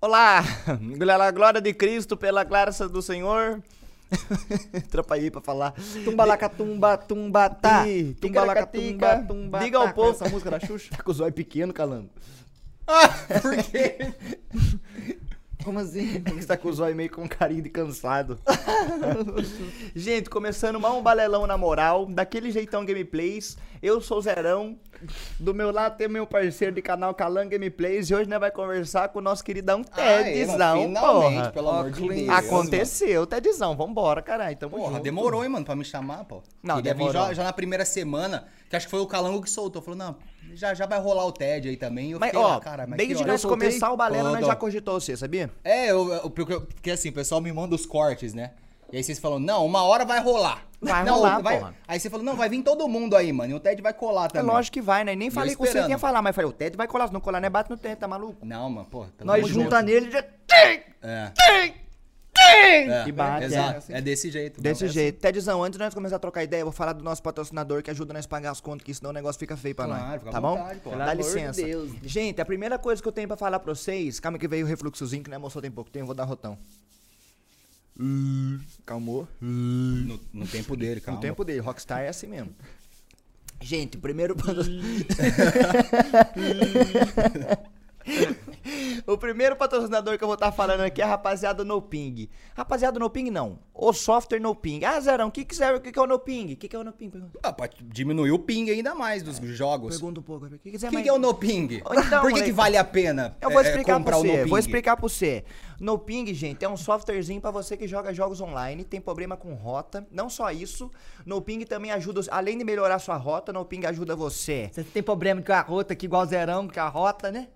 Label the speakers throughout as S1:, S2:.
S1: Olá! Pela glória de Cristo, pela graça do Senhor. Atrapalhei pra falar.
S2: Tumbalacatumba, tumbatá.
S1: Ih,
S2: Tumbalacatumba,
S1: ticaracatica.
S2: tumbatá.
S1: Diga ao povo-
S2: Essa música é da Xuxa.
S1: Tá com o zóio pequeno, calango.
S2: Por quê? Como assim?
S1: Ele tá com o zóio meio com carinho de cansado. Gente, começando mal um balelão na moral, daquele jeitão gameplays. Eu sou o Zerão. Do meu lado tem meu parceiro de canal Calan Gameplays. E hoje nós vai conversar com o nosso queridão
S2: Ah, é,
S1: Tedzão,
S3: Ah, é, Finalmente,
S1: É, porra.
S3: pelo amor de
S2: Ó, clean.
S3: Deus.
S1: Aconteceu, Tedzão. Vambora, caralho. Tamo
S3: Mano. Porra,
S1: junto.
S3: demorou, hein, mano, pra me chamar, pô.
S1: Não,
S3: Queria vir
S1: demorou.
S3: já, já na primeira semana, que acho que foi o Calango que soltou. Falou, não, já, já vai rolar o TED aí também. E Eu
S1: Mas,
S3: fiquei
S1: ó,
S3: lá, cara, mas que
S1: desde
S3: hora
S1: nós
S3: eu soltei?
S1: começar o balela, nós
S3: Rodou.
S1: já cogitou você, sabia?
S3: É, eu, eu- porque, porque assim, o pessoal me manda os cortes, né? E aí vocês falam, não, uma hora vai rolar.
S1: Vai
S3: não,
S1: rolar,
S3: vai...
S1: porra.
S3: Aí você falou, não, vai vir todo mundo aí, mano, e o TED vai colar
S1: É
S3: também.
S1: lógico que vai, né? Nem
S3: Eu
S1: falei com você que
S3: esperando.
S1: ia falar, mas falei, o Ted vai colar. Se não colar, né? Bate no Ted, tá maluco?
S3: Não, mano, pô. pelo
S1: Nós
S3: amor de
S1: junta
S3: Deus.
S1: nele e já... Tim,
S3: É,
S1: tim, tim!
S3: é,
S1: E bate,
S3: exato,
S1: é assim.
S3: é desse jeito.
S1: Desse
S3: não, é
S1: jeito. Tedzão, antes de nós começar a trocar ideia, eu vou falar do nosso patrocinador que ajuda nós a pagar as contas, que senão o negócio fica feio pra
S3: Claro,
S1: nós.
S3: fica à
S1: Tá bom?
S3: vontade, pô.
S1: Dá
S3: Pelo
S2: amor de
S1: licença.
S2: Deus.
S1: Gente, a primeira coisa que eu tenho pra falar pra vocês, calma que veio o refluxozinho, que não almoçou tem pouco tempo, eu vou dar rotão. Calmou.
S3: assim. No, no tempo dele,
S1: No
S3: calma.
S1: tempo dele, Rockstar é assim mesmo. Gente, primeiro. o primeiro patrocinador que eu vou estar falando aqui é a rapaziada No Ping. Rapaziada No Ping não. O software No Ping. Ah, Zerão, o que, que serve? O que, que é o No Ping? O que, que é o No Ping? Pergunta,
S3: Ah, pra diminuir o ping ainda mais dos jogos.
S1: pergunta um pouco. O que, que,
S3: O que, que é o no ping?
S1: Ou então,
S3: Por que,
S1: moleque,
S3: que vale a pena
S1: Eu vou
S3: é,
S1: explicar pra
S3: comprar o
S1: você.
S3: no ping?
S1: Vou explicar pra você. No Ping, gente, é um softwarezinho pra você que joga jogos online, tem problema com rota. Não só isso, No Ping também ajuda, além de melhorar sua rota, No Ping ajuda você.
S2: Você tem problema com a rota aqui, igual zerão, com a rota, né?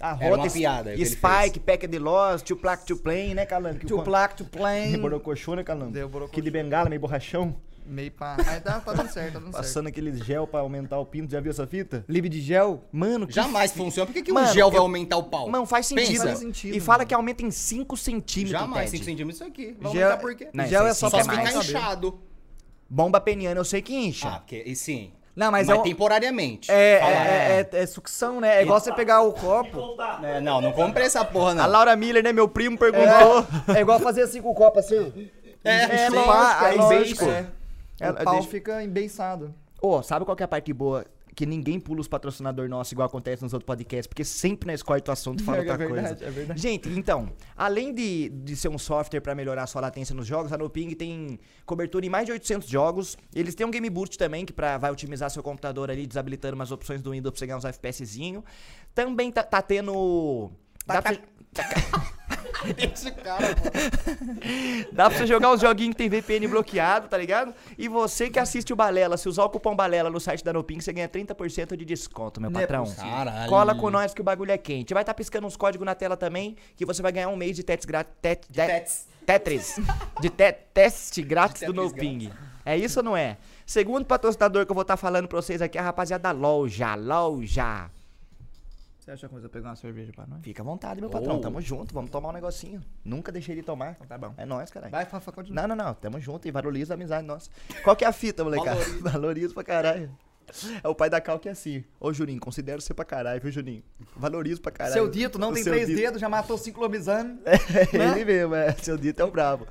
S1: A
S3: Era uma piada, é o que ele
S1: Spike, Pack de Lost, Two Plaque, Two Plane, né, Calango?
S2: To plaque, to plane.
S1: Borocochô, né, Calango?
S2: Deu borocochô.
S1: Que de bengala, meio borrachão,
S2: Meio pá. Mas tá, tá dando certo, tá dando certo.
S1: passando aquele gel pra aumentar o pinto. Já viu essa fita?
S2: Libre de gel?
S1: Mano, que
S3: Jamais funciona. Por que, que
S1: Mano,
S3: um gel vai
S1: eu-
S3: aumentar o pau?
S1: Não, faz sentido.
S3: Pensa.
S2: Faz sentido,
S1: e fala
S2: mano.
S1: que aumenta em 5 centímetros.
S3: Jamais.
S1: Ted.
S3: 5 centímetros isso aqui. Vai
S2: Gel-
S3: aumentar por quê?
S2: Não,
S3: Só
S2: gel é
S1: isso
S2: só
S1: aí
S2: pra
S3: se
S1: sim é
S2: ficar
S3: ficar
S1: mais.
S2: cabelo.
S3: inchado.
S1: Bomba peniana eu sei que incha.
S3: Ah, porque, e sim.
S2: Não, mas
S3: Mas,
S2: é o-
S3: temporariamente.
S2: É,
S3: Fala,
S2: é, é, é sucção, né? É igual você pegar o copo.
S3: É, Não, não comprei essa porra, não.
S1: A Laura Miller, né, meu primo, perguntou.
S2: É igual fazer assim com o copo assim.
S3: É,
S2: sim,
S3: lógico,
S2: pá,
S3: é
S2: aí
S3: lógico.
S2: deixa, é.
S1: Ela-
S2: o pau
S1: deixa-
S2: fica embeiçado.
S1: Ô, sabe qual que é a parte boa? Que ninguém pula os patrocinadores nossos, igual acontece nos outros podcasts, porque sempre nós corta o assunto e fala
S2: É
S1: outra
S2: verdade,
S1: coisa.
S2: é verdade.
S1: Gente, então, além de, de ser um software pra melhorar a sua latência nos jogos, a Noping tem cobertura em mais de 800 jogos. Eles têm um Game Boot também, que pra, vai otimizar seu computador ali, desabilitando umas opções do Windows pra você ganhar uns FPSzinho. Também tá, tá tendo...
S2: Tá
S1: Dá pra,
S3: Esse cara, pô.
S1: Dá pra você jogar os joguinhos que tem VPN bloqueado, tá ligado? E você que assiste o Balela, se usar o cupom Balela no site da Noping, você ganha 30% de desconto, meu
S2: Não é
S1: patrão.
S2: possível.
S3: Caralho.
S1: Cola com nós que o bagulho é quente. Vai estar piscando uns códigos na tela também, que você vai ganhar um mês de tets grátis. Tet, te-
S3: tets.
S1: Tetris. De te- teste grátis
S3: De
S1: do
S3: Tetris
S1: Noping. É isso ou não é? Segundo patrocinador que eu vou estar falando pra vocês aqui é a rapaziada da Loja. Loja.
S2: Você acha que eu vou pegar uma cerveja pra nós?
S1: Fica à vontade, meu patrão.
S3: Oh.
S1: Tamo junto, vamos tomar um negocinho. Nunca deixei de tomar. Tá bom. É nóis, caralho.
S2: Vai, Fafa, continua.
S1: Não, não, não. Tamo junto e valoriza a amizade nossa. Qual que é a fita, molecada? Valoriza. pra caralho. É o pai da Cal que é assim. Ô, Juninho, considero você pra caralho, viu, Juninho? Valorizo pra caralho.
S2: Seu dito não
S1: O
S2: tem
S1: seu
S2: três
S1: dito.
S2: dedos, já matou cinco lobisomens.
S1: É,
S2: né?
S1: ele mesmo, é. Seu dito é o brabo.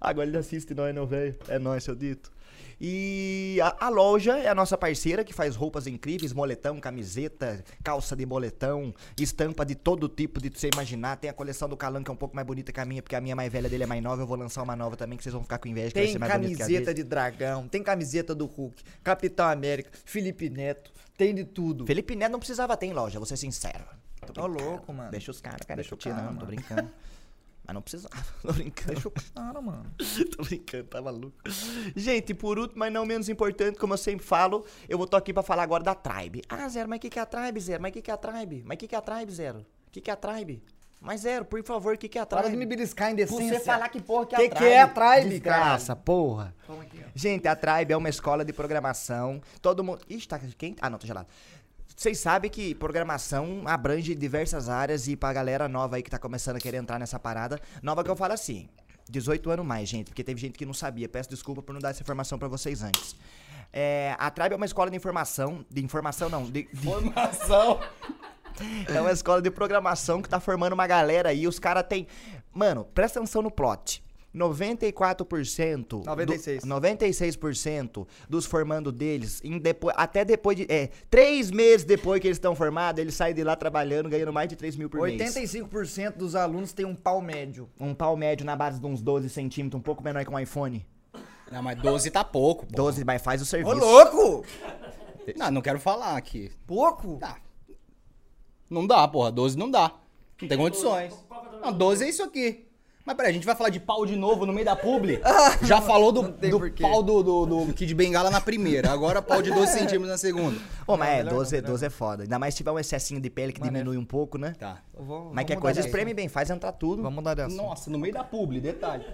S1: Agora ele assiste nós, não, velho. É nós, seu dito. E a, a loja é a nossa parceira que faz roupas incríveis, moletão, camiseta, calça de moletão, estampa de todo tipo de você imaginar. Tem a coleção do Calan que é um pouco mais bonita que a minha, porque a minha mais velha dele é mais nova. Eu vou lançar uma nova também que vocês vão ficar com inveja. que vai
S2: Tem
S1: ser mais bonita que a dele.
S2: camiseta de dragão, tem camiseta do Hulk, Capitão América, Felipe Neto, tem de tudo.
S1: Felipe Neto não precisava ter em loja, vou ser sincero. Tô
S2: Ô,
S1: brincando.
S2: louco, mano.
S1: Deixa os caras, cara.
S2: Deixa
S1: Deixa
S2: o cara,
S1: não, tô
S2: mano.
S1: brincando. Mas não precisava, tô brincando.
S2: Deixa o cara, Ah, mano.
S1: Tô brincando, tá maluco. Gente, por último, mas não menos importante, como eu sempre falo, eu vou tô aqui pra falar agora da Tribe. Ah, Zero, mas o que, que é a Tribe, Zero? Mas o que, que é a Tribe? Mas o que, que é a Tribe, Zero? O que, que é a Tribe? Mas, Zero, por favor, o que, que é a Tribe?
S2: Para de me beliscar indecência.
S1: Você falar que porra que é a
S2: Que
S1: Tribe. é
S2: que é a Tribe, cara?
S1: Desgraça, porra. Gente, a Tribe é uma escola de programação. Todo mundo. Ixi, tá quente? Ah, não, tá gelado. Vocês sabem que programação abrange diversas áreas e pra galera nova aí que tá começando a querer entrar nessa parada, nova que eu falo assim. 18 anos mais, gente, porque teve gente que não sabia. Peço desculpa por não dar essa informação pra vocês antes. É, a Tribe é uma escola de informação. De informação, não. De, de-
S3: Formação.
S1: É uma escola de programação que tá formando uma galera aí. Os caras tem. Mano, presta atenção no plot. 94%.
S2: 96.
S1: Do, 96% dos formando deles, em depo- até depois de. É, três meses depois que eles estão formados, eles saem de lá trabalhando, ganhando mais de 3 mil por mês.
S2: 85% dos alunos tem um pau médio.
S1: Um pau médio na base de uns 12 centímetros, um pouco menor que um iPhone.
S3: Não, mas 12 tá pouco. pô.
S1: 12, mas faz o serviço.
S2: Ô, louco!
S3: Não, não quero falar aqui.
S2: Pouco?
S3: Tá. Não dá, porra. 12 não dá. Não tem condições. Não, 12 é isso aqui. Mas peraí, a gente vai falar de pau de novo no meio da publi?
S1: Ah,
S3: Já falou do,
S2: tem
S3: do
S2: porquê.
S3: pau do, do, do Kid Bengala na primeira, agora pau de 12 centímetros na segunda.
S1: Ô, mas é, 12, 12 é foda. Ainda mais se tiver um excessinho de pele que diminui um pouco, né?
S3: Tá.
S2: Vamos-
S1: Mas
S2: vamos
S1: que é
S2: mudar
S1: coisa,
S2: de-
S1: espreme bem, faz entrar tudo.
S2: Vamos mudar de assunto.
S3: Nossa, no meio da publi, detalhe.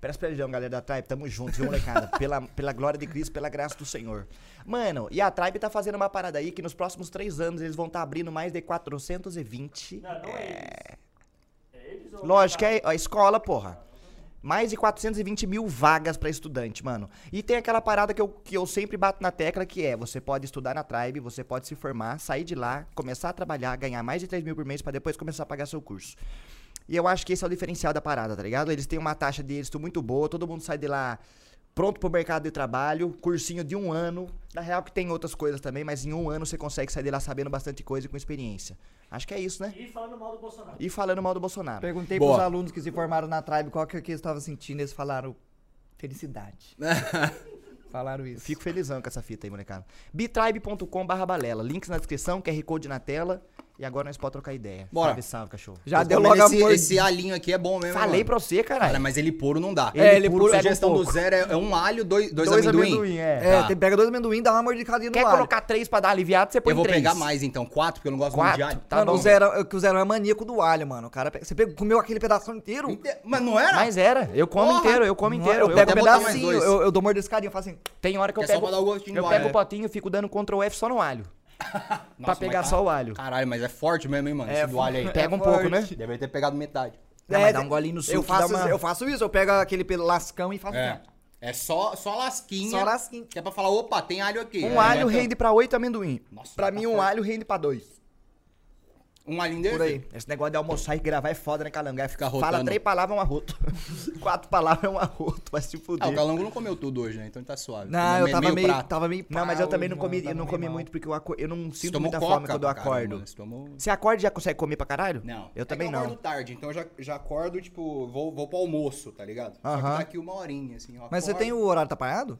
S1: Presta perdão, um galera da Tribe. Tamo junto, viu, molecada? pela, pela glória de Cristo, pela graça do Senhor. Mano, e a Tribe tá fazendo uma parada aí que nos próximos três anos eles vão estar abrindo mais de 420.
S4: Não, não é eles. É eles ou
S1: Lógico, é a escola, porra. Mais de 420 mil vagas pra estudante, mano. E tem aquela parada que eu, que eu sempre bato na tecla, que é você pode estudar na Tribe, você pode se formar, sair de lá, começar a trabalhar, ganhar mais de 3 mil por mês pra depois começar a pagar seu curso. E eu acho que esse é o diferencial da parada, tá ligado? Eles têm uma taxa de êxito muito boa, todo mundo sai de lá pronto pro mercado de trabalho, cursinho de um ano. Na real que tem outras coisas também, mas em um ano você consegue sair de lá sabendo bastante coisa e com experiência. Acho que é isso, né?
S4: E falando mal do Bolsonaro.
S1: E falando mal do Bolsonaro.
S2: Perguntei
S3: Boa.
S2: pros alunos que se formaram na tribe qual que, que eles estavam sentindo. Eles falaram felicidade. falaram isso.
S1: Fico felizão com essa fita aí, molecada. bitribe.com barra balela. Links na descrição, QR Code na tela. E agora nós podemos trocar ideia.
S3: Bora.
S1: Salve, salve, cachorro.
S2: Já
S3: Tô
S2: deu
S3: comendo
S2: logo a
S3: esse,
S2: mordida.
S3: esse alinho aqui é bom mesmo.
S1: Falei
S3: mano.
S1: pra você,
S3: Cara,
S1: caralho.
S3: mas ele puro não dá.
S1: Ele
S3: É,
S1: puro pega um
S3: sugestão do
S1: pouco.
S3: zero é é um alho, dois, dois,
S1: Dois
S3: amendoim.
S1: amendoim, é.
S2: É,
S3: Tá.
S2: tem- pega dois amendoim, dá uma mordicadinha no
S1: Quer
S2: alho.
S1: colocar três pra dar aliviado, você põe
S3: Eu vou
S1: três.
S3: pegar mais então, quatro, porque eu não gosto
S1: Quatro?
S3: muito de alho.
S1: Tá
S2: Mano,
S1: bom.
S2: o Zerão, é que o Zerão é maníaco do alho, mano. O cara pega- você pegou, comeu aquele pedaço inteiro.
S3: Inte- Mas não era?
S1: Mas era. Eu como
S3: Porra.
S1: inteiro, eu como
S2: Não,
S1: Então, inteiro.
S2: Eu
S1: Eu
S2: pego um
S3: até botar mais
S2: pedacinho,
S3: dois.
S2: eu, eu dou mordiscadinha, eu faço assim.
S1: Tem hora que eu
S3: É só
S1: pego.
S3: pra dar o gostinho né?
S1: eu
S3: do
S1: pego
S3: alho.
S1: o potinho e fico dando Ctrl F só no alho. pra
S3: Nossa,
S1: pegar
S3: mas
S1: só
S3: tá-
S1: o alho.
S3: Caralho, mas é forte mesmo, hein, mano?
S2: É
S3: esse do alho aí.
S1: Pega um pouco, né?
S3: Deve ter pegado metade.
S1: Não, mas dá um golinho no suco,
S2: eu faço,
S1: dá uma-
S2: eu faço isso, eu pego aquele pelo lascão e faço
S3: É.
S2: assim. ó.
S3: É só, só lasquinha.
S2: Só lasquinha.
S3: Que é pra falar, opa, tem alho aqui.
S1: Um
S3: É,
S1: alho
S3: né?
S1: rende pra oito amendoim.
S2: é.
S3: Nossa,
S1: pra
S3: tá
S1: mim, um
S3: forte.
S1: alho rende pra dois.
S3: Um alho desse?
S2: Por aí.
S1: Esse negócio de almoçar e gravar é foda, né, Calangai?
S3: Fica
S1: Fala
S3: rotando.
S1: três palavras, é um arroto. Quatro palavras, é um arroto. Vai se fuder.
S3: Ah, o Calango não comeu tudo hoje, né? Então ele tá suave.
S2: Não,
S3: Comeu
S2: eu tava meio,
S3: prato.
S2: tava meio
S1: é Não, mas
S2: pá
S1: eu também
S2: hoje,
S1: não comi,
S2: mano, tava
S1: eu não
S2: meio
S1: comi
S2: mal.
S1: muito porque eu, aco- eu não
S3: Você
S1: sinto
S3: tomou
S1: muita
S3: coca
S1: fome quando eu
S3: pra caralho,
S1: acordo.
S3: mano, você tomou...
S1: Você acorda e já consegue comer pra caralho?
S3: Não.
S1: Eu
S3: É
S1: também
S3: que
S1: não.
S3: acordo tarde, então eu já, já acordo, tipo, vou, vou pro almoço, tá ligado? Só que
S1: Aham.
S3: tá aqui uma horinha, assim. eu
S2: Mas você
S3: acordo-
S2: tem o horário tá atrapalhado?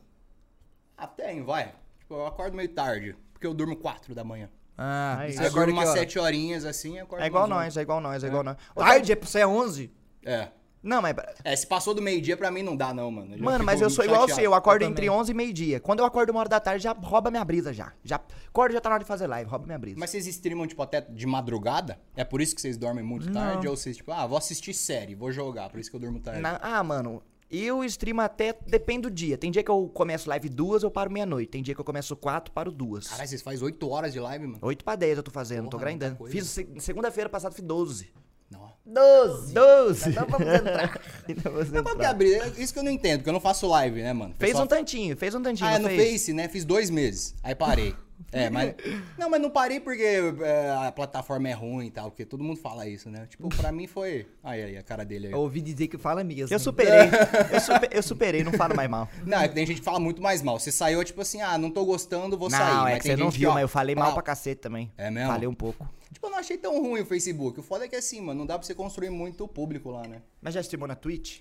S3: Ah, tem, vai. Tipo, eu acordo meio tarde, porque eu durmo quatro da manhã.
S2: Ah,
S1: Aí.
S2: você
S3: Aí eu
S2: acorda
S3: durmo
S2: umas
S3: umas
S2: sete.
S3: sete horinhas, assim, eu acordo
S1: É igual
S3: umas
S1: nós, é igual nós, é igual nós. Ô,
S2: Tarde, é pra você é 11?
S3: É.
S1: Não, mas.
S3: É, se passou do meio-dia, pra mim não dá, não, mano. já
S1: Mano,
S3: fico
S1: mas eu
S3: muito
S1: sou igual
S3: chateado.
S1: você, eu acordo
S2: Eu
S1: entre
S2: também.
S1: 11 e meio-dia. Quando eu acordo uma hora da tarde, já rouba minha brisa já. Já acordo, já tá na hora de fazer live, rouba minha brisa.
S3: Mas vocês streamam, tipo, até de madrugada? É por isso que vocês dormem muito tarde? Ou vocês, tipo, ah, vou assistir série, vou jogar, por isso que eu durmo tarde.
S1: Na- ah, mano, eu streamo até. Depende do dia. Tem dia que eu começo live duas, eu paro meia-noite. Tem dia que eu começo quatro, paro duas.
S3: Caralho, vocês fazem 8 horas de live, mano?
S1: 8 pra 10 eu tô fazendo, tô
S3: Porra, é muita
S1: grindando.
S3: coisa.
S1: Fiz se- segunda-feira passada, fiz 12.
S3: Não.
S1: 12! 12!
S2: Então vamos Então entrar.
S3: Mas qual que é a briga? Isso que eu não entendo, porque eu não faço live, né, mano?
S1: Fez
S3: Pessoal-
S1: um tantinho, fez um tantinho.
S3: Ah, é,
S1: não
S3: no
S1: fez?
S3: Face, né? Fiz dois meses. Aí parei. É, mas. Não, mas não parei porque é, a plataforma é ruim e tal, porque todo mundo fala isso, né? Tipo, pra mim foi. Aí, aí, a cara dele aí.
S2: Eu ouvi dizer que fala mesmo.
S1: Eu superei. eu, supe- eu superei, não falo mais mal.
S3: Não, é que tem gente que fala muito mais mal. Você saiu, é tipo assim, ah, não tô gostando, vou
S1: não,
S3: sair.
S1: é
S3: mas
S1: que
S3: tem
S1: você não
S3: gente que,
S1: viu,
S3: ó,
S1: mas eu falei mal
S3: fala,
S1: pra cacete também.
S3: É mesmo?
S1: Falei um pouco.
S3: Tipo, eu não achei tão ruim o Facebook. O foda é que assim, mano, não dá pra você construir muito o público lá, né?
S1: Mas já streamou na Twitch?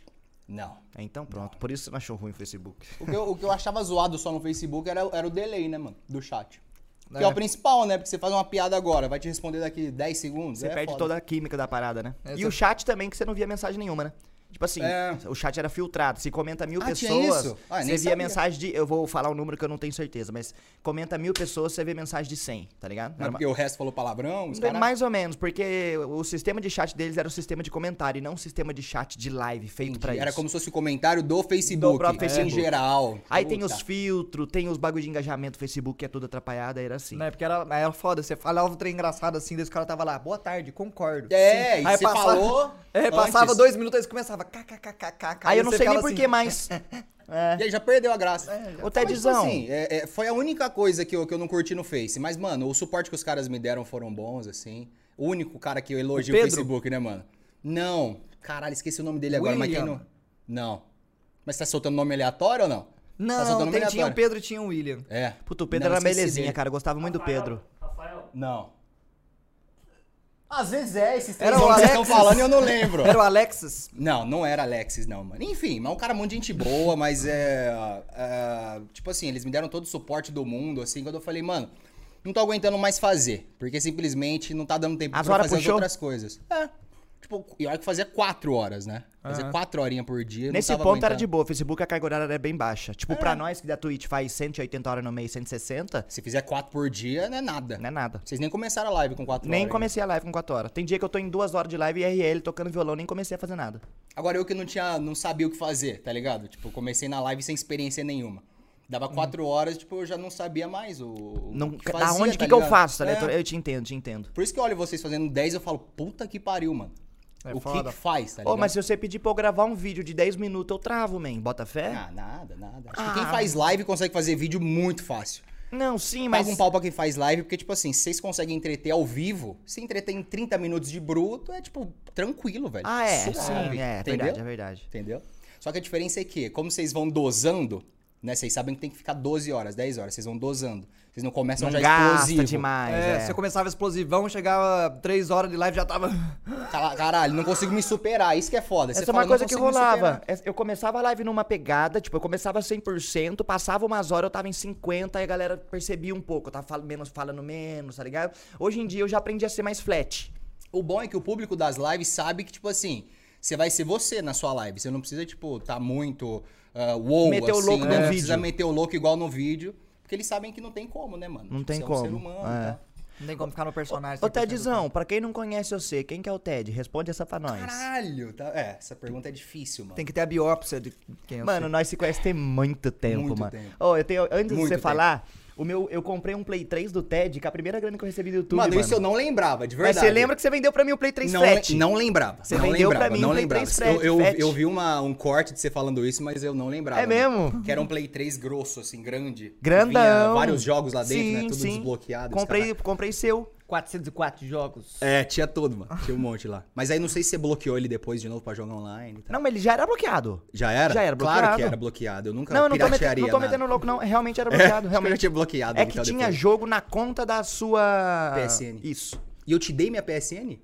S3: Não.
S1: É, então pronto. Por isso você não achou ruim o Facebook.
S3: O que eu, o que eu achava zoado só no Facebook era, era o delay, né, mano? Do chat. Que é.
S2: É.
S3: o principal, né? Porque você faz uma piada agora, vai te responder daqui 10 segundos.
S1: Você
S3: é
S1: perde
S3: foda.
S1: toda a química da parada, né?
S2: É,
S1: e
S2: você-
S1: o chat também, que você não via mensagem nenhuma, né? Tipo assim,
S3: É.
S1: o chat era filtrado. Se comenta mil
S3: Ah, tinha
S1: pessoas,
S3: isso? Ah, eu
S1: você
S3: nem
S1: via
S3: sabia.
S1: mensagem de. Eu vou falar um número que eu não tenho certeza, mas comenta mil pessoas, você vê mensagem de 100, tá ligado?
S3: Não,
S1: Era uma-
S3: porque o resto falou palavrão, os
S1: Bem,
S3: caras.
S1: Mais ou menos, porque o sistema de chat deles era o sistema de comentário e não o sistema de chat de live feito pra isso.
S3: Era como se fosse o comentário do Facebook.
S1: Do próprio
S3: é,
S1: Facebook.
S3: Em geral.
S1: Aí tem
S3: Puta.
S1: os filtros, tem os bagulho de engajamento do Facebook que é tudo atrapalhado, aí era assim.
S2: Não, é porque era, era foda. Você falava um trem engraçado assim, daí os caras tava lá, boa tarde, concordo.
S3: É,
S2: sim.
S3: e você falou
S2: É, passava
S3: antes.
S2: dois minutos, aí você começa, falava kkkkkk.
S1: Aí eu não
S2: você
S1: sei nem
S2: ficava
S1: por
S2: assim,
S1: que mais.
S3: E aí já perdeu a graça.
S1: Ô,
S3: Mas, tipo
S1: Tedzão.
S3: assim, é- é, foi a única coisa que eu, que eu não curti no Face. Mas, mano, o suporte que os caras me deram foram bons, assim. O único cara que eu elogio
S1: O
S3: o,
S1: Pedro?
S3: Facebook, né, mano? Não. Caralho, esqueci o nome dele agora, mas quem
S2: William.
S3: não. Não. Mas você tá soltando nome aleatório ou não? tá
S2: Não,
S3: soltando
S2: tem, tinha o
S3: aleatório.
S2: Pedro e tinha o William.
S3: É.
S1: Puta, o Pedro
S3: Não,
S1: era
S3: esqueci
S1: belezinha,
S3: dele.
S1: cara. Eu gostava muito do Pedro.
S4: Rafael,
S3: Não. Às vezes é, esses
S2: Era
S3: três nomes
S2: o
S3: que vocês
S2: Alexis.
S3: estão falando e eu não lembro.
S2: Era o Alexis.
S3: Não, não era Alexis, não, mano. Enfim, mas um cara muito gente boa, mas é, é, Tipo assim, eles me deram todo o suporte do mundo, assim, quando eu falei, mano, não tô aguentando mais fazer. Porque simplesmente não tá dando tempo
S1: As
S3: pra
S1: horas
S3: fazer as
S1: puxou?
S3: outras coisas. É. Tipo, e olha que fazia quatro horas, né? Fazia quatro horinhas por dia.
S1: Nesse
S3: não
S1: ponto
S3: tava
S1: era de
S3: aguentando.
S1: boa. O Facebook a carga horária era bem baixa. Tipo,
S3: É.
S1: pra nós que da Twitch faz 180 horas no mês, 160,
S3: Se fizer quatro por dia, não é nada.
S1: não é nada.
S3: Vocês nem começaram a live com quatro
S1: Nem
S3: horas. né?
S1: comecei a live com 4 horas. Tem dia que eu tô em 2 horas de live IRL tocando violão, nem comecei a fazer nada.
S3: Agora eu que não tinha, não sabia o que fazer, tá ligado? Tipo, comecei na live sem experiência nenhuma. Dava quatro horas, tipo, eu já não sabia mais o, o
S1: Uhum. Não,
S3: que
S1: da
S3: fazia,
S1: onde
S3: tá
S1: que, que eu
S3: ligado?
S1: faço, tá ligado?
S3: É.
S1: Eu te entendo, te entendo.
S3: Por isso que eu olho vocês fazendo 10 eu falo, puta que pariu, mano.
S2: É
S3: o que
S2: foda.
S3: que faz, tá
S1: Ô,
S3: ligado?
S1: mas se você pedir pra eu gravar um vídeo de 10 minutos, eu travo, man. Bota fé?
S3: Ah, nada, nada. Acho que quem faz live consegue fazer vídeo muito fácil.
S1: Não, Ah. sim,
S3: Mas...
S1: mas.
S3: Paga um pau pra quem faz live, porque, tipo assim, vocês conseguem entreter ao vivo, se entreter em 30 minutos de bruto, é, tipo, tranquilo, velho.
S1: Ah, é.
S3: Suave,
S1: sim, é, é
S3: entendeu?
S1: verdade, é verdade.
S3: Entendeu? Só que a diferença é que, como vocês vão dosando, né? Vocês sabem que tem que ficar 12 horas, 10 horas, vocês vão dosando. Vocês não começam
S1: Não
S3: já
S1: gasta
S3: explosivo.
S1: demais.
S2: é,
S1: É,
S2: você começava explosivão, chegava três horas de live já tava.
S3: Cala- Caralho, não consigo me superar, isso que é foda. Você
S1: Essa é
S3: fala,
S1: uma
S3: não
S1: coisa que
S3: consigo me
S1: rolava.
S3: superar.
S1: Essa- Eu começava a live numa pegada, tipo, eu começava 100%, passava umas horas, eu tava em 50, aí a galera percebia um pouco, eu tava fal- menos, falando menos, tá ligado? Hoje em dia eu já aprendi a ser mais flat.
S3: O bom é que o público das lives sabe que, tipo assim, você vai ser você na sua live. Você não precisa, tipo, tá muito ah, wow,
S1: Meter o
S3: assim,
S1: louco
S3: né?
S1: no
S3: Não precisa
S1: vídeo.
S3: meter o louco igual no vídeo. Porque eles sabem que não tem como, né, mano?
S1: Não
S3: Tipo,
S1: tem
S3: você É um ser
S1: como,
S3: humano,
S1: é.
S3: tá?
S2: Não tem como ficar no personagem.
S1: Ô,
S2: 100% do
S1: Tedzão, pra quem não conhece você, quem que é o Ted? Responde essa pra nós.
S3: Caralho, tá? É, essa pergunta é difícil, mano.
S2: Tem que ter a biópsia de quem eu
S1: Mano, nós se conhecemos tem muito tempo,
S3: Muito
S1: mano.
S3: tempo.
S1: Ô, eu tenho, antes
S3: Muito
S1: de você
S3: tempo.
S1: falar, o meu, eu comprei um Play 3 do Ted, que é a primeira grana que eu recebi do YouTube.
S3: mano,
S1: mano.
S3: isso eu não lembrava, de
S1: Mas
S3: verdade.
S1: você lembra que você vendeu pra mim o Play 3
S3: não, é-
S1: Flat?
S3: não lembrava.
S1: Você
S3: não
S1: vendeu pra
S3: lembrava,
S1: mim
S3: não
S1: um Play
S3: lembrava.
S1: 3
S3: eu, eu,
S1: Fat.
S3: eu vi uma, um corte de você falando isso, mas eu não lembrava.
S1: É
S3: mano.
S1: mesmo?
S3: Que era um Play 3 grosso, assim, grande. que
S1: Grandão.
S3: Vinha vários jogos lá dentro,
S1: sim,
S3: né? Tudo
S1: sim.
S3: desbloqueado. os
S1: Comprei,
S3: caralho.
S1: comprei seu.
S2: 404 jogos.
S3: É, tinha todo, mano. Tinha um monte lá. Mas aí não sei se você bloqueou ele depois de novo pra jogar online e tal.
S1: Não, mas ele já era bloqueado.
S3: Já era?
S1: Já era
S3: Claro que
S1: bloqueado.
S3: era bloqueado. Eu nunca
S1: não, eu não tô, metendo,
S3: piratearia
S1: não tô
S3: nada.
S1: metendo louco, não. Realmente era
S3: É, acho
S1: bloqueado,
S3: que Eu já
S1: realmente.
S3: tinha bloqueado.
S1: É
S3: ele
S1: que
S3: tal
S1: tinha
S3: depois.
S1: jogo na conta da sua...
S3: PSN.
S1: Isso.
S3: E eu te dei minha PSN?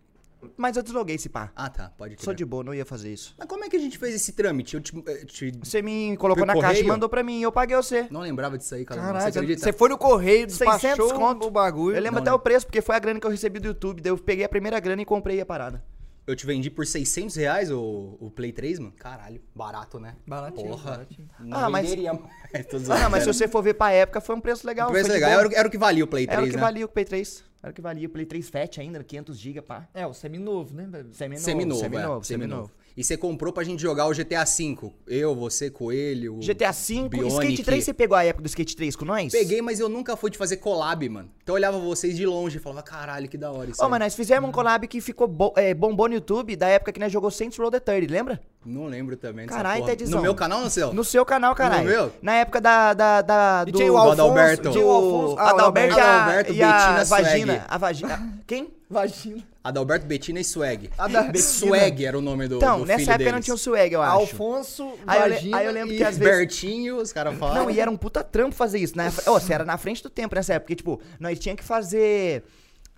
S1: Mas eu desloguei esse pá.
S3: Ah, tá. Pode crer.
S1: Sou de boa, não ia fazer isso.
S3: Mas como é que a gente fez esse trâmite? Eu te... eu te-
S1: Você me colocou
S3: Por
S1: na caixa e
S3: correio?
S1: mandou pra mim, eu paguei você.
S3: Não lembrava disso aí, cara. você
S2: Caralho, você,
S3: acredita?
S2: foi no correio,
S1: 600
S2: despachou
S1: conto. é
S2: o bagulho.
S1: Eu lembro
S3: Não,
S1: até
S3: né?
S1: o preço, porque foi a grana que eu recebi do YouTube. Daí eu peguei a primeira grana e comprei a parada.
S3: Eu te vendi por 600 reais o, o Play 3, mano? Caralho, barato, né?
S2: Baratinho,
S3: Porra.
S2: baratinho.
S3: Não
S1: Ah, mas-
S3: venderia mais. Tô zoando,
S1: Ah, mas se
S3: cara.
S1: você for ver pra época, foi um preço legal.
S3: é. Preço
S1: foi de
S3: legal.
S1: boa.
S3: Era, o que- era o que valia o Play 3,
S1: Era o que
S3: né?
S1: valia o Play 3. Era o que valia. O Play 3 Fat ainda, 500 GB, pá.
S2: É, o seminovo, né? velho?
S1: Seminovo.
S3: Seminovo,
S1: Seminovo,
S3: é,
S1: seminovo.
S3: E você comprou pra gente jogar o GTA V. Eu, você, Coelho. o
S1: GTA V,
S3: Bionic.
S1: Skate 3, você pegou a época do Skate 3 com nós?
S3: Peguei, mas eu nunca fui de fazer collab, mano. Então eu olhava vocês de longe e falava, caralho, que da hora isso.
S1: Ô,
S3: aí."
S1: mas nós fizemos um collab que ficou bo é, bombou no YouTube da época que nós jogou Saints Row the Third, lembra?
S3: Não lembro também. dessa
S1: Caralho,
S3: porra.
S1: Tedzão.
S3: No meu canal ou Oh. no seu?
S1: No seu canal, caralho.
S3: meu?
S1: Na época da. da, da
S2: E
S1: do
S2: tinha o Alfonso,
S3: Adalberto.
S2: tinha o Alfonso,
S1: a Adalberto, e a-
S3: Ah, Adalberto
S1: e a
S3: Bettina Swag.
S1: vagina. A vagina. Quem?
S2: Vagina.
S3: Adalberto Bettina e Swag.
S2: Ada-
S3: Be- Swag era o nome do,
S1: Então,
S3: do
S1: nessa
S3: filho
S1: época
S3: deles.
S1: não tinha o swag, eu acho.
S2: Alfonso,
S1: Aí eu le-
S2: Vagina
S1: aí eu lembro
S2: e-
S1: que às vezes-
S3: Bertinho, os caras falam.
S1: Não, e era um puta trampo fazer isso. Né? Ô, você era na frente do tempo nessa época, porque, tipo, nós tinha que fazer.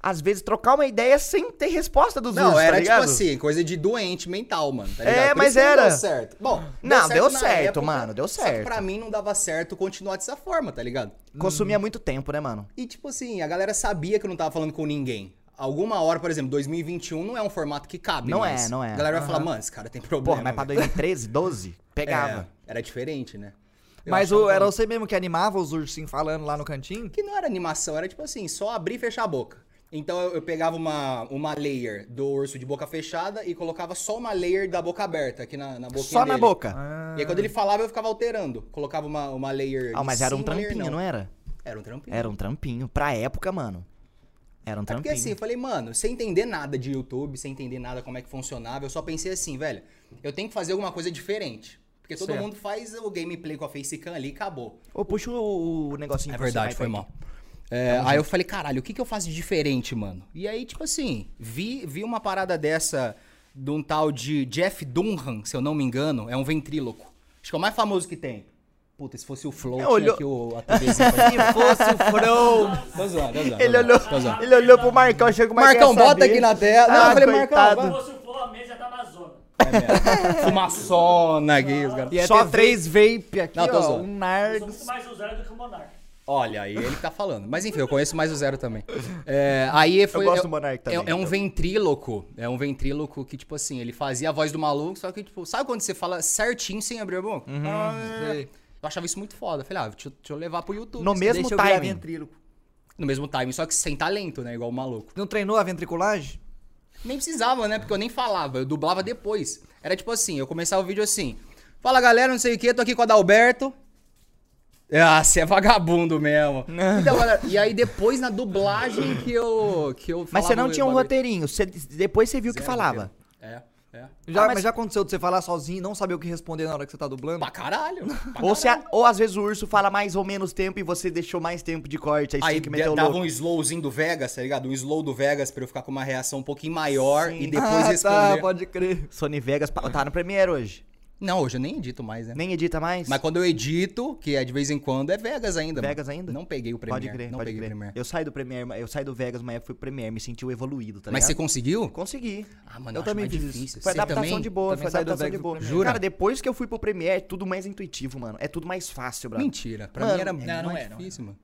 S1: Às vezes trocar uma ideia sem ter resposta dos
S3: Não,
S1: outros.
S3: era
S1: tá
S3: tipo
S1: ligado?
S3: assim, coisa de doente mental, mano. tá
S1: É,
S3: ligado? Por
S1: mas
S3: isso que
S1: era.
S3: Não deu certo. Bom,
S1: Não, deu
S3: na
S1: certo, mano, deu
S3: só que
S1: certo.
S3: pra mim não dava certo continuar dessa forma, tá ligado?
S1: Consumia muito tempo, né, mano?
S3: E tipo assim, a galera sabia que eu não tava falando com ninguém. Alguma hora, por exemplo, 2021 não é um formato que cabe.
S1: Não
S3: mais.
S1: é, não é.
S3: A galera vai falar, mano, esse cara tem problema.
S1: Porra, mas pra
S3: velho."
S1: 2013, 12, pegava.
S3: É, era diferente, né? Eu
S2: Mas
S3: achava
S2: o, era você mesmo que animava os ursinhos falando lá no cantinho?
S3: que não era animação, era tipo assim, só abrir e fechar a boca. Então eu, eu pegava uma, uma layer do urso de boca fechada e colocava só uma layer da boca aberta aqui na, na boquinha
S1: Só na
S3: dele. Ah,
S1: boca.
S3: E aí quando ele falava eu ficava alterando. Colocava uma, uma layer.
S1: Ah,
S3: em
S1: mas era um
S3: cima, layer
S1: trampinho, não era?
S3: Era um trampinho.
S1: Era um trampinho. Pra época, mano. Era um
S3: É porque
S1: trampinho.
S3: assim, eu falei, mano, sem entender nada de YouTube, sem entender nada como é que funcionava, eu só pensei assim, velho, eu tenho que fazer alguma coisa diferente. Porque todo
S1: Certo.
S3: mundo faz o gameplay com a facecam ali e acabou.
S1: Ô, puxa o, o negocinho.
S3: É
S1: pra você, vai,
S3: verdade, foi
S1: vai.
S3: mal. É, aí eu falei, caralho, o que, que eu faço de diferente, mano? E aí, tipo assim, vi, vi uma parada dessa de um tal de Jeff Dunham, se eu não me engano, é um ventríloco. Acho que é o mais famoso que tem. Puta, se fosse o Flow,
S1: É,
S3: tinha
S1: olhou-
S3: que o a TVzinha fazia.
S2: Se fosse o Frodo.
S3: Tô zoando, tô zoando,
S1: Ele
S3: tô
S1: olhou,
S3: zoando, tô zoando.
S1: ele olhou pro Marcão, chega o Marcão.
S3: Marcão,
S1: ia saber.
S3: bota aqui na tela. Não,
S1: Ah,
S3: eu falei,
S1: coitado.
S4: Se
S3: Marcão, É
S4: fosse o Flow, a mesa já tá na zona.
S3: Fumaçona aqui, os caras.
S2: Ia
S1: Só
S2: Só ter três vape aqui,
S3: Não, tô
S2: ó.
S3: zoando.
S2: Um
S4: Eu
S2: nard.
S4: sou muito mais usuário do que o Monark.
S3: Olha, aí ele que tá falando. Mas enfim, eu conheço mais o Zero também. É, aí foi.
S1: gosto
S3: é-
S1: do Monark também,
S3: É, é um
S1: então.
S3: ventríloco. É um ventríloco que, tipo assim, ele fazia a voz do maluco, só que, tipo, sabe quando você fala certinho sem abrir a boca?
S1: Uhum.
S3: Ah,
S2: sei.
S3: eu achava isso muito foda. Falei, ah, deixa, eu- deixa eu levar pro YouTube.
S1: No
S3: isso.
S1: mesmo
S2: Deixa eu virar
S1: timing.
S2: ventríloco.
S3: No mesmo time, só que sem talento, né? Igual o maluco.
S2: Não treinou a ventriculagem?
S3: Nem precisava, né? Porque eu nem falava, eu dublava depois. Era tipo assim, eu começava o vídeo assim. Fala galera, não sei o que, tô aqui com o Adalberto. Ah, você é vagabundo mesmo. Então, galera, e aí depois na dublagem que eu. Que eu
S1: Mas você
S3: falava
S1: não
S3: o
S1: tinha um
S3: bagulho.
S1: roteirinho, você- depois você viu o que
S3: Zero
S1: falava.
S3: roteiro. É, é.
S2: Já,
S1: Ah, mas-
S2: mas... já aconteceu de você falar sozinho e não saber o que responder na hora que você tá dublando?
S3: Pra caralho. pra
S1: Ou, se
S3: caralho.
S1: a- ou às vezes o urso fala mais ou menos tempo e você deixou mais tempo de corte, aí você
S3: Aí
S1: tem que meter o
S3: dava
S1: louco.
S3: um slowzinho do Vegas, tá ligado? Um slow do Vegas pra eu ficar com uma reação um pouquinho maior
S1: Sim.
S3: e depois
S2: ah, tá,
S3: responder.
S2: pode crer.
S1: Sony Vegas pa- tá no Premiere hoje.
S3: Não, hoje eu nem edito mais, né?
S1: Nem edita mais?
S3: Mas quando eu edito, que é de vez em quando, é Vegas ainda. mano.
S1: Vegas ainda?
S3: Não peguei o Premiere.
S1: pode crer,
S3: não
S1: pode
S3: peguei
S1: crer.
S3: o Premiere.
S1: Eu saí do Premiere, eu saí do Vegas, mas fui pro Premiere, me senti o evoluído, tá
S3: Mas você
S1: ligado?
S3: conseguiu?
S1: Consegui.
S3: Ah, mano,
S2: Eu
S3: acho
S2: também
S3: mais
S2: fiz isso.
S3: difícil.
S1: Foi
S3: Você
S1: adaptação
S3: também?
S1: de boa,
S2: Também
S1: foi
S2: saí do
S1: adaptação
S2: Vegas
S1: de
S2: pro
S1: boa.
S2: Premiere.
S3: Jura?
S1: Cara, depois que eu fui pro Premiere, é tudo mais intuitivo, mano. É tudo mais fácil, brother.
S3: Mentira. Pra
S1: Mano,
S3: mim era
S1: é,
S3: muito
S2: não
S3: mais
S2: é, não
S3: difícil, mano.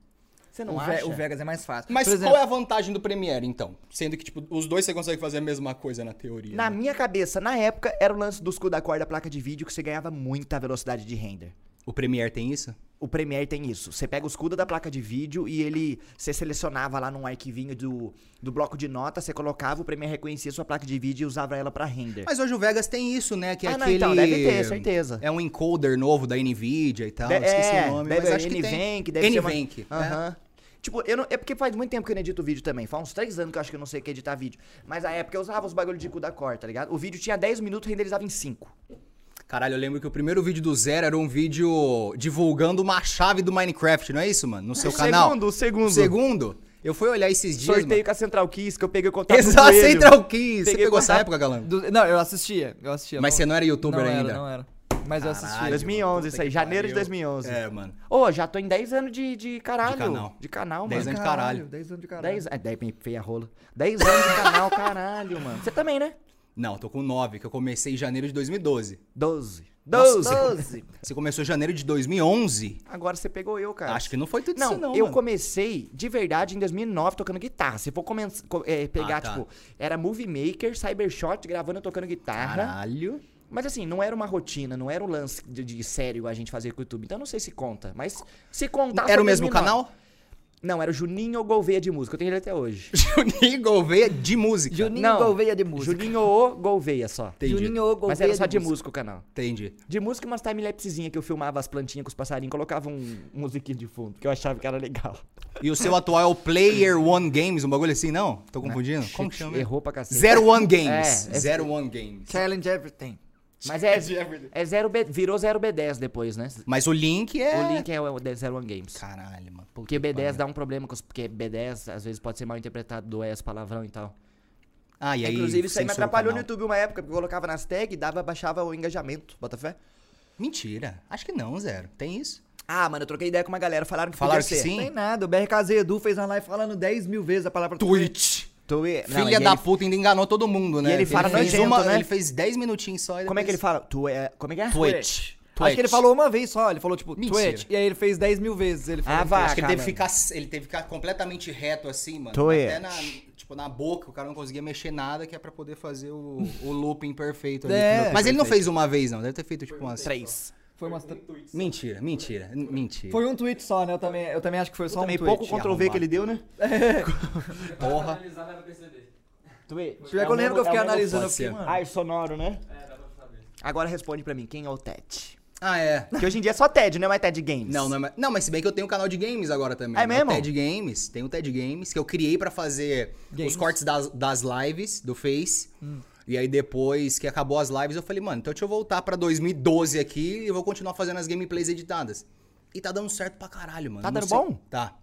S1: Você não
S2: O, Ve-
S1: acha?
S2: o Vegas é mais fácil.
S3: Mas
S2: Por exemplo,
S3: qual é a vantagem do Premiere, então? Sendo que, tipo, os dois você consegue fazer a mesma coisa na teoria.
S1: Na
S3: né?
S1: minha cabeça, na época, era o lance dos cu da corda, placa de vídeo, que você ganhava muita velocidade de render.
S3: O Premiere tem isso?
S1: O Premiere tem isso. Você pega os CUDA da placa de vídeo e ele. Você selecionava lá num arquivinho do, do bloco de nota, você colocava, o Premiere reconhecia sua placa de vídeo e usava ela pra render.
S3: Mas hoje o Vegas tem isso, né? Que é
S1: É. Ah, não,
S3: aquele...
S1: então, deve ter, certeza.
S3: É um encoder novo da NVIDIA e tal.
S1: De-
S3: esqueci
S1: é,
S3: o nome,
S1: deve,
S3: mas acho que tem.
S1: NVENC, deve ser. uma-
S3: NVENC, é.
S1: Aham. Tipo, eu não, é porque faz muito tempo que eu não edito vídeo também. Faz uns três anos que eu acho que eu não sei o que é editar vídeo. Mas na época eu usava os bagulho de cu da cor, tá ligado? O vídeo tinha 10 minutos, renderizava em 5.
S3: Caralho, eu lembro que o primeiro vídeo do Zero era um vídeo divulgando uma chave do Minecraft, não é isso, mano? No seu canal.
S1: Segundo, o segundo.
S3: Segundo, eu fui olhar esses dias.
S1: Sorteio com a Central Kiss, que eu peguei o contato
S3: mano.
S1: do
S3: Exato,
S1: coelho.
S3: Central Kiss. Você
S1: Peguei
S3: pegou essa
S1: contato-
S3: época, galera?
S2: do- Não, eu assistia. Eu assistia.
S3: Mas você não era youtuber
S2: não
S3: ainda?
S2: Era, não era. Mas eu assistia.
S3: Caralho,
S1: 2011,
S3: puta
S1: isso aí,
S3: que
S1: janeiro de
S3: pariu.
S1: 2011.
S3: É, mano.
S1: Ô, já tô em 10 anos de, de caralho.
S3: De canal.
S1: De canal,
S3: 10
S1: mano.
S3: anos de caralho.
S2: 10 anos de caralho.
S1: 10 anos. 10 me feia rola. 10 anos de canal, caralho, mano. Você também, né?
S3: Não, tô com 9, que eu comecei em janeiro de 2012.
S1: 12.
S3: Nossa,
S1: 12.
S3: Você, você começou em janeiro de 2011?
S1: Agora você pegou eu, cara.
S3: Acho que não foi tudo
S1: É. Não,
S3: isso, não.
S1: eu
S3: mano.
S1: comecei de verdade em 2009 tocando guitarra. Se for comen- co- é, pegar,
S3: Ah, tá.
S1: tipo, era Movie Maker, Cybershot, gravando e tocando guitarra.
S3: Caralho.
S1: Mas assim, não era uma rotina, não era um lance de, de sério igual a gente fazia com o YouTube. Então não sei se conta, mas se contar.
S3: Era
S1: foi
S3: o mesmo
S1: 2009.
S3: canal?
S1: Não, era o Juninho Gouveia de música. Eu tenho ele até hoje.
S3: Juninho Gouveia de música.
S2: Juninho
S1: Não.
S2: Gouveia de música.
S1: Juninho O Gouveia só.
S3: Entendi.
S2: Juninho Gouveia
S1: Mas era só de
S2: música.
S1: música o canal.
S3: Entendi.
S1: De música e umas timelapsezinhas que eu filmava as plantinhas com os passarinhos, colocava um um musiquinho de fundo, que eu achava que era legal.
S3: E o seu atual é o Player One Games, um bagulho assim, não? Tô confundindo? Como que chama?
S1: Errou pra cacete.
S3: Zero One Games.
S1: É, é-
S3: Zero One Games.
S2: Challenge Everything.
S1: Mas é, é zero B, virou 0B10 depois, né?
S3: Mas o link é.
S1: O link é o de- Zero One Games.
S3: Caralho, mano. Puta
S1: Porque
S3: que
S1: B10
S3: pariu.
S1: dá um problema, com os- porque B10 às vezes pode ser mal interpretado do ES palavrão e tal.
S3: Ah, e aí.
S1: É, Inclusive, isso aí me
S3: censura o
S1: atrapalhou no
S3: canal.
S1: YouTube uma época, porque eu colocava nas tags e dava, baixava o engajamento. Bota fé?
S3: Mentira. Acho que não, Zero. Tem isso?
S1: Ah, mano, eu troquei ideia com uma galera, falaram que
S3: Falaram
S1: podia
S3: que
S1: ser.
S3: sim?
S2: Não tem nada. O BRKZ Edu fez uma live falando 10 mil vezes a palavra
S3: Twitch.
S1: Tô e- Não,
S3: Filha
S1: e
S3: da
S1: ele-
S3: puta, ainda enganou todo mundo, né?
S1: E ele fala
S3: fez
S1: nojento, né?
S3: Ele fez 10 minutinhos só. e
S1: Como é que ele
S3: depois-
S1: fala? Tu é... Como é que é?
S3: Twitch.
S2: Acho que ele
S3: Twitch.
S2: falou uma vez só. Ele falou, tipo,
S3: Mentira.
S2: Twitch. E aí ele fez 10 mil vezes. Ele falou,
S1: Ah, vai.
S3: Acho que ele teve, que
S1: Cara,
S3: ficar, ele teve que ficar completamente reto assim, mano.
S1: Twitch.
S3: Até na, tipo, na boca, o cara não conseguia mexer nada, que é pra poder fazer o, o looping perfeito ali.
S2: É.
S3: Mas ele não fez uma vez, não. Deve ter feito, tipo, umas...
S1: Três.
S2: Foi, umas-
S3: Mentira, mentira, n- mentira.
S2: foi um tweet só, né? Eu também, eu também acho que foi só um
S1: Também
S2: tweet.
S1: pouco Ctrl V que ele deu, né?
S3: Porra.
S1: Twitch.
S2: Pior
S3: é
S2: que eu
S3: um
S2: lembro que eu fiquei analisando.
S3: pode
S2: Eu fiquei,
S3: ser.
S2: mano,
S1: Ah, sonoro, né? Agora responde pra mim, quem é o Tete?
S3: Ah, é.
S1: Que hoje em dia é só TED, não é mais TED Games.
S3: Não, não, é mais- não, mas se bem que eu tenho um canal de games agora também.
S1: É
S3: né?
S1: mesmo?
S3: O TED Games, tem o TED Games, que eu criei pra fazer
S2: Games.
S3: os cortes das, das lives do Face.
S1: Hum.
S3: E aí depois que acabou as lives, eu falei, mano, então deixa eu voltar pra 2012 aqui e vou continuar fazendo as gameplays editadas. E tá dando certo pra caralho, mano.
S1: Tá
S3: Não
S1: dando
S3: sei-
S1: bom?
S3: Tá.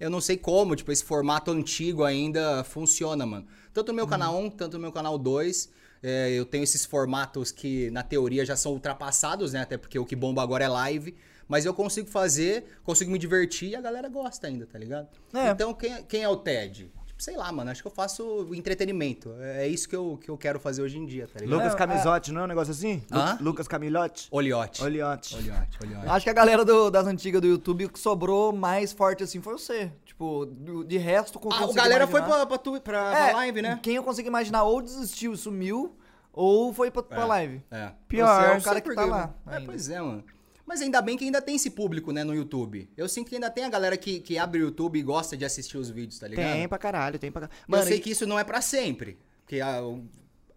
S3: Eu não sei como, tipo, esse formato antigo ainda funciona, mano. Tanto
S1: Hum.
S3: no meu canal 1, tanto no meu canal 2. é, eu tenho esses formatos que, na teoria, já são ultrapassados, né? Até porque o que bomba agora é live. Mas eu consigo fazer, consigo me divertir e a galera gosta ainda, tá ligado?
S1: É.
S3: Então, quem, quem é o TED? Tipo, sei lá, mano. Acho que eu faço entretenimento. É isso que eu, que eu quero fazer hoje em dia, tá ligado?
S1: Lucas
S2: Não,
S1: Camisotti, não é um negócio assim? Lu-
S3: Hã? Ah,
S1: Lucas Camilotti?
S3: Oliote.
S1: Oliotti.
S3: Oliote, oliote.
S2: Acho que a galera do- das antigas do YouTube, o que sobrou mais forte assim foi você. Tipo, do- de resto, com
S3: Ah, o galera foi pra, pra, tu- pra- pra
S2: É,
S3: live, né?
S2: Quem eu consigo imaginar ou desistiu e sumiu, ou foi pra, pra live. Você
S3: É.
S2: é
S1: Pior.
S2: o cara
S3: sei
S2: que
S3: por
S2: tá
S3: quê,
S2: lá.
S3: né? É,
S2: ainda.
S3: pois é, mano. Mas ainda bem que ainda tem esse público, né, no YouTube. Eu sinto que ainda tem a galera que, que abre o YouTube e gosta de assistir os vídeos, tá ligado?
S1: Tem pra caralho, tem pra caralho.
S3: Eu sei
S1: e-
S3: que isso não é pra sempre. Porque ah, o-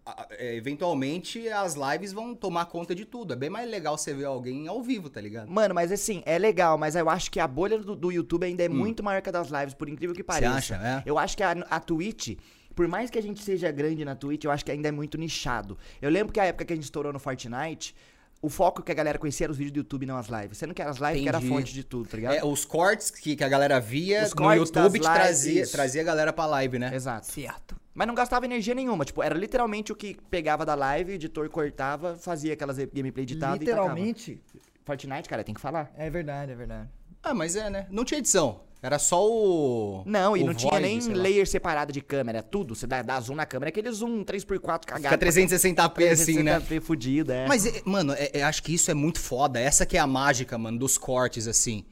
S3: a- é, eventualmente as lives vão tomar conta de tudo. É bem mais legal você ver alguém ao vivo, tá ligado?
S1: Mano, mas assim, é legal, mas eu acho que a bolha do, do YouTube ainda é muito maior que a das lives, por incrível que pareça.
S3: Hum. acha, é?
S1: Eu acho que a, a Twitch, por mais que a gente seja grande na Twitch, eu acho que ainda é muito nichado. Eu lembro que a época que a gente estourou no Fortnite, o foco que a galera conhecia era os vídeos do YouTube, não as lives. Sendo que era as lives que era a
S3: Entendi.
S1: fonte de tudo, tá ligado?
S3: É, os cortes que, que a galera via
S1: Os
S3: no
S1: cortes
S3: YouTube
S1: das
S3: te trazia,
S1: lives.
S3: trazia a galera pra live, né?
S1: Exato.
S2: Certo.
S1: Mas não gastava energia nenhuma, tipo, era literalmente o que pegava da live, o editor cortava, fazia aquelas gameplay editadas
S2: Literalmente.
S1: e tacava. Fortnite, cara, tem que falar.
S2: É verdade, é verdade.
S3: Ah, mas é, né? Não tinha edição. Era só o.
S1: Não, e
S3: o
S1: não tinha
S3: void,
S1: nem
S3: sei lá.
S1: layer separado de câmera, tudo. Você dá, dá zoom na câmera, aquele zoom 3x4
S3: Fica
S1: cagado.
S3: 360p assim, né?
S1: 360p fudido, é.
S3: Mas, é, mano, é- é, acho que isso é muito foda. Essa que é a mágica, mano, dos cortes, assim.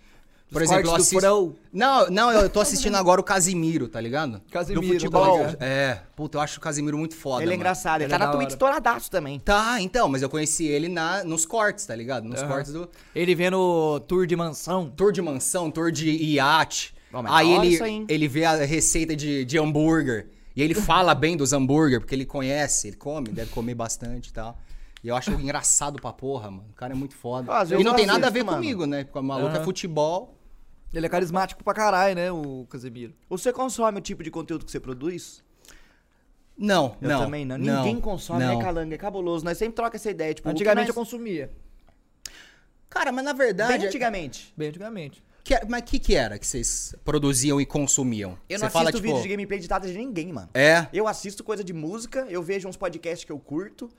S3: Por
S2: Dos
S3: exemplo, eu
S2: cortes do
S3: assisto...
S2: Pro.
S3: Não, não, eu tô assistindo agora o Casimiro, tá ligado?
S2: Casemiro,
S1: futebol.
S2: tá ligado?
S3: É, puta, eu acho o Casimiro muito foda.
S1: ele é
S3: mano.
S1: engraçado, ele
S2: Ele
S1: tá
S2: é
S1: na
S2: da
S1: Twitch
S2: hora.
S1: estouradaço também.
S3: Tá, então, mas eu conheci ele na, nos cortes, tá ligado? Nos cortes do
S2: Ele vendo o tour de mansão.
S3: tour de mansão, tour de iate.
S1: Bom, mas
S3: Aí
S1: da hora
S3: ele,
S1: isso aí, hein?
S3: ele vê a receita de, de hambúrguer. E ele fala bem dos hambúrguer, porque ele conhece, ele come, deve comer bastante e tal. E eu acho engraçado pra porra, mano. O cara é muito foda.
S1: Às vezes
S3: e não
S1: eu
S3: tem nada a
S1: assisto,
S3: ver
S1: mano.
S3: comigo, né? Porque o maluco é
S2: Aham.
S3: futebol.
S2: Ele é carismático pra caralho, né, o Casemiro.
S1: Você consome o tipo de conteúdo que você produz?
S3: Não,
S1: Eu
S3: não.
S1: também não. Ninguém consome, é calanga, é cabuloso. Nós sempre troca essa ideia, tipo, o que
S2: Antigamente
S1: nós...
S2: eu consumia.
S3: Cara, mas na
S1: Bem
S3: verdade.
S1: antigamente.
S2: Bem antigamente.
S3: Que, é, mas o que, que era que vocês produziam e consumiam?
S1: Eu
S3: Você
S1: não
S3: fala,
S1: assisto
S3: tipo,
S1: vídeo de gameplay editado de ninguém, mano.
S3: É.
S1: Eu assisto coisa de música, eu vejo uns podcasts que eu curto.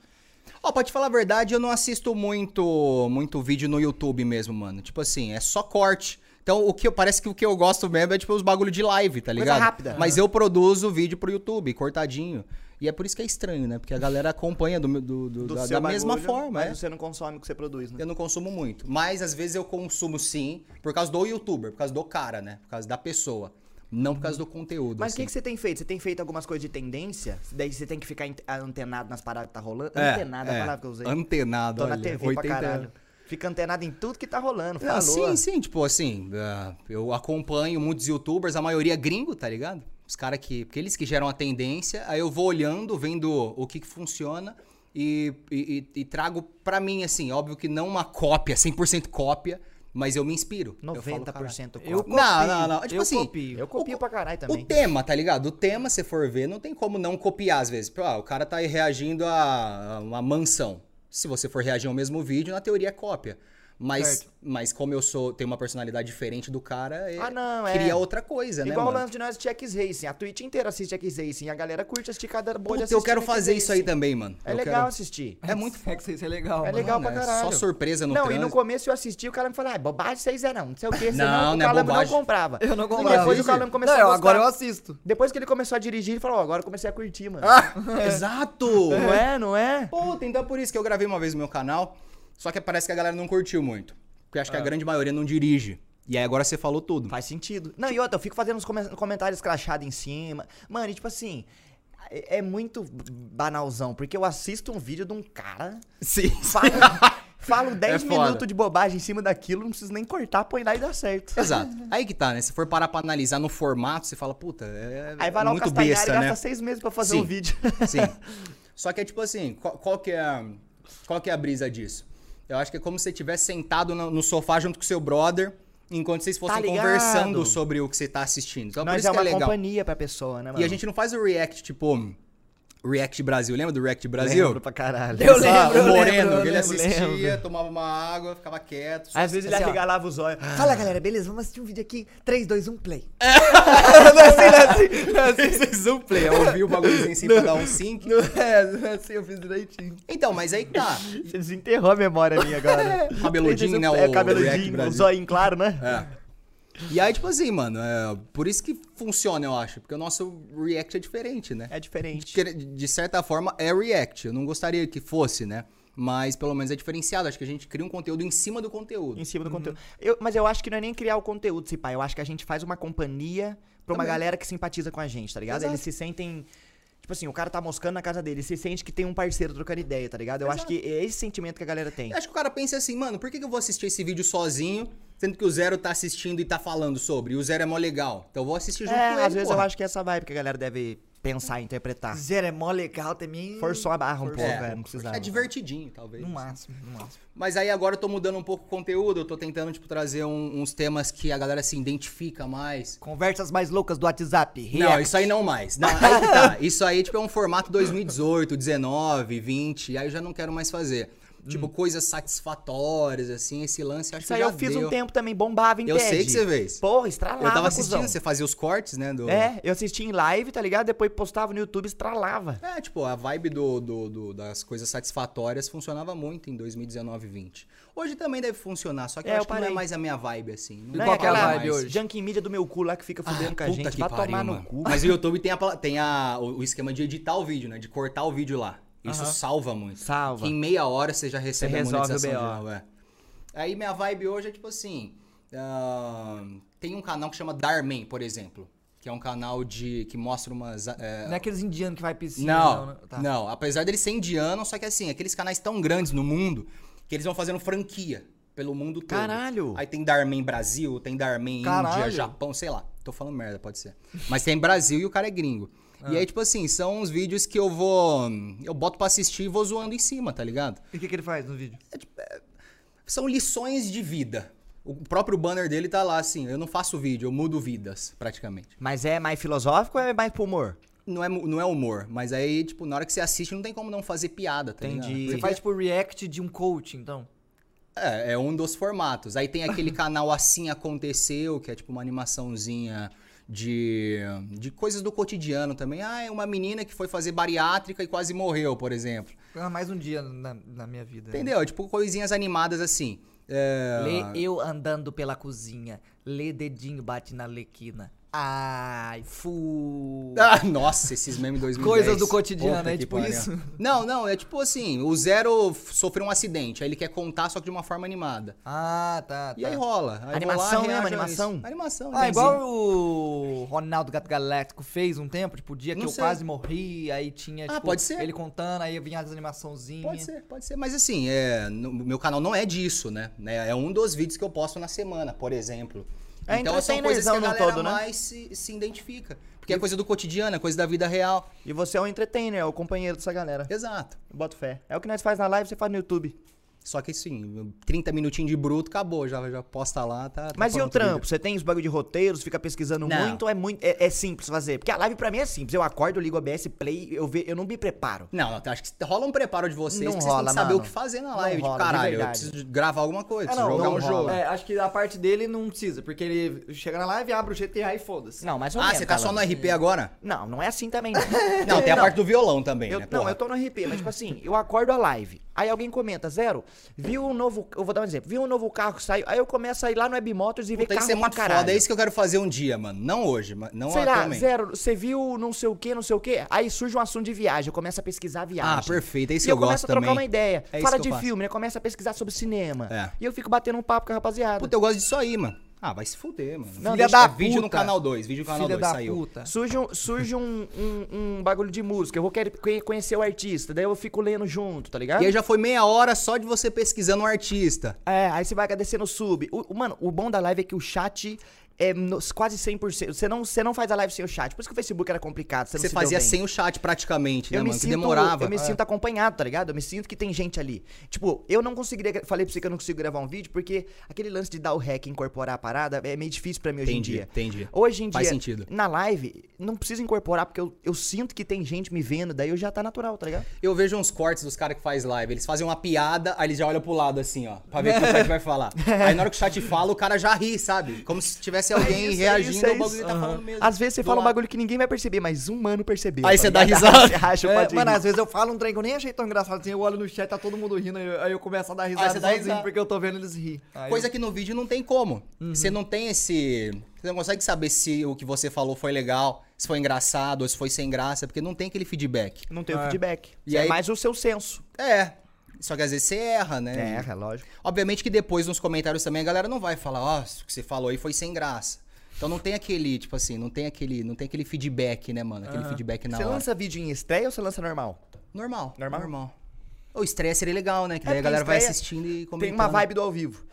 S3: Ó, pra te falar a verdade, eu não assisto muito, muito vídeo no YouTube mesmo, mano. Tipo assim, é só corte. Então, o que eu, parece que o que eu gosto mesmo é tipo os bagulho de live, tá
S1: Coisa
S3: ligado?
S1: rápida. né?
S3: Mas eu produzo vídeo pro YouTube, cortadinho. E é por isso que é estranho, né? Porque a galera acompanha do, meu- do- do-
S1: Do
S3: da,
S1: seu
S3: da mesma
S1: bagulho,
S3: forma,
S1: mas
S3: é.
S1: você não consome o que você produz, né?
S3: Eu não consumo muito. Mas às vezes eu consumo sim, por causa do youtuber, por causa do cara, né? Por causa da pessoa. Não por causa do conteúdo.
S1: Mas o
S3: assim.
S1: que, que você tem feito? Você tem feito algumas coisas de tendência? Daí você tem que ficar ante- ah, antenado nas paradas que tá rolando? antenado é a palavra que eu usei.
S3: Antenado,
S1: Tô
S3: olha.
S1: na TV pra
S3: 80 anos.
S1: caralho. Fica antenado em tudo que tá rolando.
S3: Não,
S1: Falou.
S3: sim, sim, tipo assim, ah, eu acompanho muitos youtubers, a maioria gringo, tá ligado? Os caras que. Porque eles que geram a tendência, aí eu vou olhando, vendo o que, que funciona e, e- e- e trago pra mim, assim, óbvio que não uma cópia, 100% cópia, mas eu me inspiro. Eu falo, "Caralho,
S1: 90% copia.
S2: Eu
S1: Eu,
S2: copio.
S3: Não, não, não, é tipo
S2: eu
S3: assim,
S2: copio.
S1: copio pra caralho
S3: O
S1: também.
S3: tema, tá ligado? O tema, se for ver, não tem como não copiar às vezes. Pô, Ah, o cara tá aí reagindo a a uma mansão. Se você for reagir ao mesmo vídeo, na teoria é cópia. Mas,
S2: Certo.
S3: mas como eu sou tenho uma personalidade diferente do cara, é-
S1: Ah, não, é.
S3: cria outra coisa, né,
S1: Igual o
S3: mano?
S1: lance de nós de X Racing. A Twitch inteira assiste X Racing. A galera curte assistir cada bolha
S3: Puta, eu quero
S1: assistindo
S3: fazer
S1: X
S3: isso aí
S1: Racing.
S3: também, mano.
S1: É
S3: Eu
S1: legal
S3: quero-
S1: assistir.
S3: É muito
S2: É que isso é legal,
S1: É
S2: mano.
S1: legal
S3: Mano,
S1: pra
S3: é
S1: caralho.
S3: Só surpresa no
S1: não, e no
S3: trânsito.
S1: começo eu assisti o cara me falou, ah, é bobagem vocês é não. Não sei o que,
S3: Não,
S1: senão o
S3: não é
S1: Calango não
S3: bobagem.
S1: comprava.
S2: Eu não
S1: E
S2: comprava.
S1: depois o Calango começou
S2: Não,
S1: a gostar.
S2: agora eu assisto.
S1: Depois que ele começou a dirigir, ele falou, ó, agora eu comecei a curtir, mano.
S3: Ah, Exato!
S1: É. Não é, não é?
S3: Puta, então é por isso que eu gravei uma vez no meu canal, só que parece que a galera não curtiu muito. Porque eu
S1: Ah.
S3: acho que a grande maioria não dirige. E aí agora você falou tudo.
S1: Faz sentido. Não, e outra, eu fico fazendo uns come- comentários crachados em cima. Mano, e tipo assim, é é muito b- banalzão, porque eu assisto um vídeo de um cara,
S3: Sim.
S1: falo, falo 10
S3: É foda.
S1: minutos de bobagem em cima daquilo, não preciso nem cortar, põe lá e dá certo.
S3: Exato. Aí que tá, né? Se for parar pra analisar no formato, você fala, puta, é
S1: Aí vai lá
S3: muito
S1: o Castanhari
S3: besta,
S1: gasta
S3: né?
S1: seis meses pra fazer
S3: Sim.
S1: um vídeo.
S3: Sim. Só que é tipo assim, qual, qual que é a, qual que é a brisa disso? Eu acho que é como se você estivesse sentado no, no sofá junto com seu brother, enquanto vocês fossem
S1: Tá ligado?
S3: conversando sobre o que você tá assistindo. Então, por
S1: Nós
S3: isso
S1: é
S3: que é
S1: uma
S3: legal.
S1: companhia pra pessoa, né, mano?
S3: E a gente não faz o react, tipo, react Brasil. Lembra do react Brasil?
S1: lembro é um pra caralho.
S2: Eu
S3: Só
S2: lembro,
S3: o
S2: eu lembro,
S3: Moreno,
S2: eu
S3: que ele
S1: lembro,
S3: assistia,
S1: lembro.
S3: tomava uma água, ficava quieto. só
S1: Às vezes ele
S2: Assim, ó.
S1: arregalava os olhos.
S2: Fala galera, beleza? Vamos assistir um vídeo aqui. 3, 2, 1, play. não é assim, não é assim, não é assim.
S3: Vocês um play, eu ouvi o bagulhozinho assim pra dar um sync.
S2: Não é, não é assim, eu fiz direitinho.
S3: Então, mas aí que tá.
S1: Você desenterrou a memória minha agora.
S3: Cabeludinho, né,
S1: É,
S3: o React
S1: cabeludinho, o
S3: Brasil.
S1: zoinho claro, né?
S3: É. E aí, tipo assim, mano, é, por isso que funciona, eu acho. Porque o nosso react é diferente, né?
S1: É diferente.
S3: Porque, De certa forma, é react. Eu não gostaria que fosse, né? Mas pelo menos é diferenciado. Acho que a gente cria um conteúdo em cima do conteúdo.
S1: Em cima do conteúdo. Eu- mas eu acho que não é nem criar o conteúdo, se pá. Eu acho que a gente faz uma companhia pra uma galera que simpatiza com a gente, tá ligado?
S3: Exato.
S1: Eles se sentem. Tipo assim, o cara tá moscando na casa dele, se sente que tem um parceiro trocando ideia, tá ligado? Eu acho que é esse sentimento que a galera tem.
S3: Eu acho que o cara pensa assim, mano, por que que eu vou assistir esse vídeo sozinho, sendo que o Zero tá assistindo e tá falando sobre? E o Zero é mó legal. Então eu vou assistir junto
S1: É,
S3: com ele.
S1: às vezes eu
S3: porra.
S1: acho que é essa vibe que a galera deve pensar e interpretar.
S2: Zero é mó legal também.
S1: Forçou a barra um pouco,
S3: É,
S1: é, não precisava.
S3: É divertidinho, talvez.
S2: No máximo, no máximo.
S3: Mas aí agora eu tô mudando um pouco o conteúdo, eu tô tentando, tipo, trazer um- uns temas que a galera se identifica mais.
S2: Conversas mais loucas do WhatsApp.
S3: Não, isso aí não mais. Não, aí que tá. Isso aí, tipo, é um formato 2018, 19, 20, aí eu já não quero mais fazer. Tipo, coisas satisfatórias, assim, esse lance, acho
S1: Hum. Isso
S3: que
S1: aí
S3: já
S1: eu fiz
S3: deu.
S1: um tempo também, bombava em
S3: Eu sei
S1: TED.
S3: que você fez.
S1: Porra, estralava,
S3: Eu
S1: cuzão.
S3: tava assistindo, você fazia os cortes, né? Do...
S1: É, eu assistia em live, tá ligado? Depois postava no YouTube, estralava.
S3: É, tipo, a vibe do, do- do- das coisas satisfatórias funcionava muito em 2019 e 20. Hoje também deve funcionar, só que
S1: É,
S3: eu
S1: eu
S3: acho que não é
S1: parei.
S3: mais a minha vibe, assim. Não
S1: Não
S2: qual
S1: é
S3: toca
S2: que é a
S1: aquela
S2: vibe
S3: mais.
S2: hoje?
S1: junk mídia do meu cu lá Ah, que fica fudendo com a
S3: puta
S1: gente.
S3: que
S1: Vai
S3: pariu,
S1: tomar no
S3: mano.
S1: cu.
S3: Mas o YouTube tem, a, pla- tem a, o, o esquema de editar o vídeo, né? De cortar o vídeo lá. Isso salva muito.
S1: Salva.
S3: Que em meia hora você já recebe
S1: Você
S3: a
S1: resolve o
S3: monetização
S1: BO.
S3: geral, é. Aí minha vibe hoje é tipo assim... ah, tem um canal que chama Darman, por exemplo. Que é um canal de que mostra umas... eh,
S2: Não é aqueles indianos que vai piscina.
S3: não, não,
S2: né? Tá.
S3: Apesar dele ser indiano, só que assim, aqueles canais tão grandes no mundo que eles vão fazendo franquia pelo mundo todo.
S1: Caralho!
S3: Aí tem Darman Brasil, tem Darman Índia,
S2: Caralho!
S3: Japão, sei lá. Tô falando merda, pode ser. Mas tem Brasil e o cara é gringo. E aí, tipo assim, são uns vídeos que eu vou. Eu boto pra assistir e vou zoando em cima, tá ligado?
S2: E o que, que ele faz no vídeo?
S3: São lições de vida. O próprio banner dele tá lá assim: eu não faço vídeo, eu mudo vidas, praticamente.
S1: Mas é mais filosófico ou é mais pro humor?
S3: Não é, mu- não é humor, mas aí, tipo, na hora que você assiste, não tem como não fazer piada, tá
S1: Entendi.
S3: ligado?
S2: Você faz tipo react de um coach, então.
S3: É, é um dos formatos. Aí tem aquele canal Assim Aconteceu, que é tipo uma animaçãozinha de, de coisas do cotidiano também. Ah, é uma menina que foi fazer bariátrica e quase morreu, por exemplo.
S2: Ah, mais um dia na, na minha vida. né?
S3: Entendeu? Tipo coisinhas animadas assim. É,
S2: Lê eu andando pela cozinha. Lê dedinho bate na lequina. Ai, fu.
S3: Ah, nossa, esses memes 2010.
S2: Coisas do cotidiano,
S3: Puta
S2: é
S3: que
S2: tipo
S3: pariu.
S2: isso?
S3: Não, não, é tipo assim, o Zero f- sofreu um acidente, aí ele quer contar, só que de uma forma animada.
S2: Ah, tá, tá.
S3: E aí rola. Aí eu vou
S1: Animação mesmo,
S3: lá, reajo a
S1: animação?
S3: isso. Animação,
S2: Ah,
S3: né?
S2: igual o Ronaldo Gato Galáctico fez um tempo, tipo, o dia que
S3: Não
S2: eu
S3: sei.
S2: quase morri, aí tinha,
S3: Ah,
S2: tipo,
S3: pode ser.
S2: ele contando, aí vinha as animaçãozinhas.
S3: Pode ser, pode ser. Mas assim, é, no, meu canal não é disso, né? né? É um dos vídeos que eu posto na semana, por exemplo.
S1: É
S3: então são coisas que a
S1: entretenezão no
S3: galera
S1: todo, né?
S3: mais se, se identifica. Porque é coisa do cotidiano, é coisa da vida real.
S1: E você é o entretener, é o companheiro dessa galera.
S3: Exato.
S1: Eu boto fé. É o que nós faz na live, você faz no YouTube.
S3: Só que assim, 30 minutinhos de bruto, acabou. Já, já posta lá, tá? tá
S1: Mas e o
S3: pronto vídeo.
S1: trampo? Você tem os bagulho de roteiros, fica pesquisando
S3: Não.
S1: muito, ou é muito. É, é simples fazer. Porque a live pra mim é simples. Eu acordo, eu ligo o OBS, play, eu, ve, eu não me preparo.
S3: Não, não, acho que rola um preparo de vocês,
S1: Não
S3: que vocês têm
S1: rola,
S3: que saber
S1: mano.
S3: o que fazer na
S1: Não
S3: live.
S1: rola,
S3: tipo,
S1: de
S3: caralho, eu
S1: verdade.
S3: preciso de gravar alguma coisa,
S1: Ah,
S3: preciso
S1: não,
S3: jogar
S1: não
S3: um
S1: rola.
S3: jogo.
S2: É, acho que a parte dele não precisa, porque ele chega na live, abre o GTA e foda-se.
S1: Não, mas
S3: Ah, você tá só no RP agora?
S1: Não, não é assim também. Não,
S3: Não, tem a parte do violão também,
S1: Eu,
S3: né?
S1: não,
S3: porra?
S1: eu tô no RP, mas tipo assim, eu acordo a live. Aí alguém comenta, zero, viu um novo. Eu vou dar um exemplo, viu um novo carro que saiu. Aí eu começo a ir lá no Webmotors e ver
S3: Tem que
S1: carro
S3: ser
S1: pra
S3: muito
S1: caralho.
S3: foda. É isso que eu quero fazer um dia, mano. Não hoje, mas não
S1: Sei lá,
S3: atualmente.
S1: zero, você viu não sei o que, não sei o que. Aí surge um assunto de viagem, eu começo a pesquisar a viagem.
S3: Ah, perfeito, é isso
S1: E
S3: que eu gosto
S1: começo a trocar
S3: também.
S1: uma ideia.
S3: É isso
S1: Fala
S3: que eu
S1: de
S3: faço.
S1: filme, né? Começa a pesquisar sobre cinema.
S3: É.
S1: E eu fico batendo um papo com a rapaziada.
S3: Puta, eu gosto disso aí, mano. Ah, vai se fuder, mano.
S1: Não,
S2: Filha
S1: deixa- é
S2: da puta.
S3: Vídeo no canal 2, vídeo no canal
S2: Filha
S3: 2
S2: da
S3: saiu.
S2: puta.
S1: Surge, um, surge um, um, um bagulho de música, eu vou querer conhe- conhecer o artista, daí eu fico lendo junto, tá ligado?
S3: E aí já foi meia hora só de você pesquisando um artista.
S1: É, aí você vai agradecendo o sub. O, o- mano, o bom da live é que o chat é nos- quase 100%. Você não, você não faz a live sem o chat. Por isso que o Facebook era complicado. Você, não
S3: Você
S1: se deu
S3: fazia
S1: bem.
S3: sem o chat praticamente, né,
S1: Eu me,
S3: mano? Que
S1: sinto,
S3: demorava.
S1: eu me
S3: É.
S1: sinto acompanhado, tá ligado? Eu me sinto que tem gente ali. Tipo, eu não conseguiria. gra- Falei pra você que eu não consigo gravar um vídeo, porque aquele lance de dar o hack e incorporar a parada é meio difícil pra mim hoje
S3: Entendi,
S1: em dia.
S3: entendi.
S1: Hoje em
S3: Faz
S1: dia,
S3: sentido.
S1: na live, não preciso incorporar, porque eu, eu sinto que tem gente me vendo, daí eu já tá natural, tá ligado?
S3: Eu vejo uns cortes dos caras que faz live. Eles fazem uma piada, aí eles já olham pro lado assim, ó. Pra ver o que o chat vai falar. Aí na hora que o chat fala, o cara já ri, sabe? Como se tivesse alguém
S1: isso, é
S3: reagindo
S1: isso, é
S3: ao bagulho que
S1: isso.
S3: tá falando mesmo.
S1: Às vezes você
S3: Do
S1: fala um
S3: lado.
S1: bagulho que ninguém vai perceber, mas um mano percebeu.
S3: Aí
S1: tá
S3: você dá
S1: ligado?
S3: risada.
S1: Você racha o
S2: É,
S1: patinho.
S2: mano, às vezes eu falo um trem que eu nem achei tão engraçado assim. Eu olho no chat, tá todo mundo rindo. Aí eu, aí eu começo a
S1: Ah,
S2: dar risada
S3: você
S2: sozinho
S3: dá risada.
S2: porque eu tô vendo eles rir. Aí
S3: Coisa que no vídeo não tem como.
S1: Uhum.
S3: Você não tem esse. Você não consegue saber se o que você falou foi legal, se foi engraçado ou se foi sem graça, porque não tem aquele feedback.
S1: Não tem o
S2: É.
S1: feedback.
S3: E
S1: é
S3: aí-
S1: mais o seu senso.
S3: É. Só que às vezes você erra, né?
S1: É, é lógico.
S3: Obviamente que depois nos comentários também a galera não vai falar, ó, o que você falou aí foi sem graça. Então não tem aquele, tipo assim, não tem aquele, não tem aquele feedback, né, mano? Aquele feedback na
S1: você
S3: hora.
S1: lança vídeo em estreia ou você lança é normal?
S3: Normal.
S1: Normal?
S3: Normal. O estresse seria legal, né? Que
S1: É,
S3: daí a
S1: porque
S3: galera vai
S1: estreia
S3: assistindo e comentando.
S1: Tem uma vibe do ao vivo.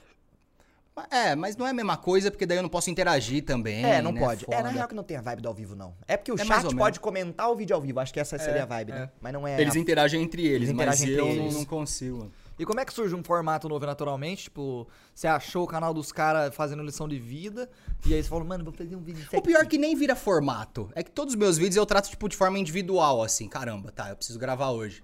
S3: É, mas não é a mesma coisa, porque daí eu não posso interagir também.
S1: É, não
S3: né?
S1: pode. É,
S3: Foda.
S1: na real que não tem a vibe do ao vivo, não. É porque o
S3: É mais ou
S1: chat
S3: menos.
S1: pode comentar o vídeo ao vivo. Acho que essa
S2: É,
S1: seria a vibe, né? Mas não é.
S3: Eles
S1: a-
S3: interagem entre
S1: Eles
S3: eles, mas
S1: interagem
S3: eu
S1: entre
S3: não-
S1: eles.
S3: não consigo. mano.
S2: E como é que surge um formato novo naturalmente? Tipo, você achou o canal dos caras fazendo lição de vida, e aí você falou, mano, vou fazer um vídeo disso
S3: O
S2: aqui.
S3: pior é que nem vira formato. É que todos os meus vídeos eu trato, tipo, de forma individual, assim. Caramba, tá, eu preciso gravar hoje.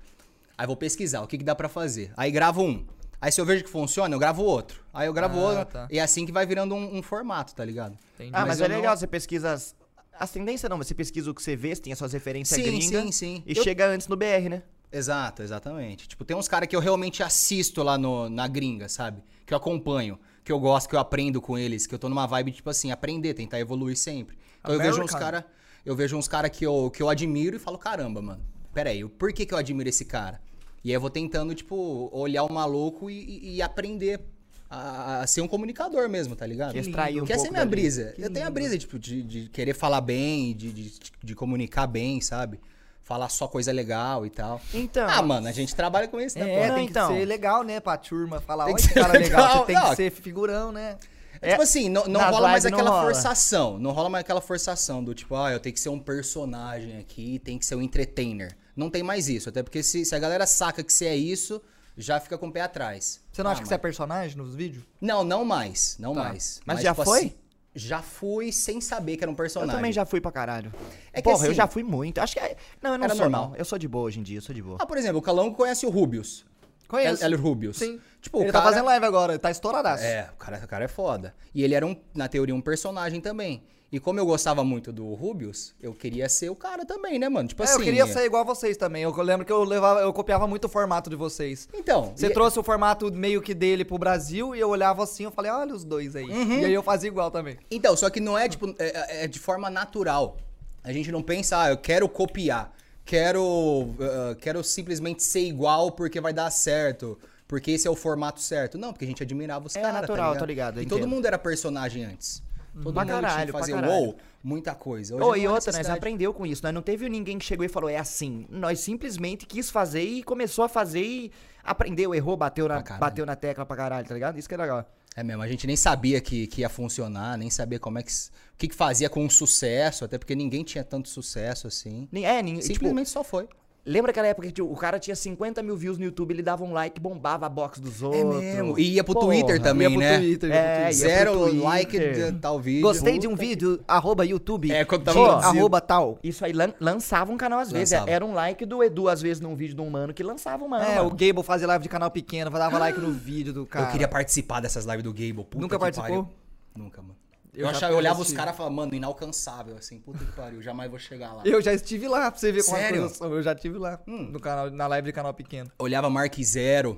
S3: Aí vou pesquisar o que, que dá pra fazer. Aí gravo um. Aí se eu vejo que funciona, eu gravo outro. Aí eu gravo
S2: Ah,
S3: outro.
S2: tá.
S3: E é assim que vai virando um, um formato, tá ligado?
S2: Entendi.
S1: Ah, mas,
S3: eu
S1: é
S3: não-
S1: legal, você pesquisa as. As tendências não, mas você pesquisa o que você vê, você tem as suas referências
S3: Sim,
S1: gringas.
S3: sim, sim.
S1: E
S3: Eu-
S1: chega antes no BR, né?
S3: Exato, exatamente. Tipo, tem uns caras que eu realmente assisto lá no, na gringa, sabe? Que eu acompanho, que eu gosto, que eu aprendo com eles, que eu tô numa vibe, tipo assim, aprender, tentar evoluir sempre. Então eu vejo uns
S2: American.
S3: caras. Eu vejo uns caras que eu, que eu admiro e falo, caramba, mano, peraí, por que, que eu admiro esse cara? E aí eu vou tentando, tipo, olhar o maluco e, e- e aprender a, a ser um comunicador mesmo, tá ligado?
S1: Que extrair um
S3: Porque essa é
S1: pouco
S3: minha
S1: dali.
S3: brisa. eu tenho a brisa, tipo, de, de querer falar bem, de, de, de comunicar bem, sabe? Falar só coisa legal e tal.
S1: Então.
S3: Ah, mano, a gente trabalha com isso, né?
S2: É,
S3: pô?
S1: não,
S2: tem que
S1: então.
S2: ser legal, né, pra turma falar,
S3: Tem
S2: olha
S3: que
S2: que
S3: ser
S2: cara é legal,
S3: legal,
S2: você tem
S3: não.
S2: que ser figurão, né?
S3: É tipo assim, não, não
S1: nas
S3: rola mais
S1: lives não
S3: aquela
S1: rola.
S3: forçação. Não rola mais aquela forçação do tipo, ah, eu tenho que ser um personagem aqui, tem que ser um entertainer. Não tem mais isso. Até porque se, se a galera saca que você é isso, já fica com o pé atrás.
S2: Você não acha
S3: Ah,
S2: que você é personagem nos vídeos?
S3: Não, não mais. Não
S2: Tá.
S3: mais. tipo assim,
S1: Mas já foi?
S3: já fui sem saber que era um personagem.
S1: Eu também já fui pra caralho.
S3: É que
S1: Porra, eu
S3: assim-
S1: já fui muito. Acho que. é- Não, eu não
S3: Era
S1: sou
S3: normal.
S1: normal. Eu sou de boa hoje em dia, eu sou de boa.
S3: Ah, por exemplo, o Calão conhece o Rubius.
S2: Conheço.
S3: El, El Rubius.
S2: Sim.
S3: Tipo, o
S2: ele
S3: cara...
S2: tá fazendo live agora, ele tá estouradaço.
S3: É, o cara, o cara é foda. E ele era, um, na teoria, um personagem também. E como eu gostava muito do Rubius, eu queria ser o cara também, né, mano? Tipo
S2: É,
S3: assim.
S2: eu queria ser igual a vocês também. Eu lembro que eu levava, eu copiava muito o formato de vocês.
S3: Então.
S2: Você
S3: e-
S2: trouxe o formato meio que dele pro Brasil e eu olhava assim, eu falei, olha os dois aí.
S3: Uhum.
S2: E aí eu fazia igual também.
S3: Então, só que não é, tipo, é, é de forma natural. A gente não pensa, ah, eu quero copiar. Quero, ah, quero simplesmente ser igual porque vai dar certo. Porque esse é o formato certo. Não, porque a gente admirava os
S1: É
S3: caras.
S1: natural,
S3: tá
S1: tô ligado, eu
S3: E todo
S1: entendo. Hum.
S3: mundo era personagem antes. Todo
S1: Pra
S3: mundo tinha que
S1: caralho, pra
S3: fazer
S1: caralho.
S3: wow, muita coisa. Hoje
S1: Ô,
S3: não é
S1: e outra,
S3: há
S1: né, nós
S3: necessidade.
S1: aprendeu com isso. Nós não teve ninguém que chegou e falou, é assim. Nós simplesmente quis fazer e começou a fazer e aprendeu, errou, bateu na,
S3: Pra caralho.
S1: bateu na tecla pra caralho, tá ligado? Isso que é legal.
S3: É mesmo, a gente nem sabia que, que ia funcionar, nem sabia como é que. s- O que, que fazia com sucesso, até porque ninguém tinha tanto sucesso assim.
S1: Nem- É, nem, tipo,
S3: Simplesmente só foi.
S1: lembra aquela época que tipo, o cara tinha 50 mil views no YouTube, ele dava um like, bombava a box dos outros.
S3: É E ia pro
S1: Porra.
S3: Twitter também,
S2: Ia pro
S3: né?
S2: Twitter, ia pro
S1: É,
S2: Twitter.
S1: ia pro
S3: Zero
S1: Twitter.
S3: like de tal vídeo.
S2: Gostei de um vídeo, arroba YouTube.
S3: É, quando tava
S2: de
S3: produzindo.
S2: arroba tal.
S1: Isso aí lan- lançava um canal às vezes.
S3: Lançava.
S1: Era um like do Edu, às vezes, num vídeo de um mano que lançava um mano.
S2: É, o
S1: mano.
S2: Gable fazia live de canal pequeno, dava like no vídeo do cara.
S3: Ah. Eu queria participar dessas lives do Gable. Puta
S2: Nunca
S3: que
S2: participou?
S3: pariu. Nunca, mano.
S2: Eu
S3: Eu,
S2: já
S3: achava, eu olhava os
S2: assisti.
S3: caras e falava, mano, inalcançável, assim, puta que pariu, jamais vou chegar lá.
S2: Eu já estive lá, pra você ver como as
S3: Sério? Hum.
S2: coisas são. Eu já estive lá, no canal, na live de canal pequeno.
S3: Olhava Mark Zero,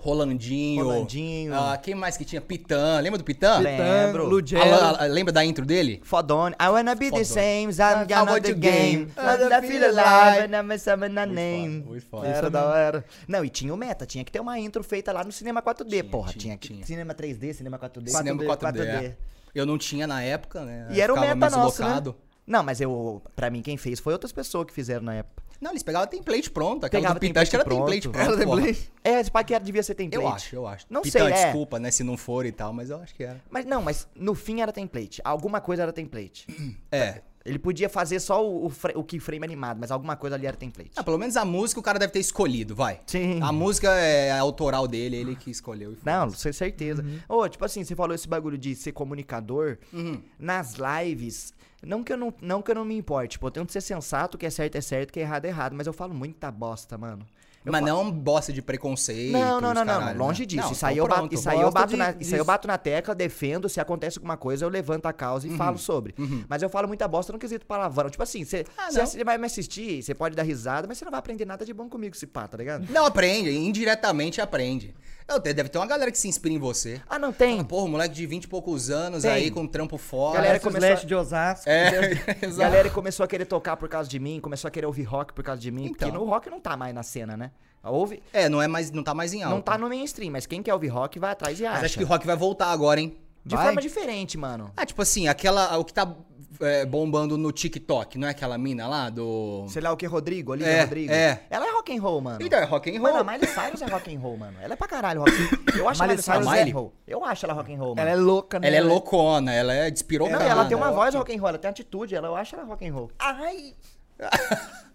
S3: Rolandinho.
S1: Rolandinho.
S3: Ah, quem mais que tinha? Pitã. Lembra do Pitã?
S1: Lembro.
S2: Lugero.
S3: Ah, lembra da intro dele?
S1: Fodone. I wanna be
S3: Fodone.
S1: the same, I'm
S3: I want
S1: gonna
S3: to
S1: the game.
S3: game.
S1: I feel alive, and I'm summon a name.
S3: muito foda. é
S1: Era da hora. Não, e tinha o meta, tinha que ter uma intro feita lá no cinema 4D, porra. Tinha,
S3: tinha, tinha.
S1: que. Cinema 3D, cinema 4D,
S3: Cinema
S1: 4D,
S3: 4D. é. Eu não tinha na época, né?
S1: E era o
S3: Ficava
S1: meta
S3: meio
S1: nosso, né?
S3: deslocado.
S1: Não, mas eu. Pra mim, quem fez foi outras pessoas que fizeram na época.
S3: Não, eles pegavam template pronto. Aquela
S1: Pegava
S3: do Pitão, acho que era
S1: template
S3: template
S1: pronto.
S3: pronto.
S2: Era
S3: porra.
S2: template?
S1: É, esse paquete devia ser template.
S3: Eu acho, eu acho.
S1: Não
S3: Pitão,
S1: sei, é.
S3: desculpa, né, se não for e tal, mas eu acho que era.
S1: Mas não, mas no fim era template. Alguma coisa era template.
S3: É.
S1: Ele podia fazer só o, o, fre- o keyframe animado, mas alguma coisa ali era template.
S3: Ah, pelo menos a música o cara deve ter escolhido, vai.
S1: Sim.
S3: A música é a autoral dele, ele que escolheu. e foi.
S1: Não, sem certeza.
S3: Uhum.
S1: Ô, tipo assim, você falou esse bagulho de ser comunicador.
S3: Uhum.
S1: Nas lives, não que, eu não, não que eu não me importe. Tipo, eu tenho que ser sensato, que é certo é certo, que é errado é errado. Mas eu falo muita bosta, mano. Eu
S3: Mas
S1: falo-
S3: não é um bosta de preconceito.
S1: Não, não,
S3: os
S1: não, não,
S3: caralho,
S1: Longe
S3: né?
S1: disso.
S3: Não,
S1: isso aí,
S3: então
S1: eu bato,
S3: pronto,
S1: isso, aí eu
S3: bosta
S1: bato
S3: de-
S1: na, isso aí eu
S3: disso.
S1: bato na tecla, defendo. Se acontece alguma coisa, eu levanto a causa
S3: Uhum.
S1: e falo sobre. Mas eu falo muita bosta no quesito palavrão. Tipo assim, você
S3: Ah,
S1: você
S3: não.
S1: assi- vai me assistir, você pode dar risada, mas você não vai aprender nada de bom comigo, se pá, tá ligado?
S3: Não, aprende. Indiretamente aprende. Não, te- deve ter uma galera que se inspira em você.
S1: Ah, não tem.
S3: Porra, um moleque de 20 e poucos anos
S1: Tem.
S3: aí com trampo fora.
S1: Galera
S2: Galera,
S1: começou a-
S2: começou... de Osasco.
S3: É,
S1: A
S3: exato.
S1: galera começou a querer tocar por causa de mim, começou a querer ouvir rock por causa de mim.
S3: Então.
S1: Porque no rock não tá mais na cena, né? Ouve,
S3: É, não, é mais, não tá mais em alta.
S1: não tá no mainstream, mas quem quer ouvir rock vai atrás e acha.
S3: Mas acho que o rock vai voltar agora, hein?
S1: De
S2: vai.
S1: forma diferente, mano.
S3: Ah, tipo assim, aquela. O que tá é, bombando no TikTok, não é aquela mina lá do.
S1: Sei lá o que, Rodrigo, Olivia
S3: É,
S1: Rodrigo.
S3: é.
S1: Ela é rock and roll, mano.
S3: Então, é rock and roll.
S1: Mano, a Miley Cyrus é rock and roll, mano. Ela é pra caralho rock and roll. Eu acho a
S2: Miley
S1: Miley Cyrus
S3: Cyrus
S1: rock
S3: é-
S1: and roll. Eu acho ela rock and roll, mano.
S2: Ela é louca, né?
S3: Ela é loucona, ela é despirocada.
S1: Não, ela tem uma
S3: Ela-
S1: voz rock and roll, ela tem atitude, ela, eu acho ela rock and roll.
S2: Ai!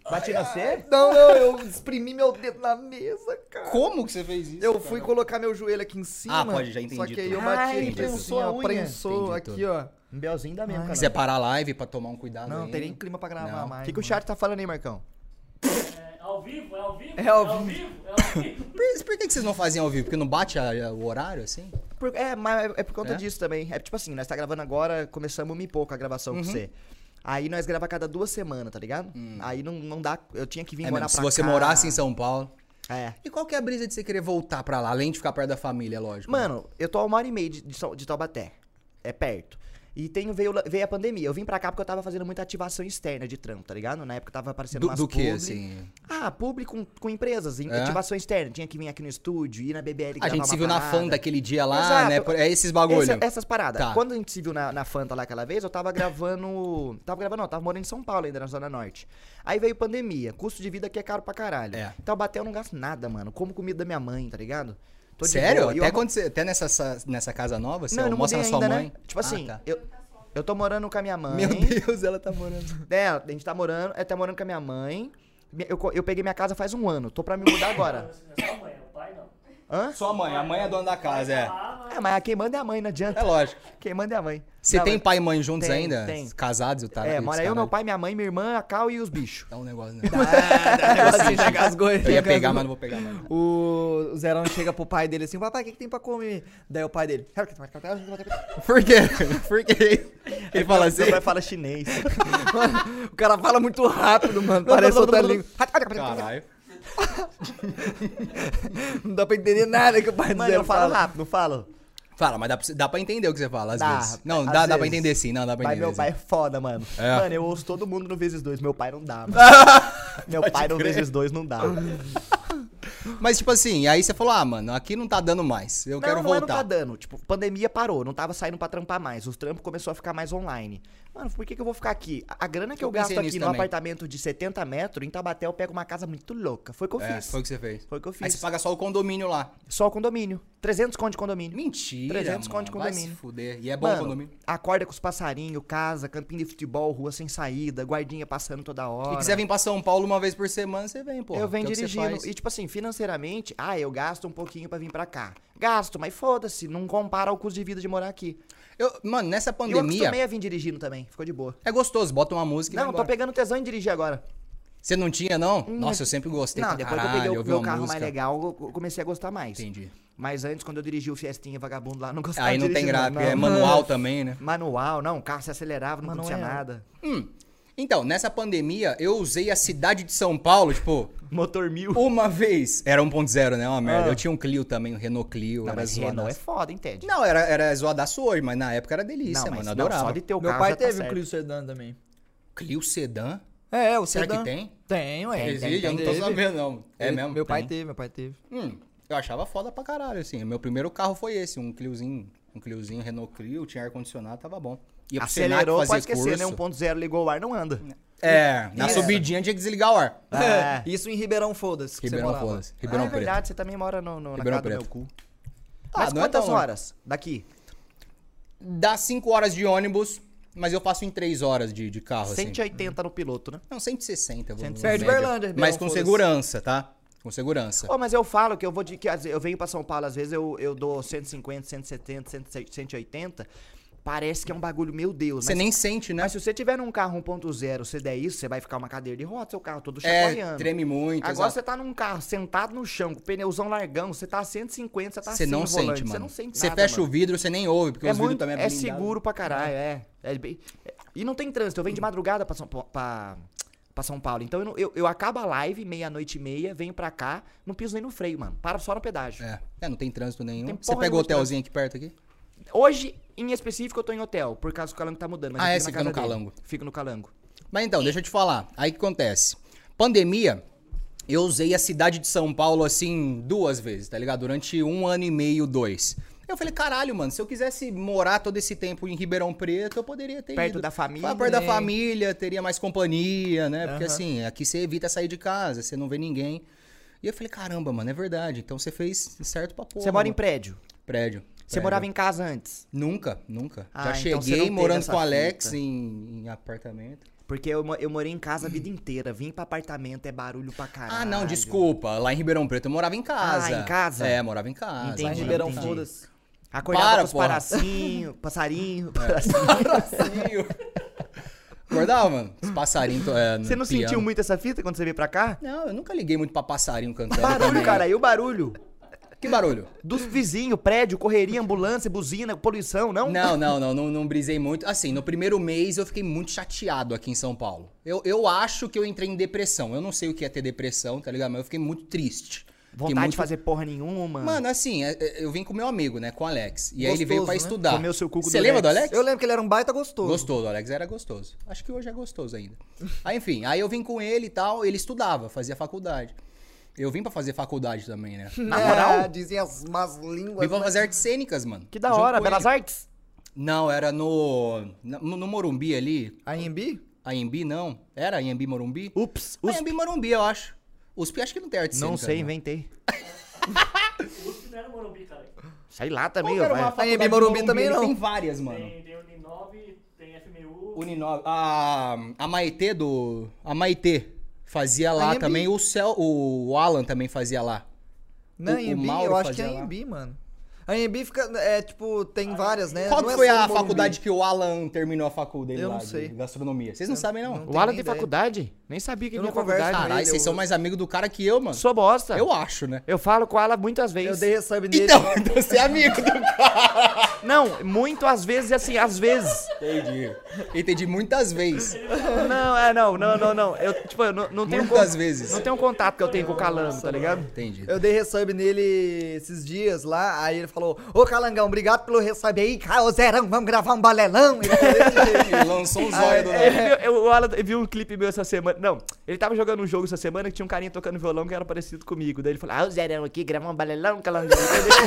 S1: Bati no você?
S2: Não, não, eu exprimi meu dedo na mesa, cara.
S3: Como que você fez isso?
S2: Eu
S3: cara?
S2: fui colocar meu joelho aqui em cima.
S3: Ah, pode, já entendi
S2: Só que aí
S3: tudo.
S2: eu bati
S1: Ai,
S2: aqui
S1: prensou
S2: assim,
S1: a
S2: ó,
S1: unha.
S2: prensou
S3: Entendi
S2: aqui,
S3: tudo.
S2: ó.
S1: Um belzinho da mesmo, cara.
S3: Quiser parar a live pra tomar um cuidado.
S2: Não,
S3: aí.
S2: não tem nem clima pra gravar
S3: Não.
S2: mais.
S1: O que, que o
S2: mano.
S1: chat tá falando aí, Marcão?
S4: É ao vivo, é ao vivo.
S2: É ao vivo.
S4: vivo, é ao vivo.
S3: Por, por que, que vocês não fazem ao vivo? Porque não bate a- a- o horário, assim?
S1: Por- é, mas é- é por conta
S3: É?
S1: disso também. É tipo assim, nós tá gravando agora, começamos um pouco a gravação
S3: Uhum.
S1: com você. Aí nós grava a cada duas semanas, tá ligado? Aí não, não dá. Eu tinha que vir
S3: Hum. É
S1: morar
S3: mesmo,
S1: pra
S3: se você
S1: cá.
S3: morasse em São Paulo.
S1: É.
S3: E qual que é a brisa de você querer voltar pra lá, além de ficar perto da família, lógico? né?
S1: Mano, eu tô a uma hora e meia de, de, São- de Taubaté. É perto. E tenho, veio, la- veio a pandemia. Eu vim pra cá porque eu tava fazendo muita ativação externa de trampo, tá ligado? Na época tava aparecendo
S3: do,
S1: umas
S3: do que,
S1: publi.
S3: assim?
S1: Ah, publi com, com empresas, em-
S3: É?
S1: ativação externa. Tinha que vir aqui no estúdio, ir na BBL
S3: A
S1: gravar
S3: gente se
S1: uma
S3: viu na
S1: parada.
S3: fã daquele dia lá,
S1: Exato.
S3: né? Por- É esses bagulho.
S1: Essa- essas paradas.
S3: Tá.
S1: Quando a gente se viu na, na Fanta lá aquela vez, eu tava gravando. Tava gravando, não, tava morando em São Paulo ainda, na Zona Norte. Aí veio pandemia, custo de vida aqui é caro pra caralho.
S3: É.
S1: Então bateu, eu não gasto nada, mano. Como comida da minha mãe, tá ligado? Tô de
S3: Sério?
S1: boa. E eu
S3: Até,
S1: arru-
S3: quando você, até nessa, sa- nessa casa nova, você
S1: Não, eu não
S3: almoça
S1: mudei
S3: na sua
S1: ainda,
S3: mãe?
S1: né? Tipo assim,
S3: Ah, tá.
S1: eu, eu tô morando com a minha mãe.
S3: Meu Deus, ela tá morando.
S1: É, a gente tá morando, é, tá morando com a minha mãe. Mi- Eu, co- eu peguei minha casa faz um ano, tô pra me mudar agora.
S4: É sua mãe, é o pai não.
S1: Hã?
S3: Sua mãe, a mãe é dona da casa, é.
S4: Ah, mas
S1: É, mas quem manda é a mãe, não adianta.
S3: É lógico.
S1: Quem manda é a mãe.
S3: Você
S1: Não,
S3: tem
S1: mas-
S3: pai e mãe juntos
S1: Tem,
S3: ainda?
S1: tem.
S3: Casados e tal?
S1: É, mora eu, meu pai, minha mãe, minha irmã, a Cal e os bichos.
S3: É um negócio, né?
S2: Você já casgou
S3: assim, Eu ia pegar, mas não vou pegar, não.
S2: O o Zerão chega pro pai dele assim, papai, o que, que tem pra comer? Daí o pai dele. Mano,
S3: Por quê? Por quê? Ele fala assim.
S1: Meu pai fala chinês.
S2: o cara fala muito rápido, mano. Parece outra língua.
S3: Caralho.
S2: Não dá pra entender nada que o pai do
S1: Mano, eu
S2: Zero
S1: falo
S2: fala.
S1: rápido, não falo?
S3: Fala, mas dá pra, dá pra entender o que você fala, às
S1: Dá,
S3: vezes. Não,
S1: às
S3: dá, dá pra
S1: vezes.
S3: entender sim, não, dá pra
S1: Mas
S3: entender.
S1: meu pai é
S3: sim.
S1: foda, mano.
S3: É.
S1: Mano, eu ouço todo mundo no vezes dois. Meu pai não dá, mano. meu pai no vezes dois não dá.
S3: Mas, tipo assim, aí você falou, ah, mano, aqui não tá dando mais. Eu
S1: não,
S3: quero
S1: não é, não tá
S3: voltar.
S1: dando. Tipo, pandemia parou, não tava saindo pra trampar mais. Os trampos começou a ficar mais online. Mano, por que, que eu vou ficar aqui? A, a grana que eu,
S3: Eu
S1: gasto
S3: pensei
S1: aqui
S3: nisso
S1: num
S3: também.
S1: apartamento de 70 metros, em Tabaté eu pego uma casa muito louca. Foi o que eu
S3: é,
S1: fiz.
S3: foi o que você fez.
S1: Foi o que eu
S3: Aí
S1: fiz.
S3: você paga só o condomínio lá.
S1: Só o condomínio. 300 conto de condomínio.
S3: Mentira.
S1: 300
S3: mano,
S1: conto de
S3: Vai se
S1: condomínio.
S3: fuder. E é bom o
S1: Mano,
S3: condomínio.
S1: acorda com os passarinhos, casa, campinho de futebol, rua sem saída, guardinha passando toda hora.
S3: Se quiser vir pra São Paulo uma vez por semana, você vem, pô.
S1: eu venho
S3: que é o que você
S1: dirigindo.
S3: faz.
S1: E, tipo assim, financeiramente, ah, eu gasto um pouquinho pra vir pra cá. Gasto, mas foda-se, não compara ao custo de vida de morar aqui.
S3: Eu- mano,
S1: E
S3: nessa
S1: eu acostumei
S3: pandemia.
S1: a vir dirigindo também, ficou de boa.
S3: É gostoso, bota uma música e
S1: não,
S3: vai
S1: tô
S3: embora.
S1: pegando tesão em dirigir agora.
S3: Você não tinha, não? Nossa, eu sempre gostei
S1: não,
S3: pra
S1: depois
S3: caralho.
S1: que eu peguei o
S3: ouvi
S1: meu
S3: uma
S1: carro
S3: música.
S1: mais legal, eu eu comecei a gostar mais.
S3: Entendi.
S1: Mas antes, quando eu dirigi o Fiestinha Vagabundo lá, não gostava
S3: Aí não
S1: de
S3: tem
S1: dirigir,
S3: graça,
S1: tá né? não.
S3: porque é manual também, né?
S1: Manual, não, o carro se acelerava, não
S2: Manual.
S1: acontecia nada.
S3: Hum. Então, nessa pandemia, eu usei a cidade de São Paulo, tipo,
S1: Motor mil.
S3: uma vez. Era 1.0, né? Uma merda.
S1: Ah.
S3: Eu tinha um Clio também, um Renault Clio.
S1: Não,
S3: era
S1: mas Renault é
S3: zoadaço.
S1: foda, entende?
S3: Não, era, era zoadaço hoje, mas na época era
S1: Não,
S3: delícia, mano.
S1: mas
S3: eu
S1: não,
S3: Adorava.
S1: só de ter o
S2: Meu
S1: carro
S2: pai
S1: já tá
S2: teve um
S1: certo.
S2: Clio Sedan também.
S3: Clio Sedan?
S2: É, o
S3: Será
S2: Sedan.
S3: que tem?
S2: Tem, ué.
S1: Tem,
S3: Exige?
S1: tem,
S3: Eu não tô
S2: teve.
S3: sabendo, não. É mesmo?
S2: Meu pai
S3: Tem.
S2: teve, meu pai teve.
S3: Hum, eu achava foda pra caralho, assim. Meu primeiro carro foi esse, um Cliozinho. Um Cliozinho Renault Clio, tinha ar-condicionado, tava bom. Ia pro Senac
S1: Acelerou,
S3: fazer
S1: pode esquecer, né?
S3: curso.
S1: 1.0 ligou o ar, não anda.
S3: É, na
S2: Isso.
S3: subidinha tinha que desligar o ar.
S1: É.
S2: Isso em Ribeirão Foda-se. que você
S3: Ribeirão
S2: morava.
S3: Foda-se. Ribeirão
S1: ah, é
S3: Preto.
S1: verdade, você também mora no, no- na
S3: Ribeirão
S1: casa do meu
S3: Preto.
S1: cu.
S3: Ah,
S1: Mas
S3: não é
S1: quantas
S3: tão longe.
S1: horas daqui?
S3: Dá 5 horas de ônibus, mas eu passo em 3 horas de, de carro, assim.
S1: 180 no piloto, né?
S3: Não, 160, vou
S1: 160.
S3: na
S2: Perto de
S3: média.
S2: Uberlândia, Ribeirão,
S3: Mas com
S2: foda-se.
S3: segurança, tá? Com segurança.
S1: Ô, mas eu falo que eu vou de que às vezes eu venho pra São Paulo, às vezes eu, eu dou 150, 170, 170, 180. Parece que é um bagulho, meu Deus.
S3: Você
S1: mas,
S3: nem sente, né?
S1: mas se você tiver num carro 1.0, você der isso, você vai ficar uma cadeira de roda, seu carro todo
S3: É,
S1: chacoalhando.
S3: treme muito.
S1: tá Agora
S3: exato.
S1: você tá num carro sentado no chão, com o pneuzão largão, você tá a 150, você tá
S3: Você
S1: assim
S3: não
S1: no volante,
S3: sente, mano.
S1: Você não sente
S3: Você
S1: nada,
S3: fecha
S1: mano.
S3: o vidro, você nem ouve, porque
S1: é
S3: os vidros
S1: muito,
S3: também é
S1: é
S3: blindado.
S1: seguro pra caralho, é. É bem- é- E não tem trânsito,
S3: Hum.
S1: eu venho de madrugada pra São, Pa- pra, pra São Paulo. Então eu, não- eu, eu acabo a live, meia-noite e meia, venho pra cá, não piso nem no freio, mano. Para só no pedágio.
S3: É. é, não tem trânsito nenhum.
S1: Tem
S3: você
S1: porra
S3: pega o
S1: nenhuma de
S3: hotelzinho aqui perto aqui?
S1: Hoje, em específico, eu tô em hotel, por causa que o calango tá mudando. Mas
S3: Ah,
S1: eu
S3: é?
S1: fico na
S3: Você fica no
S1: casa dele.
S3: Calango.
S1: Fico no calango.
S3: Mas então, deixa eu te falar. Aí o que acontece? Pandemia, eu usei a cidade de São Paulo assim duas vezes, tá ligado? Durante um ano e meio, dois. Eu falei, caralho, mano, se eu quisesse morar todo esse tempo em Ribeirão Preto, eu poderia ter
S1: Perto
S3: ido.
S1: da família,
S3: Ah, Perto da
S1: né?
S3: família, teria mais companhia, né? Porque
S1: Aham.
S3: assim, aqui você evita sair de casa, você não vê ninguém. E eu falei, caramba, mano, é verdade. Então você fez certo pra porra.
S1: Você mora em
S3: mano.
S1: prédio?
S3: prédio.
S1: Você morava em casa antes?
S3: Nunca, nunca.
S1: Ah,
S3: Já
S1: então você não
S3: cheguei
S1: teve
S3: morando
S1: essa
S3: com o Alex
S1: fita.
S3: em, em apartamento.
S1: Porque eu, mo- eu morei em casa a vida inteira. Vim pra apartamento, é barulho pra caralho.
S3: Ah, não, desculpa. Lá em Ribeirão Preto eu morava em casa.
S1: Ah, em casa?
S3: É, morava em casa.
S1: Entendi.
S2: Lá em
S3: morava em
S2: Ribeirão
S1: Entendi.
S2: Foda-se.
S1: Acordava
S3: Para,
S1: com os
S3: porra.
S1: paracinho, passarinho, passarinho.
S3: Passarinho. Acordava, mano. Os passarinhos. é, no
S1: Você não
S3: piano.
S1: sentiu muito essa fita quando você veio pra cá?
S3: Não, eu nunca liguei muito pra passarinho cantando.
S1: Barulho,
S3: também.
S1: cara, e o barulho?
S3: Que barulho?
S1: Dos vizinhos, prédio, correria, ambulância, buzina, poluição, não?
S3: Não, não, não, não, não brisei muito. Assim, no primeiro mês eu fiquei muito chateado aqui em São Paulo. Eu, eu acho que eu entrei em depressão. Eu não sei o que é ter depressão, tá ligado? Mas eu fiquei muito triste. Fiquei
S1: Vontade
S3: muito
S1: de fazer porra nenhuma.
S3: Mano, assim, é- é- eu vim com meu amigo, né? Com o Alex. E aí ele
S2: Gostoso,
S3: veio pra
S2: né?
S3: estudar.
S1: Comeu seu cu com
S3: Você
S1: do
S3: lembra do
S1: Alex.
S3: Alex?
S2: Eu lembro que ele era um baita gostoso.
S3: Gostoso, o Alex era gostoso. Acho que hoje é gostoso ainda. Aí, enfim, aí eu vim com ele e tal, ele estudava, fazia faculdade. Eu vim pra fazer faculdade também, né? Vim
S2: Na moral? dizem É, as más línguas.
S3: pra fazer artes cênicas, mano.
S1: que da
S3: Junto
S1: hora,
S3: com
S1: Belas
S3: ele.
S1: Artes? mas-
S3: Não, era no, na- no Morumbi ali.
S2: IMB?
S3: Anhembi, não. Era Anhembi Morumbi?
S1: Ups,
S3: Anhembi
S1: ups.
S3: Morumbi, eu acho. USP acho que não tem arte
S1: Não
S3: cênica,
S1: sei, inventei.
S4: USP não era Morumbi, cara.
S1: Sei lá
S3: Qual
S1: também,
S3: que era
S1: vai.
S3: uma faculdade
S2: Anhembi
S3: do
S2: Morumbi também
S3: Ele
S2: não.
S3: Tem várias, mano.
S4: Tem, tem Uninove, tem FMU.
S3: Uninove. A, a Maitê do. A Maitê fazia lá
S2: A IMB.
S3: também. O, Cel, o Alan também fazia lá.
S2: Não,
S3: O- o
S2: IMB,
S3: Mauro
S2: eu acho que é
S3: fazia lá.
S2: IMB, mano. A IMB fica, é tipo, tem várias, né?
S3: Qual
S2: Não
S3: que
S2: é
S3: foi
S2: só
S3: a
S2: no Morumbi.
S3: faculdade que o Alan terminou a faculdade dele
S2: Eu
S3: lá?
S2: não sei.
S3: De gastronomia. Vocês não sabem, não?
S2: não
S1: O Alan
S2: tenho
S1: tem
S2: nem ideia.
S1: faculdade? Nem sabia que
S2: Eu
S1: tinha
S2: não converso
S1: faculdade.
S2: com
S3: Caralho,
S2: ele,
S3: vocês
S2: eu-
S3: sou mais amigo do cara que eu, mano.
S1: Sou bosta.
S3: Eu acho, né?
S1: Eu falo com o Alan muitas
S2: Eu
S1: vezes.
S2: dei resub nele.
S3: Então, então você é amigo do cara.
S1: Não, muito às vezes, e assim, às vezes.
S3: Entendi. Entendi muitas vezes.
S1: não, é, não, não, não, não. Eu, tipo, eu não, não tenho
S3: Muitas
S1: con-
S3: vezes.
S1: Não tenho contato que eu tenho com o Calango, tá ligado?
S3: Entendi.
S2: Eu dei resub nele esses dias lá, aí ele falou, ô Calangão, obrigado pelo resub aí, cara, ô Zerão, vamos gravar um balelão. Ele falou desse jeito.
S3: Ele lançou um
S2: Ah,
S3: zóio do
S1: É,
S3: nada.
S1: ele viu- eu- o Alan viu um clipe meu essa semana. Não, ele tava jogando um jogo essa semana que tinha um carinha tocando violão que era parecido comigo. Daí ele falou: Ah, o Zerão aqui gravou um balelão, calangão.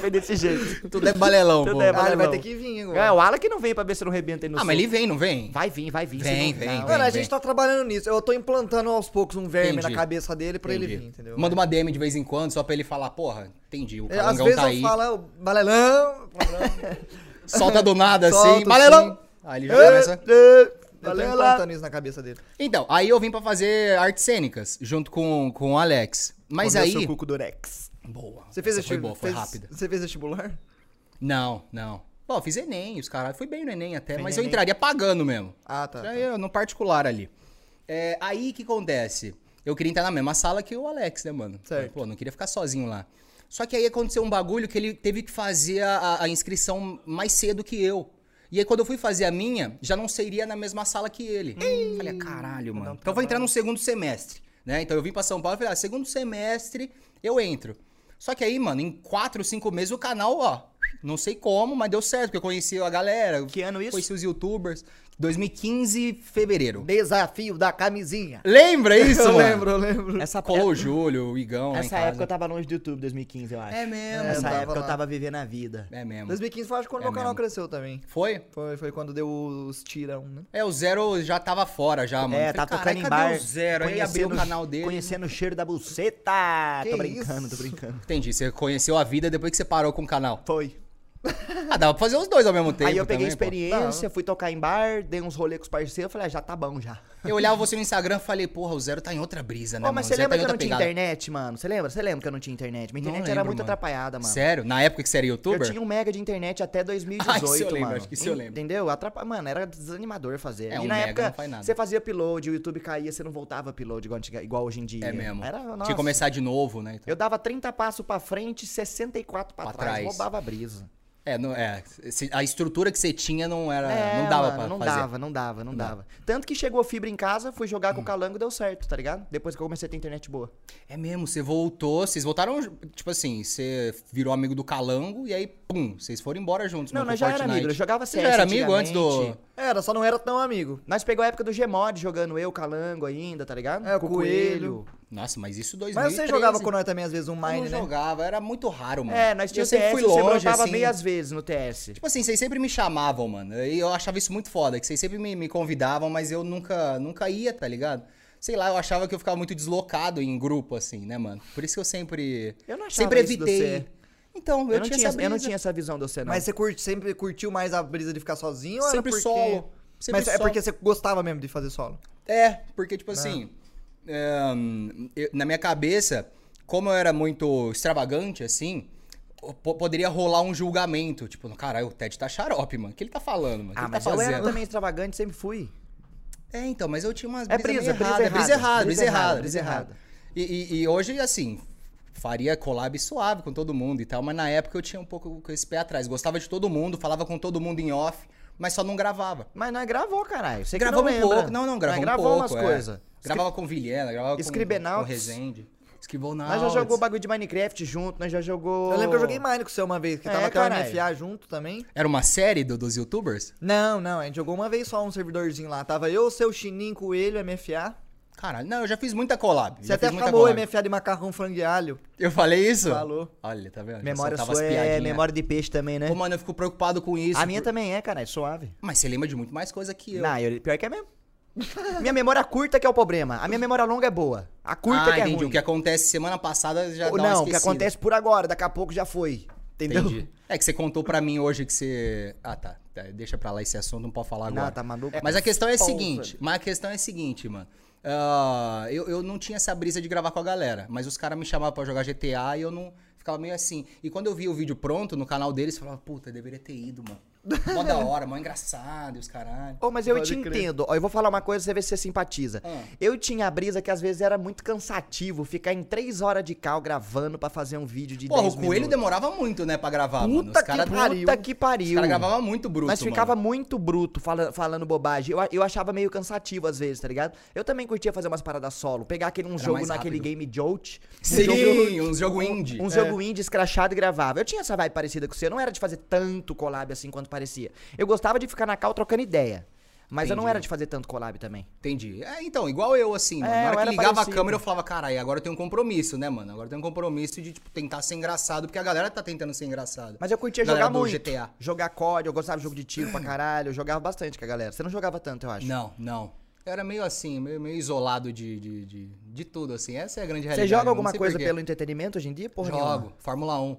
S1: Foi desse jeito.
S3: Tudo é balelão,
S1: Tudo
S3: pô.
S1: é
S2: Ah, ele vai
S1: balelão.
S2: ter que vir agora.
S1: É, o Alan que não vem pra ver se não rebenta aí no
S3: Ah, mas
S1: sul.
S3: ele vem, não vem?
S1: Vai vir, vai vir.
S3: Vem,
S1: vocês
S3: vem,
S1: vão-
S3: vem.
S2: Mano, a gente tá trabalhando nisso. Eu tô implantando aos poucos um verme
S3: Entendi.
S2: na cabeça dele pra ele
S3: Entendi.
S2: vir, entendeu?
S3: Manda uma DM de vez em quando, só pra ele falar, porra, entendi, o
S2: É, Às
S3: Calangão
S2: vezes
S3: tá
S2: eu
S3: aí.
S2: falo, balelão,
S3: Solta do nada, assim,
S2: Solta,
S3: Malelão!
S2: sim.
S3: Aí ele já
S1: É,
S3: começa...
S2: Eu tô
S1: Balela.
S2: implantando isso na cabeça dele.
S3: Então, aí eu vim pra fazer artes cênicas, junto com, com o Alex. Mas
S1: Comeu
S3: aí...
S1: seu cuco do Rex.
S3: Boa.
S2: Você fez
S3: Essa Foi
S2: vestibular?
S3: boa, foi
S2: fez-
S3: rápida.
S2: Você fez vestibular?
S3: Não, não. Bom, eu fiz Enem, os caras... Fui bem no Enem até,
S1: Fez
S3: mas eu
S1: Enem.
S3: entraria pagando mesmo.
S2: Ah, tá.
S3: Aí eu, no particular ali. É, aí que acontece? Eu queria entrar na mesma sala que o Alex, né, mano?
S2: Certo.
S3: Pô, não queria ficar sozinho lá. Só que aí aconteceu um bagulho que ele teve que fazer a, a inscrição mais cedo que eu. E aí, quando eu fui fazer a minha, já não seria na mesma sala que ele. Falei,
S2: um
S3: caralho, mano. Então eu vou entrar no segundo semestre, né? Então eu vim pra São Paulo e falei, ah, segundo semestre eu entro. Só que aí, mano, em quatro, cinco meses o canal, ó, não sei como, mas deu certo, porque eu conheci a galera.
S1: Que ano isso?
S3: Conheci os youtubers. 2015, fevereiro.
S2: Desafio da camisinha.
S3: Lembra isso,
S2: eu
S3: mano? É
S2: lembro, eu lembro.
S1: Essa,
S3: Colou o Júlio, o Igão. lá em
S1: essa
S3: casa.
S1: época eu tava longe do YouTube, 2015, eu acho.
S3: É mesmo.
S1: Nessa
S2: eu tava
S1: época
S2: lá.
S1: eu tava vivendo a vida.
S3: É mesmo.
S2: 2015 foi acho que quando
S3: É
S2: meu canal
S3: mesmo.
S2: cresceu também.
S3: Foi?
S2: Foi, foi quando deu os tirão, né?
S3: É, o Zero já tava fora, já, mano.
S1: É,
S3: Falei,
S1: tá
S3: "Carai,
S1: tocando em
S3: cadê
S1: bar.
S3: o Zero? Aí abriu o canal dele.
S1: Conhecendo o cheiro da buceta.
S2: Que
S1: tô brincando, tô
S2: isso?
S1: brincando.
S3: Entendi, você conheceu a vida depois que você parou com o canal.
S1: Foi.
S3: Ah, dava pra fazer os dois ao mesmo tempo
S1: Aí eu peguei
S3: também, pô.
S1: experiência, fui tocar em bar, dei uns rolê com os parceiros, falei, ah, já tá bom já.
S3: Eu olhava você no Instagram e falei, porra, o Zero tá em outra brisa, né,
S1: Ô,
S3: mano?
S1: mas
S3: O
S1: você
S3: Zero tá
S1: lembra
S3: em
S1: que eu
S3: outra
S1: não tinha
S3: pegada."
S1: internet, mano? Você lembra? Você lembra que eu não tinha internet? Minha
S3: Não
S1: internet era
S3: lembro,
S1: muito
S3: mano.
S1: atrapalhada, mano.
S3: Sério? Na época que você era youtuber?
S1: Eu tinha um mega de internet até 2018,
S3: Ah, isso eu lembro,
S1: mano.
S3: acho que isso eu lembro.
S1: Entendeu? Atrapa... Mano, era desanimador fazer.
S3: É,
S1: e
S3: um
S1: na
S3: mega
S1: época,
S3: não faz nada.
S1: você fazia upload, o YouTube caía, você não voltava upload igual, antiga- igual hoje em dia.
S3: É mesmo.
S1: um Era,
S3: tinha
S1: nossa,
S3: que começar de novo, né? Então-
S1: Eu dava 30 passos pra frente, 64 pra,
S3: Pra
S1: trás.
S3: trás.
S1: Roubava a brisa.
S3: É, não, é, se- a estrutura que você tinha não era.
S1: É,
S3: não dava
S1: mano,
S3: pra
S1: não
S3: fazer.
S1: dava, não dava, não dava. Tanto que chegou fibra em casa, fui jogar
S3: Hum.
S1: com o Calango, deu certo, tá ligado? Depois que eu comecei a ter internet boa.
S3: É mesmo, você voltou, vocês voltaram, tipo assim, você virou amigo do Calango e aí, pum, vocês foram embora juntos.
S1: Não,
S3: né,
S1: nós já
S3: pro
S1: era
S3: Fortnite.
S1: amigo, eu jogava
S3: Você
S1: CS
S3: já era amigo antes do.
S1: antigamente.
S2: Era, só não era tão amigo.
S1: Nós pegou a época do Gmod jogando eu, Calango ainda, tá ligado?
S2: É, o
S1: Com
S2: Coelho.
S3: Nossa, mas isso 2013.
S2: Mas você jogava com nós também, às vezes, um Mine,
S3: Eu não
S2: né?
S3: jogava, era muito raro, mano.
S1: É, nós
S3: eu
S1: tínhamos
S3: sempre
S1: TS,
S3: fui
S1: você
S3: longe,
S1: brotava
S3: assim.
S1: meias vezes no TS.
S3: Tipo assim, vocês sempre me chamavam, mano. E eu achava isso muito foda, que vocês sempre me, me convidavam, mas eu nunca, nunca ia, tá ligado? Sei lá, eu achava que eu ficava muito deslocado em grupo, assim, né, mano? Por isso que eu sempre.
S1: Eu não achava
S3: Sempre
S1: isso do
S3: evitei.
S1: você.
S3: Então, eu,
S1: Eu, não
S3: tinha,
S1: tinha,
S3: essa brisa.
S1: eu não tinha essa visão do você, não.
S2: Mas você curte- sempre curtiu mais a brisa de ficar sozinho? ou
S3: Sempre
S2: era porque...
S3: solo. Sempre
S2: Mas é
S3: solo.
S2: porque você gostava mesmo de fazer solo.
S3: É, porque,
S1: Ah.
S3: tipo assim, é, hum, eu- na minha cabeça, como eu era muito extravagante, assim, o- po- poderia rolar um julgamento. Tipo, caralho, o Ted tá xarope, mano. O que ele tá falando, mano? O que
S1: ah,
S3: ele tá
S1: mas eu era
S3: fazendo?
S1: também extravagante, sempre fui.
S3: É, então, mas eu tinha umas
S1: É
S3: brisas meio
S1: brisa, brisa
S3: erradas, é brisa errada, brisa errada,
S1: brisa
S3: brisa
S1: errada.
S3: errada. E, e- e hoje, assim, faria collab suave com todo mundo e tal, mas na época eu tinha um pouco com esse pé atrás. Gostava de todo mundo, falava com todo mundo em off, mas só não gravava.
S1: Mas nós gravou, caralho. Você
S3: Gravava um
S1: que não lembra.
S3: pouco, não, não,
S1: Nós
S3: gravava um
S1: gravou
S3: pouco.
S1: umas
S3: é.
S1: coisas.
S3: Gravava com Vilhena, gravava com, com
S1: Scribenauts.
S3: Rezende. Escribonauts.
S1: Nós já jogou bagulho de Minecraft junto, nós já jogou...
S2: Eu lembro que eu joguei Mine com você uma vez, que
S1: É,
S2: tava até o
S1: caralho.
S2: MFA junto também.
S3: Era uma série do- dos youtubers?
S2: Não, não, a gente jogou uma vez só um servidorzinho lá. Tava eu, seu Chininho, Coelho, MFA.
S3: Caralho, não, eu já fiz muita collab.
S2: Você
S3: já
S2: até
S3: fiz muita
S2: acabou o
S3: collab.
S2: MFA de macarrão, frango e alho.
S3: Eu falei isso?
S2: Falou.
S3: Olha, tá vendo? Já
S1: Memória
S3: soltava as
S1: sua é
S3: piadinhas.
S1: memória de peixe também, né?
S3: Pô, mano, eu fico preocupado com isso.
S1: a minha
S3: por-
S1: também é, caralho, suave.
S3: Mas você lembra de muito mais coisa que eu.
S1: Não, eu- pior que é mesmo. minha memória curta que é o problema. A minha memória longa é boa. A curta
S3: ah,
S1: que é
S3: entendi.
S1: ruim.
S3: O que acontece semana passada já
S1: Ou
S3: dá uma
S1: não, o que
S3: esquecida.
S1: acontece por agora, daqui a pouco já foi. Entendeu?
S3: Entendi. É que você contou pra mim hoje que você... Ah, tá. Tá, Deixa pra lá esse assunto, não pode falar agora.
S1: Não, tá maluco.
S3: Mas a questão é a
S1: Pausa.
S3: seguinte, mas a questão é a seguinte, mano. Ah, eu, eu não tinha essa brisa de gravar com a galera, mas os caras me chamavam pra jogar GTA e eu não ficava meio assim. E quando eu via o vídeo pronto no canal deles, eu falava, puta, eu deveria ter ido, mano. Mó da hora, mó engraçado e os caralho.
S1: Ô, mas eu
S2: Pode
S1: te
S2: crer.
S1: entendo. Ó, eu vou falar uma coisa, você vê se você simpatiza.
S3: Ah.
S1: Eu tinha a brisa que às vezes era muito cansativo ficar em três horas de cal gravando pra fazer um vídeo de
S3: Porra,
S1: 10
S3: o coelho
S1: minutos.
S3: demorava muito, né, pra gravar, mano.
S1: Puta
S3: Os
S1: que
S3: caras
S1: pariu. Puta que pariu.
S3: gravavam muito bruto,
S1: Mas
S3: mano.
S1: ficava muito bruto fala- falando bobagem. Eu, a- eu achava meio cansativo às vezes, tá ligado? Eu também curtia fazer umas paradas solo. Pegar aquele, um jogo
S3: mais
S1: naquele
S3: rápido.
S1: game Jolt. um
S3: Sim,
S1: jogo-
S3: uns jogo indie.
S1: Um
S3: É.
S1: jogo indie escrachado e gravava. Eu tinha essa vibe parecida com você. Eu não era de fazer tanto collab assim quanto parecia. Eu gostava de ficar na cal trocando ideia. Mas eu não era de fazer tanto collab também.
S3: Entendi. É, então, igual eu, assim, mano.
S1: É,
S3: na
S1: eu
S3: hora
S1: era
S3: que ligava
S1: parecido.
S3: a câmera, eu falava, caralho, agora eu tenho um compromisso, né, mano? Agora eu tenho um compromisso de, tipo, tentar ser engraçado, porque a galera tá tentando ser engraçada.
S1: Mas eu curtia
S3: Galera
S1: jogar
S3: do
S1: muito.
S3: GTA.
S1: Jogar COD, eu gostava de jogo de tiro pra caralho. Eu jogava bastante com a galera. Você não jogava tanto, eu acho.
S3: Não, não. Eu era meio assim, meio, meio isolado de, de, de, de tudo, assim. Essa é a grande
S1: Você
S3: realidade.
S1: joga
S3: não
S1: alguma
S3: sei
S1: coisa
S3: porquê.
S1: pelo um? entretenimento hoje em dia? Porra
S3: Jogo.
S1: nenhuma.
S3: Fórmula 1.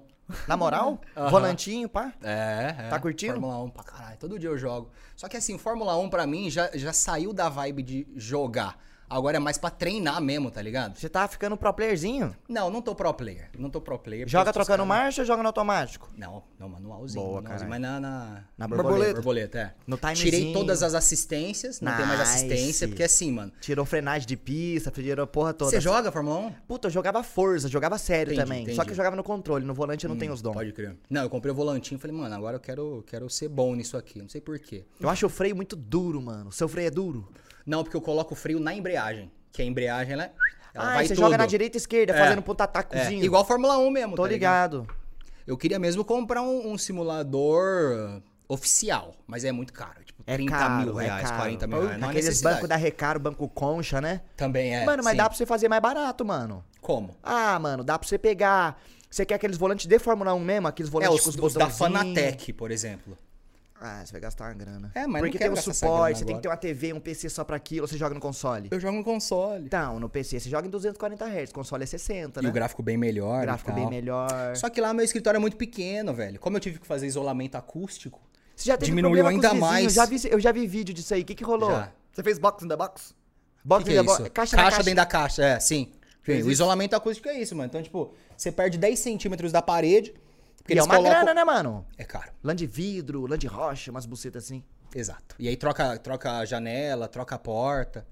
S1: Na moral? Volantinho, pá?
S3: É, é.
S1: Tá curtindo?
S3: Fórmula 1 pra caralho. Todo dia eu jogo. Só que assim, Fórmula 1 pra mim já, já saiu da vibe de jogar. Agora é mais pra treinar mesmo, tá ligado?
S1: Você tá ficando pro playerzinho?
S3: Não, não tô pro player. Não tô pro player. porque
S1: Joga
S3: os
S1: trocando
S3: caras-
S1: marcha ou joga no automático?
S3: Não, não, manualzinho.
S1: Boa,
S3: manualzinho mas
S1: caralho.
S3: na, na...
S1: Na borboleta.
S3: Borboleta, é.
S1: No timezinho.
S3: Tirei todas as assistências, não tem mais
S1: Nice.
S3: assistência, porque assim, mano.
S1: Tirou frenagem de pista, tirou a porra toda.
S3: Você joga Fórmula 1?
S1: Puta, eu jogava força, jogava sério
S3: Entendi,
S1: também.
S3: entendi. Hum,
S1: Só que eu jogava no controle, no volante eu não tenho os dons.
S3: Pode crer. Não, eu comprei o volantinho e falei, mano, agora eu quero, quero ser bom nisso aqui. Não sei porquê.
S1: Eu acho o freio muito duro, mano. O seu freio é duro?
S3: Não, porque eu coloco o freio na embreagem. Que a embreagem, ela, ela
S1: ah,
S3: vai
S1: e você
S3: tudo.
S1: joga na direita e esquerda,
S3: É.
S1: fazendo
S3: É,
S1: ponta-tacozinho.
S3: igual a Fórmula 1 mesmo,
S1: Tô
S3: tá ligado?
S1: ligado.
S3: Eu queria mesmo comprar um, um simulador Oficial, mas é muito caro. Tipo,
S1: É
S3: 30
S1: caro,
S3: mil
S1: é
S3: reais,
S1: caro.
S3: 40 mil reais. Não há
S1: Aqueles
S3: necessidade.
S1: bancos da Recaro, banco Concha, né?
S3: Também é.
S1: mano, mas
S3: sim.
S1: dá pra você fazer mais barato, mano.
S3: Como?
S1: Ah, mano, dá pra você pegar. Você quer aqueles volantes de Fórmula 1 mesmo? Aqueles
S3: É,
S1: volantes
S3: os,
S1: com os
S3: os da
S1: botõezinhos.
S3: Fanatec, por exemplo.
S1: Ah, você vai gastar uma grana.
S3: É, mas não
S1: Porque
S3: quero
S1: tem um
S3: gastar essa grana
S1: suporte, você tem
S3: agora.
S1: que ter uma TV, um PC só pra aquilo, você joga no console.
S3: Eu jogo no console.
S1: Então, no PC você joga em 240 Hz, console é 60,
S3: E
S1: né?
S3: o gráfico bem melhor. e
S1: Gráfico
S3: tal.
S1: bem melhor.
S3: Só que lá meu escritório é muito pequeno, velho. Como eu tive que fazer isolamento acústico,
S1: Você já teve
S3: diminuiu
S1: problema com os
S3: ainda
S1: vizinhos,
S3: mais.
S1: Já vi, eu já vi vídeo disso aí. O que, que rolou?
S3: já.
S2: Você fez box in the box?
S1: Bota
S3: Que que é
S1: na bo-
S3: isso?
S1: Caixa, na caixa
S3: dentro da caixa, é, sim. Sim,
S2: Fez
S3: o
S2: isso?
S3: isolamento acústico é isso, mano. Então, tipo, você perde 10 centímetros da parede.
S1: E
S3: Porque
S1: é
S3: eles
S1: uma
S3: colocam...
S1: grana, né, mano?
S3: É caro,
S1: Lã de vidro, lã de rocha, umas bucetas assim.
S3: exato. E aí troca, troca a janela, troca a porta.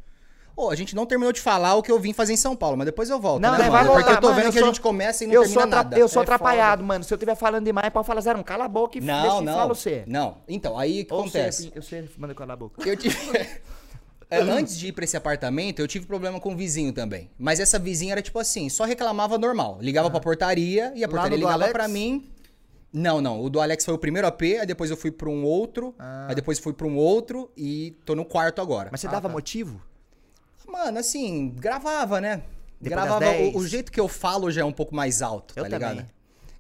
S3: Ô, a gente não terminou de falar o que eu vim fazer em São Paulo, mas depois eu volto,
S1: Não,
S3: né,
S1: né,
S3: mano?
S1: vai voltar,
S3: Porque eu tô
S1: mano,
S3: vendo
S1: eu
S3: que a
S1: sou-
S3: gente começa e não
S1: eu
S3: termina
S1: sou, atra-
S3: nada.
S1: eu sou
S3: É foda.
S1: atrapalhado, mano. Se eu estiver falando demais, pode falar, Zero, cala a boca e deixa
S3: Não,
S1: eu
S3: não.
S1: falar você.
S3: Não, então, aí o que
S1: Ou
S3: acontece?
S1: Você, assim, eu sei, manda eu calar a boca.
S3: Eu tive. É, Antes de ir pra esse apartamento, eu tive problema com o vizinho também. Mas essa vizinha era tipo assim, só reclamava normal. Ligava
S1: Ah.
S3: pra portaria e a
S2: Lá
S3: portaria
S2: no do
S3: ligava
S2: Alex?
S3: pra mim. Não, não. O do Alex foi o primeiro AP, aí depois eu fui pra um outro, aí depois fui pra um outro e tô no quarto agora.
S1: Ah. Mas você dava motivo?
S3: mano, assim, gravava, né?
S1: Depois das
S3: gravava.
S1: 10.
S3: O, o jeito que eu falo já é um pouco mais alto,
S1: Eu
S3: tá ligado?
S1: também.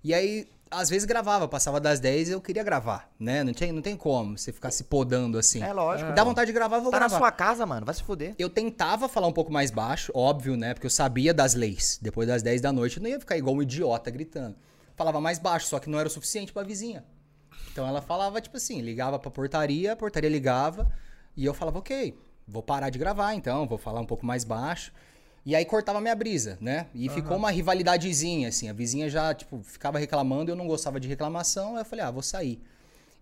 S3: E aí, às vezes gravava, passava das 10 e eu queria gravar, né? Não tem, não tem como você ficar se podando assim.
S1: É lógico.
S3: Dá vontade de gravar, eu vou
S1: Tá na
S3: gravar.
S1: sua casa, mano, vai se fuder.
S3: Eu tentava falar um pouco mais baixo, óbvio, né? Porque eu sabia das leis. Depois das 10 da noite, eu não ia ficar igual um idiota gritando. Falava mais baixo, só que não era o suficiente pra vizinha. Então ela falava, tipo assim, ligava pra portaria, a portaria ligava, e eu falava, ok, vou parar de gravar então, vou falar um pouco mais baixo. E aí cortava minha brisa, né? E ficou uma rivalidadezinha, assim. A vizinha já, tipo, ficava reclamando, eu não gostava de reclamação, aí eu falei, ah, vou sair.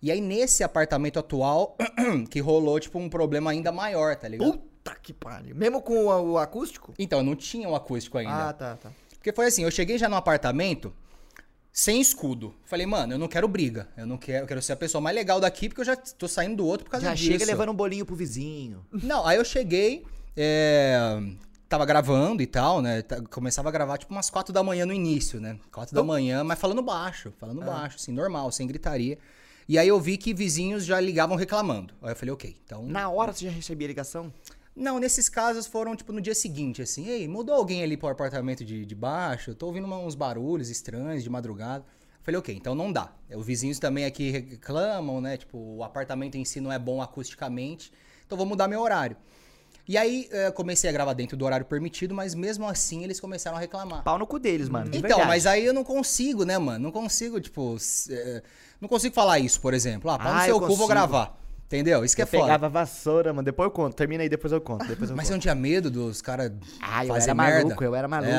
S3: E aí, nesse apartamento atual, que rolou, tipo, um problema ainda maior, tá ligado?
S2: Puta que pariu. Mesmo com o, o acústico?
S3: Então, eu não tinha o acústico ainda.
S2: Ah, tá, tá.
S3: Porque foi assim, eu cheguei já no apartamento sem escudo. Falei, mano, eu não quero briga. Eu não quero, eu quero ser a pessoa mais legal daqui porque eu já tô saindo do outro por causa
S1: Já
S3: disso.
S1: chega levando um bolinho pro vizinho.
S3: Não, aí eu cheguei, é, tava gravando e tal, né? Ta- Começava a gravar tipo umas quatro da manhã no início, né? Quatro
S1: Então
S3: da manhã, mas falando baixo,
S1: Ah.
S3: falando baixo, assim, normal, sem gritaria. E aí eu vi que vizinhos já ligavam reclamando. Aí eu falei, ok, então
S1: Na hora você já recebia ligação?
S3: Não, nesses casos foram, tipo, no dia seguinte, assim, ei, mudou alguém ali pro apartamento de, de baixo? Eu tô ouvindo uma- uns barulhos estranhos de madrugada. Eu Falei, ok, então não dá. Os vizinhos também aqui reclamam, né? Tipo, o apartamento em si não é bom acusticamente, então vou mudar meu horário. E aí, eh, comecei a gravar dentro do horário permitido, mas mesmo assim eles começaram a reclamar.
S1: Pau no cu deles, mano. de
S3: Então,
S1: verdade.
S3: mas aí eu não consigo, né, mano? Não consigo, tipo. s- eh, Não consigo falar isso, por exemplo. Ah, pau no
S1: Ah, eu
S3: seu cu, vou
S1: consigo.
S3: gravar. Entendeu? Isso que é
S1: eu
S3: foda.
S1: pegava a vassoura, mano. Depois eu conto. Termina aí, depois eu conto. Depois eu
S3: Mas
S1: conto.
S3: você não tinha medo dos caras
S1: Ah, eu
S3: fazer
S1: era
S3: merda?
S1: maluco, eu era maluco.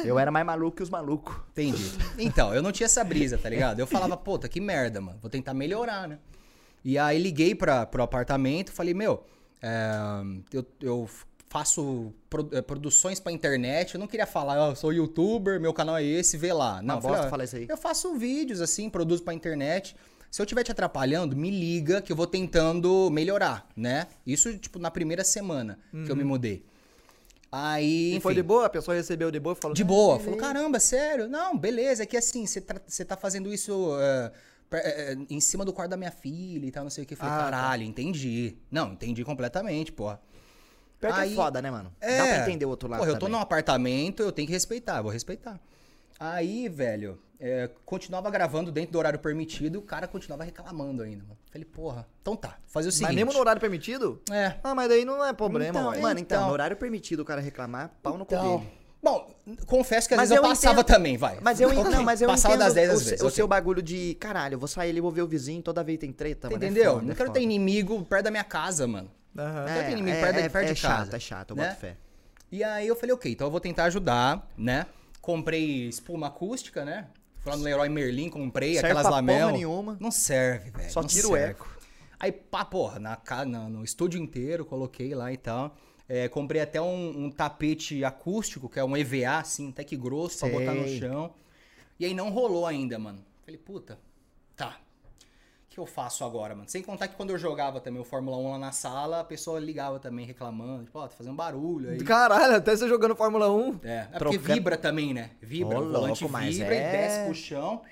S3: É,
S1: Eu era mais maluco que os malucos.
S3: entendi. Então, eu não tinha essa brisa, tá ligado? Eu falava, puta, que merda, mano. Vou tentar melhorar, né? E aí liguei pra, pro apartamento, falei, meu, é, eu, eu faço pro- é, produções pra internet, eu não queria falar, ó, eu sou youtuber, meu canal é esse, vê lá. Não,
S1: Uma
S3: eu falei,
S1: bosta
S3: ó,
S1: falar isso aí.
S3: Eu faço vídeos, assim, produzo pra internet. Se eu estiver te atrapalhando, me liga que eu vou tentando melhorar, né? Isso, tipo, na primeira semana que
S1: Uhum.
S3: eu me mudei. Aí,
S2: E foi de
S3: enfim.
S2: boa? A pessoa recebeu de boa e falou...
S3: De
S2: "Ah,
S3: boa.
S2: beleza."
S3: Falou, caramba, sério? Não, beleza. É que assim, você tra- você tá fazendo isso é, pra- é, em cima do quarto da minha filha e tal, não sei o que. Falei,
S2: Ah, tá.
S3: caralho, entendi. Não, entendi completamente, porra.
S1: Pior que
S3: Aí-
S1: é foda, né, mano? Dá pra entender o outro lado
S3: Porra, eu tô
S1: também. É,
S3: num apartamento, eu tenho que respeitar, eu vou respeitar. Aí, velho, é, continuava gravando dentro do horário permitido, o cara continuava reclamando ainda, mano. Falei, porra, então tá, fazer o seguinte.
S2: Mas mesmo no horário permitido?
S3: É,
S2: Ah, mas daí não é problema,
S3: Então,
S2: ué.
S1: Mano, então,
S3: Então.
S1: no horário permitido o cara reclamar, pau no cu
S3: então...
S1: dele.
S3: Bom, confesso que às
S1: Mas
S3: vezes eu,
S1: eu
S3: passava
S1: entendo-
S3: também, vai.
S1: Mas eu, en-
S3: Ok.
S1: não, mas eu
S3: passava
S1: entendo
S3: das 10
S1: o,
S3: às
S1: se-
S3: vezes.
S1: o
S3: ok.
S1: seu bagulho de caralho, eu vou sair ali, vou ver o vizinho, toda vez tem treta,
S3: Você
S1: mano. é
S3: entendeu?
S1: foda,
S3: não
S1: é
S3: quero
S1: foda.
S3: ter inimigo perto da minha casa, mano.
S2: Aham.
S3: Não quero ter inimigo
S1: É,
S3: perto, da-
S1: é,
S3: perto
S1: é
S3: de casa.
S1: chato, é chato, eu
S3: né?
S1: boto fé.
S3: E aí eu falei, ok, então eu vou tentar ajudar, né? Comprei espuma acústica, né? Fui lá no Leroy Merlin, comprei
S1: Serve
S3: aquelas
S1: pra
S3: lamel.
S1: porra nenhuma.
S3: Não serve, velho.
S1: Só
S3: não
S1: tira o
S3: serve.
S1: eco.
S3: Aí, pá, porra, na, ca- na- no estúdio inteiro, coloquei lá e tal. É, comprei até um, um tapete acústico, que é um EVA, assim, até que grosso, pra botar no
S1: Sei.
S3: chão. E aí não rolou ainda, mano. Falei, puta, tá. O que eu faço agora, mano? Sem contar que quando eu jogava também o Fórmula 1 lá na sala, a pessoa ligava também, reclamando. Tipo, ó, tá fazendo barulho aí.
S2: Caralho, até você jogando Fórmula 1.
S3: É, é porque
S1: Trocando-
S3: vibra também, né? Vibra,
S1: Ô,
S3: o volante
S1: louco, mas
S3: vibra e
S1: é-
S3: desce pro chão.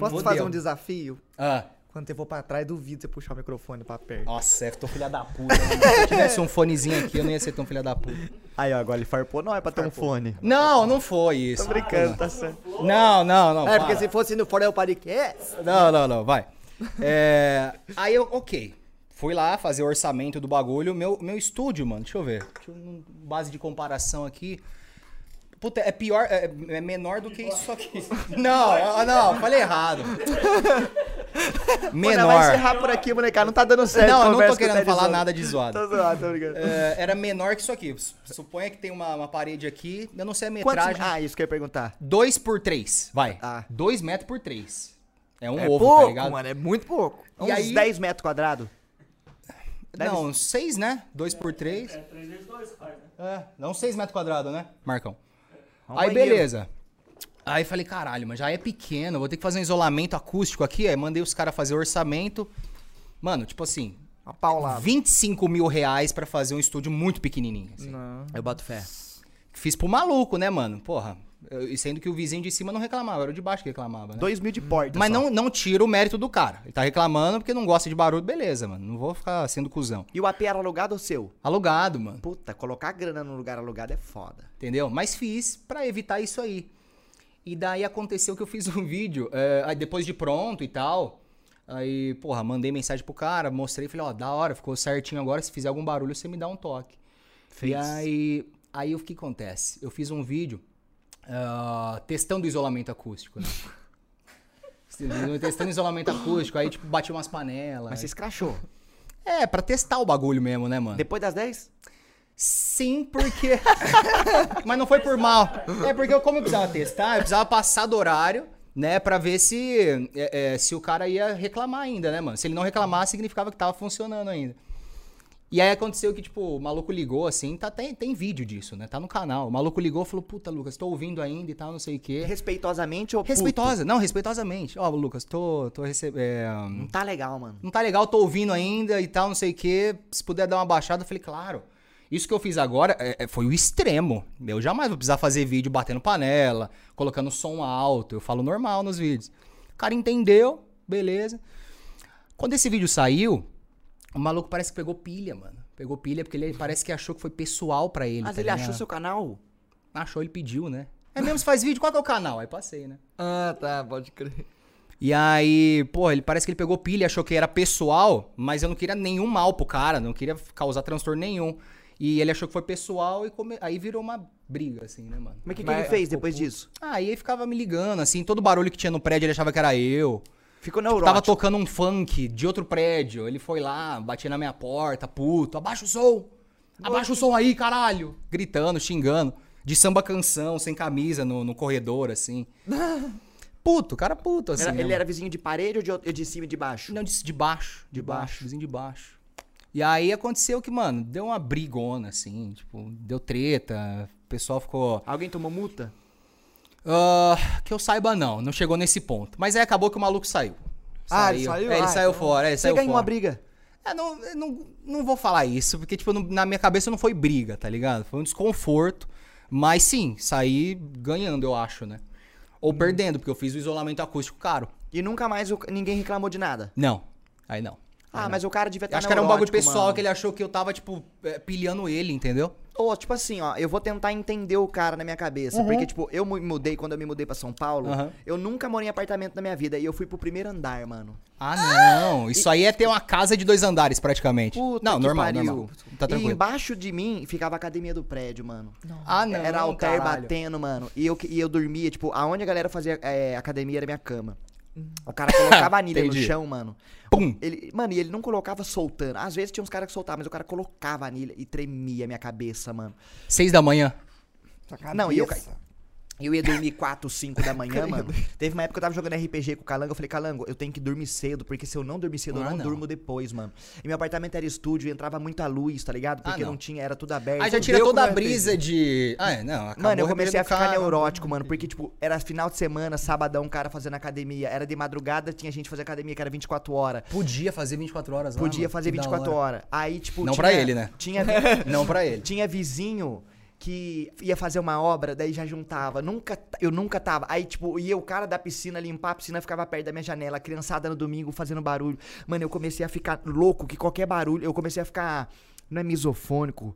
S2: Posso te
S3: Fudeu.
S2: fazer um desafio?
S3: Ah,
S2: Quando você for pra trás, duvido você puxar o microfone pra perto.
S3: Nossa, eu tô filha da puta. mano. Se eu tivesse um fonezinho aqui, eu não ia ser tão filha da puta.
S1: Aí, ó, agora ele farpou, não é pra ter um fone.
S3: Não, não foi isso.
S1: Tô brincando, tá certo.
S3: Não, não, não.
S2: é, porque
S3: para.
S2: se fosse no Forel Podcast...
S3: Não, não, não, vai. É, aí eu, ok. Fui lá fazer o orçamento do bagulho. Meu, meu estúdio, mano, deixa eu ver. Deixa eu, um- base de comparação aqui. Puta, é pior, é, é menor do que isso aqui. Não, ah, não, falei errado.
S1: Mano, vai
S3: Menor.
S1: encerrar por aqui, molecada. Não tá dando certo.
S3: Não, eu não
S1: conversa tá
S3: tô
S1: com o
S3: querendo
S1: Ted
S3: falar
S1: Zola.
S3: nada de zoado.
S1: Tô zoado, tô brincando.
S3: É, era menor que isso aqui. Su- Suponha que tem uma, uma parede aqui. Eu não sei a
S1: Quantos-
S3: metragem.
S1: Ah, isso que eu ia perguntar.
S3: 2 por 3, vai.
S1: Ah.
S3: 2 metros por 3. É um
S2: É
S3: ovo, tá
S2: pouco,
S3: ligado?
S2: mano, é muito pouco.
S3: E
S1: Uns
S3: aí-
S1: 10 metros quadrados? Deve
S3: Não, 6, né? 2 por 3.
S4: É 3 vezes 2 faz, né?
S3: É, não 6 metros quadrados, né, Marcão?
S1: É um
S3: aí
S1: banheiro.
S3: beleza. Aí falei, caralho, mas já é pequeno, vou ter que fazer um isolamento acústico aqui. Aí mandei os caras fazer o orçamento. Mano, tipo assim,
S2: A paulada.
S3: 25 mil reais pra fazer um estúdio muito pequenininho. assim.
S1: Eu boto fé.
S3: Fiz pro maluco, né, mano? Porra. Eu- E sendo que o vizinho de cima não reclamava, era o de baixo que reclamava, né?
S1: 2 mil de porta.
S3: Mas
S1: só.
S3: não, não tira o mérito do cara. Ele tá reclamando porque não gosta de barulho, beleza, mano. Não vou ficar sendo cuzão.
S1: E o AP era alugado ou seu?
S3: Alugado, mano.
S1: Puta, colocar grana num lugar alugado é foda.
S3: Entendeu? Mas fiz pra evitar isso aí. E daí aconteceu que eu fiz um vídeo, é, aí depois de pronto e tal. Aí, porra, mandei mensagem pro cara, mostrei, falei, ó, da hora, ficou certinho agora. Se fizer algum barulho, você me dá um toque. E aí, aí o que acontece? Eu fiz um vídeo ah, testando o isolamento acústico, né? testando o isolamento acústico, aí, tipo, bati umas panelas.
S1: Mas você escrachou.
S3: É, pra testar o bagulho mesmo, né, mano?
S1: Depois das 10?
S3: Sim, porque. Mas não foi por mal. É porque eu, como eu precisava testar, eu precisava passar do horário, né? Pra ver se, é, é, se o cara ia reclamar ainda, né, mano? Se ele não reclamar, significava que tava funcionando ainda. E aí aconteceu que, tipo, o maluco ligou assim, tá, tem, tem vídeo disso, né? Tá no canal. O maluco ligou e falou: Puta, Lucas, tô ouvindo ainda e tal, não sei o quê.
S1: Respeitosamente ou puto?
S3: Respeitosa, não, respeitosamente. Ó, Lucas, tô, é, tô recebendo.
S1: Não tá legal, mano.
S3: Não tá legal, tô ouvindo ainda e tal, não sei o quê. Se puder dar uma baixada, eu falei, claro. Isso que eu fiz agora é- é- foi o extremo. Eu jamais vou precisar fazer vídeo batendo panela, colocando som alto. Eu falo normal nos vídeos. O cara entendeu, beleza. Quando esse vídeo saiu, o maluco parece que pegou pilha, mano. Pegou pilha porque ele parece que achou que foi pessoal pra ele.
S1: Mas
S3: tá
S1: ele
S3: ligado?
S1: achou seu canal?
S3: Achou, ele pediu, né? É mesmo, você faz vídeo, qual que é o canal? Aí passei, né?
S2: Ah, tá, pode crer.
S3: E aí, pô, ele parece que ele pegou pilha, achou que era pessoal, mas eu não queria nenhum mal pro cara, não queria causar transtorno nenhum. E ele achou que foi pessoal e come- aí virou uma briga, assim, né, mano? Ah,
S1: Mas o que, que
S2: Mas
S1: ele fez
S2: ficou
S1: depois
S2: puto.
S1: disso?
S3: Aí ele ficava me ligando, assim, todo barulho que tinha no prédio ele achava que era eu.
S1: Ficou
S3: Tava
S1: neurótico.
S3: tocando um funk de outro prédio, ele foi lá, batia na minha porta, puto, abaixa o som! Abaixa o som aí, caralho! Gritando, xingando, de samba canção, sem camisa, no, no corredor, assim. Puto, cara puto, assim.
S1: Era-
S3: né,
S1: ele
S3: mano?
S1: era vizinho de parede ou de, outro- de cima e de baixo?
S3: Não, disse de baixo. De
S1: baixo.
S3: baixo, vizinho de baixo. E aí aconteceu que, mano, deu uma brigona, assim, tipo, deu treta, o pessoal ficou.
S1: Alguém tomou multa?
S3: "Ah, que eu saiba, não, não chegou nesse ponto. Mas aí acabou que o maluco saiu.
S2: Ah, ele saiu?
S3: É, ele
S2: Ah,
S3: saiu
S2: então-
S3: fora, é, ele
S1: Você
S3: saiu
S1: ganhou uma
S3: fora.
S1: briga.
S3: É, não, eu não, não vou falar isso, porque, tipo, não- na minha cabeça não foi briga, tá ligado? Foi um desconforto. Mas sim, saí ganhando, eu acho, né? Ou perdendo, porque eu fiz o isolamento acústico caro.
S1: E nunca mais o- ninguém reclamou de nada.
S3: Não, aí não.
S1: Ah, mas o cara devia estar
S3: Acho que era um bagulho pessoal que ele achou que eu tava, tipo, é, pilhando ele, entendeu?
S1: Ou, tipo assim, ó, eu vou tentar entender o cara na minha cabeça.
S3: Uhum.
S1: Porque, tipo, eu me mudei, quando eu me mudei pra São Paulo,
S3: Aham.
S1: eu nunca morei em apartamento na minha vida. E eu fui pro primeiro andar, mano.
S3: Ah, não. Isso aí é ter uma casa de dois andares, praticamente.
S1: Puta
S3: não,
S1: que
S3: normal,
S1: pariu.
S3: normal. Tá
S1: E
S3: tranquilo.
S1: embaixo de mim ficava a academia do prédio, mano.
S3: Ah, não.
S1: Era alter
S3: caralho.
S1: batendo, mano. E eu, que- e eu dormia, tipo, aonde a galera fazia é, academia era minha cama. O cara colocava anilha no
S3: Entendi.
S1: chão, mano.
S3: Pum.
S1: Ele, mano, e ele não colocava soltando. Às vezes tinha uns caras que soltavam, mas o cara colocava anilha e tremia a minha cabeça, mano.
S3: Seis da manhã.
S1: Não, e eu caí. Eu ia dormir 4, 5 da manhã, mano. Teve uma época que eu tava jogando RPG com o Calango. Eu falei, Calango, eu tenho que dormir cedo, porque se eu não dormir cedo, eu
S3: Ah,
S1: não,
S3: não.
S1: durmo depois, mano. E meu apartamento era estúdio, e entrava muita luz, tá ligado? Porque não.
S3: Ah, não.
S1: tinha, era tudo aberto.
S3: Aí já tira
S1: É, Fudeu
S3: toda
S1: com
S3: a
S1: o meu
S3: brisa
S1: RPG.
S3: de. Ah, é, não. acabou
S1: Mano, eu
S3: a brincadeira
S1: comecei a
S3: do
S1: ficar
S3: cara.
S1: neurótico, mano, porque, tipo, era final de semana, sabadão, o cara fazendo academia. Era de madrugada, tinha gente fazendo academia, que era 24 horas.
S3: Podia fazer 24 horas lá,
S1: Podia
S3: mano.
S1: fazer
S3: Que da
S1: 24
S3: hora.
S1: horas. Aí, tipo.
S3: Não
S1: tinha-
S3: pra ele, né?
S1: Tinha,
S3: Não pra ele.
S1: tinha vizinho que ia fazer uma obra, daí já juntava. Nunca, eu nunca tava. Aí, tipo, ia o cara da piscina limpar a piscina, ficava perto da minha janela, a criançada no domingo fazendo barulho. Mano, eu comecei a ficar louco que qualquer barulho, eu comecei a ficar. Não é misofônico.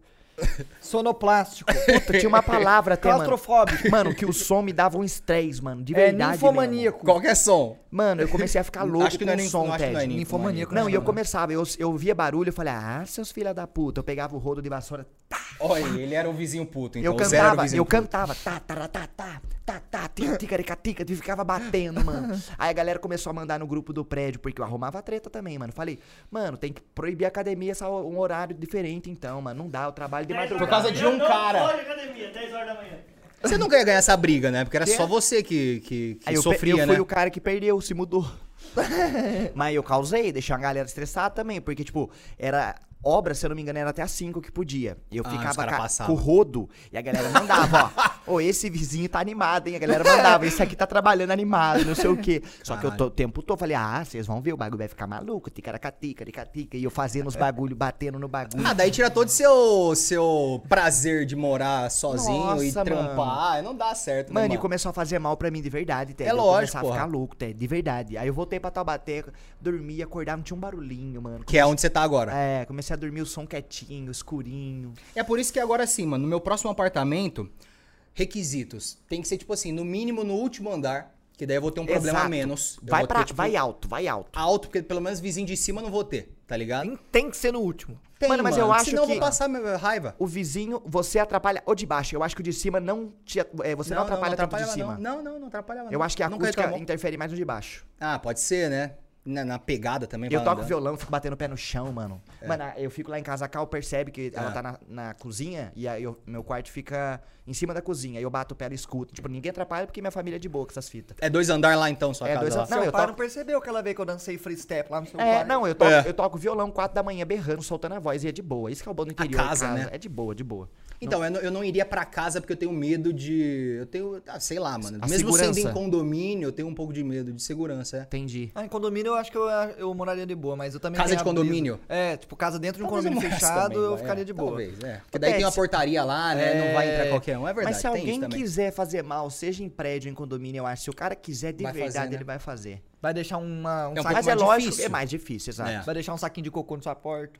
S2: Sonoplástico.
S1: Puta, tinha uma palavra até, mano.
S2: Claustrofóbico.
S1: Mano, que o som me dava um estresse, mano. De
S2: É
S1: verdade. mesmo.
S2: ninfomaníaco.
S3: Qualquer é som.
S1: Mano, eu comecei a ficar louco
S3: Acho que
S1: com
S3: não é
S1: o
S3: ninf-
S1: som,
S3: não acho que
S1: Ted.
S3: não é ninf-
S2: Ninfomaníaco.
S1: Não, e eu
S2: comecei.
S1: começava, eu, eu via barulho, eu falei, ah, seus filha da puta. Eu pegava o rodo de vassoura, tá,
S3: Olha, ele era o vizinho puto, então.
S1: eu
S3: o Zé era o
S1: cantava,
S3: vizinho
S1: eu
S3: puto.
S1: cantava, tá, tá, tá, tá, tá, tá, tica-tica-tica, e ficava batendo, mano. Aí a galera começou a mandar no grupo do prédio, porque eu arrumava treta também, mano. Falei, mano, tem que proibir a academia essa, ho- um horário diferente então, mano. Não dá, eu trabalho de
S4: 10
S1: madrugada.
S4: horas
S3: Por causa
S4: da
S3: de
S4: manhã,
S3: um
S4: não
S3: cara.
S4: Olha academia, 10 horas da manhã.
S3: Você nunca ia ganhar essa briga, né? Porque era só você que, que, que
S1: Aí eu, pe-
S3: sofria,
S1: eu fui
S3: né?
S1: o cara que perdeu, se mudou. Mas eu causei, deixei a galera estressada também, porque, tipo, era. Obra, se eu não me engano, era até as 5 que podia. Eu
S3: Ah, os
S1: ficava
S3: cara
S1: ca-
S3: passava.
S1: com o rodo e a galera mandava, ó. Ô, esse vizinho tá animado, hein? A galera mandava, esse aqui tá trabalhando animado, não sei o quê. Só que eu tô, o tempo todo falei, ah, vocês vão ver, o bagulho vai ficar maluco, ticaracatica, tica E eu fazendo os bagulho, batendo no bagulho.
S3: Ah, daí tira todo o seu, seu prazer de morar sozinho e
S1: Nossa, Ah,
S3: trampar. Não dá certo, né,
S1: Mano, e
S3: mano?
S1: começou a fazer mal pra mim de verdade, Ted.
S3: É
S1: eu
S3: lógico,
S1: começava a
S3: porra.
S1: ficar louco, Ted, de verdade. Aí eu voltei pra Taubaté, dormi, acordava, não tinha um barulhinho, mano.
S3: Que é onde você tá agora.
S1: É, comecei a dormir o som quietinho, escurinho.
S3: É por isso que agora sim, mano, no meu próximo apartamento, requisitos. Tem que ser, tipo assim, no mínimo no último andar, que daí eu vou ter um problema a
S1: Exato.
S3: menos. Eu
S1: Vai,
S3: vou
S1: pra,
S3: ter, tipo,
S1: vai alto, vai alto.
S3: alto, porque pelo menos vizinho de cima eu não vou ter, tá ligado?
S2: Tem- Tem que ser no último.
S3: Tem,
S1: Então, Mano, mas eu acho
S3: senão eu
S1: que-
S3: vou passar minha raiva.
S1: O vizinho, você atrapalha o de baixo. Eu acho que o de cima não te. é, você não, atrapalha tanto de
S3: atrapalhava,
S1: cima.
S3: Não, não, não, não atrapalhava.
S1: Eu
S3: não.
S1: acho que a
S3: Nunca
S1: acústica é-
S3: reclamou.
S1: interfere mais no de baixo.
S3: Ah, pode ser, né? Na, na pegada também. né?
S1: Eu
S3: vai
S1: toco
S3: andando.
S1: violão, fico batendo o pé no chão, mano.
S3: É.
S1: Mano, eu fico lá em casa, a Cal percebe que ela
S3: Ah.
S1: tá na, na cozinha e aí eu- meu quarto fica em cima da cozinha. Aí eu bato o pé e escuto. Tipo, ninguém atrapalha porque minha família é de boa com essas fitas.
S3: É dois andar lá então, sua
S1: É,
S3: casa
S1: dois
S3: lá.
S1: andar-
S2: Seu
S1: eu
S2: pai
S1: toco-
S2: não percebeu aquela vez que eu dancei free step lá no seu
S1: É,
S2: quarto?
S1: não, eu toco,
S3: É.
S1: eu toco violão 4 da manhã, berrando, soltando a voz e é de boa. Isso que é o bom do interior.
S3: casa, né?
S1: É de boa, de boa.
S3: Então, eu não, eu não iria pra casa porque eu tenho medo de. Eu tenho. Ah, sei lá, mano.
S1: A
S3: Mesmo sendo
S1: segurança.
S3: em condomínio, eu tenho um pouco de medo de segurança, é.
S1: Entendi.
S2: Ah, em condomínio eu acho que eu, eu moraria de boa, mas eu também.
S3: Casa
S2: tenho
S3: de
S2: a brisa.
S3: condomínio?
S2: É, tipo, casa dentro de um
S3: Talvez eu
S2: condomínio
S3: morasse
S2: fechado
S3: também,
S2: eu
S3: vai,
S2: ficaria
S3: é,
S2: de boa.
S3: Talvez, é. Porque daí tem uma
S1: se-
S3: portaria lá, né? Não vai entrar
S2: É.
S3: qualquer um. É verdade,
S1: Mas se
S3: tem isso
S1: alguém
S3: também.
S1: quiser fazer mal, seja em prédio ou em condomínio, eu acho, se o cara quiser de
S3: Vai fazer,
S1: verdade,
S3: né?
S1: ele vai fazer.
S2: Vai deixar uma, um
S3: É um
S2: saco-
S1: Mas
S3: pouco
S1: é
S3: mais
S1: lógico,
S3: difícil.
S1: é mais difícil, exato.
S2: Vai deixar um saquinho de cocô na sua porta.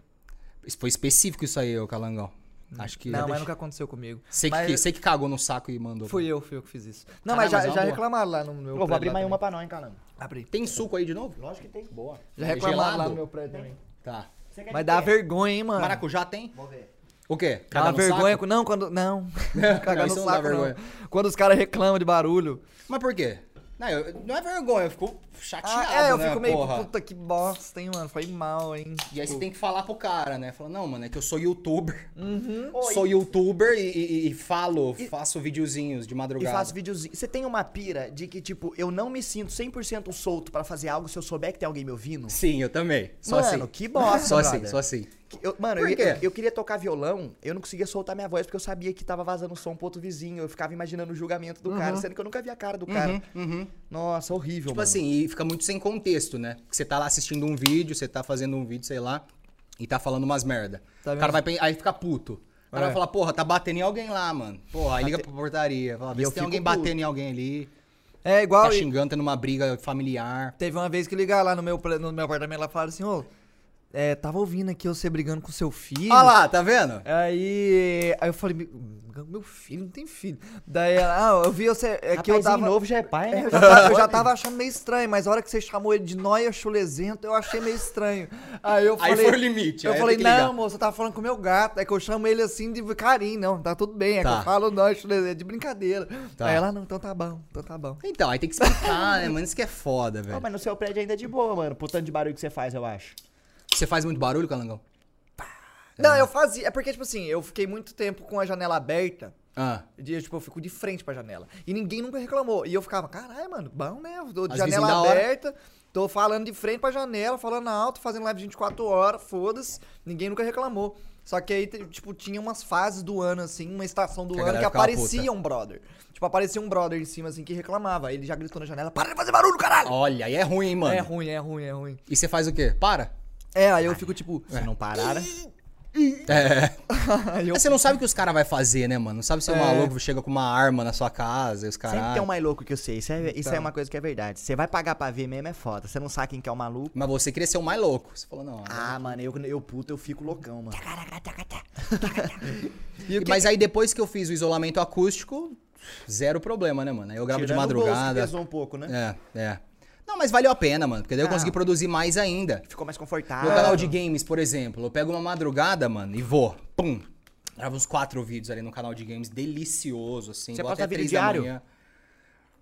S3: Isso foi específico isso aí, ô Calangão. Acho que.
S2: não, mas nunca aconteceu comigo.
S3: Sei que,
S2: mas
S3: sei que cagou no saco e mandou.
S2: Fui eu, fui eu que fiz isso. Não,
S3: Caralho,
S2: mas já,
S3: mas é uma
S2: já
S3: boa.
S2: reclamaram lá no meu
S1: Eu vou
S2: prédio
S1: abrir
S2: lá
S1: mais uma
S2: também.
S1: pra nós, hein, caramba.
S2: Abri.
S3: Tem suco aí de novo?
S1: Lógico que tem.
S3: Boa.
S2: Já
S3: É
S2: reclamaram lá
S3: gelado?
S2: no meu prédio também.
S3: Tá.
S1: Você quer
S2: Mas
S1: de
S2: dá
S1: quê?
S2: vergonha, hein, mano.
S3: Maracujá tem?
S1: Vou ver.
S3: O quê?
S2: Dá
S3: Cagar
S2: uma
S3: no
S2: Ah. vergonha. é
S3: saco?
S2: com- Não, quando. Não. Cagar no
S3: isso não dá
S2: saco, não.
S3: vergonha.
S2: Quando os caras reclamam de barulho.
S3: Mas por quê? Não, eu- não é vergonha, eu fico chateado.
S2: Ah, é, eu
S3: né,
S2: fico meio.
S3: porra?
S2: Puta que bosta, hein, mano. Foi mal, hein.
S3: E aí você tem que falar pro cara, né? Fala, não, mano, é que eu sou youtuber.
S1: Oi.
S3: Sou youtuber e, e- e falo, faço videozinhos de
S1: E
S3: madrugada.
S1: faço videozinho. Você tem uma pira de que, tipo, eu não me sinto 100% solto pra fazer algo se eu souber que tem alguém me ouvindo?
S3: Sim, eu também. Só
S1: Mano,
S3: assim.
S1: que bosta,
S3: Só
S1: brother.
S3: assim, só assim.
S1: Eu- mano,
S3: Por
S1: eu,
S3: quê?
S1: eu- eu queria tocar violão, eu não conseguia soltar minha voz porque eu sabia que tava vazando som pro outro vizinho. Eu ficava imaginando o julgamento do
S3: Uhum.
S1: cara, sendo que eu nunca vi a cara do cara. Nossa, horrível,
S3: Tipo
S1: mano.
S3: assim, e fica muito sem contexto, né? Que você tá lá assistindo um vídeo, você tá fazendo um vídeo, sei lá, e tá falando umas merda.
S2: Tá
S3: o cara
S2: mesmo.
S3: vai pen- aí fica puto. O cara
S2: É.
S3: vai falar, porra, tá batendo em alguém lá, mano. Porra, aí liga pra portaria. Fala, vê
S1: eu
S3: se tem
S1: fico
S3: alguém
S1: puto.
S3: batendo em alguém ali.
S2: É igual.
S3: Tá
S2: e-
S3: xingando, tendo uma briga familiar.
S2: Teve uma vez que ligaram lá no meu, no meu apartamento, lá falaram assim, ô, é, tava ouvindo aqui você brigando com seu filho.
S3: Olha lá, tá vendo?
S2: Aí, aí eu falei, "Me- meu filho, não tem filho. Daí ela, ah, eu vi você, é que
S1: Rapazinho
S2: eu tava...
S1: novo já é pai, né?
S2: Eu já, tava, eu já tava achando meio estranho, mas a hora que você chamou ele de noia chulezento, eu achei meio estranho. Aí eu
S3: Aí
S2: falei...
S3: foi o limite,
S2: Eu
S3: aí eu
S2: falei,
S3: tenho que ligar."
S2: não, moço, eu tava falando com o meu gato. É que eu chamo ele assim de carinho, não, tá tudo bem. É que
S3: Tá.
S2: eu falo noia chulezento, é de brincadeira.
S3: Tá.
S2: Aí ela, não, então tá bom, então tá bom.
S3: Então, aí tem que explicar, né, mano? Isso que é foda,
S1: Não,
S3: velho.
S1: mas no seu prédio ainda é de boa, mano. Por tanto de barulho que você faz, eu acho.
S3: Você faz muito barulho, Calangão?
S2: Não, eu fazia. É porque, tipo assim, eu fiquei muito tempo com a janela aberta.
S3: Ah.
S2: de- Eu, tipo, eu fico de frente pra janela. E ninguém nunca reclamou. E eu ficava, caralho, mano, bom, né? Eu tô de
S3: As vizinhas é da
S2: janela
S3: hora.
S2: aberta, tô falando de frente pra janela, falando alto, fazendo live 24 horas, foda-se. Ninguém nunca reclamou. Só que aí, te- tipo, tinha umas fases do ano, assim, uma estação do
S3: Que a
S2: ano
S3: galera
S2: que
S3: ficava
S2: aparecia
S3: puta.
S2: um brother. Tipo, aparecia um brother em cima, assim, que reclamava. Aí ele já gritou na janela, para de fazer barulho, caralho!
S3: Olha, aí é ruim, hein, mano.
S2: É ruim, é ruim, é ruim.
S3: E você faz o quê? Para?
S2: É, aí eu fico, tipo,
S1: Se não parar, né?
S2: Aí eu-
S3: É. Mas você não sabe o que os caras vão fazer, né, mano? Não sabe se o maluco chega com uma arma na sua casa e os caras.
S1: É. Sempre tem um mais louco que eu sei. Isso é, isso é
S2: Então.
S1: uma coisa que é verdade. Você vai pagar pra ver mesmo, é foda. Você não sabe quem que é o maluco.
S3: Mas você queria ser o mais louco. Você falou, não.
S1: Ah, mano, eu, eu puto, eu fico loucão, mano.
S3: E Mas aí depois que eu fiz o isolamento acústico, zero problema, né, mano? Aí eu gravo de
S1: Tirando o bolso que
S3: madrugada.
S1: pesou um pouco, né?
S3: É, é. Não, mas valeu a pena, mano. Porque daí eu
S1: Ah.
S3: consegui produzir mais ainda.
S1: Ficou mais
S3: Meu
S1: confortável.
S3: canal de games, por exemplo, eu pego uma madrugada, mano, e vou. Pum. Gravo uns quatro vídeos ali no canal de games, delicioso, assim.
S1: Você
S3: vou
S1: posta
S3: até
S1: vídeo
S3: três da
S1: diário?
S3: manhã.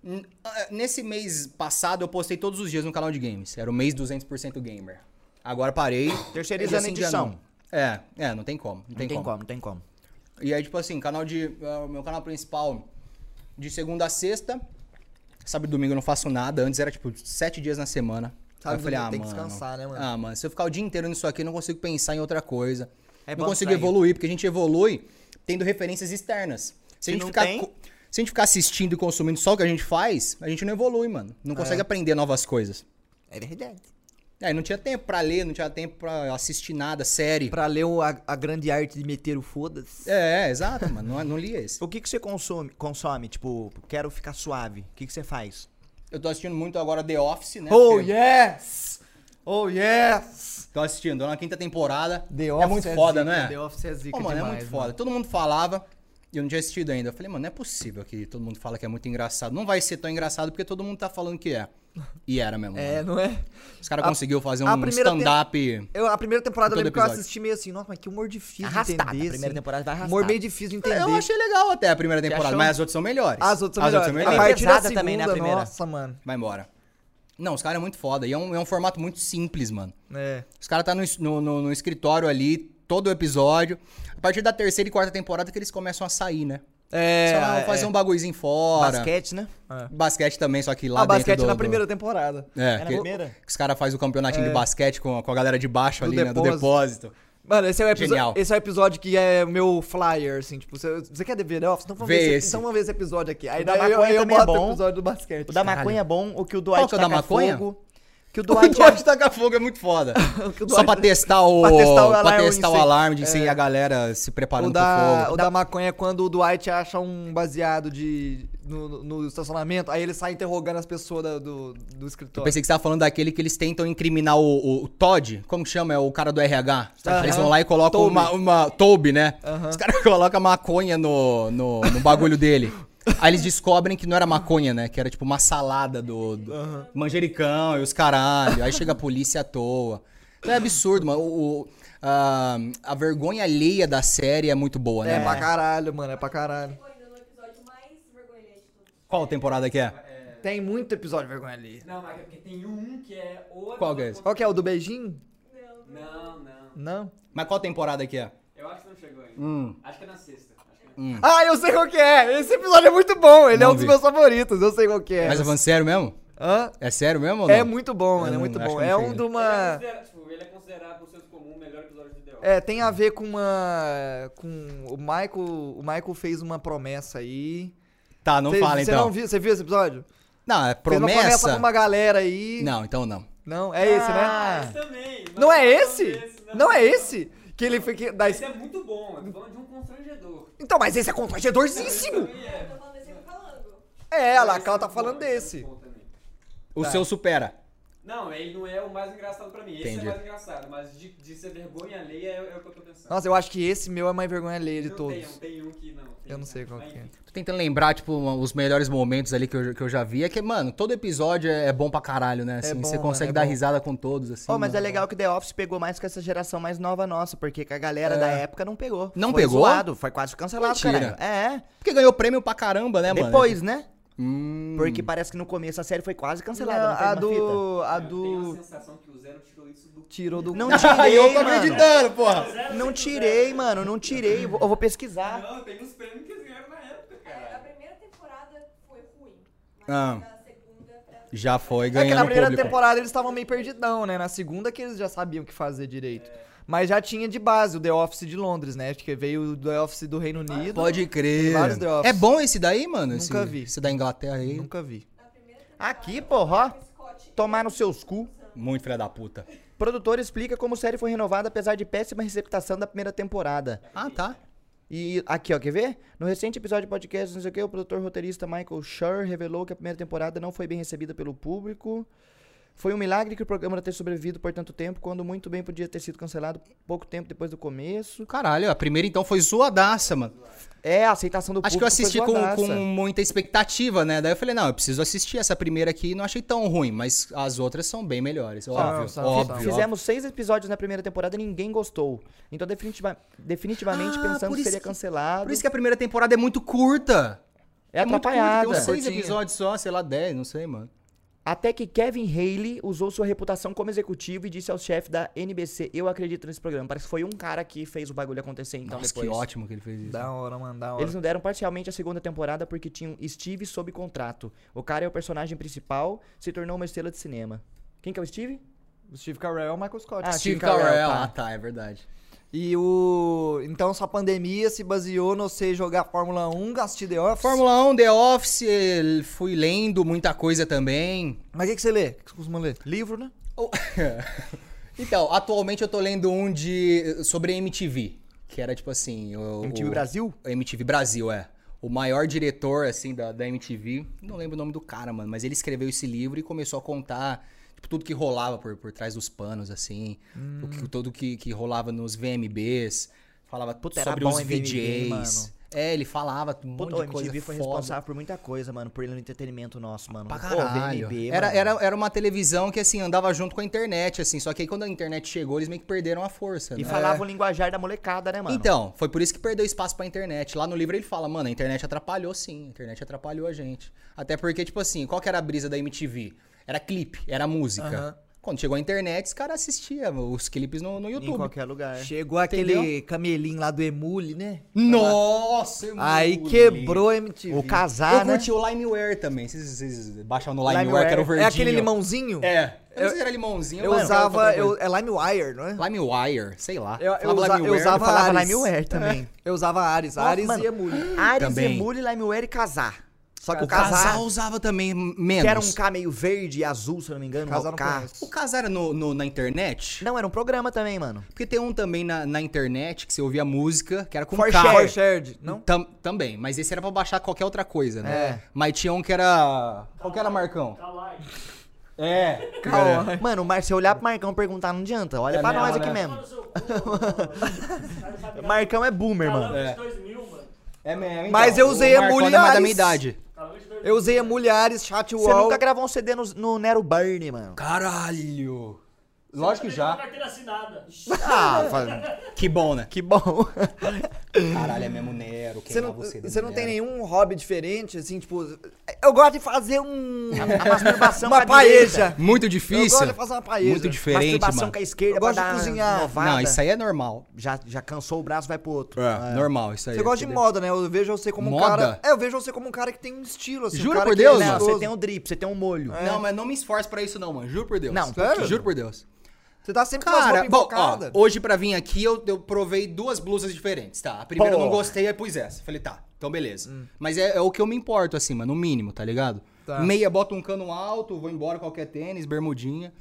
S3: N- ah, Nesse mês passado, eu postei todos os dias no canal de games. Era o mês 200% gamer. Agora parei.
S1: Terceirizando
S3: Eles, assim, já
S1: edição.
S3: não- É, é, não tem como. Não tem,
S1: Não tem
S3: como.
S1: como, não tem como.
S3: E aí, tipo assim, canal de. ah, meu canal principal de segunda a sexta. Sábado e domingo eu não faço nada. Antes era tipo sete dias na semana.
S2: Sábado
S3: Aí eu falei,
S2: e
S3: ah,
S2: domingo tem que
S3: mano.
S2: descansar, né, mano?
S3: Ah, mano, se eu ficar o dia inteiro nisso aqui, eu não consigo pensar em outra coisa.
S1: É
S3: não
S1: bom
S3: consigo
S1: distrair.
S3: evoluir, porque a gente evolui tendo referências externas. Se, a
S1: Se
S3: gente
S1: não
S3: ficar.
S1: tem-
S3: co- Se a gente ficar assistindo e consumindo só o que a gente faz, a gente não evolui, mano. Não consegue aprender novas coisas.
S2: É verdade.
S3: Aí não tinha tempo pra ler, não tinha tempo pra assistir nada, série.
S2: Pra ler o- a, a grande arte de meter o foda-se.
S3: É, é, exato, mano. Não, não li esse.
S1: O que, que você consome, consome? Tipo, quero ficar suave. O que, que você faz?
S3: Eu tô assistindo muito agora The Office, né?
S2: Oh,
S3: Porque-
S2: yes! Oh, yes!
S3: Tô assistindo, tô na quinta temporada.
S2: The
S3: é muito foda,
S2: zica,
S3: né?
S2: The Office é zica
S3: Pô, mano,
S2: demais,
S3: é muito foda. Todo mundo falava e eu não tinha assistido ainda. Eu falei, mano, não é possível que todo mundo fala que é muito engraçado. Não vai ser tão engraçado porque todo mundo tá falando que é. E era mesmo.
S2: É,
S3: mano.
S2: não é?
S3: Os caras
S2: a-
S3: conseguiu fazer
S2: a
S3: um
S2: primeira te-
S3: stand-up.
S2: Eu, a primeira temporada eu
S3: Todo
S2: lembro que eu
S3: episódio.
S2: assisti meio assim, nossa, mas que humor difícil
S1: Arrastada.
S2: de entender.
S1: A primeira
S2: assim.
S1: temporada vai
S2: Humor
S1: arrastada.
S2: meio difícil de
S3: Eu
S2: entender.
S3: achei legal até a primeira temporada,
S1: achou?
S3: mas as outras são melhores.
S2: As outras são melhores.
S3: As outras
S1: É
S3: são
S2: A
S3: melhores.
S1: parte-
S2: partir da
S1: pesada
S2: segunda,
S1: também, né, a primeira.
S2: nossa, mano.
S3: Vai embora. Não, os caras é muito foda. E é um, é um formato muito simples, mano.
S2: É.
S3: Os caras tá no, es- no, no- no escritório ali, todo o episódio. A partir da terceira e quarta temporada que eles começam a sair, né?
S2: É,
S3: Sei lá,
S2: é.
S3: fazer um bagulhozinho fora.
S1: Basquete, né?
S3: Basquete também, só que lá
S2: Ah,
S3: dentro
S2: basquete
S3: do,
S2: na
S3: do-
S2: primeira temporada.
S3: É,
S1: É na
S3: que-
S1: primeira?
S3: que os caras fazem o campeonatinho de basquete com, a- com a galera de baixo
S2: Do
S3: ali, né? Do depósito.
S2: Mano, esse é, o
S3: Genial.
S2: episódio, esse é o episódio que é meu flyer, assim, tipo, você, você quer ver The Office? Então vamos
S3: Vê
S2: ver, esse,
S3: esse.
S2: então vamos ver esse episódio aqui. Aí
S1: O da
S2: daí eu,
S1: maconha
S2: aí eu
S1: também é
S2: boto o
S1: bom.
S2: episódio do basquete.
S1: O da
S2: Caralho.
S1: maconha é bom, o que o
S3: Qual
S1: Dwight
S3: que é o da
S1: taca
S3: maconha?
S1: fogo. Que o
S3: O
S1: Dwight...
S3: Dodge taca fogo é muito foda.
S2: que o
S3: Só
S2: Dwight-
S3: pra testar o.
S2: pra testar o
S3: pra
S2: alarme
S3: testar
S2: de
S3: o
S2: incêndio.
S3: alarme de incêndio e a galera se
S2: O
S3: preparando pro
S2: da,
S3: fogo.
S2: o da maconha é quando o Dwight acha um baseado de no, no- no estacionamento, aí ele sai interrogando as pessoas da- do, do
S3: Eu
S2: escritório.
S3: pensei que você tava falando daquele que eles tentam incriminar o, o- o Todd. Como que chama? É o cara do RH.
S2: Aham.
S3: Eles vão lá e colocam
S2: Toby.
S3: uma, uma. Toby, né?
S2: Aham.
S3: Os caras colocam maconha no, no, no bagulho dele. Aí eles descobrem que não era maconha, né? Que era tipo uma salada do, do manjericão e os caralho. Aí chega a polícia à toa. Então é absurdo, mano. O, o- a, a vergonha alheia da série é muito boa,
S2: É,
S3: né?
S2: pra caralho, mano, é pra caralho.
S5: ainda no episódio mais vergonhante de todos.
S3: Qual temporada que é?
S2: Tem muito episódio de vergonha ali.
S6: Não, mas é porque tem um que é o.
S3: Qual que é esse?
S2: Qual que é o do beijinho?
S6: Não, não.
S2: Não?
S3: Mas qual temporada que é?
S6: Eu acho que não chegou
S2: Hum.
S6: ainda. Acho que é na sexta. Acho que é na-
S2: Ah, eu sei qual que é! Esse episódio é muito bom, ele
S3: Hum. Não
S2: é um dos
S3: vi.
S2: meus favoritos, eu sei qual que é.
S3: Mas é sério mesmo?
S2: Hã?
S3: É sério mesmo? ou
S2: É
S3: não?
S2: muito bom, mano,
S3: Eu
S2: é muito
S3: não- acho
S2: bom.
S3: que eu
S2: É
S3: não
S2: um
S3: sei.
S2: de
S6: Ele é
S2: uma.
S6: considerado, tipo, ele é considerado por seus comuns o melhor episódio de The Office.
S2: É, tem a ver com uma. Com. O Michael. O Michael fez uma promessa aí.
S3: Tá, não
S2: Cê-
S3: fala
S2: cê
S3: então.
S2: não viu? Você viu esse episódio?
S3: Não, é
S2: Fez uma promessa pra
S3: promessa.
S2: uma galera aí.
S3: Não, então não.
S2: Não, é esse,
S6: Ah,
S2: né?
S6: esse também. mas
S2: Não é
S6: não
S2: esse?
S6: né?
S2: Não é esse? Que ele foi. que- da-
S6: Esse é muito bom, eu tô falando de um constrangedor.
S2: Então, mas esse é constrangedorzíssimo!
S6: Também é.
S5: Tô falando desse falando.
S2: É, ela,
S6: Esse
S2: que ela
S6: é
S2: tá
S6: muito
S2: falando
S6: bom, esse é
S2: desse.
S6: muito bom também.
S3: O
S2: Tá.
S3: seu supera.
S6: Não, ele não é o mais engraçado pra mim. Esse
S3: Entendi.
S6: é o mais engraçado, mas de, de ser vergonha alheia é, é o que eu tô pensando.
S2: Nossa, eu acho que esse meu é mais vergonha alheia de
S6: não Tem,
S2: todos.
S6: um- tem um que não. tem
S2: Eu não
S6: um-
S2: sei qual
S6: mas
S2: que é.
S6: enfim.
S3: Tô tentando lembrar, tipo, uma- os melhores momentos ali que eu, que eu já vi. É que, mano, todo episódio é é bom pra caralho, né? Assim,
S2: bom,
S3: você consegue
S2: mano, é
S3: dar
S2: bom.
S3: risada com todos, assim.
S1: Oh, mas é
S3: mano.
S1: legal que The Office pegou mais com essa geração mais nova nossa, porque que a galera
S2: É.
S1: da época não pegou.
S3: Não
S1: Foi
S3: pegou?
S1: Zoado, foi quase cancelado,
S3: Mentira.
S1: caralho. É,
S3: Porque ganhou prêmio pra caramba, né, mano?
S1: depois, né?
S3: Hum.
S1: Porque parece que no começo a série foi quase cancelada. Não,
S2: Não,
S1: teve
S2: a
S1: uma fita?
S2: do. A
S6: Eu tenho a
S2: do.
S6: sensação que o Zero tirou isso do
S2: Tirou do.
S1: Não
S3: Aí
S1: tirei,
S3: eu tô
S1: mano.
S3: acreditando, porra.
S1: Não tirei, mano, não tirei. Eu vou- eu vou pesquisar.
S6: Não, tem uns prêmios que eles ganharam na época,
S5: É, a
S6: cara.
S5: primeira temporada foi ruim. Mas
S3: Ah.
S5: na segunda pra...
S3: Já foi
S2: É que
S3: ganhando
S2: na primeira
S3: público.
S2: temporada eles estavam meio perdidão, né? Na segunda que eles já sabiam o que fazer direito. Mas já tinha de base o The Office de Londres, né? Acho que veio o The Office do Reino
S1: Ah,
S2: Unido.
S3: Pode crer.
S2: Vários The Office.
S3: É bom esse daí, mano?
S2: Nunca
S3: esse,
S2: vi.
S3: Esse da Inglaterra aí.
S2: Nunca vi.
S5: Na primeira temporada,
S1: Aqui, porra, ó.
S5: o Scott
S1: Tomar nos seus cu.
S5: Sam
S3: Muito filha da puta.
S1: Produtor explica como série foi renovada apesar de péssima receptação da primeira temporada.
S3: Ah, tá.
S1: E aqui, ó, quer ver? No recente episódio de podcast, não sei o que, o produtor roteirista Michael Schur revelou que a primeira temporada não foi bem recebida pelo público. Foi um milagre que o programa ter sobrevivido por tanto tempo, quando muito bem podia ter sido cancelado pouco tempo depois do começo.
S3: Caralho, a primeira então foi zoadaça, mano.
S1: É, a aceitação do
S3: Acho que eu
S1: público foi
S3: assisti com, com um
S1: zoadaça.
S3: muita expectativa, né? Daí eu falei, não, eu preciso assistir essa primeira aqui e não achei tão ruim, mas as outras são bem melhores. Óbvio,
S2: são,
S3: óbvio.
S2: são.
S1: Fizemos seis episódios na primeira temporada e ninguém gostou. Então, definitiva- definitivamente,
S3: Ah,
S1: pensamos
S3: por
S1: que
S3: isso
S1: seria
S3: que-
S1: cancelado.
S3: Por isso que a primeira temporada é muito curta.
S1: é
S3: muito
S1: atrapalhada.
S3: curta, Tem uns seis
S2: Curtinha.
S3: episódios só, sei lá, dez, não sei, mano.
S1: Até que Kevin Haley usou sua reputação como executivo e disse ao chefe da NBC: Eu acredito nesse programa. Parece que foi um cara que fez o bagulho acontecer então
S3: Nossa,
S1: depois.
S3: que ótimo que ele fez isso.
S2: Da hora, mano, da hora.
S1: Eles não deram parcialmente a segunda temporada porque tinham Steve sob contrato. O cara é o personagem principal, se tornou uma estrela de cinema. Quem que é o Steve?
S2: O Steve Carell é o Michael Scott.
S1: Ah,
S3: Steve
S1: Steve Carell,
S3: Carell.
S1: tá.
S3: Ah, tá, é verdade.
S2: E o. Então essa pandemia se baseou no você jogar Fórmula 1, assistir The Office.
S3: Fórmula 1, The Office, eh, fui lendo muita coisa também.
S2: Mas o que, que você lê? O que você costuma ler? Livro, né?
S3: Oh, então, atualmente eu tô lendo um de sobre MTV, que era tipo assim, o
S1: MTV
S3: o-
S1: Brasil?
S3: o MTV Brasil, é. O maior diretor assim da, da MTV, não lembro o nome do cara, mano, mas ele escreveu esse livro e começou a contar tipo, tudo que rolava por, por trás dos panos assim, o
S1: Hum.
S3: que, tudo que, que rolava nos VMBs, falava
S1: Puta, era
S3: sobre
S1: bom
S3: os
S1: MTV,
S3: VJs.
S1: mano.
S3: É, ele falava um monte
S1: Puta, o
S3: de coisa
S1: MTV foi
S3: foda.
S1: responsável por muita coisa, mano, por ele no entretenimento nosso, mano.
S3: Pra
S1: Pô,
S3: caralho.
S1: VMB,
S3: era,
S1: mano.
S3: era, era uma televisão que, assim, andava junto com a internet, assim. Só que aí, quando a internet chegou, eles meio que perderam a força,
S1: E
S3: né?
S1: falava o linguajar da molecada, né, mano?
S3: Então, foi por isso que perdeu espaço pra internet. Lá no livro ele fala, mano, a internet atrapalhou sim, a internet atrapalhou a gente. Até porque, tipo assim, qual que era a brisa da MTV? Era clipe, era música.
S2: Aham.
S3: Quando chegou a internet, os caras assistiam os clipes no, no
S1: em
S3: YouTube.
S1: qualquer lugar.
S2: Chegou aquele camelinho lá do Emule, né?
S3: Nossa, irmão!
S2: Aí quebrou tá, a MTV.
S1: O
S3: Eu
S1: casar, né?
S3: curti o Limeware também. Vocês, vocês baixaram no Limeware,
S1: Limeware.
S3: que era o
S2: É
S3: verdinho.
S2: aquele limãozinho?
S3: É. Eu não sei se era limãozinho.
S2: Eu
S3: mas era outra
S2: usava.
S3: coisa.
S2: Eu, é LimeWire, não é?
S3: LimeWire, sei lá.
S2: Eu- eu
S3: Falava
S2: usa- eu
S3: LimeWire,
S1: Eu
S2: usava-
S1: falava
S2: Ares.
S1: Limeware
S3: É.
S1: também.
S2: Eu usava Ares.
S1: Nossa,
S2: Ares
S1: mano.
S2: e Emule.
S1: Ares,
S3: Também.
S1: Emule, Limeware e Casar. Só que
S3: O
S1: o Casar,
S3: casal usava também menos.
S1: que era um K meio verde e azul, se eu não me engano.
S2: Casar
S1: um
S2: não
S1: K.
S2: conheço.
S3: O casal era no, no- na internet?
S1: Não, era um programa também, mano.
S3: Porque tem um também na, na internet que você ouvia música, que era com
S2: For
S3: K.
S2: share. For shared, não?
S3: Tam- também, mas esse era pra baixar qualquer outra coisa, né?
S1: É.
S3: Mas tinha um que era... Qual que era, Marcão?
S4: Calai.
S3: É.
S2: Calma.
S1: Mano, mas se eu olhar pro Marcão e perguntar, não adianta. Olha
S3: É
S1: pra
S3: mesmo,
S1: nós aqui
S3: né?
S1: mesmo.
S4: Mano, seu cu, mano.
S1: Marcão é boomer, mano.
S4: Calanga
S3: É.
S4: de 2000, mano.
S3: É mesmo, então.
S2: Mas eu usei
S3: o Marcão
S2: emule
S3: é mais da
S2: Ares.
S3: minha idade.
S4: Calanga de 2000.
S2: Eu usei Emule Ares,
S1: Você
S2: Chatwall.
S1: nunca gravou um CD no, no Nero Burn, mano.
S3: Caralho. Lógico que
S4: Eu tenho uma
S3: já.
S4: carteira assinada.
S1: Ah, fa-
S3: Que bom, né?
S1: que bom.
S3: Caralho, é mesmo Nero.
S2: Você não,
S3: queimava o CD
S2: você não
S3: do
S2: tem
S3: Nero.
S2: nenhum hobby diferente, assim, tipo. Eu gosto de fazer um.
S1: A masturbação
S2: uma
S1: com a direita.
S2: paeja.
S3: Muito
S2: Eu
S3: difícil.
S2: gosto de fazer uma paeja.
S3: Muito diferente,
S1: Masturbação
S3: mano.
S1: com a esquerda
S2: Eu
S1: pra
S2: gosto de
S1: dar
S2: cozinhar.
S1: novada.
S3: Não, isso aí é normal.
S1: já, já cansou o braço, vai pro outro.
S3: É, normal, isso aí.
S2: Você gosta de
S3: entendeu?
S2: moda, né? Eu vejo você como um
S3: Moda?
S2: cara. É, eu vejo você como um cara que tem um estilo, assim. um
S3: Jura
S2: cara
S3: por
S2: que
S3: Deus,
S2: é
S1: Não,
S3: mano?
S1: você
S2: estiloso.
S1: tem um drip, você tem um molho.
S2: É,
S3: Não, mas não me esforce pra isso não, mano. Juro por Deus.
S1: Não,
S2: sério?
S3: Juro por Deus.
S2: Você tá sempre com
S3: Cara,
S2: as
S3: bom,
S2: roupas
S3: ó,
S2: invocadas.
S3: hoje pra vir aqui eu, eu provei duas blusas diferentes, tá? A primeira eu não
S1: Porra.
S3: gostei, aí pus essa. Falei, tá, então beleza. Mas é, é o que eu me importo, assim, mano, no mínimo, tá ligado?
S2: Hum. Tá.
S3: Meia, bota um cano alto, vou embora qualquer tênis, bermudinha.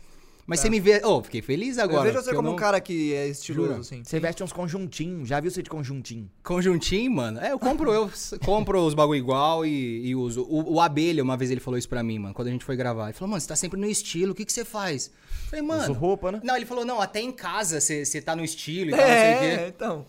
S3: Mas você me vê... Ô, fiquei feliz
S2: Tá.
S3: agora.
S2: eu vejo você
S3: porque
S2: como
S3: não-
S2: um cara que é estiloso,
S3: Jura?
S2: assim.
S1: Você veste uns conjuntinhos. Já viu você de conjuntinho?
S3: Conjuntinho, mano. É, eu compro, eu s- compro os bagulho igual e, e uso. O, o Abelha, uma vez ele falou isso pra mim, mano, quando a gente foi gravar. Ele falou, mano, você tá sempre no estilo, o que que você faz? Eu Falei, mano.
S1: Uso roupa, né?
S3: Não, ele falou, não, até em casa você você tá no estilo e tal, não sei o quê.
S2: É, então.
S3: Eu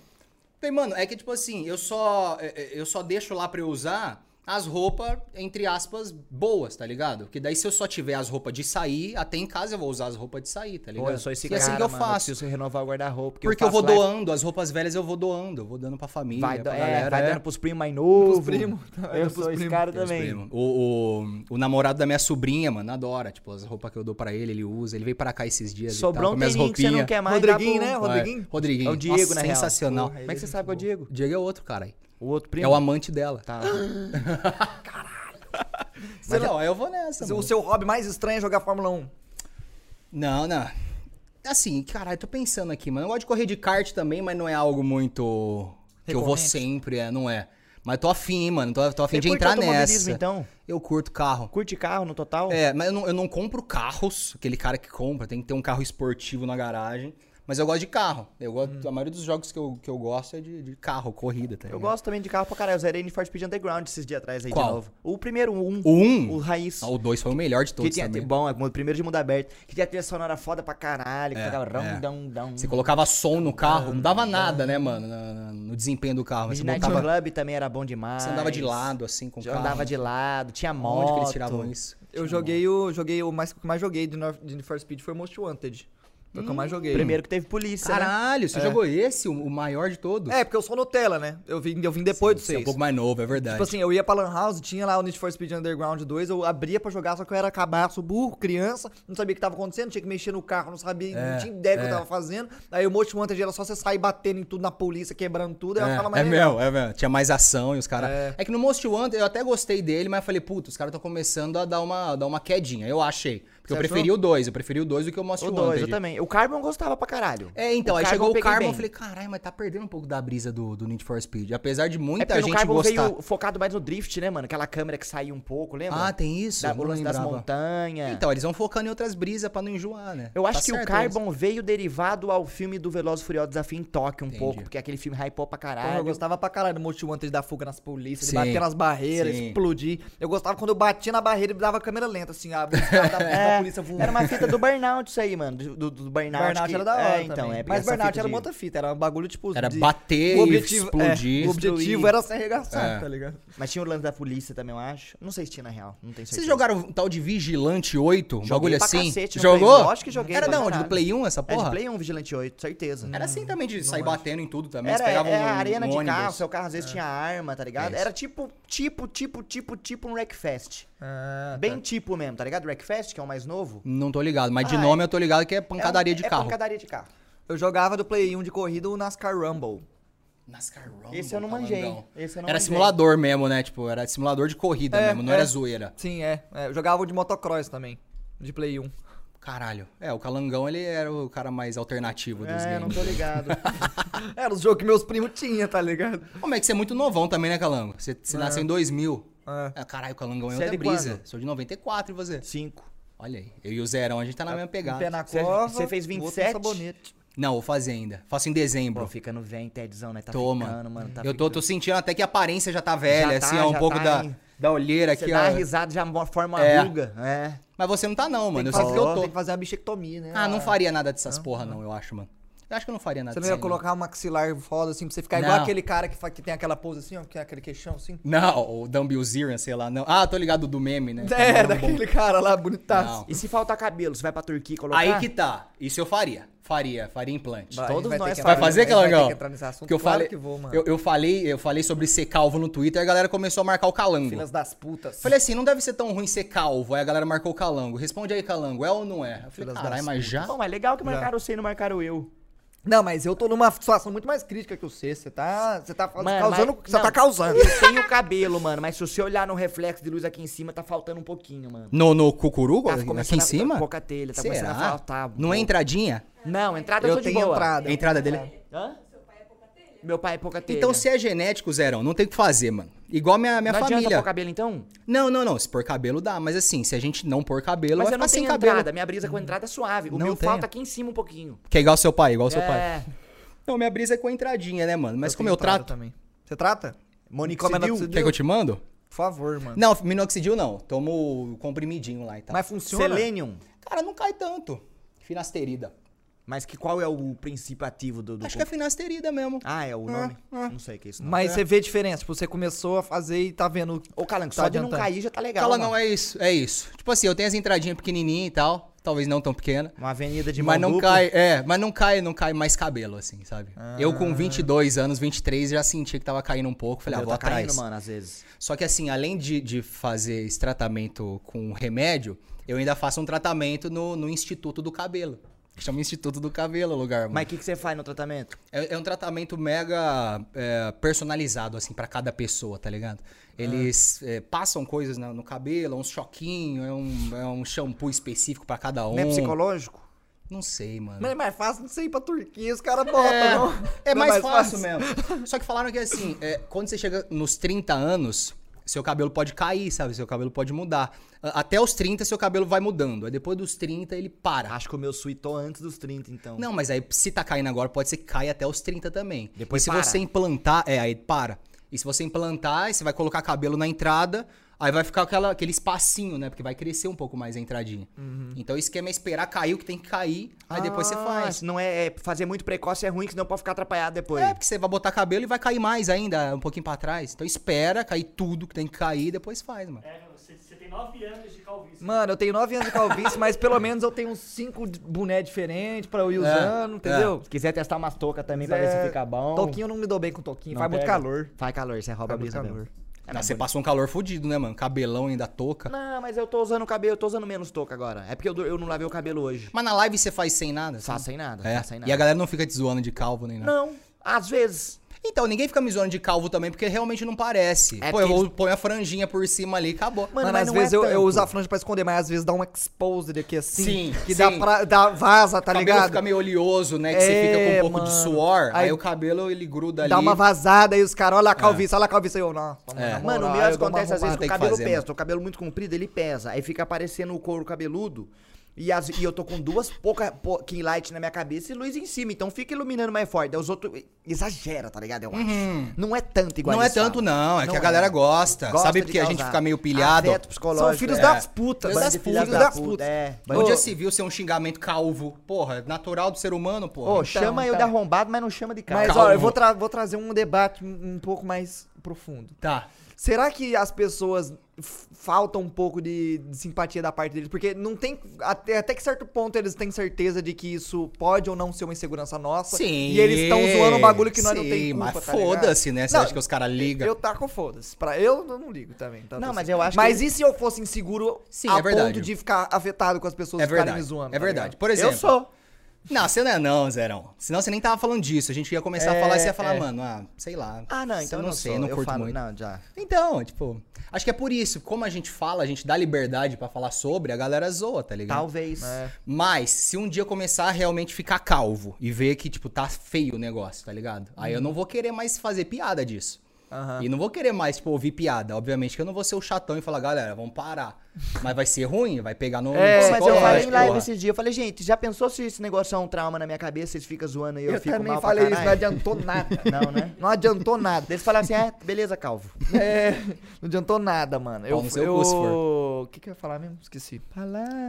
S3: Falei, mano, é que tipo assim, eu só, é, é, eu só deixo lá pra eu usar as roupas, entre aspas, boas, tá ligado? Porque daí se eu só tiver as roupas de sair, até em casa eu vou usar as roupas de sair, tá ligado?
S1: Pô, eu sou esse
S3: e é
S1: cara,
S3: assim que eu
S1: mano,
S3: faço.
S1: preciso renovar o guarda-roupa.
S3: Porque eu,
S1: faço
S3: vou
S1: live-
S3: doando, as roupas velhas eu vou doando, eu vou dando pra família,
S1: Vai, do-
S3: pra
S1: é,
S3: galera.
S1: vai
S3: é.
S1: dando pros primos mais novos.
S2: Pros primos, vai
S1: Eu
S2: dando
S1: sou
S2: pros
S1: esse
S2: primos.
S1: cara
S3: Meus
S1: também.
S3: primos. O, o, o namorado da minha sobrinha, mano, adora. Tipo, as roupas que eu dou pra ele, ele usa. Ele veio pra cá esses dias.
S1: Sobrou
S3: e tal,
S1: um
S3: com minhas
S1: tênis que você não
S3: roupinhas.
S1: quer mais.
S2: Rodriguinho,
S1: dá
S2: né?
S1: pro-
S3: Vai.
S2: Rodriguinho?
S3: Rodriguinho.
S1: É o Diego,
S3: Nossa,
S1: na real.
S3: sensacional.
S1: Como é que você sabe que é o Diego?
S3: O Diego é outro, caralho.
S1: O outro primo?
S3: É o amante dela.
S1: Tá.
S3: Mas
S1: é
S3: não, eu vou nessa.
S2: O
S3: mano.
S2: seu hobby mais estranho é jogar Fórmula 1.
S3: Não, não. Assim, caralho, tô pensando aqui, mano. Eu gosto de correr de kart também, mas não é algo muito. que eu vou
S2: Recorrente.
S3: sempre, é, não é. Mas tô afim, hein, mano. Tô, tô afim
S1: Você
S3: de
S1: curte
S3: entrar
S1: automobilismo,
S3: nessa.
S1: então?
S3: Eu curto carro.
S1: Curte carro no total?
S3: É, mas eu não, eu não compro carros, aquele cara que compra, tem que ter um carro esportivo na garagem. Mas eu gosto de carro. Eu gosto, A maioria dos jogos que eu, que eu gosto é de, de carro, corrida, tá
S1: Eu
S3: ligado?
S1: gosto também de carro pra caralho. Eu zerei Need for Speed Underground esses dias atrás aí de
S3: Qual?
S1: novo. O primeiro, o 1.
S3: O 1,
S1: O Raiz.
S3: Ah, o 2 foi o melhor de
S1: que
S3: todos
S1: tinha,
S3: também.
S1: bom, é o primeiro de mundo aberto. Que tinha trilha sonora foda pra caralho. que tocava rum,
S3: é.
S1: dum, dum.
S3: Você colocava som no carro, não dava nada, né, mano, na- na- no desempenho do carro. Mas você
S1: Midnight
S3: botava...
S1: Club também era bom demais.
S3: Você andava de lado, assim, com o
S1: Já
S3: carro.
S1: Andava de lado, tinha moto.
S3: Onde que eles tiravam isso?
S2: Eu joguei o. Joguei o mais, o que mais joguei de Nor- de Need for Speed foi Most Wanted. Foi o que eu
S3: Hum.
S2: mais joguei.
S1: Primeiro que teve polícia, né?
S3: Caralho, você É. jogou esse, o o maior de todos?
S2: É, porque eu sou Nutella, né? Eu vim, eu vim depois do
S3: Você é um
S2: 6.
S3: pouco mais novo, é verdade.
S2: Tipo assim, eu ia pra Lan House, tinha lá o Need for Speed Underground 2, eu abria pra jogar, só que eu era cabaço, burro, criança, não sabia o que tava acontecendo, tinha que mexer no carro, não sabia,
S3: É,
S2: não tinha ideia do que eu tava fazendo. Aí o Most Wanted era só você sair batendo em tudo na polícia, quebrando tudo, aí eu ficava
S3: É, é
S2: mais legal.
S3: meu, é meu. Tinha mais ação e os caras.
S2: É.
S3: É. que no Most Wanted eu até gostei dele, mas eu falei, puta, os caras estão começando a dar uma, dar uma quedinha. Eu achei. Porque eu
S2: Você
S3: preferi
S2: achou?
S3: o 2, eu preferi o 2 do que o Most
S1: O
S3: Wanted.
S1: 2, eu também. O Carbon eu gostava pra caralho.
S3: É, então,
S1: O
S3: aí
S1: Carbon
S3: chegou o
S1: peguei
S3: Carbon,
S1: bem.
S3: eu falei, caralho, mas tá perdendo um pouco da brisa do, do Need for Speed. Apesar de
S1: É
S3: muita
S1: porque no
S3: gente
S1: Carbon
S3: gostar.
S1: veio focado mais no drift, né, mano? Aquela câmera que saiu um pouco, lembra?
S3: Ah, tem isso?
S1: Da,
S3: Eu
S1: o
S3: não
S1: lance das
S3: lembrava.
S1: montanhas.
S3: Então, eles vão focando em outras brisas pra não enjoar, né?
S1: Eu acho
S3: Tá
S1: que o é um
S3: certo eles.
S1: Carbon veio derivado ao filme do Veloz Furioso Desafio em Tóquio um
S3: Entendi.
S1: pouco, porque aquele filme hypou pra
S2: Porra, Ah, eu
S1: caralho.
S2: gostava pra caralho do Most Wanted da fuga nas polícias, de
S3: Sim.
S2: bater nas barreiras,
S3: Sim.
S2: explodir. Eu gostava quando eu batia na barreira e dava câmera lenta, assim, a, os caras da,
S3: É.
S2: da polícia voando.
S1: Era uma fita do Burnout isso aí, mano. Do, do- do Burnout.
S2: Burnout
S1: que-
S2: era da hora.
S1: É, então,
S2: também.
S1: é.
S2: Mas
S1: essa
S2: Burnout
S1: fita
S2: era
S1: de-
S2: uma outra fita, era um bagulho tipo.
S3: Era
S2: de-
S3: bater
S2: o
S3: e
S2: objetivo- é,
S3: explodir.
S2: o objetivo
S1: destruir.
S2: era se arregaçar,
S3: É.
S2: tá ligado?
S1: Mas tinha o lance da polícia também, eu acho. Não sei se tinha na real. Não tem certeza.
S3: Vocês jogaram um tal de Vigilante 8? Um
S1: Joguei
S3: bagulho
S1: pra
S3: assim?
S1: cacete no
S3: Jogou?
S1: Play um, lógico que joguei
S3: Era
S1: pra
S3: da onde?
S1: caralho.
S3: Do Play 1 essa
S1: É de
S3: porra?
S1: Play 1 Vigilante 8, certeza.
S3: Era assim também de sair batendo em tudo também.
S1: é. Era,
S3: Eles pegavam
S1: é,
S3: um-
S1: a
S3: um
S1: arena de
S3: ônibus.
S1: carro, seu carro às vezes tinha arma, tá ligado?
S3: É isso.
S1: era tipo, tipo, tipo, tipo, tipo um Wreckfest.
S2: Ah,
S1: Bem tipo mesmo, tá ligado? Wreckfest, que é o mais novo.
S3: Não tô ligado, mas de
S1: Ah,
S3: nome eu tô ligado que é
S1: é um-
S3: pancadaria de
S1: é
S3: carro.
S1: pancadaria de carro.
S2: Eu jogava do Play 1 de corrida o NASCAR Rumble.
S3: NASCAR Rumble,
S1: Esse eu não
S3: Calandrão.
S1: manjei. Esse eu não
S3: Era
S1: manjei.
S3: simulador mesmo, né? Tipo, era simulador de corrida
S2: É,
S3: mesmo, não
S2: é.
S3: era zoeira.
S2: Sim, é. é, eu jogava o de motocross também, de Play 1.
S3: Caralho. É, o Calangão, ele era o cara mais alternativo dos
S1: É, eu não
S3: games.
S1: tô ligado.
S2: Era os jogos que meus primos tinham, tá ligado?
S3: Como é que você é muito novão também, né, Calango? Você, você nasceu em 2000.
S2: É.
S3: Ah, caralho, o Calangão é
S1: Você é
S3: outra
S1: de
S3: brisa.
S1: quando?
S3: Sou de 94 e você?
S1: Cinco.
S3: Olha aí. Eu e o Zerão, a gente tá na mesma
S2: Um pé
S3: pegada.
S2: na
S1: Você-
S2: cova,
S1: você fez
S2: o outro no
S1: 27?
S2: sabonete.
S3: Não, vou fazer ainda. Faço em dezembro.
S1: Pô, ficando velho, Tedzão, né? Tá
S3: Toma.
S1: ficando, mano. Tá
S3: eu tô, tô
S1: ficando.
S3: sentindo até que a aparência já tá velha,
S1: Já
S3: assim,
S1: tá,
S3: ó, um
S1: já
S3: pouco
S1: tá,
S3: da,
S1: hein?
S3: da olheira
S1: Você
S3: aqui,
S1: dá uma
S3: ó.
S1: risada, já mo- forma uma
S3: É.
S1: ruga. É.
S3: Mas você não tá, não, mano. Eu
S2: Fala
S3: sinto que eu
S2: Tem
S3: tô.
S2: que fazer uma bichectomia, né?
S3: Ah, não faria nada dessas porra, não, eu acho, mano. Eu acho que eu não faria nada
S2: Você não
S3: disso
S2: ia
S3: aí,
S2: colocar um maxilar foda assim pra você ficar igual
S3: assim. Não.
S2: aquele cara que, fa- que tem aquela pose assim, ó, que é aquele queixão assim?
S3: Não, o Dumbbell Ziran, sei lá, não. Ah, tô ligado do meme, né?
S2: É,
S3: Tá bom, bom.
S2: daquele cara lá, bonitaço.
S3: Não.
S1: E se faltar cabelo, você vai pra Turquia e colocar?
S3: Aí que tá. Isso eu faria. Faria, faria implante.
S2: Vai,
S1: Todos
S2: vai ter
S1: nós
S2: que
S1: fazemos.
S3: Vai
S2: entrar-
S3: fazer,
S2: vai ter que
S3: Calangão?
S2: entrar nesse assunto,
S3: Porque eu
S2: claro
S3: falei,
S2: que vou, mano.
S3: Eu, eu falei, eu falei sobre ser calvo no Twitter e a galera começou a marcar o calango.
S2: Filhas das putas.
S3: Falei assim, não deve ser tão ruim ser calvo. Aí a galera marcou o calango. Responde aí, calango, é ou não é? Eu falei,
S2: Filhas
S3: caralho,
S2: das
S3: mas já?
S1: Tá Bom, mas legal que marcaram você e não marcaram eu.
S2: Não, mas eu tô numa situação muito mais crítica que o C. Você tá. Você tá
S1: Mano,
S2: causando.
S1: mas-
S2: Você tá
S1: não.
S2: causando.
S1: Eu tenho o cabelo, mano, mas se você olhar no reflexo de luz aqui em cima, tá faltando um pouquinho, mano.
S3: No, no cucuru,
S1: Tá
S3: aqui
S1: começando
S3: em
S1: a-
S3: cima?
S1: tá pouca telha, tá começando a
S3: Será?
S1: faltar. um
S3: Não é
S1: pouco.
S3: entradinha?
S1: Não, entrada eu,
S2: Eu
S1: tô de
S2: tenho
S1: boa.
S2: entrada.
S3: A entrada dele?
S1: Hã?
S5: Seu pai é pouca telha?
S1: Meu pai é pouca telha.
S3: Então, se é genético, Zerão, não tem o que fazer, mano. Igual minha, minha
S1: não adianta
S3: família.
S1: pôr cabelo, então?
S3: Não, não, não. Se pôr cabelo dá, mas assim, se a gente não pôr cabelo,
S1: Mas
S3: vai
S1: eu não
S3: ficar sem
S1: tenho
S3: cabelo.
S1: entrada. Minha brisa com entrada é suave. O
S3: Não
S1: meu
S3: tenho.
S1: falta aqui em cima um pouquinho.
S3: Que é igual seu pai, igual seu pai.
S1: É.
S3: Não, minha brisa é com entradinha, né, mano? Mas como
S2: tenho
S3: eu trato.
S1: tá?
S2: também. Você trata?
S1: Monique
S2: Como é
S1: Civil?
S2: nosso-
S3: Quer que eu te mando?
S2: Por favor, mano.
S3: Não, minoxidil não. Tomo o comprimidinho lá e tal.
S2: Mas funciona.
S1: Selenium.
S3: Cara, não cai tanto. Finasterida.
S1: Mas que, qual é o princípio ativo do... do
S3: Acho que é finasterida mesmo.
S1: Ah, é o nome? Não sei o que é isso. Não.
S2: Mas você vê a diferença. Tipo, você começou a fazer e tá vendo.
S1: Ô, Calango,
S2: Tá
S1: só de não
S2: adiantando.
S1: cair já tá legal.
S3: Cala,
S1: mano.
S3: não, é isso, é isso. Tipo assim, eu tenho as entradinhas pequenininhas e tal, talvez não tão pequena.
S1: Uma avenida de
S3: é mas
S1: mão
S3: não
S1: dupla.
S3: cai, é, mas não cai, não cai mais cabelo, assim, sabe? Eu
S1: Ah.
S3: com 22 anos, 23, já senti que tava caindo um pouco, falei, ah,
S1: Eu
S3: vou
S1: tá
S3: atrás.
S1: caindo, mano, às vezes.
S3: Só que assim, além de, de fazer esse tratamento com remédio, eu ainda faço um tratamento no, no Instituto do Cabelo. Que chama Instituto do Cabelo o lugar, mano.
S1: Mas o que, que você faz no tratamento?
S3: É, é um tratamento mega é, personalizado, assim, pra cada pessoa, tá ligado? Eles
S1: Ah.
S3: é, passam coisas na- no, cabelo, é um choquinho, é um, é um shampoo específico pra cada um.
S1: Não é psicológico?
S3: Não sei, mano.
S2: né, Mas é mais fácil não sei ir pra Turquia, os caras botam,
S3: É,
S2: não.
S3: é
S2: Não
S3: mais, fácil, mesmo. Só que falaram que assim, é, quando você chega nos 30 anos, seu cabelo pode cair, sabe? Seu cabelo pode mudar. A- Até os 30, seu cabelo vai mudando. Aí depois dos 30, ele para.
S1: Acho que o meu suitou antes dos 30, então.
S3: Não, mas aí se tá caindo agora, pode ser que caia até os 30 também.
S1: Depois
S3: e se
S1: para.
S3: você implantar, é, aí para. E se você implantar, aí você vai colocar cabelo na entrada, aí vai ficar aquela- aquele espacinho, né? Porque vai crescer um pouco mais a entradinha. Então o esquema é esperar cair o que tem que cair, aí depois você
S1: Ah,
S3: faz.
S1: se Não é, é fazer muito precoce é ruim, que senão pode ficar atrapalhado depois.
S3: É, porque você vai botar cabelo e vai cair mais ainda, um pouquinho pra trás. Então espera cair tudo que tem que cair e depois faz, mano.
S4: É, você, você tem 9 anos de calvície.
S2: Mano, eu tenho 9 anos de calvície, mas pelo menos eu tenho uns 5 boné diferentes pra eu ir usando, entendeu?
S1: Se quiser testar umas toucas também pra
S2: É, Zé,
S1: ver se fica bom.
S2: Toquinho eu não me dou bem com toquinho,
S1: Não
S2: faz muito
S1: pega.
S2: calor.
S1: Faz calor, você rouba a
S2: Faz muito
S1: brisa
S2: calor.
S1: mesmo.
S3: Nossa, você passou um calor fudido, né, mano? Cabelão ainda touca.
S1: Não, mas eu tô usando o cabelo, eu tô usando menos touca agora. É porque eu, do- eu não lavei o cabelo hoje.
S3: Mas na live você faz sem nada?
S1: Só
S3: assim?
S1: sem nada,
S3: É.
S1: só sem
S3: E a
S1: nada.
S3: galera não fica te zoando de calvo nem nada.
S1: Não, às vezes.
S3: Então, ninguém fica me zoando de calvo também, porque realmente não parece.
S1: É
S3: Pô,
S1: porque
S3: eu
S1: eles-
S3: ponho a franjinha por cima ali e acabou.
S1: mas
S2: Mano, mas às
S1: não é
S2: vezes eu, eu
S1: tanto.
S2: uso a franja pra esconder, mas às vezes dá um exposed aqui assim.
S3: Sim,
S2: que dá
S3: sim.
S2: pra. Dá vaza,
S3: o
S2: tá
S3: cabelo
S2: ligado?
S3: fica meio oleoso, né? Que você
S2: É,
S3: fica com um pouco de
S2: mano.
S3: suor, aí,
S2: Aí
S3: o cabelo ele gruda
S2: Dá
S3: ali.
S2: uma vazada aí os caras, olha lá a calvície, olha lá a calvície aí, eu, não.
S3: É.
S1: Mano, o
S2: Ah, um
S1: meu
S2: assim,
S1: acontece às vezes que
S3: tem
S1: o
S3: que
S1: cabelo
S3: fazer,
S1: pesa.
S3: mano.
S1: O cabelo muito comprido, ele pesa. Aí fica aparecendo o couro cabeludo. E, as- e eu tô com duas pouca po- key light na minha cabeça e luz em cima. Então fica iluminando mais forte. Aí os outros exagera, tá ligado? Eu acho. Não é tanto igual
S3: Não é
S1: eles
S3: tanto,
S1: falam.
S3: não. É que a
S1: é.
S3: galera gosta.
S1: Gosta
S3: Sabe
S1: de
S3: porque a gente
S1: causar.
S3: fica meio pilhado?
S1: Afeto psicológico,
S2: São filhos
S1: é.
S2: das putas.
S3: Filhos
S2: Bando
S3: das
S2: de
S1: Filhos
S2: filhos
S3: putas.
S2: das
S1: puta,
S2: putas.
S1: É.
S3: Onde
S1: Ô,
S3: já se viu ser um xingamento calvo? Porra, natural do ser humano, porra.
S1: ô,
S3: Então,
S1: chama eu
S2: tá.
S1: de arrombado, mas não chama de cara.
S2: Mas,
S3: Calma.
S2: ó, eu vou, tra- vou trazer um debate um, um pouco mais profundo.
S3: Tá.
S2: Será que as pessoas f- faltam um pouco de, de simpatia da parte deles? Porque não tem. Até, até que certo ponto eles têm certeza de que isso pode ou não ser uma insegurança nossa.
S3: Sim.
S2: E eles estão zoando um bagulho que nós não
S3: Sim,
S2: tem culpa,
S3: mas
S2: tá ligado?
S3: foda-se, né? Você
S2: Não,
S3: acha que os caras ligam?
S2: Eu taco foda-se. Pra eu, eu não ligo também. tá?
S1: Não,
S2: Tá
S1: mas
S2: certo.
S1: eu acho
S2: Mas
S1: que-
S2: e se eu fosse inseguro
S3: Sim,
S2: a
S3: é verdade.
S2: ponto de ficar afetado com as pessoas
S3: É
S2: ficarem me
S3: verdade.
S2: zoando?
S3: é
S2: tá
S3: verdade.
S2: ligado?
S3: Por exemplo.
S1: Eu sou.
S3: Não, você não é não, Zerão. Senão você nem tava falando disso. A gente ia começar a
S1: É,
S3: falar e você ia falar,
S1: é.
S3: mano, ah, sei lá.
S1: Ah, não, então
S3: eu não sei,
S1: sou.
S3: não
S1: eu
S3: curto
S1: falo,
S3: muito.
S1: Não, já.
S3: Então, tipo, acho que é por isso. Como a gente fala, a gente dá liberdade pra falar sobre, a galera zoa, tá ligado?
S1: Talvez.
S2: É. né?
S3: Mas, se um dia eu começar a realmente ficar calvo e ver que, tipo, tá feio o negócio, tá ligado? Aí eu não vou querer mais fazer piada disso. E não vou querer mais, tipo, ouvir piada. Obviamente que eu não vou ser o chatão e falar, galera, vamos parar. Mas vai ser ruim, vai pegar no.
S1: É,
S3: no
S1: mas eu falei em
S3: psicológico,
S1: live
S3: porra.
S1: esses dias, eu falei, gente, já pensou se esse negócio é um trauma na minha cabeça, vocês ficam zoando e eu,
S2: Eu
S1: fico
S2: também
S1: mal
S2: falei
S1: pra
S2: isso, não
S1: caralho?
S2: adiantou nada.
S1: Não, né?
S2: Não adiantou nada.
S1: Eles falaram assim, é, beleza, calvo.
S2: É, não adiantou nada, mano. Eu,
S3: Pau no seu
S2: eu...
S3: cu, se
S2: O que que eu ia falar mesmo? Esqueci.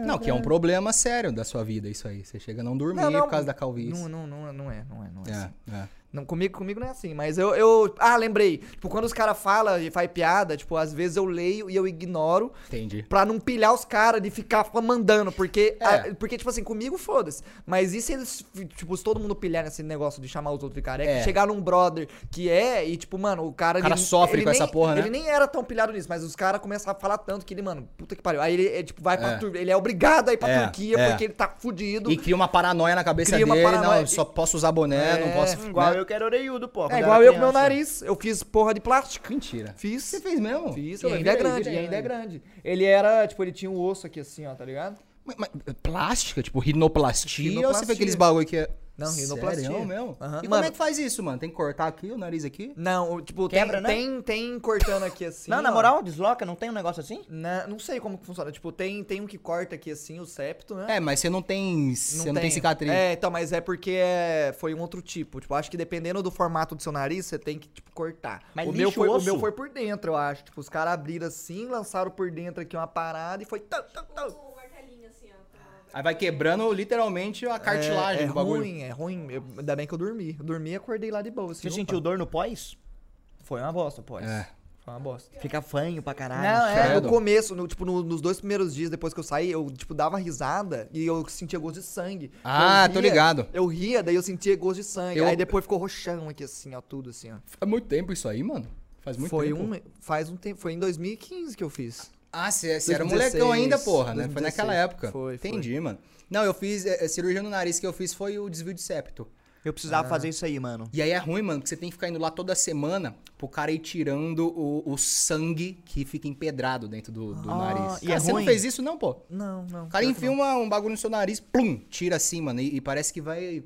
S3: Não, que é um problema sério da sua vida, isso aí. Você chega a não dormir
S2: né? Não, não,
S3: por causa da calvície.
S2: Não, não, não, é- não é, não é, não é. assim.
S3: É, é.
S2: Não, comigo, comigo não é assim, mas eu, eu... Ah, lembrei. Tipo, quando os caras falam e faz piada, tipo, às vezes eu leio e eu ignoro
S3: Entendi.
S2: pra não pilhar os caras de ficar mandando, porque...
S3: É.
S2: ah, porque, tipo assim, comigo, foda-se. Mas e se eles, tipo, se todo mundo pilhar nesse negócio de chamar os outros de careca,
S3: É.
S2: chegar num brother que é e, tipo, mano, o cara...
S3: O cara sofre com
S2: nem-
S3: essa porra, né?
S2: Ele nem era tão pilhado nisso, mas os caras começam a falar tanto que ele, mano, puta que pariu. Aí ele, é, tipo, vai pra...
S3: É.
S2: Tur- Ele é obrigado a ir pra
S3: É,
S2: Turquia
S3: é.
S2: porque ele tá fudido.
S3: E cria uma paranoia na cabeça
S2: Cria uma
S3: dele. Não,
S2: paranoia.
S3: eu só posso usar boné, não
S2: É,
S3: posso.
S1: Igual
S3: né?
S1: eu quero orelhudo, pô.
S2: É igual eu com meu nariz. Eu fiz porra de plástico.
S3: Mentira.
S2: Fiz.
S3: Você fez mesmo?
S2: Fiz,
S3: Eu
S2: e ainda é
S3: virei,
S2: grande, e
S3: virei,
S2: ainda
S3: né?
S2: é grande. Ele era, tipo, ele tinha um osso aqui assim, ó, tá ligado?
S3: Mas, mas, plástica? Tipo, rinoplastia? Ou você vê
S2: Rinoplastia.
S3: aqueles bagulho que é.
S2: Não, rinoplastia.
S3: Sério mesmo?
S2: Aham.
S3: E como
S2: Mano-
S3: é que faz isso, mano? Tem que cortar aqui o nariz aqui?
S2: Não, o- tipo,
S1: Quebra,
S2: tem,
S1: né?
S2: tem, tem cortando aqui assim.
S1: Não, na
S2: ó.
S1: moral, desloca, não tem um negócio assim?
S2: Na- não sei como que funciona. Tipo, tem, tem um que corta aqui assim, o septo, né?
S3: É, mas você não tem. você não tem cicatriz.
S2: É, então, mas é porque é, foi um outro tipo. Tipo, acho que dependendo do formato do seu nariz, você tem que, tipo, cortar.
S1: Mas
S2: o, meu
S1: lixa o
S2: foi, o
S1: osso?
S2: meu foi por dentro, eu acho. Tipo, os caras abriram assim, lançaram por dentro aqui uma parada e foi. tan, tan, tan.
S5: Com um martelinho assim, ó. com uma-
S3: Aí vai quebrando literalmente a cartilagem
S2: é, é
S3: do bagulho.
S2: ruim, é ruim. Eu, ainda bem que eu dormi. Eu dormi e acordei lá de boa. assim,
S1: Você
S2: opa.
S1: sentiu dor no pós?
S2: Foi uma bosta, pós.
S3: É.
S2: Foi uma bosta.
S1: Fica fanho pra caralho.
S2: Não, é,
S3: credo.
S2: no começo, no, tipo, no- nos dois primeiros dias depois que eu saí, eu, tipo, dava risada e eu sentia gosto de sangue.
S3: Ah,
S2: Eu
S3: tô
S2: ria-
S3: ligado.
S2: Eu ria, daí eu sentia gosto de sangue.
S3: Eu-
S2: Aí depois ficou roxão aqui, assim, ó, tudo assim, ó.
S3: Faz muito tempo isso aí, mano. Faz muito
S2: foi
S3: tempo.
S2: um. Faz um tempo. Foi em 2015 que eu fiz.
S3: Ah, você você era
S2: 2016,
S3: molecão ainda, porra, né? Foi
S2: 2016.
S3: naquela época.
S2: Foi, foi.
S3: Entendi, mano. Não, eu fiz. é, é, cirurgia no nariz que eu fiz foi o desvio de septo.
S1: Eu precisava fazer isso aí, mano.
S3: E aí é ruim, mano, porque você tem que ficar indo lá toda semana pro cara ir tirando o, o sangue que fica empedrado dentro do, do
S1: Ah,
S3: nariz.
S1: e
S3: Cara,
S1: é
S3: você
S1: ruim?
S3: não fez isso, não, pô?
S2: Não, não.
S3: O cara enfia uma- um bagulho no seu nariz, plum, tira assim, mano. E, e parece que vai.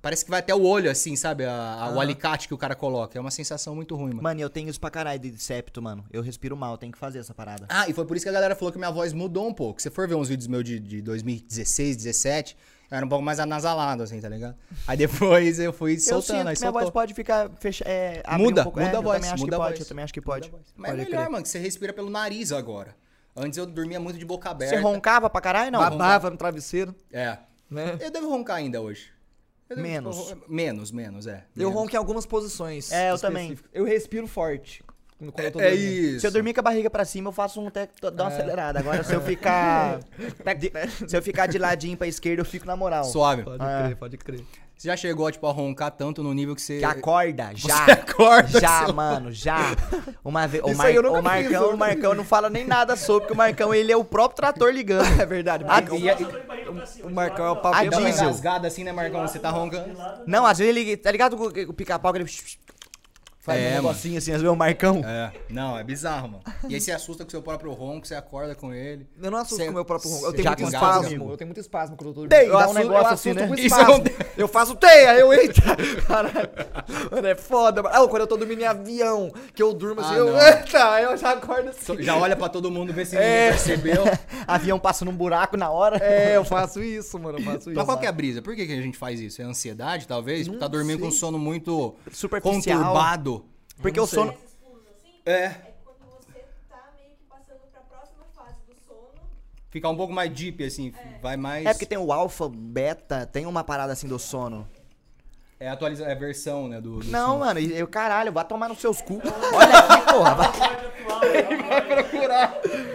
S3: Parece que vai até o olho, assim, sabe? A- a-
S1: Ah.
S3: O alicate que o cara coloca. É uma sensação muito ruim, mano.
S1: Mano, eu tenho isso pra caralho de septo, mano. Eu respiro mal, tenho que fazer essa parada.
S3: Ah, e foi por isso que a galera falou que minha voz mudou um pouco. Se você for ver uns vídeos meus de, de 2016, 17, eu era um pouco mais anasalado, assim, tá ligado? Aí depois eu fui
S1: eu
S3: soltando,
S1: sinto
S3: aí
S1: que minha
S3: soltou.
S1: voz pode ficar fecha, é, abrir
S3: Muda,
S1: um pouco.
S3: muda
S1: é,
S3: a voz,
S1: Eu também acho
S3: muda
S1: que
S3: a
S1: pode,
S3: voz.
S1: eu também acho que pode.
S3: Mas é
S1: Pode
S3: melhor,
S1: crer.
S3: mano, que você respira pelo nariz agora. Antes eu dormia muito de boca aberta.
S1: Você roncava pra caralho, não?
S2: Babava no travesseiro,
S3: É.
S2: né?
S3: Eu devo roncar ainda hoje. Eu devo-
S1: Menos.
S3: eu ron- menos, menos, é.
S2: Eu
S3: Menos.
S2: ronco em algumas posições.
S1: É, eu
S2: específicas. Eu respiro forte. quando eu tô
S3: É
S2: dormindo.
S3: isso.
S1: Se eu dormir com a barriga pra cima, eu faço um tec, dou
S2: É.
S1: uma acelerada. Agora, se eu ficar. de- se eu ficar de ladinho pra esquerda, eu fico na moral.
S3: Suave.
S2: Pode
S1: Ah.
S2: crer, pode crer.
S3: Você já chegou, tipo, a roncar tanto no nível que você.
S1: Já acorda, já.
S3: Você acorda,
S1: Já,
S3: seu-
S1: mano, já. Uma vez. O,
S2: Isso
S1: Mar-
S2: aí eu nunca
S1: o
S2: fiz,
S1: Marcão,
S2: eu-
S1: o Marcão não fala nem nada sobre, porque o Marcão, ele é o próprio trator ligando.
S2: É verdade.
S1: Ah,
S2: Marcão.
S1: e a-
S2: o Marcão é o
S1: Ah,
S2: pau
S3: Dá
S2: quebrado.
S3: uma
S1: diesel.
S3: engasgada assim, né, Marcão? Você tá roncando.
S1: Não, às vezes ele. Tá ligado com o pica-pau que ele. Faz
S3: É,
S1: um
S3: mano.
S1: negocinho assim, às vezes o Marcão.
S3: É. Não, é bizarro, mano. E aí você assusta com seu próprio ronco, você acorda com ele.
S2: Eu não assusto
S3: Cê-
S2: com o meu próprio ronco. Eu
S3: cê
S2: tenho
S1: já
S2: muito
S1: engasga,
S2: espasmo.
S1: amigo?
S2: Eu tenho muito espasmo quando eu tô dormindo.
S1: Tem,
S2: Tipo,
S1: dá
S2: Eu
S1: um
S2: assusto-
S1: negócio
S2: eu
S1: assim,
S2: assusto
S1: né?
S2: com
S3: Isso é um
S2: espasmo. Eu faço teia, eu entro. Caralho. Mano, é foda. mano. Ah, quando eu tô dormindo em avião, que eu durmo assim,
S3: Ah,
S2: eu...
S3: não.
S2: Eita, eu já acordo assim.
S3: Já olha pra todo mundo, vê se ninguém percebeu.
S1: Avião passa num buraco na hora.
S2: É, eu faço isso, mano. Eu
S1: Então
S2: faço isso.
S3: Mas qual que é a brisa? Por que, que a gente faz isso? É ansiedade, talvez? Porque tá dormindo com
S2: sei.
S3: sono muito
S1: Superficial.
S3: conturbado.
S1: Porque o sono.
S5: Esses pulos assim,
S3: É.
S5: é quando você tá meio que passando pra próxima fase do sono.
S3: Ficar um pouco mais deep, assim. Vai mais.
S1: É porque tem o alfa, beta, tem uma parada assim do sono.
S3: É a atualiza... é a versão, né? Do, do
S1: Não, mano, e- eu, caralho, vai tomar nos seus cu. Olha aqui, porra. vai-
S3: sono.
S2: Mano, é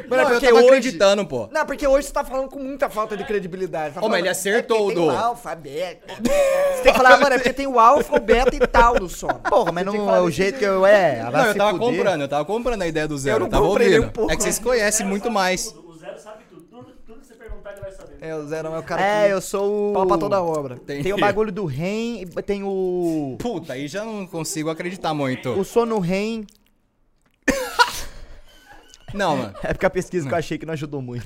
S3: Não, eu
S2: porque
S3: tava
S2: hoje-
S3: acreditando, pô.
S2: Não, porque hoje você tá falando com muita falta de credibilidade. Tá
S3: Ô, mas
S2: falando,
S3: ele acertou
S2: é que
S3: o
S2: Tem
S3: do-
S2: o alfa, beta. Você tem que falar, mano, é porque tem o alfa, o beta e tal no sono.
S1: Porra, mas não é o jeito que eu. É, vai
S3: Não, eu
S1: se
S3: tava
S1: fuder.
S3: comprando, eu tava comprando a ideia do zero.
S2: não
S3: tava
S2: comprei nem um
S3: ouvindo.
S2: pouco.
S3: É que vocês conhecem muito mais.
S4: O zero sabe tudo. Tudo, tudo que você perguntar, ele vai saber.
S2: É, o Zero é o cara
S1: É,
S2: que
S1: eu sou o.
S2: palpa toda a obra.
S1: Tem o bagulho do REM, e tem o.
S3: Puta, aí já não consigo acreditar
S1: O
S3: muito.
S1: sono REM.
S3: Não, mano.
S1: É porque a pesquisa que eu achei que não ajudou muito.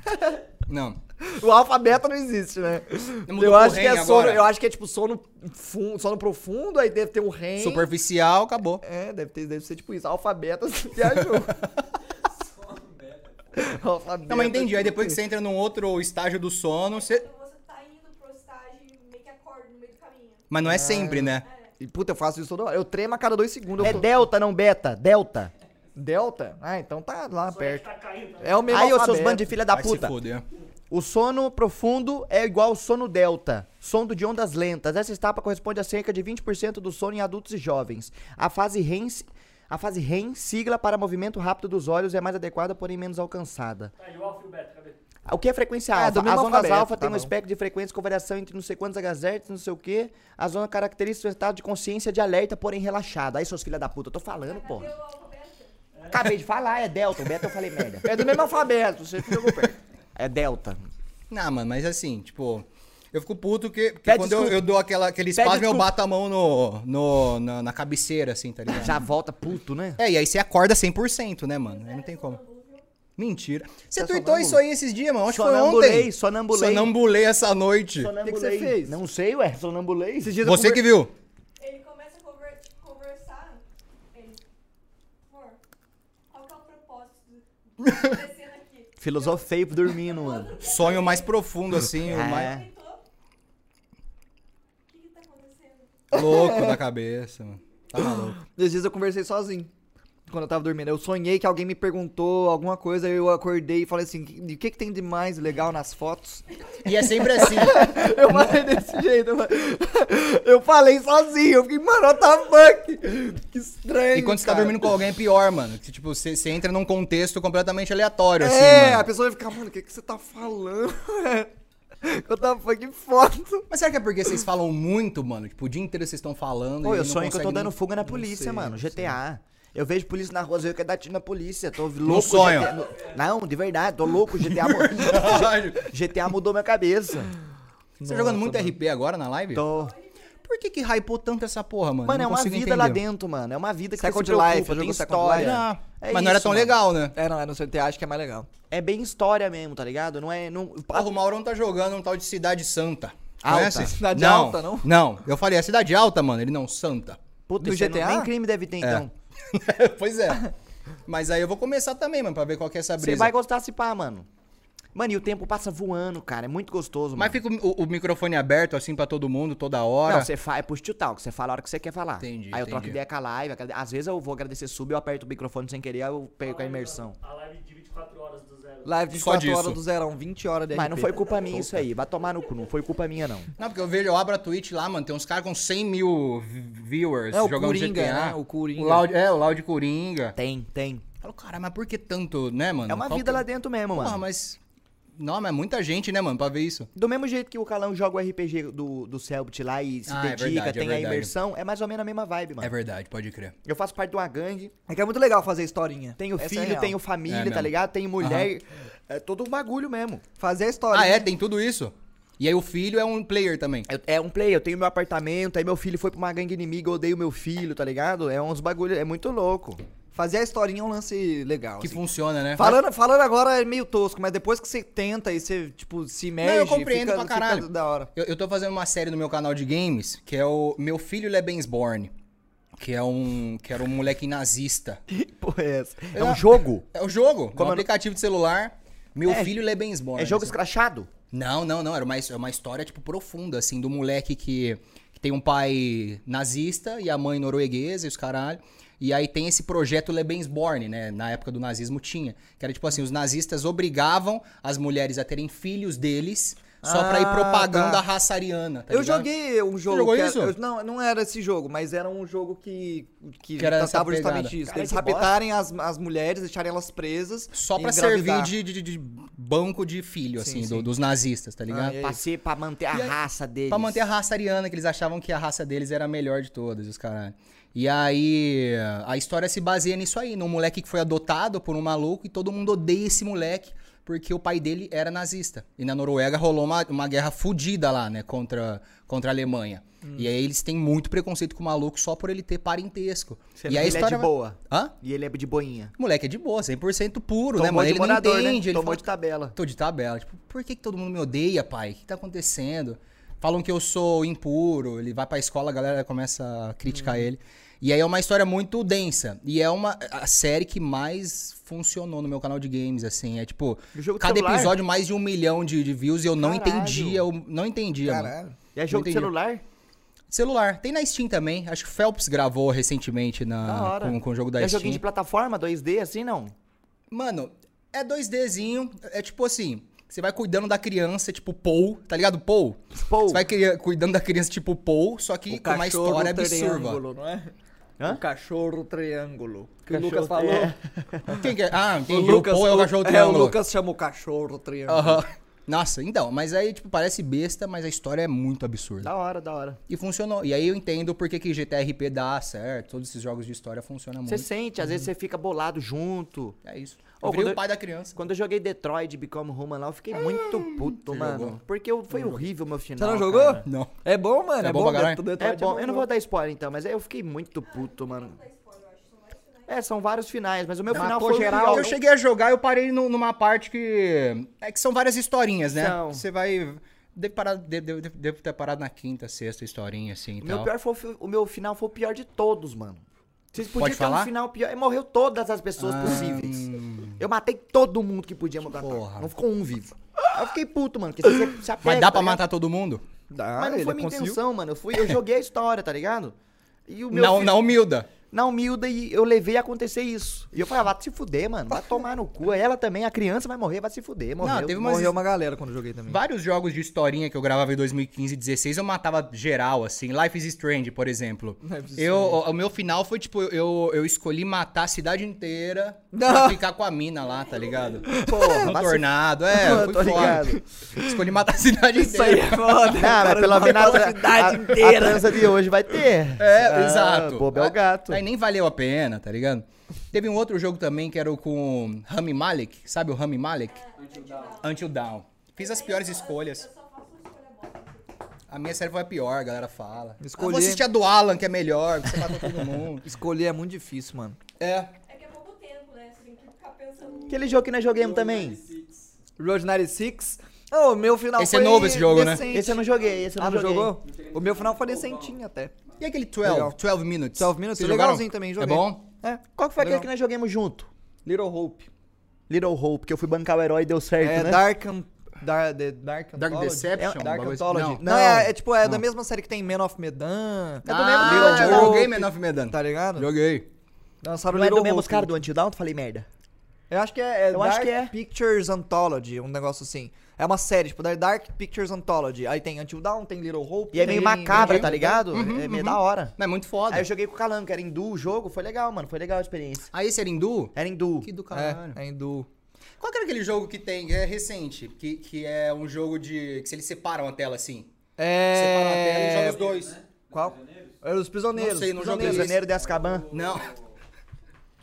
S3: Não.
S2: O alfabeto não existe, né?
S3: Mudou
S2: Eu
S3: pro
S2: acho que
S3: REM
S2: é sono,
S3: agora.
S2: eu acho que é tipo sono fundo, sono profundo, aí deve ter o REM.
S3: Superficial, acabou.
S2: É, deve, ter, deve ser tipo isso, alfabeto você viajou. alfabeto.
S3: Não, mas entendi. Aí depois que você entra num outro estágio do sono, você.
S5: Então você tá indo pro estágio e meio que acorda no meio do caminho.
S3: Mas não é sempre, né?
S2: E, Puta, eu faço isso toda hora. Eu tremo a cada dois segundos.
S1: É
S2: eu tô-
S1: delta, não beta. Delta.
S2: Delta? Ah, então tá lá perto.
S4: Tá caindo.
S2: É o mesmo
S1: Aí, ô seus
S2: alfabeto.
S1: bandos de filha da
S3: Vai
S1: puta.
S3: se foder.
S1: O sono profundo é igual ao sono delta, sono de ondas lentas. Essa etapa corresponde a cerca de 20% do sono em adultos e jovens. A fase REM, si- a fase REM, sigla para movimento rápido dos olhos, é mais adequada, porém menos alcançada.
S4: Aí Tá o Alfa e o Beta, cadê?
S1: O que é frequência
S2: Ah,
S1: alfa?
S2: do mesmo
S1: As ondas
S2: alfabeto,
S1: alfa
S2: tá
S1: têm um
S2: bom.
S1: espectro de frequência com variação entre não sei quantos HZ, não sei o quê. A zona caracteriza o estado de consciência de alerta, porém relaxada. Aí, seus filha da puta, eu tô falando,
S5: Cadê
S1: porra.
S5: o alfabeto?
S1: Acabei de falar, é delta. O beta eu falei merda.
S2: É do mesmo alfabeto, você ficou perto.
S1: É delta.
S3: Não, mano, mas assim, tipo. Eu fico puto que, que
S1: Pede
S3: quando eu,
S1: desculpa.
S3: eu dou aquela, aquele espasmo, eu
S1: desculpa.
S3: bato a mão no, no, na, na cabeceira, assim, tá ligado?
S1: Já volta puto, né?
S3: É, e aí você acorda 100%, né, mano? Aí não tem como. Mentira.
S1: Tá
S3: Você tweetou isso aí esses dias, mano? Acho que foi ontem.
S1: Sonambulei, sonambulei.
S3: Sonambulei essa noite.
S1: Sonambulei.
S2: O que que você fez?
S1: Não sei, ué. Sonambulei.
S2: Esses dias eu
S3: Você
S2: conver-
S3: que viu.
S5: Ele começa a conver- conversar. Ele. Amor, qual que é o propósito do- descendo aqui?
S1: Filosofei dormindo, mano.
S3: Sonho mais profundo, assim, o mais
S5: Sentou. O que que tá acontecendo?
S1: É.
S3: louco da cabeça, mano. Tá maluco.
S2: Esses dias eu conversei sozinho. Quando eu tava dormindo, eu sonhei que alguém me perguntou alguma coisa, eu acordei e falei assim: "Que- o que, que tem de mais legal nas fotos?
S3: E é sempre assim.
S2: Eu falei desse jeito, mano. Eu falei sozinho, eu fiquei, mano, what the fuck? Que estranho.
S3: E quando você tá
S2: cara.
S3: dormindo com alguém é pior, mano. Que, tipo, você, você entra num contexto completamente aleatório, assim,
S2: É,
S3: mano.
S2: a pessoa vai ficar, mano, o que, que você tá falando? What the fuck, que foto?
S3: Mas será que é porque vocês falam muito, mano? Tipo, o dia inteiro vocês estão falando.
S1: Pô,
S3: e
S1: eu
S3: não
S1: sonho que eu tô
S3: conseguem
S1: dando
S3: nem-
S1: fuga na polícia,
S2: sei,
S1: mano.
S2: não
S1: GTA. Eu vejo polícia na rua, eu quero dar tiro na polícia. Tô louco.
S3: sonho.
S1: GTA, no- Não, de verdade, tô louco. GTA, mu-
S3: Caralho.
S1: GTA mudou minha cabeça.
S3: Você tá jogando muito RP agora na live?
S1: Tô.
S3: Por que que hypou tanto essa porra, mano?
S1: Mano, é
S3: Eu não
S1: uma vida
S3: consigo
S1: lá
S3: entender.
S1: dentro, mano. É uma vida que
S2: Second
S1: você se preocupa,
S2: Life,
S1: tem
S2: jogou Second
S1: história.
S2: Life?
S3: Ah,
S1: É
S3: mas não era
S1: isso,
S3: tão
S1: mano.
S3: legal, né?
S2: É, não, é no CT, acho que é mais legal.
S1: É bem história mesmo, tá ligado? Não é... Não...
S2: Ah,
S3: Porra, o Maurão tá jogando um tal de Cidade Santa.
S1: Alta.
S3: Conhece?
S2: Cidade
S3: não,
S2: Alta, não?
S3: Não, eu falei, é Cidade Alta, mano, ele não, Santa.
S1: Puta,
S2: do
S1: isso aí não-
S2: GTA?
S1: nem crime deve
S2: É.
S1: ter, então.
S3: pois é. Mas aí eu vou começar também, mano, pra ver qual que é essa
S1: Você
S3: brisa.
S1: vai gostar se pá, mano. Mano, e o tempo passa voando, cara. É muito gostoso, mano.
S3: Mas fica o, o microfone aberto, assim, pra todo mundo, toda hora.
S1: Não, você faz, é push to talk, você fala a hora que você quer falar.
S3: Entendi,
S1: Aí eu
S3: entendi.
S1: troco ideia com a live. agrade- Às vezes eu vou agradecer sub, eu aperto o microfone sem querer, aí eu perco a imersão.
S4: Ah, A live de 24 horas do zero.
S2: Live
S3: Só
S2: 24
S3: disso.
S2: horas do zerão, 20 horas de
S1: Mas não
S2: RP.
S1: foi culpa minha isso aí. Vai tomar no cu, não foi culpa minha, não.
S3: Não, porque eu vejo, eu abro a Twitch lá, mano, tem uns caras com 100 mil vi- viewers
S2: É, o
S3: jogando
S2: Coringa,
S3: GTA.
S2: né? O Coringa.
S3: O Loud, é, o Loud Coringa.
S1: Tem, tem.
S3: Eu falo, cara, mas por que tanto, né, mano?
S1: É uma
S3: Qual
S1: vida
S3: que-
S1: lá dentro mesmo,
S3: Porra,
S1: mano.
S3: mas... Não, mas é muita gente, né, mano, pra ver isso.
S1: Do mesmo jeito que o Calão joga o RPG do, do Selbit lá e se
S3: Ah, é
S1: dedica,
S3: verdade, é
S1: tem a
S3: verdade.
S1: imersão, é mais ou menos a mesma vibe, mano.
S3: É verdade, pode crer.
S1: Eu faço parte de uma gangue,
S2: É que é muito legal fazer historinha.
S1: tenho
S2: Essa é
S1: filho,
S2: real.
S1: tenho
S3: É
S1: família,
S3: mesmo.
S1: tá ligado? Tenho mulher. É todo um bagulho mesmo.
S2: Fazer a história.
S3: Ah, é? Tem tudo isso? E aí o filho é um player também.
S1: Eu- É um play, eu tenho meu apartamento, aí meu filho foi pra uma gangue inimiga, eu odeio meu filho, tá ligado? É uns bagulho, é muito louco.
S2: Fazer a historinha é um lance legal.
S3: Que
S2: assim.
S3: funciona, né?
S2: Falando, falando agora é meio tosco, mas depois que você tenta e você, tipo, se imerge,
S3: Não, eu compreendo
S2: fica,
S3: pra
S2: fica
S3: caralho.
S2: da hora.
S3: Eu, eu tô fazendo uma série no meu canal de games, que é o Meu Filho Lebensborn. Que é um. Que era um moleque nazista.
S1: Que porra é essa? É um
S3: Eu-
S1: jogo?
S3: É o jogo,
S1: Como
S3: um
S1: eu-
S3: aplicativo de celular. Meu
S1: É-
S3: filho Lebensborn.
S1: É jogo
S3: assim.
S1: escrachado?
S3: Não, não, não. Era uma, é uma história, tipo, profunda, assim, do moleque que, que tem um pai nazista e a mãe norueguesa e os caralho. E aí tem esse projeto Lebensborn, né? Na época do nazismo tinha. Que era tipo assim, os nazistas obrigavam as mulheres a terem filhos deles só pra ir
S2: Ah,
S3: propagando
S2: tá.
S3: a raça ariana. tá
S2: eu
S3: ligado?
S2: joguei um jogo.
S3: jogou
S2: que era-
S3: isso?
S2: eu- não, não era esse jogo, mas era um jogo que, que,
S3: Que era essa
S2: tratava
S3: pegada.
S2: justamente isso. que
S1: Cara,
S2: eles
S1: que
S2: raptarem as, as mulheres, deixarem elas presas.
S3: Só
S2: e
S3: pra servir
S2: engravidar.
S3: de, de- de- de banco de filho,
S2: Sim,
S3: assim, do-
S2: sim.
S3: dos nazistas, tá ligado?
S2: Ah, é
S1: Pra, ser, pra manter a
S3: E aí-
S1: raça deles.
S3: Pra manter a raça ariana, que eles achavam que a raça deles era a melhor de todas, os caralho. E aí, a história se baseia nisso aí, num moleque que foi adotado por um maluco e todo mundo odeia esse moleque porque o pai dele era nazista. E na Noruega rolou uma, uma guerra fodida lá, né, contra, contra a Alemanha.
S1: Hum.
S3: E aí eles têm muito preconceito com o maluco só por ele ter parentesco.
S1: Sendo que
S3: e aí
S1: ele
S3: a
S1: é
S3: história
S1: de
S3: vai-
S1: boa.
S3: Hã?
S1: E ele é de boinha.
S3: Moleque é de boa, 100% puro, né,
S1: Tomou
S3: mano?
S1: de
S3: Ele não
S1: morador, né?
S3: entende, ele
S1: Tomou
S3: fala,
S1: de tabela.
S3: Tô de tabela. Tipo, por que, que todo mundo me odeia, pai? O que tá acontecendo? Falam que eu sou impuro, ele vai pra escola, a galera começa a criticar
S1: Uhum.
S3: ele. E aí é uma história muito densa. E é uma a série que mais funcionou no meu canal de games, assim. É tipo,
S1: E jogo de
S3: cada
S1: celular?
S3: episódio mais de um milhão de, de views e eu não
S1: Caralho.
S3: entendia. Eu não entendia, mano.
S2: Caralho.
S1: E é jogo de
S3: entendi.
S1: celular?
S3: Celular. Tem na Steam também. Acho que o Phelps gravou recentemente
S1: Da
S3: na,
S1: hora.
S3: com, com o jogo da
S1: é
S3: Steam.
S1: joguinho de plataforma, 2D, assim, não?
S3: Mano, é 2Dzinho, é tipo assim, você vai cuidando da criança, tipo Paul, tá ligado? Paul.
S1: Pô,
S3: Você vai cria- cuidando da criança tipo Paul, só que
S2: O
S3: com uma
S2: cachorro
S3: história absurva.
S2: triângulo, não é?
S1: Hã?
S2: O cachorro triângulo. Que
S1: Cachorro-
S2: o Lucas falou.
S1: é.
S3: Quem que é? Ah, entendi. O, Paul é o cachorro triângulo.
S2: É, o Lucas chama o cachorro triângulo.
S3: Aham. Nossa, então, mas aí, tipo, parece besta, mas a história é muito absurda.
S1: Da hora, da hora.
S3: E funcionou. E aí eu entendo porque que GTRP dá certo, todos esses jogos de história funcionam
S1: Você
S3: muito.
S1: sente, às vezes você fica bolado junto.
S3: É isso.
S1: Ô,
S3: Eu virei
S1: quando
S3: o pai da criança.
S1: Quando eu joguei Detroit Become Human lá, eu fiquei muito puto,
S3: Você
S1: mano.
S3: jogou?
S1: Porque eu- foi horrível o meu final.
S2: Você não jogou?
S1: cara.
S3: Não.
S2: É bom, mano.
S3: É
S2: É,
S3: bom
S2: bom,
S3: pra caralho?
S2: Detroit- Detroit
S1: É bom, eu não vou
S2: jogo.
S1: dar spoiler então, mas eu fiquei muito puto, mano.
S5: né?
S1: É, são vários finais, mas o meu final
S2: Matou
S1: foi o
S2: geral.
S1: pior.
S3: Eu cheguei a jogar eu parei no- numa parte que. É que são várias historinhas, né?
S1: São.
S3: Você vai. Devo, parar, de- de- de- devo ter parado na quinta, sexta historinha, assim e
S1: O meu,
S3: tal.
S1: pior foi, o fi- o meu final foi o pior de todos, mano. Vocês podiam ter
S3: falar?
S1: um final pior. E morreu todas as pessoas
S3: Ah,
S1: possíveis. Eu matei todo mundo que podia matar.
S3: porra.
S1: Não ficou um vivo. Aí Eu fiquei puto, mano. Porque você se apega,
S3: Mas dá
S1: tá
S3: pra
S1: ligado?
S3: matar todo mundo?
S2: Dá,
S1: Mas não
S2: ele
S1: foi minha
S2: conseguiu.
S1: intenção, mano. Eu, fui, eu joguei a história, tá ligado? E o meu
S3: Na,
S1: fi-
S3: na humilda.
S1: na humilda e eu levei a acontecer isso. E eu falei, ah, vai se fuder, mano. Vai tomar no cu. Ela também, a criança vai morrer, vai se fuder. Morreu.
S3: teve uma-
S2: Morreu uma galera quando eu joguei também.
S3: Vários jogos de historinha que eu gravava em 2015 e 2016, eu matava geral, assim. Life is Strange, por exemplo.
S2: Life is
S3: Eu, o, o meu final foi, tipo, eu, eu escolhi matar a cidade inteira pra
S2: Não.
S3: ficar com a mina lá, tá ligado?
S1: Porra,
S3: No
S1: vai se-
S3: tornado, é,
S1: Mano,
S3: foi
S1: tô
S3: foda.
S1: ligado.
S3: Escolhi matar a cidade inteira.
S2: Isso aí é
S1: Cara,
S2: foda. cara,
S1: pelo menos a,
S2: matou a cidade
S1: a-
S2: inteira.
S1: a trança de hoje vai ter.
S3: É,
S1: Ah,
S3: exato.
S1: Bobo é o gato.
S3: Aí nem valeu a pena, tá ligado? Teve um outro jogo também que era o com Rami Malek, sabe o Rami Malek?
S6: Antes de eu dar.
S3: Until Dawn. Fiz as piores escolhas.
S5: Eu só faço escolha bosta.
S3: A minha série foi a pior, a galera fala.
S2: Escolher-
S3: Ah, vou assistir a do Alan, que é melhor, que você mata todo mundo.
S2: Escolher é muito difícil, mano.
S3: É.
S5: É que é pouco tempo, né? Você tem que ficar pensando.
S1: Aquele jogo que nós jogamos também.
S2: Road 96. Oh, o meu final
S3: Esse é
S2: foi
S3: novo, esse jogo, né?
S2: decente.
S1: Esse eu não joguei, esse eu não
S2: Ah, não
S1: joguei.
S2: jogou? O meu final foi decentinho até.
S3: E aquele 12,
S2: Legal.
S3: 12 Minutes?
S2: 12 Minutes,
S3: Vocês
S2: legalzinho
S3: jogaram?
S2: também,
S3: É
S2: joguei.
S3: bom?
S2: É.
S1: Qual que foi
S2: Legal.
S1: aquele que nós jogamos junto?
S2: Little Hope.
S1: Little Hope, que eu fui bancar o herói e deu certo,
S2: É
S1: né?
S2: Darkham. Dar, the Dark
S3: Dark
S2: Anthology.
S3: Deception,
S2: É,
S3: um
S2: Dark
S3: bagulho assim.
S2: Anthology. Não,
S3: Não.
S2: é, é tipo, é da
S3: Não.
S2: mesma série que tem Man of Medan.
S1: É do mesmo
S3: ah,
S1: Little
S3: eu
S1: Hope.
S3: joguei Man of Medan.
S2: Tá ligado?
S3: Joguei.
S2: Lançaram
S1: Não é do
S2: Little
S1: mesmo os
S2: Hope.
S1: caras do Antidown? Falei merda.
S2: Eu acho que é, é
S1: Eu
S2: Dark
S1: acho que é.
S2: Pictures Anthology, um negócio assim. É uma série, tipo, da Dark Pictures Anthology. Aí tem Until Dawn, tem Little Hope.
S1: E é meio
S2: tem-
S1: macabra,
S2: tem-
S1: tá ligado?
S2: Uhum,
S1: é meio da hora.
S3: Mas é muito foda.
S1: Aí eu joguei com o Calango, que era hindu o jogo, foi legal, mano. Foi legal a experiência.
S3: Aí esse era hindu?
S1: Era hindu.
S3: Que do caralho.
S2: É, é hindu.
S3: Qual que era aquele jogo que tem, que é recente, que, que é um jogo de... que se eles separam a tela assim. Separam a tela e
S2: É...
S3: jogam os dois.
S2: Qual? Era os prisioneiros.
S3: Não sei, não joguei
S1: Prisioneiro
S2: prisioneiros.
S3: esse.
S1: de Azkaban.
S3: Não.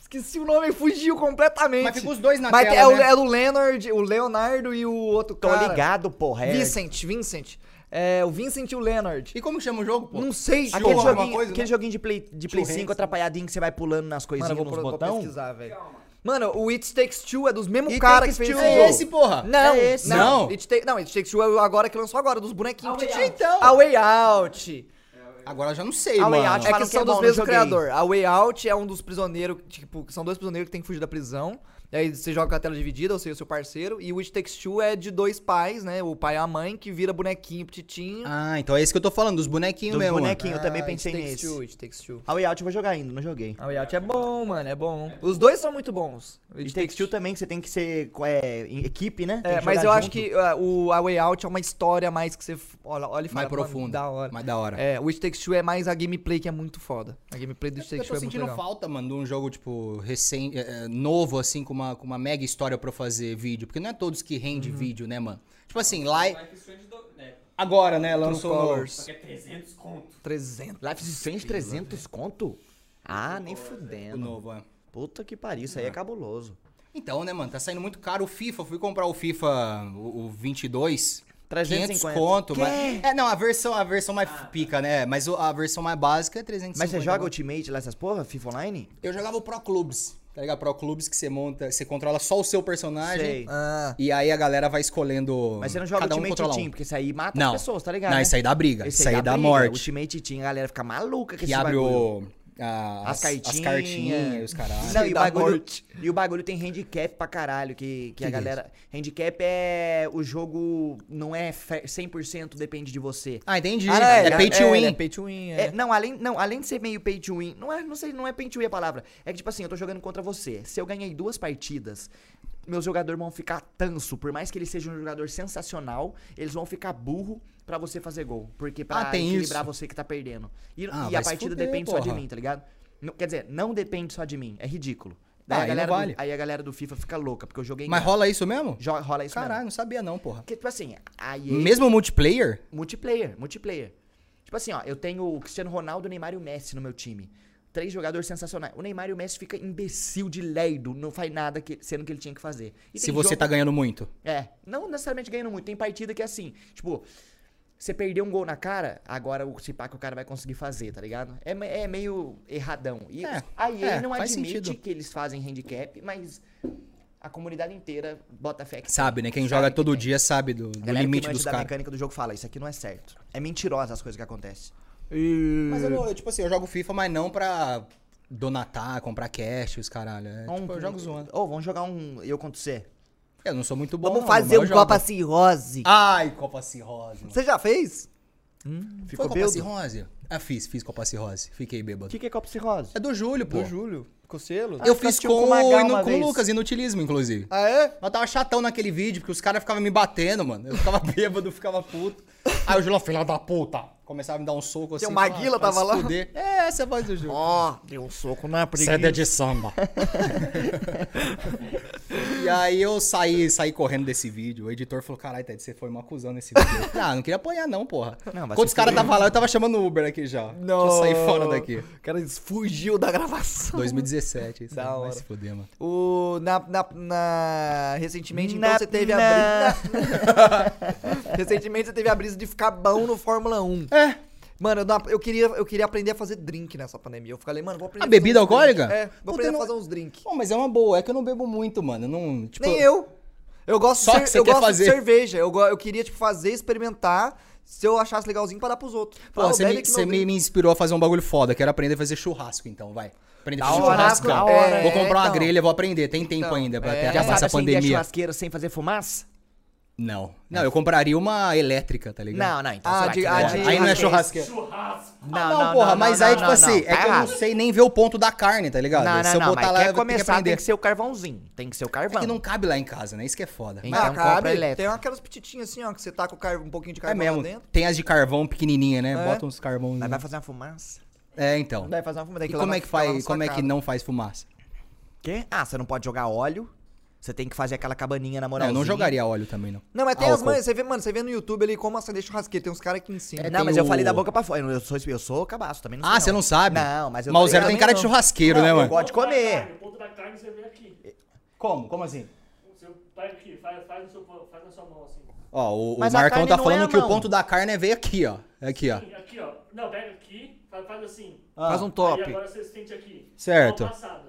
S2: Esqueci o nome, fugiu completamente.
S3: Mas ficou os dois na
S2: Mas
S3: tela,
S2: é, o,
S3: né?
S2: é o Leonard, o Leonardo e o outro
S1: Tô
S2: cara.
S1: ligado, porra. É.
S2: Vincent, Vincent. É, o Vincent e o Leonard.
S3: E como chama o jogo, pô?
S2: Não sei.
S3: Aquele
S1: Aquele
S3: Show, alguma
S1: joguinho,
S3: coisa,
S1: aquele
S3: né?
S1: joguinho de Play, de play 5 atrapalhadinho que você vai pulando nas coisinhas
S2: Mano, eu vou,
S1: nos
S2: pro- vou
S1: botões.
S2: pesquisar, velho. Mano, o It Takes Two é dos mesmos
S1: It
S2: cara que
S1: Takes
S2: fez
S1: Two.
S2: esse
S3: É
S2: jogo.
S3: esse, porra!
S2: Não,
S1: É esse.
S2: não.
S3: Não.
S2: It Take- não, It Takes Two é agora que lançou agora, dos bonequinhos.
S6: A Way
S2: Tchim,
S6: Out.
S2: Então. A Way Out.
S3: Agora eu já não sei,
S1: Ah,
S3: mano.
S1: Way Out
S2: É
S1: Falam
S2: que
S1: que é bom,
S2: são dos
S1: não
S2: mesmos
S1: joguei.
S2: criador. A Way Out é um dos prisioneiros, tipo, são dois prisioneiros que tem que fugir da prisão. E aí você joga com a tela dividida, ou seja, o seu parceiro. E o It Takes Two é de dois pais, né? O pai e a mãe, que vira bonequinho, petitinho.
S3: Ah, então é esse que eu tô falando, dos bonequinhos
S1: Dos
S3: mesmo. mano.
S1: bonequinhos, eu também
S2: Ah,
S1: pensei
S2: It Takes
S1: nesse.
S2: Two, It Takes Two.
S1: A Way Out eu vou jogar ainda, não joguei.
S2: A Way Out é bom, mano, é bom. Os dois são muito bons. O
S1: It Takes Two também, que você tem que ser é, em equipe, né? Tem
S2: É,
S1: que
S2: mas
S1: jogar
S2: eu acho
S1: junto.
S2: que ah, o A Way Out é uma história mais que você. f- Olha, olha e fala.
S3: Mais
S2: "Mano,
S3: profundo.
S2: Da hora.
S3: Mais da hora.
S2: É, o It Takes Two é mais a gameplay que é muito foda. A gameplay do It
S3: Eu
S2: Takes Two
S3: tô
S2: é muito
S3: sentindo
S2: legal.
S3: falta, mano, de um jogo, tipo, recente, é, é, novo, assim, com uma, com uma mega história pra fazer vídeo. Porque não é todos que rende
S2: Uhum.
S3: vídeo, né, mano? Tipo assim, lá.
S6: Life is Strange do- né,
S3: Agora, né?
S2: lançou
S3: Lançou.
S2: no-
S6: Só que é 300 conto.
S2: 300.
S1: Life is Strange 300 conto? Ah, nem
S3: O
S1: fudendo.
S3: é. novo, Ah. é.
S1: Puta que pariu, isso aí é cabuloso.
S3: Então, né, mano? Tá saindo muito caro o FIFA. Fui comprar o FIFA, o, o 22.
S1: 350.
S3: 500 conto.
S1: Quê?
S3: Mas, é, não, a versão, a versão mais pica, né? Mas o- a versão mais básica é 350.
S1: Ah, tá. Mas você joga
S3: o
S1: Ultimate lá essas porra? FIFA Online?
S3: Eu jogava o Pro Clubs, tá ligado? Pro Clubs que você monta, você controla só o seu personagem.
S1: Sei.
S2: Ah.
S3: E aí a galera vai escolhendo.
S1: Mas você não joga
S3: cada um
S1: Ultimate
S3: controla um.
S1: Team, porque isso aí mata
S3: Não.
S1: as pessoas, tá ligado?
S3: Não,
S1: né?
S3: isso aí dá briga.
S1: Esse
S3: Isso aí dá
S1: briga,
S3: morte.
S1: Ultimate Team, a galera fica maluca com
S3: Que
S1: esse
S3: abre
S1: bagulho.
S3: o. a-
S1: As cartinhas.
S3: As cartinhas, os caralho.
S1: Não,
S2: Isso aí
S1: e, o
S2: dá
S1: bagulho,
S2: morte.
S1: e o bagulho tem handicap pra caralho, que, que, a
S3: Que
S1: galera... Handicap é... O jogo não é fe- 100% depende de você.
S3: Ah, entendi.
S2: Ah, não,
S3: é,
S2: ele
S3: pay to
S2: é,
S3: win.
S2: ele É pay to win, é.
S1: É, não, além, não, além de ser meio pay to win, não, é, não sei, não é pay to win a palavra. É que, tipo assim, eu tô jogando contra você. Se eu ganhei duas partidas, meus jogadores vão ficar tanso. Por mais que ele seja um jogador sensacional, eles vão ficar burro pra você fazer gol. Porque pra
S3: Ah, tem
S1: equilibrar
S3: isso.
S1: você que tá perdendo. E,
S3: Ah,
S1: e a
S3: vai se
S1: partida
S3: fuder,
S1: depende só de
S3: porra.
S1: mim, tá ligado? Não- quer dizer, não depende só de mim. É ridículo.
S3: Ah,
S1: Daí a
S3: aí não
S1: galera do-
S3: vale.
S1: aí a galera do FIFA fica louca, porque eu joguei.
S3: Mas
S1: rola,
S3: rola isso mesmo?
S1: rola isso
S3: Caralho,
S1: mesmo.
S3: não sabia não, porra.
S1: Porque, tipo assim, aí
S3: Mesmo multiplayer?
S1: Multiplayer, multiplayer. Tipo assim, ó, eu tenho o Cristiano Ronaldo, o Neymar e o Messi no meu time. Três jogadores sensacionais. O Neymar e o Messi fica imbecil de leido, não faz nada que, sendo que ele tinha que fazer. E
S3: Se
S1: tem
S3: você
S1: jogo-
S3: tá ganhando muito.
S1: É, não necessariamente ganhando muito. Tem partida que é assim, tipo, você perdeu um gol na cara, agora o se pá que o cara vai conseguir fazer, tá ligado? É, me- é meio erradão. E
S3: É,
S1: a EA
S3: é,
S1: não
S3: faz
S1: admite
S3: sentido.
S1: que eles fazem handicap, mas a comunidade inteira bota fé que
S3: Sabe, né? Quem
S1: Sabe
S3: joga
S1: que
S3: todo
S1: tem.
S3: dia sabe do, do
S1: galera
S3: limite
S1: que manja
S3: dos
S1: da
S3: caras.
S1: mecânica do jogo fala, isso aqui não é certo. É mentirosa as coisas que acontecem.
S3: É
S2: E-
S3: Mas eu, não- eu, tipo assim, eu jogo FIFA, mas não pra donatar, comprar cash, os caralho. É, tipo,
S1: um
S3: eu jogo zoando.
S1: Ô, vamos jogar um eu contra você.
S3: Eu não sou muito bom,
S2: Vamos
S3: não,
S2: fazer
S3: mas
S2: um
S3: eu jogo.
S2: Copa
S1: assim,
S2: Cirrose.
S3: Ai, Copa Cirrose. mano.
S2: Você já fez?
S1: Ficou
S3: Hum, Foi Copa
S1: bêbado?
S3: Cirrose? Ah, fiz, fiz Copa Cirrose. Fiquei
S1: O
S3: bêbado.
S1: que, que é copo cirrose?
S3: É do Júlio, pô.
S2: Júlio. Ficou selo?
S3: Eu
S1: Ah,
S3: fiz
S1: assistiu
S3: com,
S1: com o
S3: o
S1: Magal
S3: Inu-
S1: uma
S3: com o
S1: vez.
S3: Lucas, inutilismo, inclusive.
S2: Ah, é?
S3: Eu tava chatão naquele vídeo, porque os caras ficavam me batendo, mano. Eu ficava bêbado, ficava puto. Aí o Julão, filha da puta, começava a me dar um soco assim.
S2: o Maguila
S3: falava, "Vai
S2: tava
S3: se
S2: lá?"
S3: fuder. É, essa é a voz do Júlio.
S1: é
S2: Ó, deu um soco na
S3: Seda de samba.
S2: E
S3: E aí eu saí, saí correndo desse vídeo. O editor falou: caralho, Ted, você foi uma cuzão nesse vídeo. Eu falei, ah, não queria apanhar, não, porra.
S1: Não, vai
S3: Quando
S1: se
S3: os caras
S1: fuder.
S3: estavam lá, eu tava chamando o Uber aqui já. Deixa eu sair fora daqui.
S2: O cara fugiu da gravação.
S3: 2017, isso
S2: Da
S3: aí, vai
S2: hora.
S3: se fuder, mano.
S2: O, na, na, na- recentemente, então,
S1: Na-
S2: você teve
S1: na-
S2: a brisa... recentemente, você teve a brisa de ficar bom no Fórmula 1. É. Mano, eu, não- eu queria, eu queria aprender a fazer drink nessa pandemia. Eu falei, mano, vou aprender
S3: Ah, bebida
S2: fazer uns drink.
S3: alcoólica?
S2: É,
S3: Não
S2: vou aprender
S3: tem
S2: a
S3: no-
S2: fazer uns drinks.
S3: Pô, mas é uma boa, é que eu não bebo muito, mano. Eu não, tipo,
S2: Nem eu. Eu gosto,
S3: Só
S2: de, cer-
S3: que você
S2: eu
S3: quer
S2: gosto
S3: fazer.
S2: de cerveja. Eu, go- eu queria, tipo, fazer, experimentar. Se eu achasse legalzinho pra dar pros outros.
S3: Pô,
S2: Fala,
S3: você,
S2: bebe
S3: me,
S2: que
S3: você
S2: não
S3: me, me inspirou a fazer um bagulho foda. Quero aprender a fazer churrasco, então, vai. Aprender a fazer
S1: hora,
S3: churrasco.
S1: da
S3: cara.
S1: hora, é,
S3: vou comprar uma
S2: então.
S3: grelha, vou aprender. Tem tempo
S2: Então,
S3: ainda pra
S2: é.
S3: até
S2: Já
S3: acabar essa
S1: acender
S3: pandemia.
S1: churrasqueira sem fazer fumaça?
S3: Não. Não, eu compraria uma elétrica, tá ligado?
S1: Não, não, então
S2: Ah,
S1: sei lá,
S2: de-
S1: que
S2: ah,
S1: merda.
S2: de-
S3: Aí não é
S2: churrasqueira.
S3: churrasqueira.
S4: Churrasco.
S3: Não, porra, mas aí, tipo assim, é
S1: tá
S3: que eu não
S1: errado.
S3: sei nem ver o ponto da carne, tá ligado?
S1: Não,
S3: Se
S1: não,
S3: eu
S1: não,
S3: botar
S1: mas
S3: lá, eu
S1: quer
S3: vou ter que
S1: começar,
S3: aprender.
S1: tem que ser o carvãozinho. Tem que ser o
S3: É
S1: carvão.
S3: que não cabe lá em casa, né? Isso que é foda.
S1: Hein?
S2: Mas
S1: Então compra elétrico.
S2: Ah, Tem aquelas petitinhas assim, ó, que você taca o car... um pouquinho de
S3: Mas é
S2: carvão lá
S3: mesmo.
S2: dentro.
S3: Tem as de carvão pequenininha, né?
S2: É.
S3: Bota uns carvão.
S1: Mas vai fazer uma fumaça?
S3: É, então.
S2: Vai fazer uma fumada
S3: E como é que faz? Como é que não faz fumaça?
S1: Quê? Ah, você não pode jogar óleo. Você tem que fazer aquela cabaninha na
S3: Não, eu
S1: moralzinha.
S3: não jogaria óleo também, não.
S2: Não, mas tem as
S3: Álcool.
S2: mães, você vê, mano, você vê no YouTube ali como acender churrasqueira, tem uns caras que ensinam.
S3: É,
S1: Não,
S3: tem
S1: mas eu
S3: o-
S1: falei da boca pra fora. Eu sou, eu sou cabaço, também não sei
S3: Ah, você não sabe?
S1: Não, mas eu
S3: Mas o
S1: tô
S3: Zero tem
S1: ligado,
S3: cara de
S1: não.
S3: churrasqueiro, né,
S1: eu
S3: mano?
S1: gosto de
S4: Da
S1: comer.
S4: carne, o ponto da carne você vê aqui.
S3: Como? Como assim?
S4: Você pega aqui, faz, faz, no seu, faz na sua mão assim.
S3: Ó, o, o
S1: Mas a
S3: Marcão
S1: carne
S3: tá
S1: não é a
S3: falando que o
S1: mão.
S3: ponto da carne é ver aqui, ó. Aqui, ó.
S4: Sim, Aqui, ó. Não, pega aqui, faz, faz assim.
S2: Faz um
S4: Aí
S2: top.
S4: agora você sente aqui.
S3: Certo.
S4: Mal passada.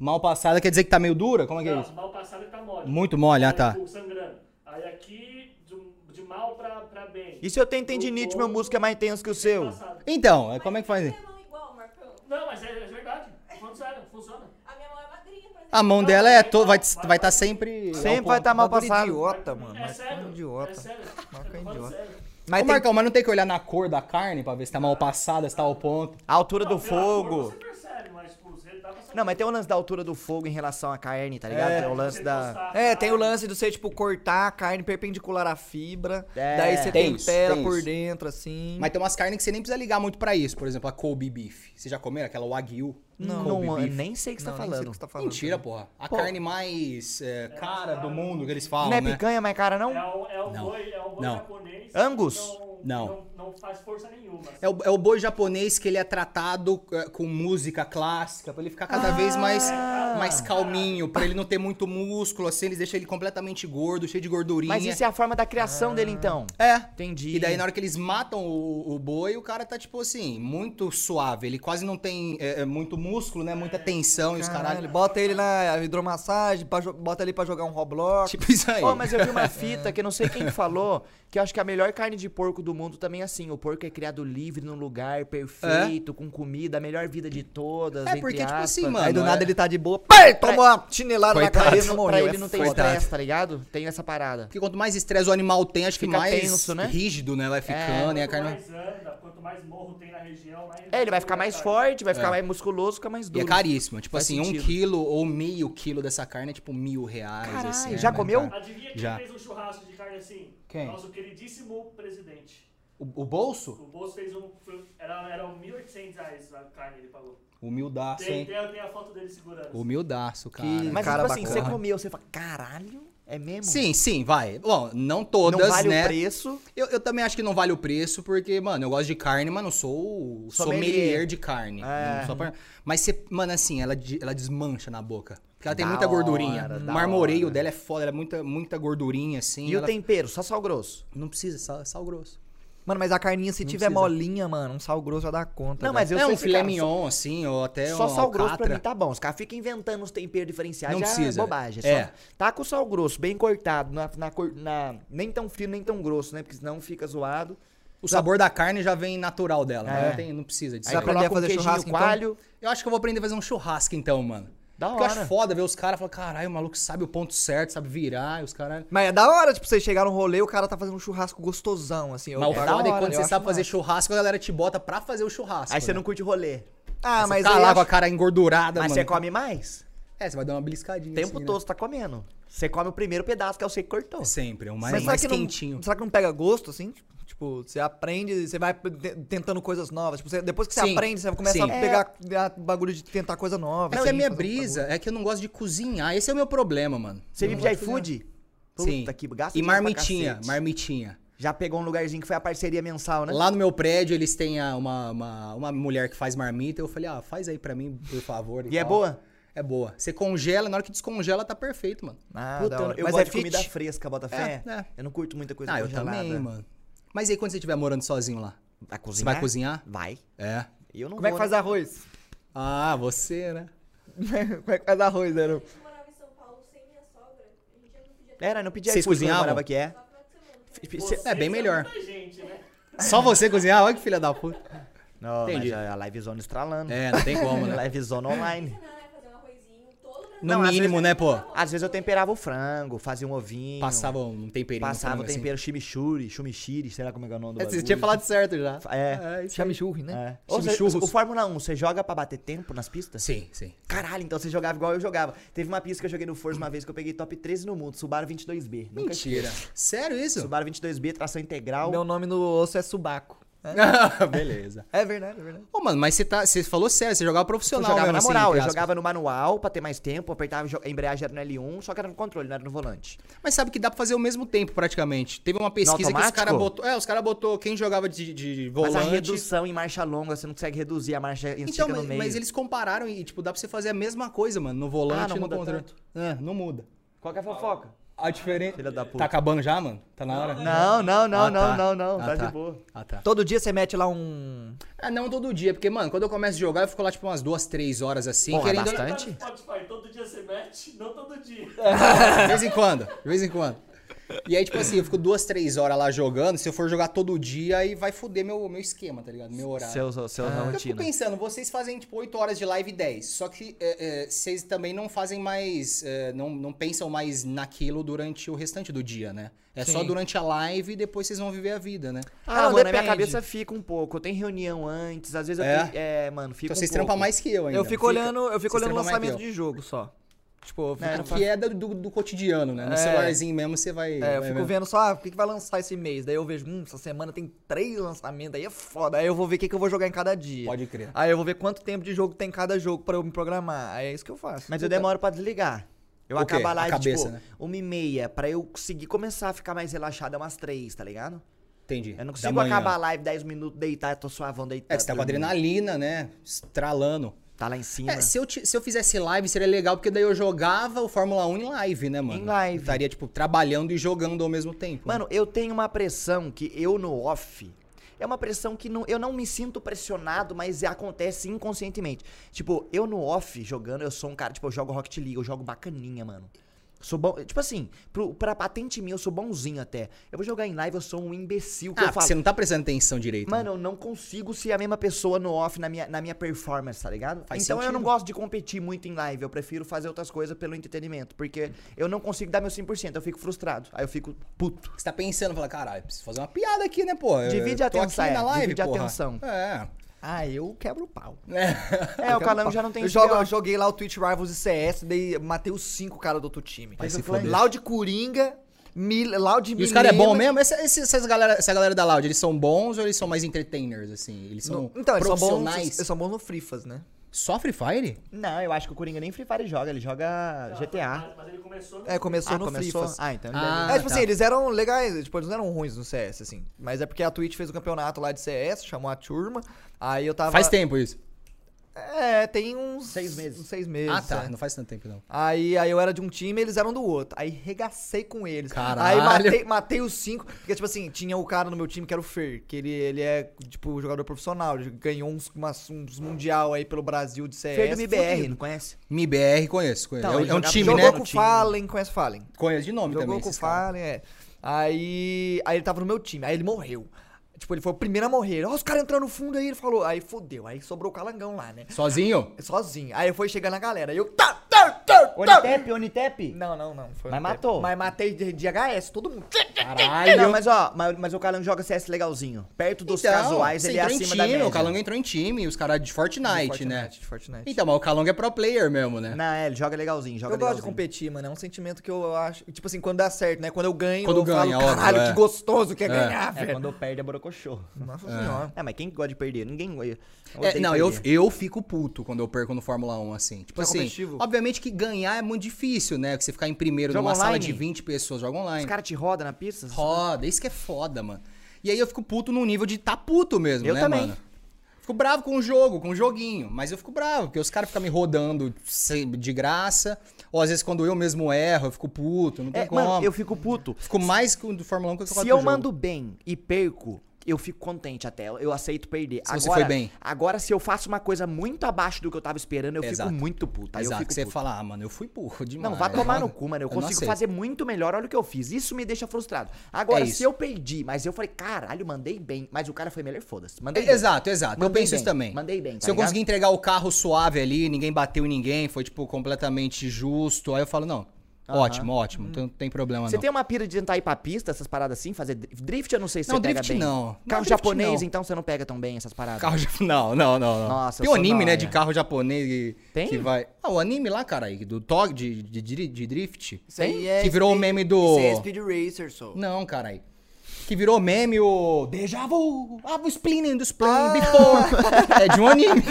S3: Mal passada quer dizer que tá meio dura? Como é que é
S4: Não,
S3: isso?
S4: mal passada tá mole.
S3: Muito mole, ah
S4: Aí,
S3: tá.
S4: tipo, Sangrando. Aí aqui, de, de mal pra, pra bem.
S1: E se eu tenho tendinite, meu músculo é mais intenso que o seu?
S4: Passado.
S3: Então, é como é que faz?
S5: Minha mão é igual, Marcão.
S4: Não, mas é, é verdade. Funciona, funciona.
S5: A minha mão é magrinha, por exemplo.
S3: A mão dela é to... vai estar vai tá sempre.
S1: Sempre vai
S3: tá
S1: estar mal
S2: Um Bagulho
S1: passado.
S2: idiota, mano.
S1: tá
S4: é
S2: Mas tá um
S4: sério.
S2: idiota.
S4: É sério.
S2: Marcão é
S4: Eu tô falando
S2: idiota.
S4: sério.
S2: Mas
S3: Ô,
S2: tem-
S3: Marcão, mas não tem que olhar na cor da carne pra ver se tá mal passada, se tá ao ponto.
S1: A altura do
S4: Não, pela cor
S1: fogo.
S4: Você percebe, mas tipo, você dá pra saber.
S1: Não, mas tem o lance da altura do fogo em relação à carne, tá ligado?
S2: É.
S1: Tem o lance
S4: Você
S1: da.
S4: encostar a
S2: É, tem o
S4: carne.
S2: lance de você, tipo, cortar a carne perpendicular à fibra.
S1: É.
S2: Daí você
S3: Tem isso,
S2: tempera
S3: tem
S2: por
S3: isso.
S2: dentro, assim.
S3: Mas tem umas carnes que você nem precisa ligar muito pra isso. Por exemplo, a Kobe Beef. Você já comeram aquela Wagyu?
S1: Não,
S3: Kobe
S1: não, eu
S3: Beef.
S1: nem sei o que você
S2: Não,
S1: tá
S2: nem sei o
S1: falando.
S2: que você tá falando.
S3: Mentira, porra. A carne mais é, cara do mundo que eles falam,
S1: Não é
S3: né?
S1: picanha, mas cara, não?
S4: É o, é o
S3: Não.
S4: boi, é o boi
S3: Não.
S4: japonês.
S1: Angus?
S4: que Não,
S3: Não.
S4: não. Não faz força nenhuma.
S3: É o, é o boi japonês que ele é tratado é, com música clássica, pra ele ficar cada vez
S1: Ah.
S3: mais, mais calminho, pra ele não ter muito músculo, assim, eles deixam ele completamente gordo, cheio de gordurinha.
S1: Mas isso é a forma da criação dele, então.
S3: é...
S1: Entendi.
S3: E daí, na hora que eles matam o, o boi, o cara tá, tipo assim, muito suave. Ele quase não tem é, é, muito músculo, né? Muita tensão e os
S2: Caralho,
S3: caralho.
S2: bota ele na hidromassagem, pra jo- bota ele pra jogar um Roblox.
S3: Tipo isso aí.
S1: Ó, mas eu vi uma fita que eu não sei quem falou, que eu acho que a melhor carne de porco do mundo também é assim. O porco é criado livre num lugar perfeito, com comida, a melhor vida de todas.
S3: É, porque,
S1: entre
S3: tipo assim,
S1: aspas.
S3: mano,
S2: Aí do
S3: é-
S2: nada ele tá de boa. Pá, tomou uma chinelada
S3: Coitado.
S2: na
S1: Pra
S2: cabeça
S1: ele,
S2: e
S1: não-
S2: morreu.
S1: pra ele
S2: é
S1: não tem
S2: foda.
S1: estresse, tá ligado? Tem essa parada.
S3: Porque quanto mais estresse o animal tem, acho que
S1: Fica
S3: mais
S1: tenso, né?
S3: rígido, né? Vai ficando, né? A
S4: Quanto
S3: carne...
S4: mais anda, quanto mais morro tem na região, mais...
S1: É, ele vai ficar mais forte, vai ficar mais musculoso, fica mais
S3: É. E
S1: duro.
S3: é caríssimo. Tipo
S1: Faz
S3: assim, um
S1: sentido.
S3: quilo ou meio quilo dessa carne é tipo mil reais.
S1: Caralho,
S3: assim,
S1: já
S3: né,
S1: comeu?
S3: cara?
S4: Adivinha quem
S3: Já.
S4: fez um churrasco de carne assim?
S3: Quem?
S4: Nosso queridíssimo presidente.
S3: O, o bolso?
S4: O Bolso fez um... foi- Era, era 1.800 reais a carne, ele pagou.
S3: Humildaço,
S4: Tem,
S3: hein?
S4: tem, a- tem a foto dele segurando.
S3: Humildaço, cara.
S2: Que-
S1: Mas,
S2: Cara
S1: tipo assim,
S2: bacana.
S1: você comeu, você fala, caralho, é mesmo?
S3: Sim, sim, vai. Bom, não
S1: não
S3: todas,
S1: vale
S3: né?
S1: o preço.
S3: Eu, eu também acho que não vale o preço, porque, mano, eu gosto de carne, mas não sou o
S1: Sommelier.
S3: sommelier de carne.
S1: É.
S3: Não sou par- Mas, você, mano, assim, ela, de- ela desmancha na boca. Porque ela tem
S1: Da
S3: muita gordurinha.
S1: hora,
S3: o
S1: da
S3: marmoreio
S1: hora.
S3: dela é foda, ela é muita, muita gordurinha, assim.
S1: E o
S3: ela-
S1: tempero, só sal grosso.
S3: Não precisa, sal, é sal grosso.
S2: Mano, mas a carninha, se tiver
S3: precisa.
S2: molinha, mano, um sal grosso já dá conta.
S1: Não,
S2: velho.
S1: mas eu
S3: é
S1: sou
S3: um
S1: esse
S3: filé
S1: cara,
S3: mignon, assim, ou até
S1: Só
S3: um
S1: sal grosso pra
S3: alcatra.
S1: mim tá bom. Os caras ficam inventando os temperos diferenciados.
S3: Não
S1: já
S3: precisa.
S1: É bobagem. só-
S3: É.
S1: Tá com o sal grosso, bem cortado, na, na cor- na- nem tão frio, nem tão grosso, né? Porque senão fica zoado.
S3: O sabor da carne já vem natural dela, né?
S1: É.
S3: Não, tem- não precisa disso.
S1: Aí
S2: Você vai aprender a
S1: coloca um
S2: fazer
S1: queijinho
S2: churrasco, então?
S1: coalho.
S3: Eu acho que eu vou aprender a fazer um churrasco, então, mano.
S1: Da
S3: Porque eu acho
S1: hora.
S3: foda ver os caras e falar, caralho, o maluco sabe o ponto certo, sabe virar, e os caras...
S2: Mas é da hora, tipo, você chegar no rolê e o cara tá fazendo um churrasco gostosão, assim. eu-
S3: Mas o
S2: eu-
S3: foda é
S2: eu
S3: quando você
S2: acho
S3: sabe fazer
S2: massa.
S3: churrasco, a galera te bota pra fazer o churrasco.
S1: Aí você
S3: né?
S1: não curte o rolê.
S2: Ah,
S3: Você
S2: mas
S3: tá
S2: aí
S3: lá
S2: acho-
S3: com a cara engordurada,
S1: Mas
S3: mano.
S1: você come mais?
S3: É, você vai dar uma beliscadinha.
S1: O tempo
S3: assim, né?
S1: todo você tá comendo. Você come o primeiro pedaço, que é o que cortou.
S3: Sempre, é o
S2: Mas
S3: mais,
S2: será
S3: mais
S2: que não-
S3: quentinho.
S2: será que não pega gosto, assim? Tipo, você aprende, você vai te- tentando coisas novas. Tipo, você- depois que você
S3: Sim,
S2: aprende, você começa
S3: sim.
S2: a pegar
S1: É.
S2: a- bagulho de tentar coisa nova.
S3: É
S2: assim,
S3: que a minha
S2: fazer um
S3: brisa
S2: bagulho.
S3: é que eu não gosto de cozinhar. Esse é o meu problema, mano.
S1: Você
S3: Eu não
S1: vive de
S3: gosto cozinhar.
S1: iFood?
S3: Sim.
S1: Puta que gasta
S3: E
S1: dinheiro pra
S3: marmitinha,
S1: cacete.
S3: marmitinha.
S1: Já pegou um lugarzinho que foi a parceria mensal, né?
S3: Lá no meu prédio, eles têm a- uma, uma, uma mulher que faz marmita. Eu falei, ah, faz aí pra mim, por favor.
S1: E é
S3: tal.
S1: boa?
S3: É boa. Você congela, na hora que descongela, tá perfeito, mano.
S2: Ah,
S1: Puta,
S2: da
S1: eu,
S2: hora.
S1: eu
S2: Mas
S1: gosto
S2: é
S1: de
S2: fit?
S1: comida fresca, bota fé.
S3: É, é.
S1: Eu não curto muita coisa
S3: ah, eu
S1: congelada.
S3: também, mano. Mas e aí, quando você estiver morando sozinho lá?
S1: Vai cozinhar?
S3: Você vai cozinhar?
S1: Vai.
S3: É.
S1: Eu não
S2: Como é que
S1: vou,
S2: faz
S1: né?
S2: arroz?
S3: Ah, você, né?
S2: Como é que faz arroz, Eram?
S5: gente morava em São Paulo sem minha sogra. A gente já não podia
S1: Era, não pedia
S3: Vocês
S1: iFood quando eu
S3: cozinhavam?
S1: morava aqui, é.
S5: só final de semana. né?
S1: Cê-
S3: É bem melhor.
S4: muita gente, né?
S3: Só você cozinhar? Olha que filha da puta.
S1: Não,
S3: Entendi.
S1: mas a a livezona estralando.
S3: É, não tem como, né?
S1: Livezona online.
S5: Ensinar, né? Fazer um arrozinho todo
S3: No
S1: Não, às
S3: mínimo,
S1: vezes-
S3: né, pô?
S1: Às vezes eu temperava o frango, fazia um ovinho.
S3: Passava um temperinho.
S1: Passava
S3: um
S1: o
S3: frango
S1: tempero chimichuri, chimichiri, sei lá como é que é o nome do
S3: Assim. É, você
S1: bagulho.
S3: tinha falado certo já.
S1: É.
S3: isso aí.
S2: Chimichurri, né?
S1: É. Ou cê-
S3: Chimichurros.
S1: o Fórmula 1, você joga pra bater tempo nas pistas?
S3: Sim, sim.
S1: Caralho, então você jogava igual eu jogava. Teve uma pista que eu joguei no Forza uma vez que eu peguei top 13 no mundo, Subaru 22B. Nunca
S3: Mentira. Sério isso?
S1: Subaru 22B, tração integral.
S2: Meu nome no osso é Subaco. É,
S3: Beleza.
S2: é verdade, é verdade.
S3: Ô, mano, mas você tá, você falou sério, você jogava
S1: eu
S3: profissional
S1: jogava
S3: mesmo,
S1: na
S3: assim,
S1: moral,
S3: entre
S1: eu
S3: aspas.
S1: jogava no manual pra ter mais tempo, apertava jo- a embreagem era no L1, só que era no controle, não era no volante.
S3: Mas sabe que dá pra fazer ao mesmo tempo, praticamente. Teve uma pesquisa que os
S1: automático?
S3: caras botou... É, os caras botou quem jogava de, de volante...
S1: Mas a redução em marcha longa, você não consegue reduzir a marcha em
S3: Então,
S1: no
S3: mas,
S1: meio.
S3: mas eles compararam e, tipo, dá pra você fazer a mesma coisa, mano, no volante
S1: Ah, não
S3: e no
S1: muda
S3: controle.
S1: tanto.
S3: É, não muda.
S1: Qual que é a fofoca?
S3: A diferença...
S1: Filha da puta.
S3: Tá acabando já, mano? Tá na hora?
S1: Não, não, não,
S3: Ah,
S1: não,
S3: tá.
S1: não, não.
S3: Ah,
S1: tá,
S3: tá.
S1: de boa.
S3: Ah, tá.
S2: Todo dia você mete lá um...
S3: Ah, não todo dia, porque, mano, quando eu começo a jogar, eu fico lá, tipo, umas duas, três horas assim,
S1: Porra, é
S3: querendo...
S1: bastante.
S4: Tá no Spotify, todo dia você mete, não todo dia.
S3: É. De vez em quando, de vez em quando. E aí, tipo assim, eu fico duas, três horas lá jogando. Se eu for jogar todo dia, aí vai foder meu, meu esquema, tá ligado? Meu horário.
S1: Seu, seu, sua
S3: Porque eu fico
S1: rotina.
S3: pensando, vocês fazem tipo 8 horas de live e 10. Só que é, é, vocês também não fazem mais. é, não, não pensam mais naquilo durante o restante do dia, né? É só
S2: Sim.
S3: durante a live e depois vocês vão viver a vida, né?
S1: Ah,
S2: não,
S1: mano, na minha
S2: depende.
S1: cabeça fica um pouco. Eu tenho reunião antes, às vezes eu
S3: É?
S1: tenho. É, mano, fica
S3: então
S1: um
S3: vocês
S1: pouco.
S3: trampam mais que eu ainda.
S2: Eu fico
S3: Fica.
S2: olhando, eu fico
S3: Vocês
S2: olhando o
S3: trampam mais que
S2: lançamento
S3: eu.
S2: de jogo só. Tipo, eu fico,
S1: é Não,
S3: Que é do, do- do cotidiano, né? No
S2: É.
S3: celularzinho mesmo você vai.
S2: É, eu
S3: vai
S2: fico
S3: vendo.
S2: vendo só, ah, o que, que vai lançar esse mês? Daí eu vejo, hum, essa semana tem três lançamentos, aí é foda. Aí eu vou ver o que, que eu vou jogar em cada dia.
S3: Pode crer.
S2: Aí eu vou ver quanto tempo de jogo tem cada jogo pra eu me programar. Aí é isso que eu faço.
S1: Mas eu demoro pra desligar. Eu
S3: O quê?
S1: acabo a
S3: A
S1: live,
S3: cabeça,
S1: tipo,
S3: né?
S1: uma e meia, pra eu conseguir começar a ficar mais relaxado é umas três, tá ligado?
S3: Entendi.
S1: Eu
S3: Da
S1: não consigo
S3: manhã.
S1: acabar a live 10 minutos, deitar, eu tô suavão, deitar.
S3: É que você tá com
S1: dormindo.
S3: adrenalina, né? Estralando.
S1: Tá lá em cima.
S3: É, se eu, ti- se eu fizesse live seria legal, porque daí eu jogava o Fórmula 1 em live, né, mano?
S1: Em live.
S3: Eu Estaria, tipo, trabalhando e jogando ao mesmo tempo.
S1: Mano, eu tenho uma pressão que eu no off. É uma pressão que não, eu não me sinto pressionado, mas acontece inconscientemente. Tipo, eu no off jogando, eu sou um cara, tipo, eu jogo Rocket League, eu jogo bacaninha, mano. Sou bom, tipo assim, pro, pra patente minha eu sou bonzinho até. Eu vou jogar em live, eu sou um imbecil que
S3: ah,
S1: eu
S3: porque
S1: falo.
S3: você não tá prestando atenção direito. né?
S1: Mano, eu não consigo ser a mesma pessoa no off na minha, na minha performance, tá ligado?
S3: Faz
S1: então eu
S3: sentido.
S1: não gosto de competir muito em live, eu prefiro fazer outras coisas pelo entretenimento, porque eu não consigo dar meu 100%, eu fico frustrado, aí eu fico puto.
S3: Você tá pensando, fala, caralho, preciso fazer uma piada aqui, né, pô? Eu-
S1: Divide
S3: eu
S1: a
S3: tô
S1: atenção,
S3: aqui
S1: é,
S3: na live,
S1: divide a
S3: porra.
S1: atenção.
S3: É.
S2: Ah, eu quebro o pau.
S3: É.
S1: É, o Calango já não tem
S2: eu,
S1: esse
S2: jogo,
S1: BO.
S2: eu joguei lá o Twitch Rivals e CS, daí matei os cinco caras do outro time.
S3: Vai se foder.
S2: Loud Coringa, Mil, Loud
S3: E os caras é bom
S2: Milena.
S3: mesmo? Essa, esse- essas galera, essa galera da Loud, eles são bons ou eles são mais entertainers, assim? Eles são
S2: No- então, eles são bons,
S3: profissionais?
S2: eles são bons no Frifas, né?
S3: Só Free Fire?
S1: Não, eu acho que o Coringa nem Free Fire joga, ele joga GTA.
S4: Mas, mas ele começou no
S2: É, começou
S1: ah,
S2: no
S1: começou?
S2: Frifas.
S1: Ah, então.
S3: Ah.
S2: é, tipo
S3: tá.
S2: assim, eles eram legais, tipo, eles não eram ruins no CS, assim. Mas é porque a Twitch fez o campeonato lá de CS, chamou a turma. Aí eu tava.
S3: Faz tempo isso.
S2: É, tem uns.
S1: Seis meses.
S2: uns seis meses.
S3: ah, tá.
S2: é.
S3: Não faz tanto tempo, não.
S2: Aí, aí eu era de um time, eles eram do outro. Aí regacei com eles.
S3: Caralho.
S2: Aí matei, matei os cinco. Porque, tipo assim, tinha o cara no meu time que era o Fer, que ele, ele é, tipo, jogador profissional. Ele ganhou uns, umas- uns mundial aí pelo Brasil de
S3: é,
S2: CS.
S1: Fer do MBR,
S2: fudido.
S1: não conhece?
S3: MIBR, conheço, conheço.
S1: Então,
S3: É um- é,
S1: ele
S3: um
S1: jogava-
S3: time,
S2: Jogou
S3: né?
S2: com o
S1: time,
S2: Fallen, conhece Fallen?
S3: Conheço de nome
S2: Jogou
S3: também.
S2: com o
S3: esses caras.
S2: Fallen, é. Aí, aí ele tava no meu time, aí ele morreu. Tipo, ele foi o primeiro a morrer. Ó, os caras entrando no fundo aí, ele falou. Aí fodeu, aí sobrou o calangão lá, né?
S3: Sozinho?
S2: Sozinho. Aí foi chegando a galera. Aí eu. Tá, tá, tá,
S1: Onitep, Onitep.
S2: Não, não, não. Foi
S1: Mas
S2: no tempo.
S1: matou.
S2: Mas matei de, de HS, todo mundo.
S1: Não,
S3: Caralho.
S1: mas ó, mas, mas o Calão joga CS legalzinho. Perto dos casuais,
S3: Então, você
S1: ele é
S3: entrou em
S1: acima
S3: time,
S1: da média.
S3: O Calong entrou em time, os caras de Fortnite,
S2: De
S3: né?
S2: De Fortnite.
S3: Então, mas o Calong é pro player mesmo, né?
S1: Não, é, ele joga legalzinho, joga
S2: Eu gosto de
S1: legalzinho.
S2: competir, mano. É um sentimento que eu acho. Tipo assim, quando dá certo, né? Quando eu ganho,
S3: Quando
S2: eu
S3: ganha,
S2: falo,
S3: óbvio,
S2: caralho,
S3: é.
S2: que gostoso que é,
S3: É,
S2: ganhar,
S1: É,
S2: velho.
S1: quando perde é borocochô.
S2: Nossa senhora.
S1: É, mas quem que gosta de perder? Ninguém. Eu
S3: É,
S1: odeio
S3: não, eu,
S1: perder.
S3: eu fico puto quando eu perco no Fórmula 1, assim. Tipo
S2: É
S3: assim,
S2: competitivo.
S3: obviamente que ganhar é muito difícil, né? Porque você ficar em primeiro
S1: Joga
S3: numa sala
S1: online?
S3: de 20 pessoas, joga
S1: Os
S3: online.
S1: caras te rodam na pista?
S3: Roda, isso que é foda, mano. E aí eu fico puto num nível de tá puto mesmo,
S1: Eu
S3: né,
S1: também.
S3: mano? Fico bravo com o jogo, com o joguinho, mas eu fico bravo, porque os caras ficam me rodando sem- de graça. Ou às vezes quando eu mesmo erro, eu fico puto, não tem
S1: É,
S3: como.
S1: mano, eu fico puto.
S3: Fico mais com o do Fórmula 1 que eu
S1: Se eu mando bem e perco, eu fico contente até. Eu aceito perder.
S3: Se você
S1: agora,
S3: foi bem.
S1: Agora, se eu faço uma coisa muito abaixo do que eu tava esperando, eu
S3: Exato.
S1: fico muito puto. Aí
S3: Exato,
S1: eu
S3: que
S1: fico
S3: você
S1: puto.
S3: fala, ah, mano, eu fui burro demais.
S1: Não, vai tomar
S3: Eu
S1: no
S3: não-
S1: cu, mano. Eu
S3: não
S1: consigo
S3: aceito.
S1: fazer muito melhor. Olha o que eu fiz. Isso me deixa frustrado. Agora,
S3: É
S1: se
S3: isso.
S1: eu perdi, mas eu falei, caralho, mandei bem. Mas o cara foi melhor, foda-se. Mandei bem.
S3: Exato, exato.
S1: Mandei
S3: eu penso
S1: bem,
S3: isso também.
S1: mandei bem, tá
S3: Se eu
S1: ligado?
S3: conseguir entregar o carro suave ali, ninguém bateu em ninguém, foi, tipo, completamente justo, aí eu falo, não, ótimo, ótimo, então não tem problema
S1: Você
S3: não.
S1: tem uma pira de tentar ir pra pista, essas paradas assim, fazer dri- drift, eu não sei se
S3: Não,
S1: você pega
S3: drift
S1: bem.
S3: não. Não,
S1: Carro
S3: drift
S1: japonês,
S3: não.
S1: então você não pega tão bem essas paradas.
S3: Carro ja- Não, não, não, não.
S1: Nossa, eu
S3: tem um
S1: sou
S3: anime, né,
S1: nóia.
S3: de carro japonês que,
S1: Tem?
S3: que vai... Ah, o anime lá, cara, aí, do Tog, de, de, de- de drift.
S2: Isso aí é
S3: Que virou o
S2: speed-
S3: meme do...
S2: Isso aí é Speed Racer, só.
S3: Não, carai. Que virou meme o ah, Deja Vu, I was planning the spring before. É de um anime.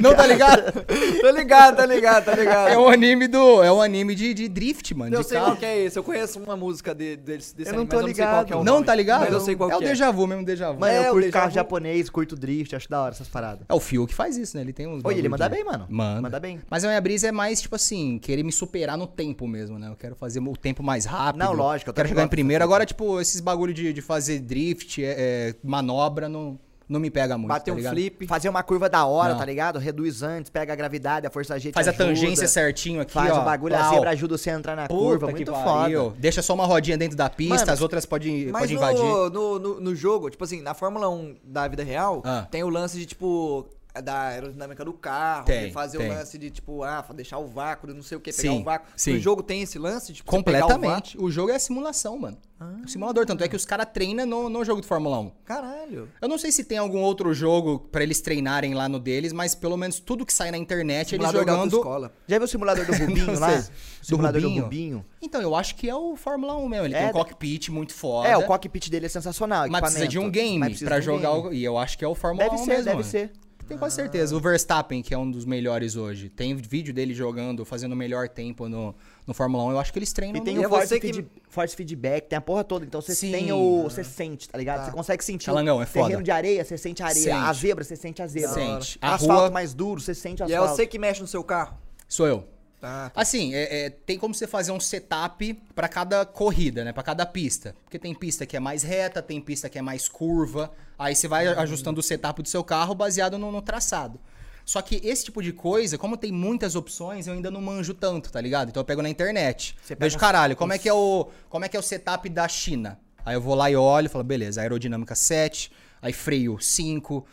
S3: Não tá ligado?
S2: tô ligado, tá ligado, tá ligado.
S3: É um anime do. É um anime de, de drift, mano.
S2: Eu
S3: de
S2: sei
S3: carro.
S2: qual que é esse. Eu conheço uma música de, desse, desse
S1: Eu não
S2: anime,
S1: tô
S2: mas eu não sei qual
S1: ligado.
S2: que é o
S3: Não,
S2: nome.
S3: tá ligado?
S2: Mas eu sei qual
S3: é
S2: que
S3: o déjà vu mesmo, déjà vu.
S1: Mano,
S2: É,
S1: eu
S2: o
S1: curto
S2: déjà
S1: carro
S2: vu.
S1: japonês, curto drift, acho da hora essas paradas.
S3: É o Fio que faz isso, né? Ele tem uns.
S1: Oi, ele
S3: bagulho
S1: manda
S3: de-
S1: bem, mano.
S3: Manda.
S1: Manda bem.
S3: Mas a minha brisa é mais, tipo assim, querer me superar no tempo mesmo, né? Eu quero fazer o tempo mais rápido.
S1: Não, lógico, eu
S3: Eu quero
S1: também
S3: chegar em
S1: gosto
S3: primeiro.
S1: dessa
S3: Agora, tipo, esses bagulho de, de fazer drift, é, é, manobra, não, não me pega muito.
S2: Bater
S3: tá
S2: um
S3: ligado?
S2: flip.
S1: Fazer uma curva da hora,
S3: Não.
S1: tá ligado? Reduz antes, pega a gravidade, a força G te
S3: Faz a
S1: ajuda,
S3: tangência certinho aqui,
S1: Faz
S3: ó.
S1: o bagulho, a
S3: Plau.
S1: zebra ajuda você a entrar na
S3: Puta
S1: curva,
S3: que
S1: muito
S3: pariu.
S1: foda.
S3: Deixa só uma rodinha dentro da pista,
S2: Mano,
S3: as outras podem
S2: Mas
S3: pode
S2: no,
S3: invadir.
S2: No, no, no jogo, tipo assim, na Fórmula 1 da vida real,
S3: Ah.
S2: tem o lance de, tipo, da aerodinâmica do carro,
S3: Tem,
S2: de fazer
S3: tem.
S2: o lance de, tipo, ah, deixar o vácuo, não sei o que, pegar
S3: Sim,
S2: o vácuo.
S3: sim.
S2: No jogo tem esse lance, tipo, você pegar o vácuo.
S3: Completamente. O, jogo é simulação, mano.
S1: Ah.
S3: O simulador. Tanto é que os caras treinam no, no jogo de Fórmula 1.
S2: Caralho.
S3: Eu não sei se tem algum outro jogo pra eles treinarem lá no deles, mas pelo menos tudo que sai na internet
S2: Simulador da
S3: eles jogando.
S2: autoescola.
S1: Já viu o simulador do Rubinho
S3: Não
S1: lá?
S3: sei.
S1: O
S3: Do
S1: simulador do
S3: Rubinho?
S1: Rubinho.
S3: Então, eu acho que é o Fórmula 1 mesmo. Ele
S1: É,
S3: tem um
S1: da-
S3: cockpit muito foda.
S1: É, o cockpit dele é sensacional.
S3: Mas precisa de um
S1: equipamento.
S3: game
S1: Mas precisa
S3: pra
S1: de um
S3: jogar
S1: game.
S3: o. E eu acho que é o Fórmula
S1: Deve
S3: 1
S1: ser,
S3: mesmo.
S1: deve
S3: mano.
S1: ser.
S3: Tenho quase certeza. O Verstappen, que é um dos melhores hoje, tem vídeo dele jogando, fazendo o melhor tempo no, no Fórmula 1. Eu acho que eles
S1: E
S3: treinam
S1: tem
S3: no...
S2: é
S1: o force,
S2: você que-
S1: feed- force feedback, tem a porra toda. Então você
S3: Sim.
S1: tem o. Você sente, tá ligado? Você consegue sentir
S3: Calangão, é
S1: o terreno
S3: foda.
S1: de areia, você sente a areia.
S3: Sente.
S1: A zebra, você sente a zebra.
S3: Sente. A
S1: Asfalto
S3: rua-
S1: mais duro, você sente o
S2: E é
S1: asfalto.
S2: você que mexe no seu carro.
S3: Sou eu.
S2: Tá.
S3: Assim, é- é, tem como você fazer um setup pra cada corrida, né? Pra cada pista. Porque tem pista que é mais reta, tem pista que é mais curva. Aí você vai
S1: Uhum.
S3: ajustando o setup do seu carro baseado no, no traçado. Só que esse tipo de coisa, como tem muitas opções, eu ainda não manjo tanto, tá ligado? Então eu pego na internet.
S1: Você pega- um
S3: Vejo, caralho, como é que é o como é que é o setup da China? Aí eu vou lá e olho, falo, beleza, aerodinâmica 7, aí freio 5.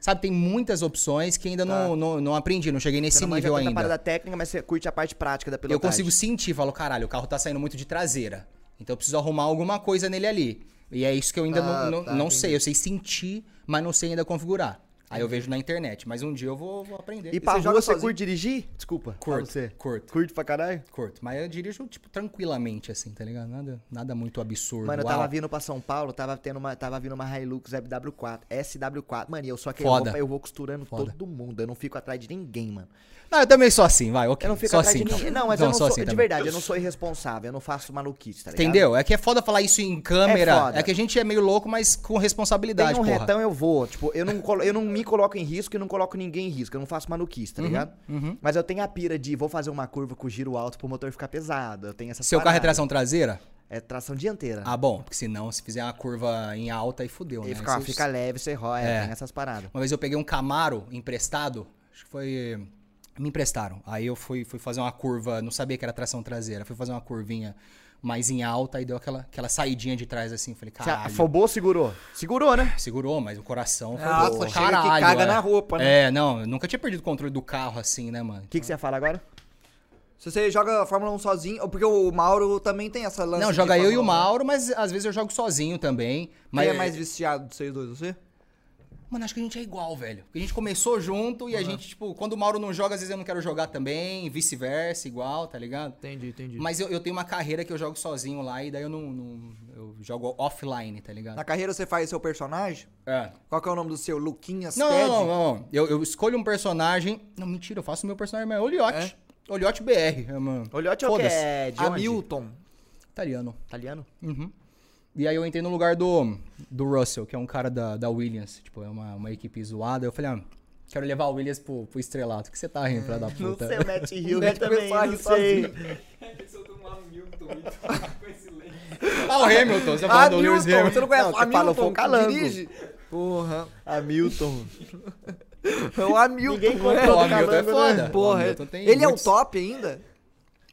S3: Sabe, tem muitas opções que ainda não, não, não aprendi, não cheguei nesse
S1: Tá. Você não manja
S3: nível
S1: tanto a
S3: ainda.
S1: parada técnica, mas você curte a parte prática da
S3: Eu
S1: pilotagem.
S3: consigo sentir, falo, caralho, o carro tá saindo muito de traseira. Então eu preciso arrumar alguma coisa nele ali. E é isso que eu ainda
S2: Tá,
S1: Ah,
S3: não, não,
S2: tá,
S3: não
S2: entendi.
S3: sei. Eu sei sentir, mas não sei ainda configurar. Aí eu vejo na internet, mas um dia eu vou, vou aprender.
S1: E pra
S2: Você
S1: rua,
S2: joga
S1: você
S2: sozinho?
S1: curte dirigir? Desculpa.
S3: Curto,
S1: Curto. Você.
S3: curto.
S1: Curte pra caralho?
S3: Curto. Mas eu dirijo, tipo, tranquilamente, assim, tá ligado? Nada, nada muito absurdo.
S1: Mano, eu
S3: Uau.
S1: tava vindo pra São Paulo, tava tendo uma, tava vindo uma Hilux FW4, SW4. Mano, e eu sou aquele
S3: Foda.
S1: roupa, eu vou costurando
S3: Foda.
S1: todo mundo. Eu não fico atrás de ninguém, mano.
S3: Não, eu também sou assim, vai, ok.
S1: Eu não fico
S3: sou
S1: atrás
S3: assim,
S1: de ninguém.
S3: então.
S1: Não, mas eu não sou,
S3: sou assim
S1: de
S3: também.
S1: verdade, eu não sou irresponsável, eu não faço maluquice, tá ligado?
S3: Entendeu? É que é foda falar isso em câmera.
S1: foda.
S3: É, que a gente é meio louco, mas com responsabilidade,
S1: Tem um
S3: porra.
S1: retão, eu vou. Tipo, eu não, colo- eu não me coloco em risco e não coloco ninguém em risco. Eu não faço maluquice,
S3: Uhum,
S1: tá ligado? Mas eu tenho a pira de vou fazer uma curva com giro alto pro motor ficar pesado. Eu tenho essa
S3: Seu carro é tração traseira?
S1: É tração dianteira.
S2: Tá.
S3: Ah, bom, porque senão se fizer uma curva em alta aí fudeu,
S1: e
S3: né?
S1: fica,
S3: Isso-
S1: fica leve, você roia,
S3: É.
S1: tem essas paradas.
S3: Uma vez eu peguei um Camaro emprestado, acho que foi. Me emprestaram. Aí eu fui, fui fazer uma curva, não sabia que era tração traseira, fui fazer uma curvinha mais em alta e deu aquela, aquela saidinha de trás assim. Falei,
S1: Você
S3: caralho.
S1: afobou, segurou? Segurou, né?
S3: Segurou, mas o coração foi
S2: Nossa,
S3: pô,
S2: chega que caga na roupa,
S3: É, não, eu nunca tinha perdido o controle do carro assim, né, mano?
S1: O que, que você ia falar agora?
S2: Se você joga Fórmula 1 sozinho, porque o Mauro também tem essa lance.
S3: Não,
S2: de
S3: joga eu e o
S2: Fórmula 1, né?
S3: Mauro, mas às vezes eu jogo sozinho também. Mas
S2: Quem é mais viciado de vocês dois, você?
S3: Mano, acho que a gente é igual, velho. Porque a gente começou junto e a gente, tipo, quando o Mauro não joga, às vezes eu não quero jogar também, vice-versa, igual, tá ligado?
S2: Entendi, entendi.
S3: Mas eu, eu tenho uma carreira que eu jogo sozinho lá e daí eu não. não- eu jogo offline, tá ligado?
S2: Na carreira você faz seu personagem?
S3: É.
S2: Qual que é o nome do seu? Luquinhas
S3: Não,
S2: Ted?
S3: não, não, não, não. Eu, eu escolho um personagem. Não, mentira, eu faço meu personagem, mas é Oliote. Oliote BR, é, mano.
S1: Olhote é o que
S3: Foda-se.
S1: é de onde?
S2: Hamilton.
S3: Italiano.
S1: Italiano?
S3: Uhum. E aí eu entrei no lugar do, do Russell, que é um cara da, da Williams. Tipo, é uma, uma equipe zoada. Eu falei, ah, quero levar o Williams pro, pro estrelato. O que você tá rindo, filha da
S1: Não
S3: puta?
S1: sei, o Matt Hill
S2: Matt
S1: também,
S2: começou a
S1: não
S2: rir
S1: sei.
S6: Ele soltou um Hamilton muito com esse lente.
S3: Ah, o Hamilton. Você tá falando do Lewis
S2: Hamilton, você
S3: Hamilton.
S2: não
S1: Não,
S2: conhece o
S1: você falou,
S2: Hamilton
S1: foi o
S2: que
S1: Calango.
S2: dirige? Porra,
S1: Hamilton.
S2: é o Hamilton,
S1: Ninguém
S2: né?
S1: controla
S3: o Hamilton é
S1: Calango,
S3: foda.
S1: tá né?
S2: Porra,
S3: O Hamilton tem
S2: ele é o
S3: muitos-
S2: top ainda?